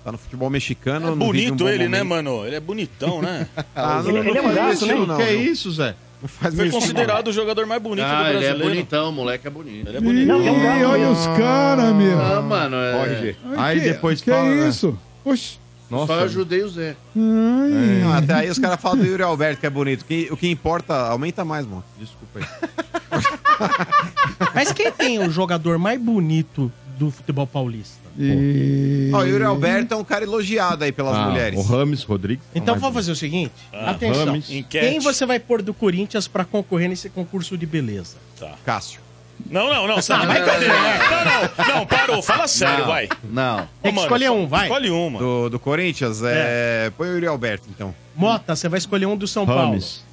Speaker 4: Tá no futebol mexicano. não vive um
Speaker 9: Bonito
Speaker 4: bom
Speaker 9: ele, né,
Speaker 4: momento.
Speaker 9: mano? Ele é bonitão, né? é
Speaker 4: Ah,
Speaker 3: é
Speaker 4: não,
Speaker 3: um
Speaker 4: não, não faz
Speaker 3: né?
Speaker 4: isso, não, não.
Speaker 3: Zé?
Speaker 4: Não faz
Speaker 9: Foi
Speaker 4: isso,
Speaker 9: considerado o jogador mais bonito do
Speaker 5: Ah, ele é
Speaker 9: brasileiro.
Speaker 5: bonitão, o moleque é bonito. Ele é
Speaker 9: bonito.
Speaker 5: Não,
Speaker 7: Ih, olha os caras, meu.
Speaker 5: Ah, mano, é.
Speaker 7: Olha,
Speaker 3: Aí
Speaker 7: que-
Speaker 3: depois
Speaker 7: que
Speaker 3: fala, né?
Speaker 7: é isso? Oxi.
Speaker 5: Só ajudei o Zé.
Speaker 4: É. Não, até aí os caras falam do Yuri Alberto, que é bonito. Que- o que importa, aumenta mais, mano. Desculpa aí.
Speaker 2: Mas quem tem o jogador mais bonito do futebol paulista?
Speaker 4: Ó, o Yuri Alberto é um cara elogiado aí pelas
Speaker 3: Ah,
Speaker 4: mulheres.
Speaker 3: O Rames Rodrigues.
Speaker 4: Então
Speaker 2: Então vamos fazer o seguinte,
Speaker 4: Ah,
Speaker 2: atenção.
Speaker 4: Rames.
Speaker 2: Quem
Speaker 4: Enquete.
Speaker 2: você vai pôr do Corinthians pra concorrer nesse concurso de beleza?
Speaker 9: Tá.
Speaker 4: Cássio.
Speaker 9: Não, não, não, Sandro.
Speaker 2: vai
Speaker 9: não,
Speaker 2: caber,
Speaker 9: não, não, não, parou, fala sério,
Speaker 4: Não,
Speaker 9: vai.
Speaker 5: Não.
Speaker 2: Tem que escolher um, vai.
Speaker 9: Escolhe um, mano.
Speaker 4: Do, do Corinthians, é... põe o Yuri Alberto, então.
Speaker 2: Mota, você vai escolher um do São
Speaker 4: Rames.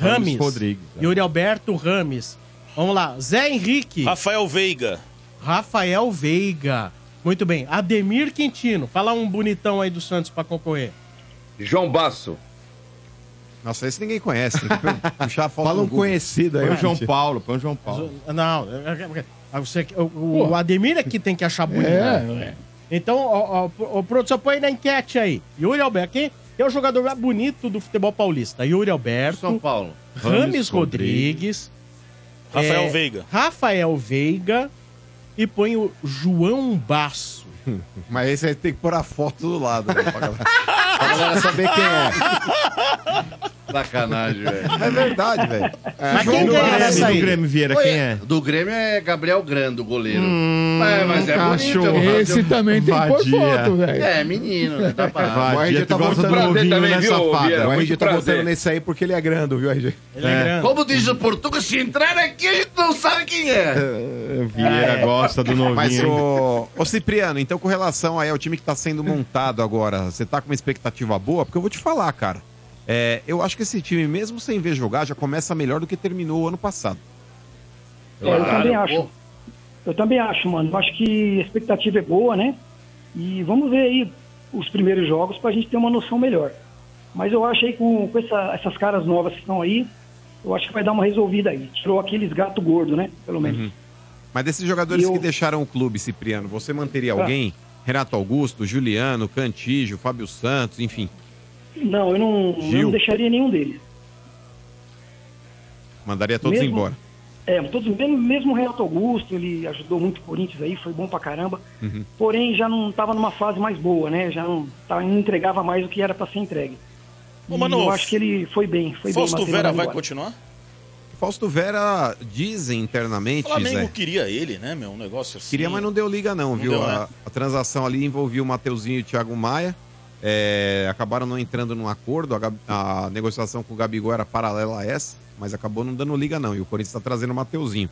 Speaker 2: Paulo. Rames.
Speaker 4: Rames Rodrigues, é.
Speaker 2: Yuri Alberto Rames. Vamos lá. Zé Henrique.
Speaker 9: Rafael Veiga.
Speaker 2: Rafael Veiga. Muito bem. Ademir Quintino. Fala um bonitão aí do Santos pra concorrer.
Speaker 8: João Basso.
Speaker 4: Nossa, esse ninguém conhece. Tem que puxar a foto
Speaker 2: Fala
Speaker 4: no
Speaker 2: um
Speaker 4: Google.
Speaker 2: conhecido aí,
Speaker 4: Põe o
Speaker 2: ó.
Speaker 4: João Paulo.
Speaker 3: Paulo, põe o João Paulo.
Speaker 2: Não, é- é- é- você- o, o- o Ademir é que tem que achar bonito.
Speaker 7: É,
Speaker 2: Então, ó, ó, pro- o produção põe aí na enquete aí. Yuri Alberto, quem é o jogador mais bonito do futebol paulista? Yuri Alberto.
Speaker 5: São Paulo.
Speaker 2: Rames,
Speaker 5: Rames
Speaker 2: Rodrigues.
Speaker 9: Rafael
Speaker 2: é,
Speaker 9: Veiga.
Speaker 2: Rafael Veiga. E põe o João Basso.
Speaker 4: Mas esse aí tem que pôr a foto do lado. Né? pra galera.
Speaker 6: Pra galera saber quem é.
Speaker 5: Sacanagem, velho.
Speaker 6: É verdade, velho.
Speaker 5: Mas quem
Speaker 6: João
Speaker 5: ganha
Speaker 6: Grassi
Speaker 5: nessa aí?
Speaker 3: Vieira,
Speaker 5: Oi, Do Grêmio é Gabriel Grando, goleiro.
Speaker 7: Hum,
Speaker 5: é, mas é
Speaker 13: cachorro.
Speaker 5: bonito. eu-
Speaker 13: Esse
Speaker 5: eu-
Speaker 7: tá
Speaker 13: também tem por
Speaker 5: Vadia.
Speaker 13: foto, velho.
Speaker 5: É, menino. né? Tá barato.
Speaker 6: O RG tá votando
Speaker 5: Prazer também, viu, Vieira?
Speaker 6: O RG
Speaker 5: Muito
Speaker 6: tá
Speaker 5: prazer.
Speaker 6: votando nesse aí porque ele é grande, viu, É. RG?
Speaker 5: Como diz o português, se entrar aqui a gente não sabe quem é.
Speaker 20: É.
Speaker 3: Vieira gosta do novinho.
Speaker 4: Mas, ô, ô Cipriano, então com relação aí ao time que tá sendo montado agora, você tá com uma expectativa boa? Porque eu vou te falar, cara. é, eu acho que esse time, mesmo sem ver jogar, já começa melhor do que terminou o ano passado.
Speaker 20: É, eu também acho. Eu também acho, mano. Eu acho que a expectativa é boa, né? E vamos ver aí os primeiros jogos pra gente ter uma noção melhor. Mas eu acho aí com, com essa- essas caras novas que estão aí, eu acho que vai dar uma resolvida aí. Tirou aqueles gato gordo, né? Pelo menos.
Speaker 4: Uhum. Mas desses jogadores
Speaker 20: Eu-
Speaker 4: que deixaram o clube, Cipriano, você manteria
Speaker 20: Tá.
Speaker 4: alguém? Renato Augusto, Juliano, Cantígio, Fábio Santos, enfim,
Speaker 9: Uhum.
Speaker 20: Não, eu não,
Speaker 4: Gil.
Speaker 20: não deixaria nenhum deles.
Speaker 4: mandaria todos
Speaker 20: Mesmo-
Speaker 4: embora.
Speaker 20: É, todos, mesmo, mesmo o Renato Augusto, ele ajudou muito o Corinthians aí, foi bom pra caramba.
Speaker 4: Uhum.
Speaker 20: Porém, já não estava numa fase mais boa, né? Já não, tava, não entregava mais o que era pra ser entregue.
Speaker 9: Ô,
Speaker 20: E
Speaker 9: Mano,
Speaker 20: eu acho que ele foi bem. Foi
Speaker 9: Fausto
Speaker 20: bem batendo
Speaker 9: Vera
Speaker 20: lá
Speaker 9: vai
Speaker 20: embora.
Speaker 9: continuar?
Speaker 4: Fausto Vera, dizem
Speaker 9: O
Speaker 4: internamente,
Speaker 9: Flamengo
Speaker 4: Zé,
Speaker 9: queria ele, né, meu? Um negócio assim.
Speaker 4: Queria, mas não deu liga, não,
Speaker 9: Não
Speaker 4: viu?
Speaker 9: deu,
Speaker 4: a,
Speaker 9: né?
Speaker 4: a transação ali envolvia o Mateuzinho e o Thiago Maia. é, acabaram não entrando num acordo. A, Gabi- a negociação com o Gabigol era paralela a essa, mas acabou não dando liga, não. E o Corinthians está trazendo o Mateuzinho.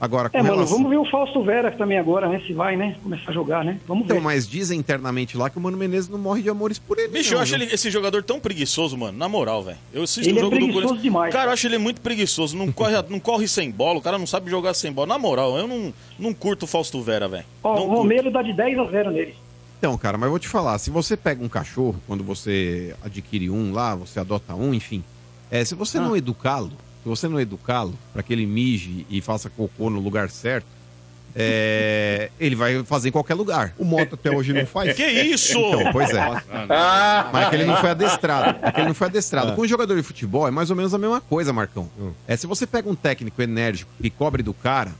Speaker 4: Agora, com
Speaker 20: É, mano,
Speaker 4: relação.
Speaker 20: vamos ver o Fausto Vera também agora, né? Se vai, né? Começar a jogar, né? Vamos ver.
Speaker 4: Então, mas dizem internamente lá que o Mano Menezes não morre de amores por ele.
Speaker 9: Bicho,
Speaker 4: não,
Speaker 9: eu acho
Speaker 4: viu?
Speaker 9: ele, esse jogador tão preguiçoso, mano. Na moral, velho. Eu assisto
Speaker 20: Ele
Speaker 9: o
Speaker 20: é
Speaker 9: jogo do
Speaker 20: preguiçoso
Speaker 9: Corinthians.
Speaker 20: demais.
Speaker 9: Cara, eu acho ele muito preguiçoso. Não corre, não corre sem bola. O cara não sabe jogar sem bola. Na moral, eu não, não curto o Fausto Vera, velho.
Speaker 20: Ó,
Speaker 9: Não
Speaker 20: o
Speaker 9: curto.
Speaker 20: Romero dá de 10 a 0 nele.
Speaker 4: Então, cara, mas eu vou te falar, se você pega um cachorro, quando você adquire um lá, você adota um, enfim, é, se você
Speaker 9: Ah.
Speaker 4: não educá-lo, se você não educá-lo para que ele mije e faça cocô no lugar certo, é, ele vai fazer em qualquer lugar. O moto até hoje não
Speaker 6: faz.
Speaker 9: Que isso?
Speaker 4: Então, pois é.
Speaker 6: Ah.
Speaker 4: Mas é que ele não foi adestrado. É que ele não foi adestrado. Com o jogador de futebol é mais ou menos a mesma coisa, Marcão. É, se você pega um técnico enérgico que cobre do cara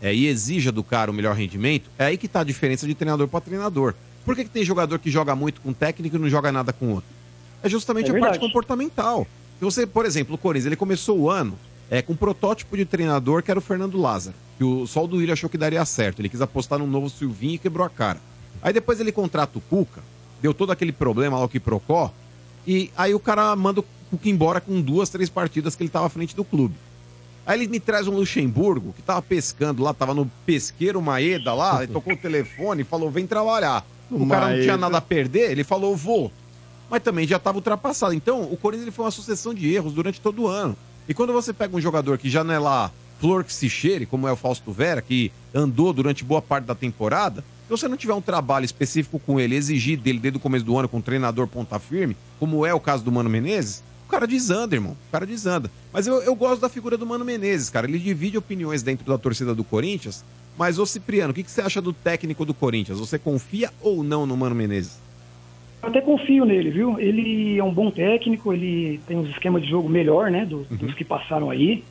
Speaker 4: é, e exija do cara o melhor rendimento, é aí que tá a diferença de treinador para treinador. Por que, que tem jogador que joga muito com um técnico e não joga nada com outro? É justamente
Speaker 6: É
Speaker 4: a parte
Speaker 6: verdade.
Speaker 4: comportamental. Se você, por exemplo, o Corinthians, ele começou o ano é, com um protótipo de treinador que era o Fernando Lázaro, que o Sol do Willian achou que daria certo. Ele quis apostar num novo Silvinho e quebrou a cara. Aí depois ele contrata o Cuca, deu todo aquele problema lá o Kiprocó, e aí o cara manda o Cuca embora com duas, três partidas que ele tava à frente do clube. Aí ele me traz um Luxemburgo que tava pescando lá, tava no pesqueiro Maeda lá, ele tocou o telefone e falou: vem trabalhar. O cara não
Speaker 6: Maeda.
Speaker 4: tinha nada a perder, ele falou: vou. Mas também já estava ultrapassado. Então, o Corinthians ele foi uma sucessão de erros durante todo o ano. E quando você pega um jogador que já não é lá flor que se cheire, como é o Fausto Vera, que andou durante boa parte da temporada, se você não tiver um trabalho específico com ele, exigir dele desde o começo do ano com um treinador ponta firme, como é o caso do Mano Menezes, o cara desanda, irmão. O cara desanda. Mas eu, eu gosto da figura do Mano Menezes, cara. Ele divide opiniões dentro da torcida do Corinthians. Mas, ô Cipriano, o que, que você acha do técnico do Corinthians? Você confia ou não no Mano Menezes?
Speaker 20: Eu até confio nele, viu? Ele é um bom técnico, ele tem uns esquemas de jogo melhor, né? do-
Speaker 4: Uhum.
Speaker 20: Dos que passaram aí.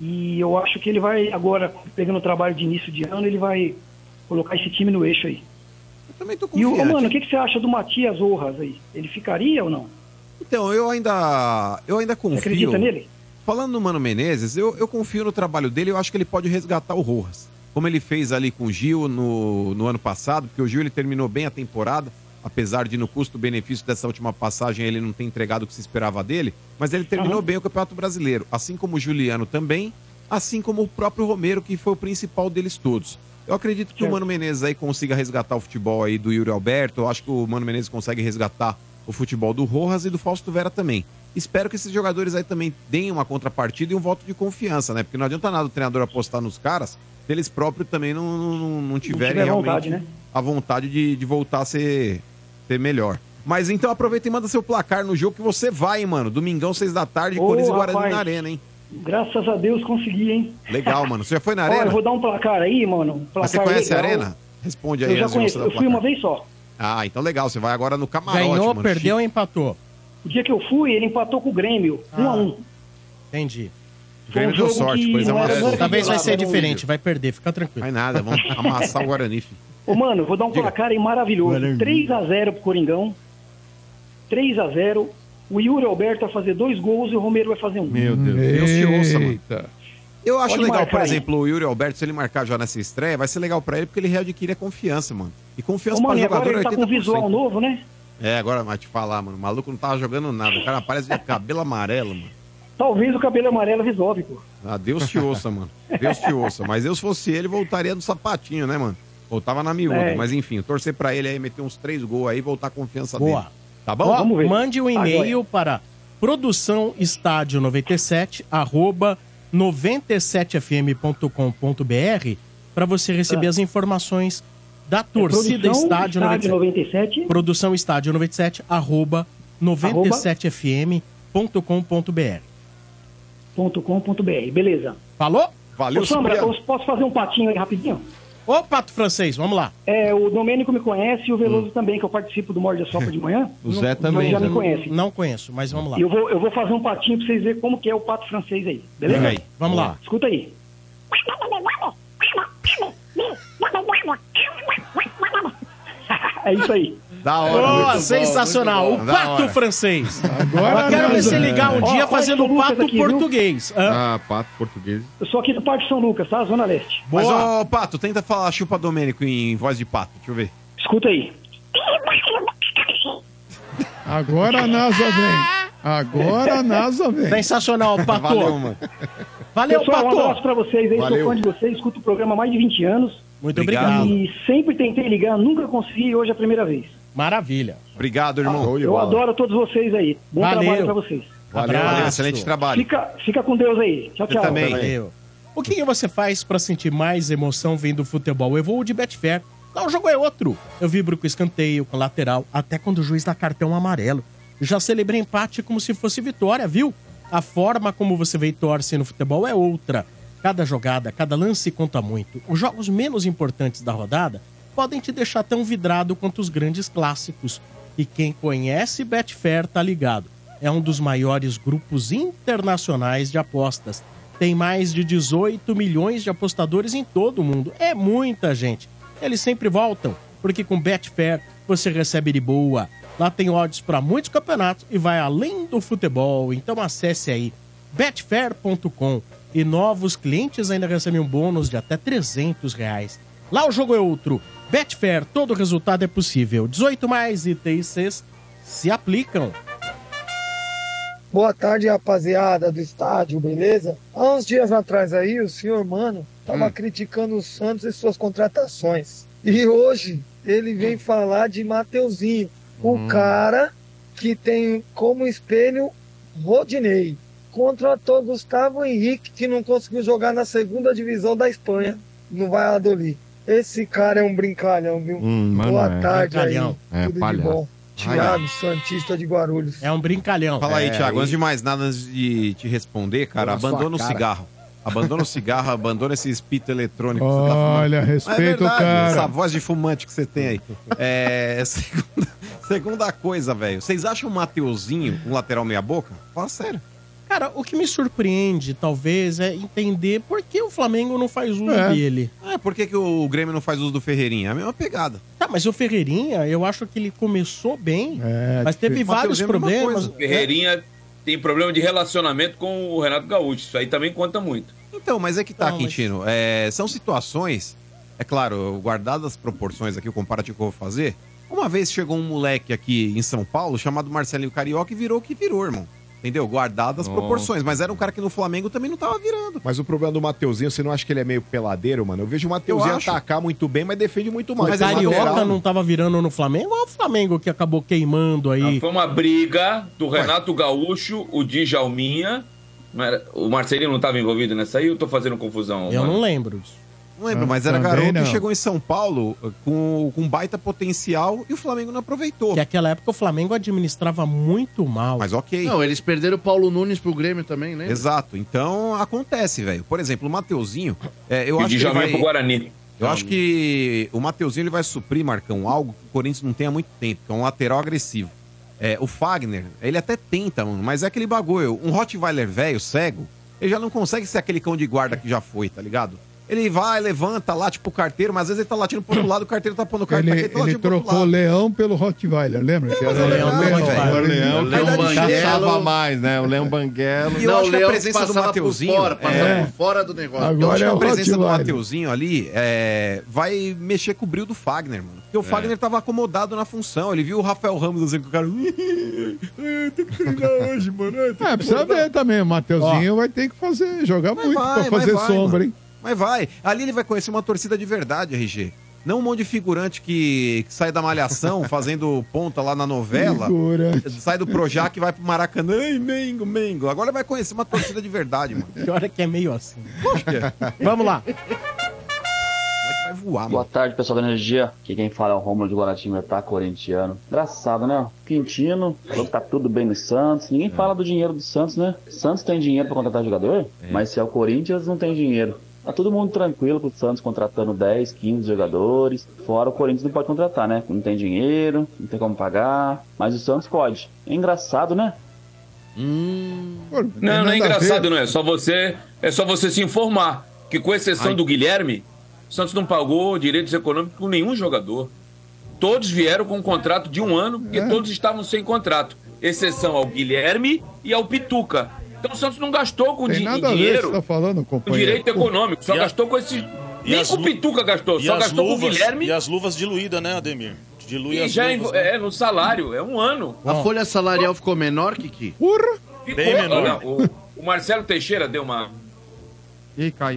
Speaker 20: E eu acho que ele vai, agora, pegando o trabalho de início de ano, ele vai colocar esse time no eixo aí. Eu
Speaker 4: também tô
Speaker 20: E, ô,
Speaker 4: confiante.
Speaker 20: mano, o que, que você acha do Matias Orras aí? Ele ficaria ou não?
Speaker 4: Então, eu ainda. Eu ainda confio.
Speaker 20: acredita nele?
Speaker 4: Falando no Mano Menezes, eu, eu confio no trabalho dele, eu acho que ele pode resgatar o Rojas. Como ele fez ali com o Gil no, no ano passado, porque o Gil ele terminou bem a temporada, apesar de no custo-benefício dessa última passagem ele não ter entregado o que se esperava dele, mas ele terminou bem o Campeonato Brasileiro, assim como o Juliano também, assim como o próprio Romero, que foi o principal deles todos. Eu acredito que o Mano Menezes aí consiga resgatar o futebol aí do Yuri Alberto, eu acho que o Mano Menezes consegue resgatar o futebol do Rojas e do Fausto Vera também. Espero que esses jogadores aí também deem uma contrapartida e um voto de confiança, né? Porque não adianta nada o treinador apostar nos caras se eles próprios também não, não, não- não tiverem
Speaker 20: tiver
Speaker 4: realmente
Speaker 20: vontade, né?
Speaker 4: a vontade de, de voltar a ser, ser melhor. Mas então aproveita e manda seu placar no jogo que você vai, hein, mano. Domingão, seis da tarde,
Speaker 20: Ô,
Speaker 4: Corinthians e Guarani
Speaker 20: rapaz.
Speaker 4: na Arena, hein?
Speaker 20: Graças a Deus consegui, hein?
Speaker 4: Legal, mano. Você já foi na
Speaker 20: Ó,
Speaker 4: Arena?
Speaker 20: eu vou dar um placar aí, mano. Um placar
Speaker 4: Mas você conhece a
Speaker 20: legal.
Speaker 4: Arena? Responde aí
Speaker 20: Eu já
Speaker 4: antes de você
Speaker 20: conheço,
Speaker 4: dar o
Speaker 20: eu fui uma
Speaker 4: placar.
Speaker 20: vez só.
Speaker 4: Ah, então legal. Você vai agora no camarote,
Speaker 2: Ganhou,
Speaker 4: mano.
Speaker 2: perdeu ou
Speaker 4: Chique.
Speaker 2: empatou? Ah,
Speaker 20: O dia que eu fui, ele empatou com o Grêmio, 1 um a 1 um.
Speaker 2: Entendi.
Speaker 4: O Grêmio deu sorte, pois é uma sorte.
Speaker 2: Talvez vai ser
Speaker 20: Era um
Speaker 2: diferente, vai perder, fica tranquilo.
Speaker 4: Vai nada, vamos amassar o Guarani. filho.
Speaker 20: Ô, mano, vou dar um placar aí maravilhoso. 3 a 0 pro Coringão. 3 a 0 O Yuri Alberto vai fazer dois gols e o Romero vai fazer um.
Speaker 4: Meu Deus. Deus te ouça, mano. Eu acho
Speaker 20: Pode
Speaker 4: legal,
Speaker 20: marcar
Speaker 4: por
Speaker 20: aí.
Speaker 4: exemplo, o Yuri Alberto, se ele marcar já nessa estreia, vai ser legal pra ele porque ele readquire a confiança, mano. E confiança
Speaker 20: Ô,
Speaker 4: pra
Speaker 20: mano, e agora
Speaker 4: jogador
Speaker 20: ele
Speaker 4: é
Speaker 20: tá com um
Speaker 4: 80%.
Speaker 20: visual novo, né?
Speaker 4: É, agora vai te falar, mano. O maluco não tava jogando nada. O cara parece de cabelo amarelo, mano.
Speaker 20: Talvez o cabelo amarelo resolve, pô.
Speaker 4: Ah, Deus te ouça, mano. Deus te ouça. Mas eu, se fosse ele, voltaria do sapatinho, né, mano? Voltava na miúda.
Speaker 2: É.
Speaker 4: Mas enfim, torcer pra ele aí, meter uns três gols aí, voltar a confiança
Speaker 2: Boa.
Speaker 4: dele. Tá bom?
Speaker 2: Ó, Mande um e-mail para produçãoestádio 97 arroba 97fm.com.br para você receber as informações da torcida
Speaker 20: Ah. É Produção
Speaker 2: Estádio 97.
Speaker 20: 97.
Speaker 2: Produção Estádio 97 arroba 97fm.com.br.
Speaker 20: .com.br, beleza.
Speaker 2: Falou?
Speaker 20: Ô, Sombra, eu posso fazer um patinho aí rapidinho?
Speaker 2: Ô, Pato Francês, vamos lá. Hum.
Speaker 20: É, o Domênico me conhece e o Veloso também, que eu participo do Morde a Sopa de manhã. Não- Mas já me conhece.
Speaker 2: né? Não conheço, mas vamos lá.
Speaker 20: E Eu vou, eu vou fazer um patinho pra vocês verem como que é o pato francês aí, beleza?
Speaker 2: Pega aí, vamos lá.
Speaker 20: Escuta aí. É isso aí.
Speaker 4: Da
Speaker 2: hora, Boa, muito bom, sensacional. muito bom. O Da pato hora. francês. Agora Eu quero ver você ligar um dia fazendo
Speaker 20: o
Speaker 2: pato português.
Speaker 3: Ah, pato português.
Speaker 20: Eu sou aqui do Parque São Lucas, tá? Zona Leste.
Speaker 4: Mas, ô, Pato, tenta falar chupa Domênico em voz de pato. Deixa eu ver.
Speaker 20: Escuta aí.
Speaker 13: Agora a NASA vem. Agora a NASA vem.
Speaker 2: Sensacional, Pato.
Speaker 13: Valeu, mano.
Speaker 2: Valeu,
Speaker 20: Pessoal,
Speaker 2: Pato.
Speaker 20: um abraço pra vocês aí.
Speaker 2: Valeu.
Speaker 20: Sou fã de vocês, escuto o programa há mais de 20 anos.
Speaker 2: Muito obrigado.
Speaker 20: E sempre tentei ligar, nunca consegui e hoje é a primeira vez.
Speaker 2: Maravilha.
Speaker 4: Obrigado,
Speaker 3: Ah,
Speaker 4: irmão.
Speaker 20: Eu adoro todos vocês aí. Bom
Speaker 2: Valeu.
Speaker 20: trabalho pra vocês.
Speaker 4: Valeu, valeu, excelente trabalho.
Speaker 20: Fica, fica com Deus aí. Tchau, tchau.
Speaker 2: Valeu. O que, que você faz pra sentir mais emoção vendo futebol? Eu vou de Betfair. Lá o jogo é outro. Eu vibro com escanteio, com lateral, até quando o juiz dá cartão amarelo. Já celebrei empate como se fosse vitória, viu? A forma como você vê e torce no futebol é outra. Cada jogada, cada lance conta muito. Os jogos menos importantes da rodada podem te deixar tão vidrado quanto os grandes clássicos. E quem conhece Betfair tá ligado é um dos maiores grupos internacionais de apostas. Tem mais de 18 milhões de apostadores em todo o mundo. É muita gente. Eles sempre voltam, porque com Betfair você recebe de boa. Lá tem odds para muitos campeonatos e vai além do futebol. Então acesse aí betfair.com e novos clientes ainda recebem um bônus de até 300 reais. Lá o jogo é outro. Betfair, todo resultado é possível. 18 mais ITICs se aplicam.
Speaker 14: Boa tarde, rapaziada do estádio, beleza? Há uns dias atrás aí, o senhor Mano
Speaker 2: Hum.
Speaker 14: tava criticando o Santos e suas contratações. E hoje ele vem falar de Mateuzinho, o
Speaker 2: Hum.
Speaker 14: cara que tem como espelho Rodinei. Contratou Gustavo Henrique, que não conseguiu jogar na segunda divisão da Espanha, no Valladolid. Esse cara é um brincalhão, viu?
Speaker 2: Hum, mano,
Speaker 14: Boa
Speaker 2: é.
Speaker 14: tarde aí,
Speaker 2: Brincalhão. É,
Speaker 14: tudo de
Speaker 2: palhaço.
Speaker 14: bom. Thiago, Santista de Guarulhos.
Speaker 2: É um brincalhão.
Speaker 4: Fala aí,
Speaker 2: É,
Speaker 4: Thiago.
Speaker 2: e-
Speaker 4: Antes de mais nada, antes de te responder, cara,
Speaker 2: Olha a sua
Speaker 4: abandona o
Speaker 2: cara.
Speaker 4: cigarro. Abandona o cigarro, abandona esse espírito eletrônico tá
Speaker 13: Olha,
Speaker 4: Mas
Speaker 13: respeita o
Speaker 4: é verdade,
Speaker 13: cara.
Speaker 4: Essa voz de fumante que você tem aí. É, segunda, segunda coisa, velho. Vocês acham o Mateuzinho um lateral meia-boca? Fala sério.
Speaker 2: Cara, o que me surpreende, talvez, é entender por que o Flamengo não faz uso
Speaker 4: É.
Speaker 2: dele.
Speaker 4: É, por que, que o Grêmio não faz uso do Ferreirinha? É a mesma pegada.
Speaker 2: Tá, mas o Ferreirinha, eu acho que ele começou bem,
Speaker 13: É,
Speaker 2: mas teve
Speaker 4: Mateus,
Speaker 2: vários
Speaker 4: é a mesma
Speaker 2: problemas.
Speaker 4: coisa.
Speaker 8: Ferreirinha tem problema de relacionamento com o Renato Gaúcho. Isso aí também conta muito.
Speaker 4: Então, mas é que tá, Quintino. É, são situações, é claro, guardadas as proporções aqui, o comparativo que eu vou fazer. Uma vez chegou um moleque aqui em São Paulo chamado Marcelinho Carioca e virou o que virou, irmão. Entendeu? Guardadas as
Speaker 6: Nossa.
Speaker 4: proporções. Mas era um cara que no Flamengo também não tava virando.
Speaker 6: Mas o problema do Mateuzinho, você não acha que ele é meio peladeiro, mano? Eu vejo o Mateuzinho
Speaker 4: Eu acho.
Speaker 6: atacar muito bem, mas defende muito mal.
Speaker 2: Mas
Speaker 6: Ele é
Speaker 2: Carioca
Speaker 6: lateral,
Speaker 2: não tava virando no Flamengo ou o Flamengo que acabou queimando
Speaker 4: Ah,
Speaker 2: aí?
Speaker 4: um
Speaker 8: Foi uma briga do Renato Gaúcho, o Djalminha. Não era- o Marcelinho não estava envolvido nessa aí? Eu tô fazendo confusão.
Speaker 2: Eu
Speaker 8: mano.
Speaker 2: não lembro disso.
Speaker 4: Não lembro, mas era garoto que chegou em São Paulo eh, com, com baita potencial e o Flamengo não aproveitou.
Speaker 2: Que naquela época o Flamengo administrava muito mal. Mas
Speaker 4: ok.
Speaker 5: Não, eles perderam o Paulo Nunes pro Grêmio também, né?
Speaker 4: Exato. Então acontece, velho. Por exemplo, o Mateuzinho. é, eu
Speaker 8: E
Speaker 4: acho que
Speaker 8: Djalminha
Speaker 4: ele vai...
Speaker 8: pro Guarani.
Speaker 4: Eu acho que o Mateuzinho ele vai suprir, Marcão, algo que o Corinthians não tem há muito tempo, que é um lateral agressivo. É, o Fagner, ele até tenta, mano, mas é aquele bagulho. Um Rottweiler velho, cego, ele já não consegue ser aquele cão de guarda que já foi, tá ligado? Ele vai, levanta, late pro carteiro, mas às vezes ele tá latindo pro outro lado, o carteiro tá pondo o carteiro,
Speaker 13: Ele,
Speaker 4: ele tá
Speaker 13: ele
Speaker 4: latindo pro outro
Speaker 13: trocou leão pelo Rottweiler, lembra? Que
Speaker 4: mas é leão, velho. tá
Speaker 13: agora
Speaker 3: O leão,
Speaker 13: ele-
Speaker 3: que
Speaker 13: Banguelo.
Speaker 3: caçava mais, né? O leão banguelo.
Speaker 4: E eu acho que a presença do Mateuzinho. é.
Speaker 5: passava por fora do negócio.
Speaker 4: eu acho que
Speaker 3: é
Speaker 4: a
Speaker 3: o
Speaker 4: presença do
Speaker 3: Rottweiler.
Speaker 4: Mateuzinho ali é, vai mexer com o brilho do Fagner, mano.
Speaker 2: É.
Speaker 4: Porque o Fagner tava acomodado na função. Ele viu o Rafael Ramos assim com o cara. Tem que treinar hoje, mano. Ai, tem que
Speaker 13: É, precisa
Speaker 4: acordar."
Speaker 13: ver também. O Mateuzinho vai ter que fazer, jogar muito pra
Speaker 4: vai,
Speaker 13: fazer
Speaker 4: mas vai,
Speaker 13: sombra,
Speaker 4: mano.
Speaker 13: hein?
Speaker 4: Mas vai. Ali ele vai conhecer uma torcida de verdade, RG. Não um monte de figurante que, que sai da malhação fazendo ponta lá na novela.
Speaker 13: Figurante.
Speaker 4: Sai do Projac e vai pro Maracanã. Ei, Mengo, Mengo. Agora ele vai conhecer uma torcida de verdade, mano.
Speaker 2: Pior é que é meio assim.
Speaker 4: Lógico que é.
Speaker 2: Vamos lá.
Speaker 4: Vai voar,
Speaker 15: Boa tarde, pessoal da Energia. Aqui quem fala é o Romulo de Guaratimetá, corintiano. Engraçado, né? Quintino, falou que tá tudo bem no Santos.
Speaker 4: É.
Speaker 15: Ninguém fala do dinheiro do Santos, né? Santos tem dinheiro pra contratar jogador, mas se é o Corinthians, não tem dinheiro. Tá todo mundo tranquilo pro Santos contratando 10, 15 jogadores. Fora o Corinthians não pode contratar, né? Não tem dinheiro, não tem como pagar. Mas o Santos pode. É engraçado, né?
Speaker 4: Hum.
Speaker 8: Não, não é engraçado, não é. Só você, é só você se informar que, com exceção do Guilherme, o Santos não pagou direitos econômicos com nenhum jogador. Todos vieram com um contrato de um ano, porque todos estavam sem contrato. Exceção ao Guilherme e ao Pituca. Então o Santos não gastou com
Speaker 13: Tem
Speaker 8: di-
Speaker 13: nada a ver o que
Speaker 8: dinheiro,
Speaker 13: você tá falando,
Speaker 8: com
Speaker 13: companheiro.
Speaker 8: direito econômico. Só gastou com esses.
Speaker 9: e
Speaker 8: Nem
Speaker 9: as
Speaker 8: com o
Speaker 9: lu-
Speaker 8: Pituca gastou,
Speaker 9: E
Speaker 8: só
Speaker 9: as
Speaker 8: gastou com o
Speaker 9: luvas-
Speaker 8: Guilherme.
Speaker 9: E as luvas diluídas, né, Ademir? Dilui
Speaker 8: E
Speaker 9: as
Speaker 8: já
Speaker 9: luvas. né?
Speaker 8: envo- é, no salário, é um ano.
Speaker 5: A folha salarial ficou menor, Kiki?
Speaker 8: Ficou,
Speaker 5: Bem menor.
Speaker 8: olha, O, o Marcelo Teixeira deu uma.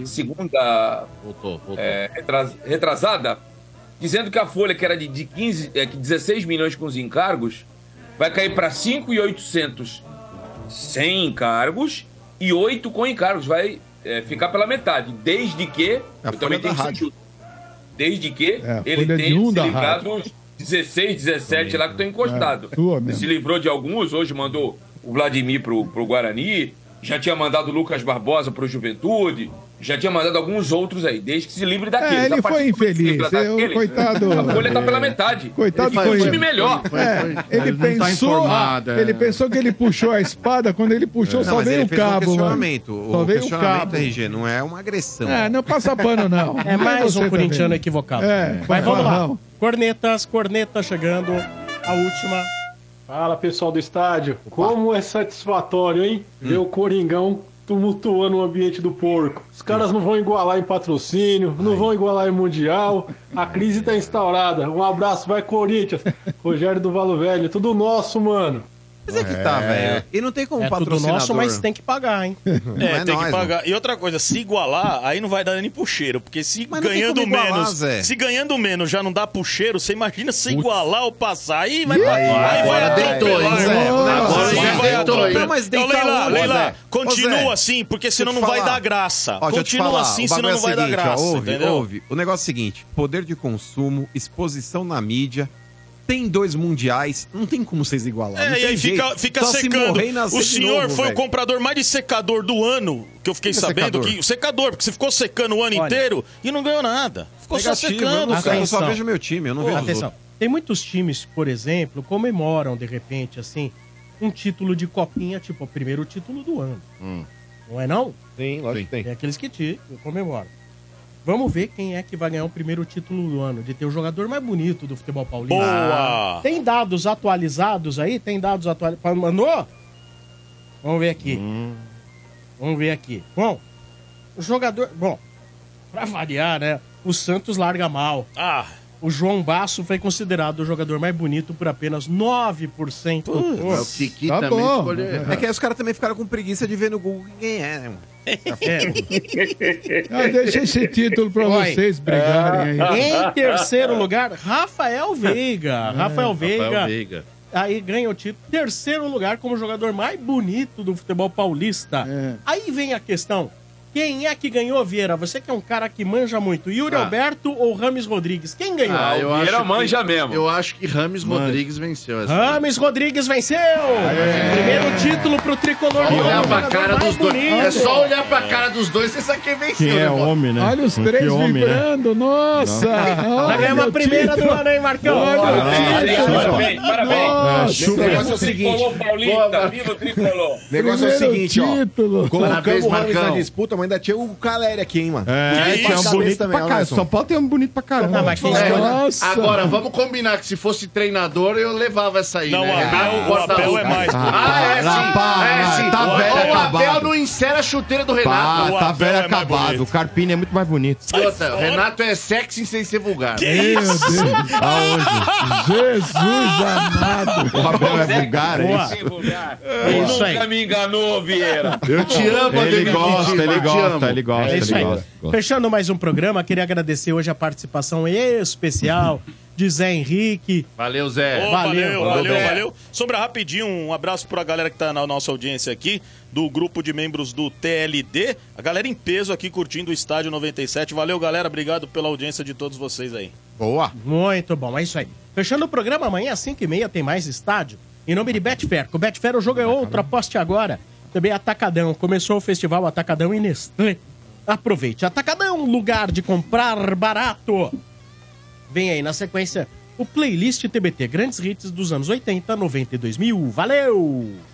Speaker 8: Segunda. é, retras- retrasada, dizendo que a folha, que era de, de 15, é, que 16 milhões com os encargos, vai cair para 5,800 sem encargos e 8 com encargos. Vai é, ficar pela metade. Desde que. eu também tenho que ser justo. Desde que
Speaker 13: É, a
Speaker 8: ele
Speaker 13: folha de
Speaker 8: tenha
Speaker 13: um
Speaker 8: se
Speaker 13: da
Speaker 8: livrado dos 16, 17 lá que estão encostados.
Speaker 13: É, sua
Speaker 8: Ele se livrou de alguns, hoje mandou o Vladimir pro, pro Guarani, já tinha mandado o Lucas Barbosa pro Juventude, já tinha mandado alguns outros aí, desde que se livre daquele.
Speaker 4: tá
Speaker 13: É, ele
Speaker 8: A partir
Speaker 13: foi
Speaker 8: do momento que se
Speaker 13: infeliz,
Speaker 8: livra
Speaker 13: é, o
Speaker 8: daquele,
Speaker 13: coitado.
Speaker 8: A folha tá pela metade.
Speaker 13: Coitado
Speaker 8: ele
Speaker 13: foi
Speaker 8: foi um
Speaker 13: ele.
Speaker 8: time melhor.
Speaker 13: É, ele,
Speaker 8: tá
Speaker 13: pensou,
Speaker 8: é.
Speaker 13: ele pensou que ele puxou a espada, quando ele puxou
Speaker 4: Não,
Speaker 13: só
Speaker 4: mas
Speaker 13: veio
Speaker 4: ele
Speaker 13: o
Speaker 4: fez um
Speaker 13: cabo, mano.
Speaker 4: questionamento. O
Speaker 13: Só veio o
Speaker 4: questionamento,
Speaker 13: cabo.
Speaker 4: RG, não é uma agressão.
Speaker 13: É, não passa pano, não. tá
Speaker 2: É mais um corintiano equivocado.
Speaker 13: É,
Speaker 2: Mas vamos lá.
Speaker 13: fanfarrão.
Speaker 2: Cornetas, cornetas chegando. A última.
Speaker 16: Fala pessoal do estádio, como é satisfatório, hein?
Speaker 2: Hum.
Speaker 16: Ver o Coringão tumultuando o ambiente do porco. Os caras não vão igualar em patrocínio, não vão igualar em mundial. A crise tá instaurada. Um abraço, vai Corinthians. Rogério do Valo Velho, é tudo nosso, mano.
Speaker 4: Mas é que tá, velho. E não tem como
Speaker 2: É tudo
Speaker 4: patrocinador.
Speaker 2: nosso, mas tem que pagar, hein?
Speaker 9: É,
Speaker 4: é
Speaker 9: tem
Speaker 4: nóis,
Speaker 9: que pagar. E outra coisa, se igualar, aí não vai dar nem puxeiro, porque se
Speaker 4: Mas não tem
Speaker 9: ganhando
Speaker 4: como igualar,
Speaker 9: menos,
Speaker 4: Zé.
Speaker 9: se ganhando menos já não dá puxeiro, você imagina se igualar ou passar, aí vai
Speaker 4: Ih,
Speaker 9: aí,
Speaker 4: agora
Speaker 9: vai
Speaker 4: deitou, hein,
Speaker 9: atropelar,
Speaker 4: Zé?
Speaker 9: irmão.
Speaker 4: Agora
Speaker 9: Aí
Speaker 4: já
Speaker 9: vai
Speaker 4: deitou, hein?
Speaker 9: atropelar.
Speaker 4: Mas
Speaker 9: Então,
Speaker 4: deitar
Speaker 9: Leila,
Speaker 4: onde,
Speaker 9: Leila,
Speaker 4: Zé? Ô, Zé,
Speaker 9: continua assim, porque
Speaker 4: deixa eu
Speaker 9: senão
Speaker 4: te
Speaker 9: não vai
Speaker 4: falar.
Speaker 9: dar
Speaker 4: Ó,
Speaker 9: graça.
Speaker 4: deixa eu te
Speaker 9: continua
Speaker 4: falar,
Speaker 9: assim,
Speaker 4: o
Speaker 9: senão
Speaker 4: bagulho
Speaker 9: não vai
Speaker 4: é o
Speaker 9: dar
Speaker 4: seguinte, ó,
Speaker 9: graça,
Speaker 4: ouve,
Speaker 9: entendeu?
Speaker 4: ouve. O negócio é o seguinte, poder de consumo, exposição na mídia, tem dois mundiais, não tem como vocês igualar. não
Speaker 9: É, e
Speaker 4: tem
Speaker 9: aí fica,
Speaker 4: jeito.
Speaker 9: fica
Speaker 4: Só se
Speaker 9: secando.
Speaker 4: morrer e nascer
Speaker 9: O
Speaker 4: de
Speaker 9: senhor
Speaker 4: novo,
Speaker 9: foi o
Speaker 4: velho.
Speaker 9: comprador mais de secador do ano, que eu fiquei
Speaker 4: Que
Speaker 9: sabendo.
Speaker 4: secador?
Speaker 9: Que, o secador, porque você ficou secando o ano inteiro e não ganhou nada. Ficou só
Speaker 4: Negativo, eu
Speaker 9: secando,
Speaker 4: não-
Speaker 9: cara.
Speaker 4: Eu só vejo meu time, eu não vejo os
Speaker 2: Atenção.
Speaker 4: outros.
Speaker 2: Tem muitos times, por exemplo, comemoram de repente, assim, um título de copinha, tipo, o primeiro título do ano. Não é não?
Speaker 6: Sim, lógico que tem.
Speaker 2: Tem aqueles que te comemoram. Vamos ver quem é que vai ganhar o primeiro título do ano, de ter o jogador mais bonito do futebol paulista.
Speaker 5: Ah.
Speaker 9: Boa!
Speaker 2: Tem dados atualizados aí? Tem dados atualizados? Mandou? Vamos ver aqui.
Speaker 5: Hum.
Speaker 2: Vamos ver aqui. Bom, o jogador... Bom, pra variar, né? O Santos larga mal.
Speaker 9: Ah...
Speaker 2: O João Basso foi considerado o jogador mais bonito por apenas 9%.
Speaker 5: Mas o Kiki Tá também bom. escolheu errado.
Speaker 4: É que aí os caras também ficaram com preguiça de ver no Google quem é, né, mano?
Speaker 13: Ah, deixa esse título pra
Speaker 2: Vai.
Speaker 13: vocês brigarem aí. É,
Speaker 2: Em terceiro lugar, Rafael
Speaker 5: É,
Speaker 2: Veiga. Rafael Veiga. Aí ganha o título. Terceiro lugar como jogador mais bonito do futebol paulista.
Speaker 13: É.
Speaker 2: Aí vem a questão. Quem é que ganhou, Vieira? Você que é um cara que manja muito. Yuri
Speaker 5: Ah.
Speaker 2: Alberto ou Rames Rodrigues? Quem ganhou?
Speaker 5: Ah, eu acho que- Eu
Speaker 2: acho.
Speaker 5: acho que Rames
Speaker 2: Manja.
Speaker 5: Rodrigues venceu essa.
Speaker 2: Rames Rodrigues venceu!
Speaker 13: É.
Speaker 2: Primeiro título pro tricolor.
Speaker 5: Olha
Speaker 2: Jogador
Speaker 5: pra cara
Speaker 2: mais
Speaker 5: dos dois.
Speaker 2: bonito.
Speaker 5: É só olhar pra cara dos dois e saber quem venceu.
Speaker 3: Que é
Speaker 5: né, Bola?
Speaker 3: homem, né?
Speaker 13: Olha os
Speaker 3: Que
Speaker 13: três
Speaker 3: homem, né?
Speaker 13: vibrando, nossa!
Speaker 2: Vai ganhar uma
Speaker 13: Olha o
Speaker 2: primeira do
Speaker 13: título.
Speaker 2: ano, hein, Marcão?
Speaker 13: Olha o
Speaker 2: Parabéns,
Speaker 13: título.
Speaker 2: parabéns, parabéns.
Speaker 13: Nossa.
Speaker 6: Ah, chupa. O negócio é o seguinte.
Speaker 8: Tricolor Paulista, viva o Tricolor.
Speaker 6: O negócio é o seguinte, ó. Colocamos
Speaker 5: Parabéns,
Speaker 6: o Ramos na
Speaker 5: Marcão.
Speaker 6: disputa, mas mas ainda tinha o Caleri aqui, hein, mano?
Speaker 3: É, tinha um bonito pra caralho. São Paulo tem um bonito pra caramba.
Speaker 5: Não, mas quem escolhe- É, Agora, vamos combinar que se fosse treinador, eu levava essa aí.
Speaker 9: Não,
Speaker 5: né?
Speaker 9: o Abel-
Speaker 5: Renato
Speaker 9: o
Speaker 5: Portaluppi.
Speaker 9: Abel é mais-
Speaker 5: Ah, é sim. é, sim.
Speaker 3: tá
Speaker 5: Ó,
Speaker 3: velho,
Speaker 5: o Abel
Speaker 3: acabado.
Speaker 5: não insere a chuteira do
Speaker 3: Pá,
Speaker 5: Renato. O
Speaker 3: tá
Speaker 5: Abel
Speaker 3: velho
Speaker 5: é mais
Speaker 3: acabado. O Carpini é muito mais bonito.
Speaker 5: bonito. Outra, o Renato é sexy sem ser vulgar.
Speaker 3: Meu Deus. Aonde? Jesus amado. Ah, O Abel é vulgar, é
Speaker 8: Boa.
Speaker 3: isso?
Speaker 8: É
Speaker 3: isso
Speaker 8: Nunca me enganou, Vieira.
Speaker 3: Eu te amo, Ele Ademir gosta, Didi, ele eu te gosta, amo. ele gosta,
Speaker 2: É isso
Speaker 3: ele
Speaker 2: aí.
Speaker 3: gosta, gosta.
Speaker 2: Fechando mais um programa, queria agradecer hoje a participação especial de Zé Henrique.
Speaker 5: Valeu, Zé.
Speaker 9: Ô, valeu, valeu, valeu. Sombra, rapidinho, um abraço pra galera que tá na nossa audiência aqui, do grupo de membros do TLD. A galera em peso aqui curtindo o Estádio 97. Valeu, galera. Obrigado pela audiência de todos vocês aí.
Speaker 2: Boa. Muito bom, é isso aí. Fechando o programa, amanhã às 5h30 tem mais estádio. Em nome de Betfair. Com Betfair o jogo é outro, aposte agora. Também Atacadão. Começou o festival Atacadão e Nestlé. Aproveite. Atacadão, lugar de comprar barato. Vem aí na sequência o playlist TBT Grandes Hits dos anos 80, 90 e 2000. Valeu!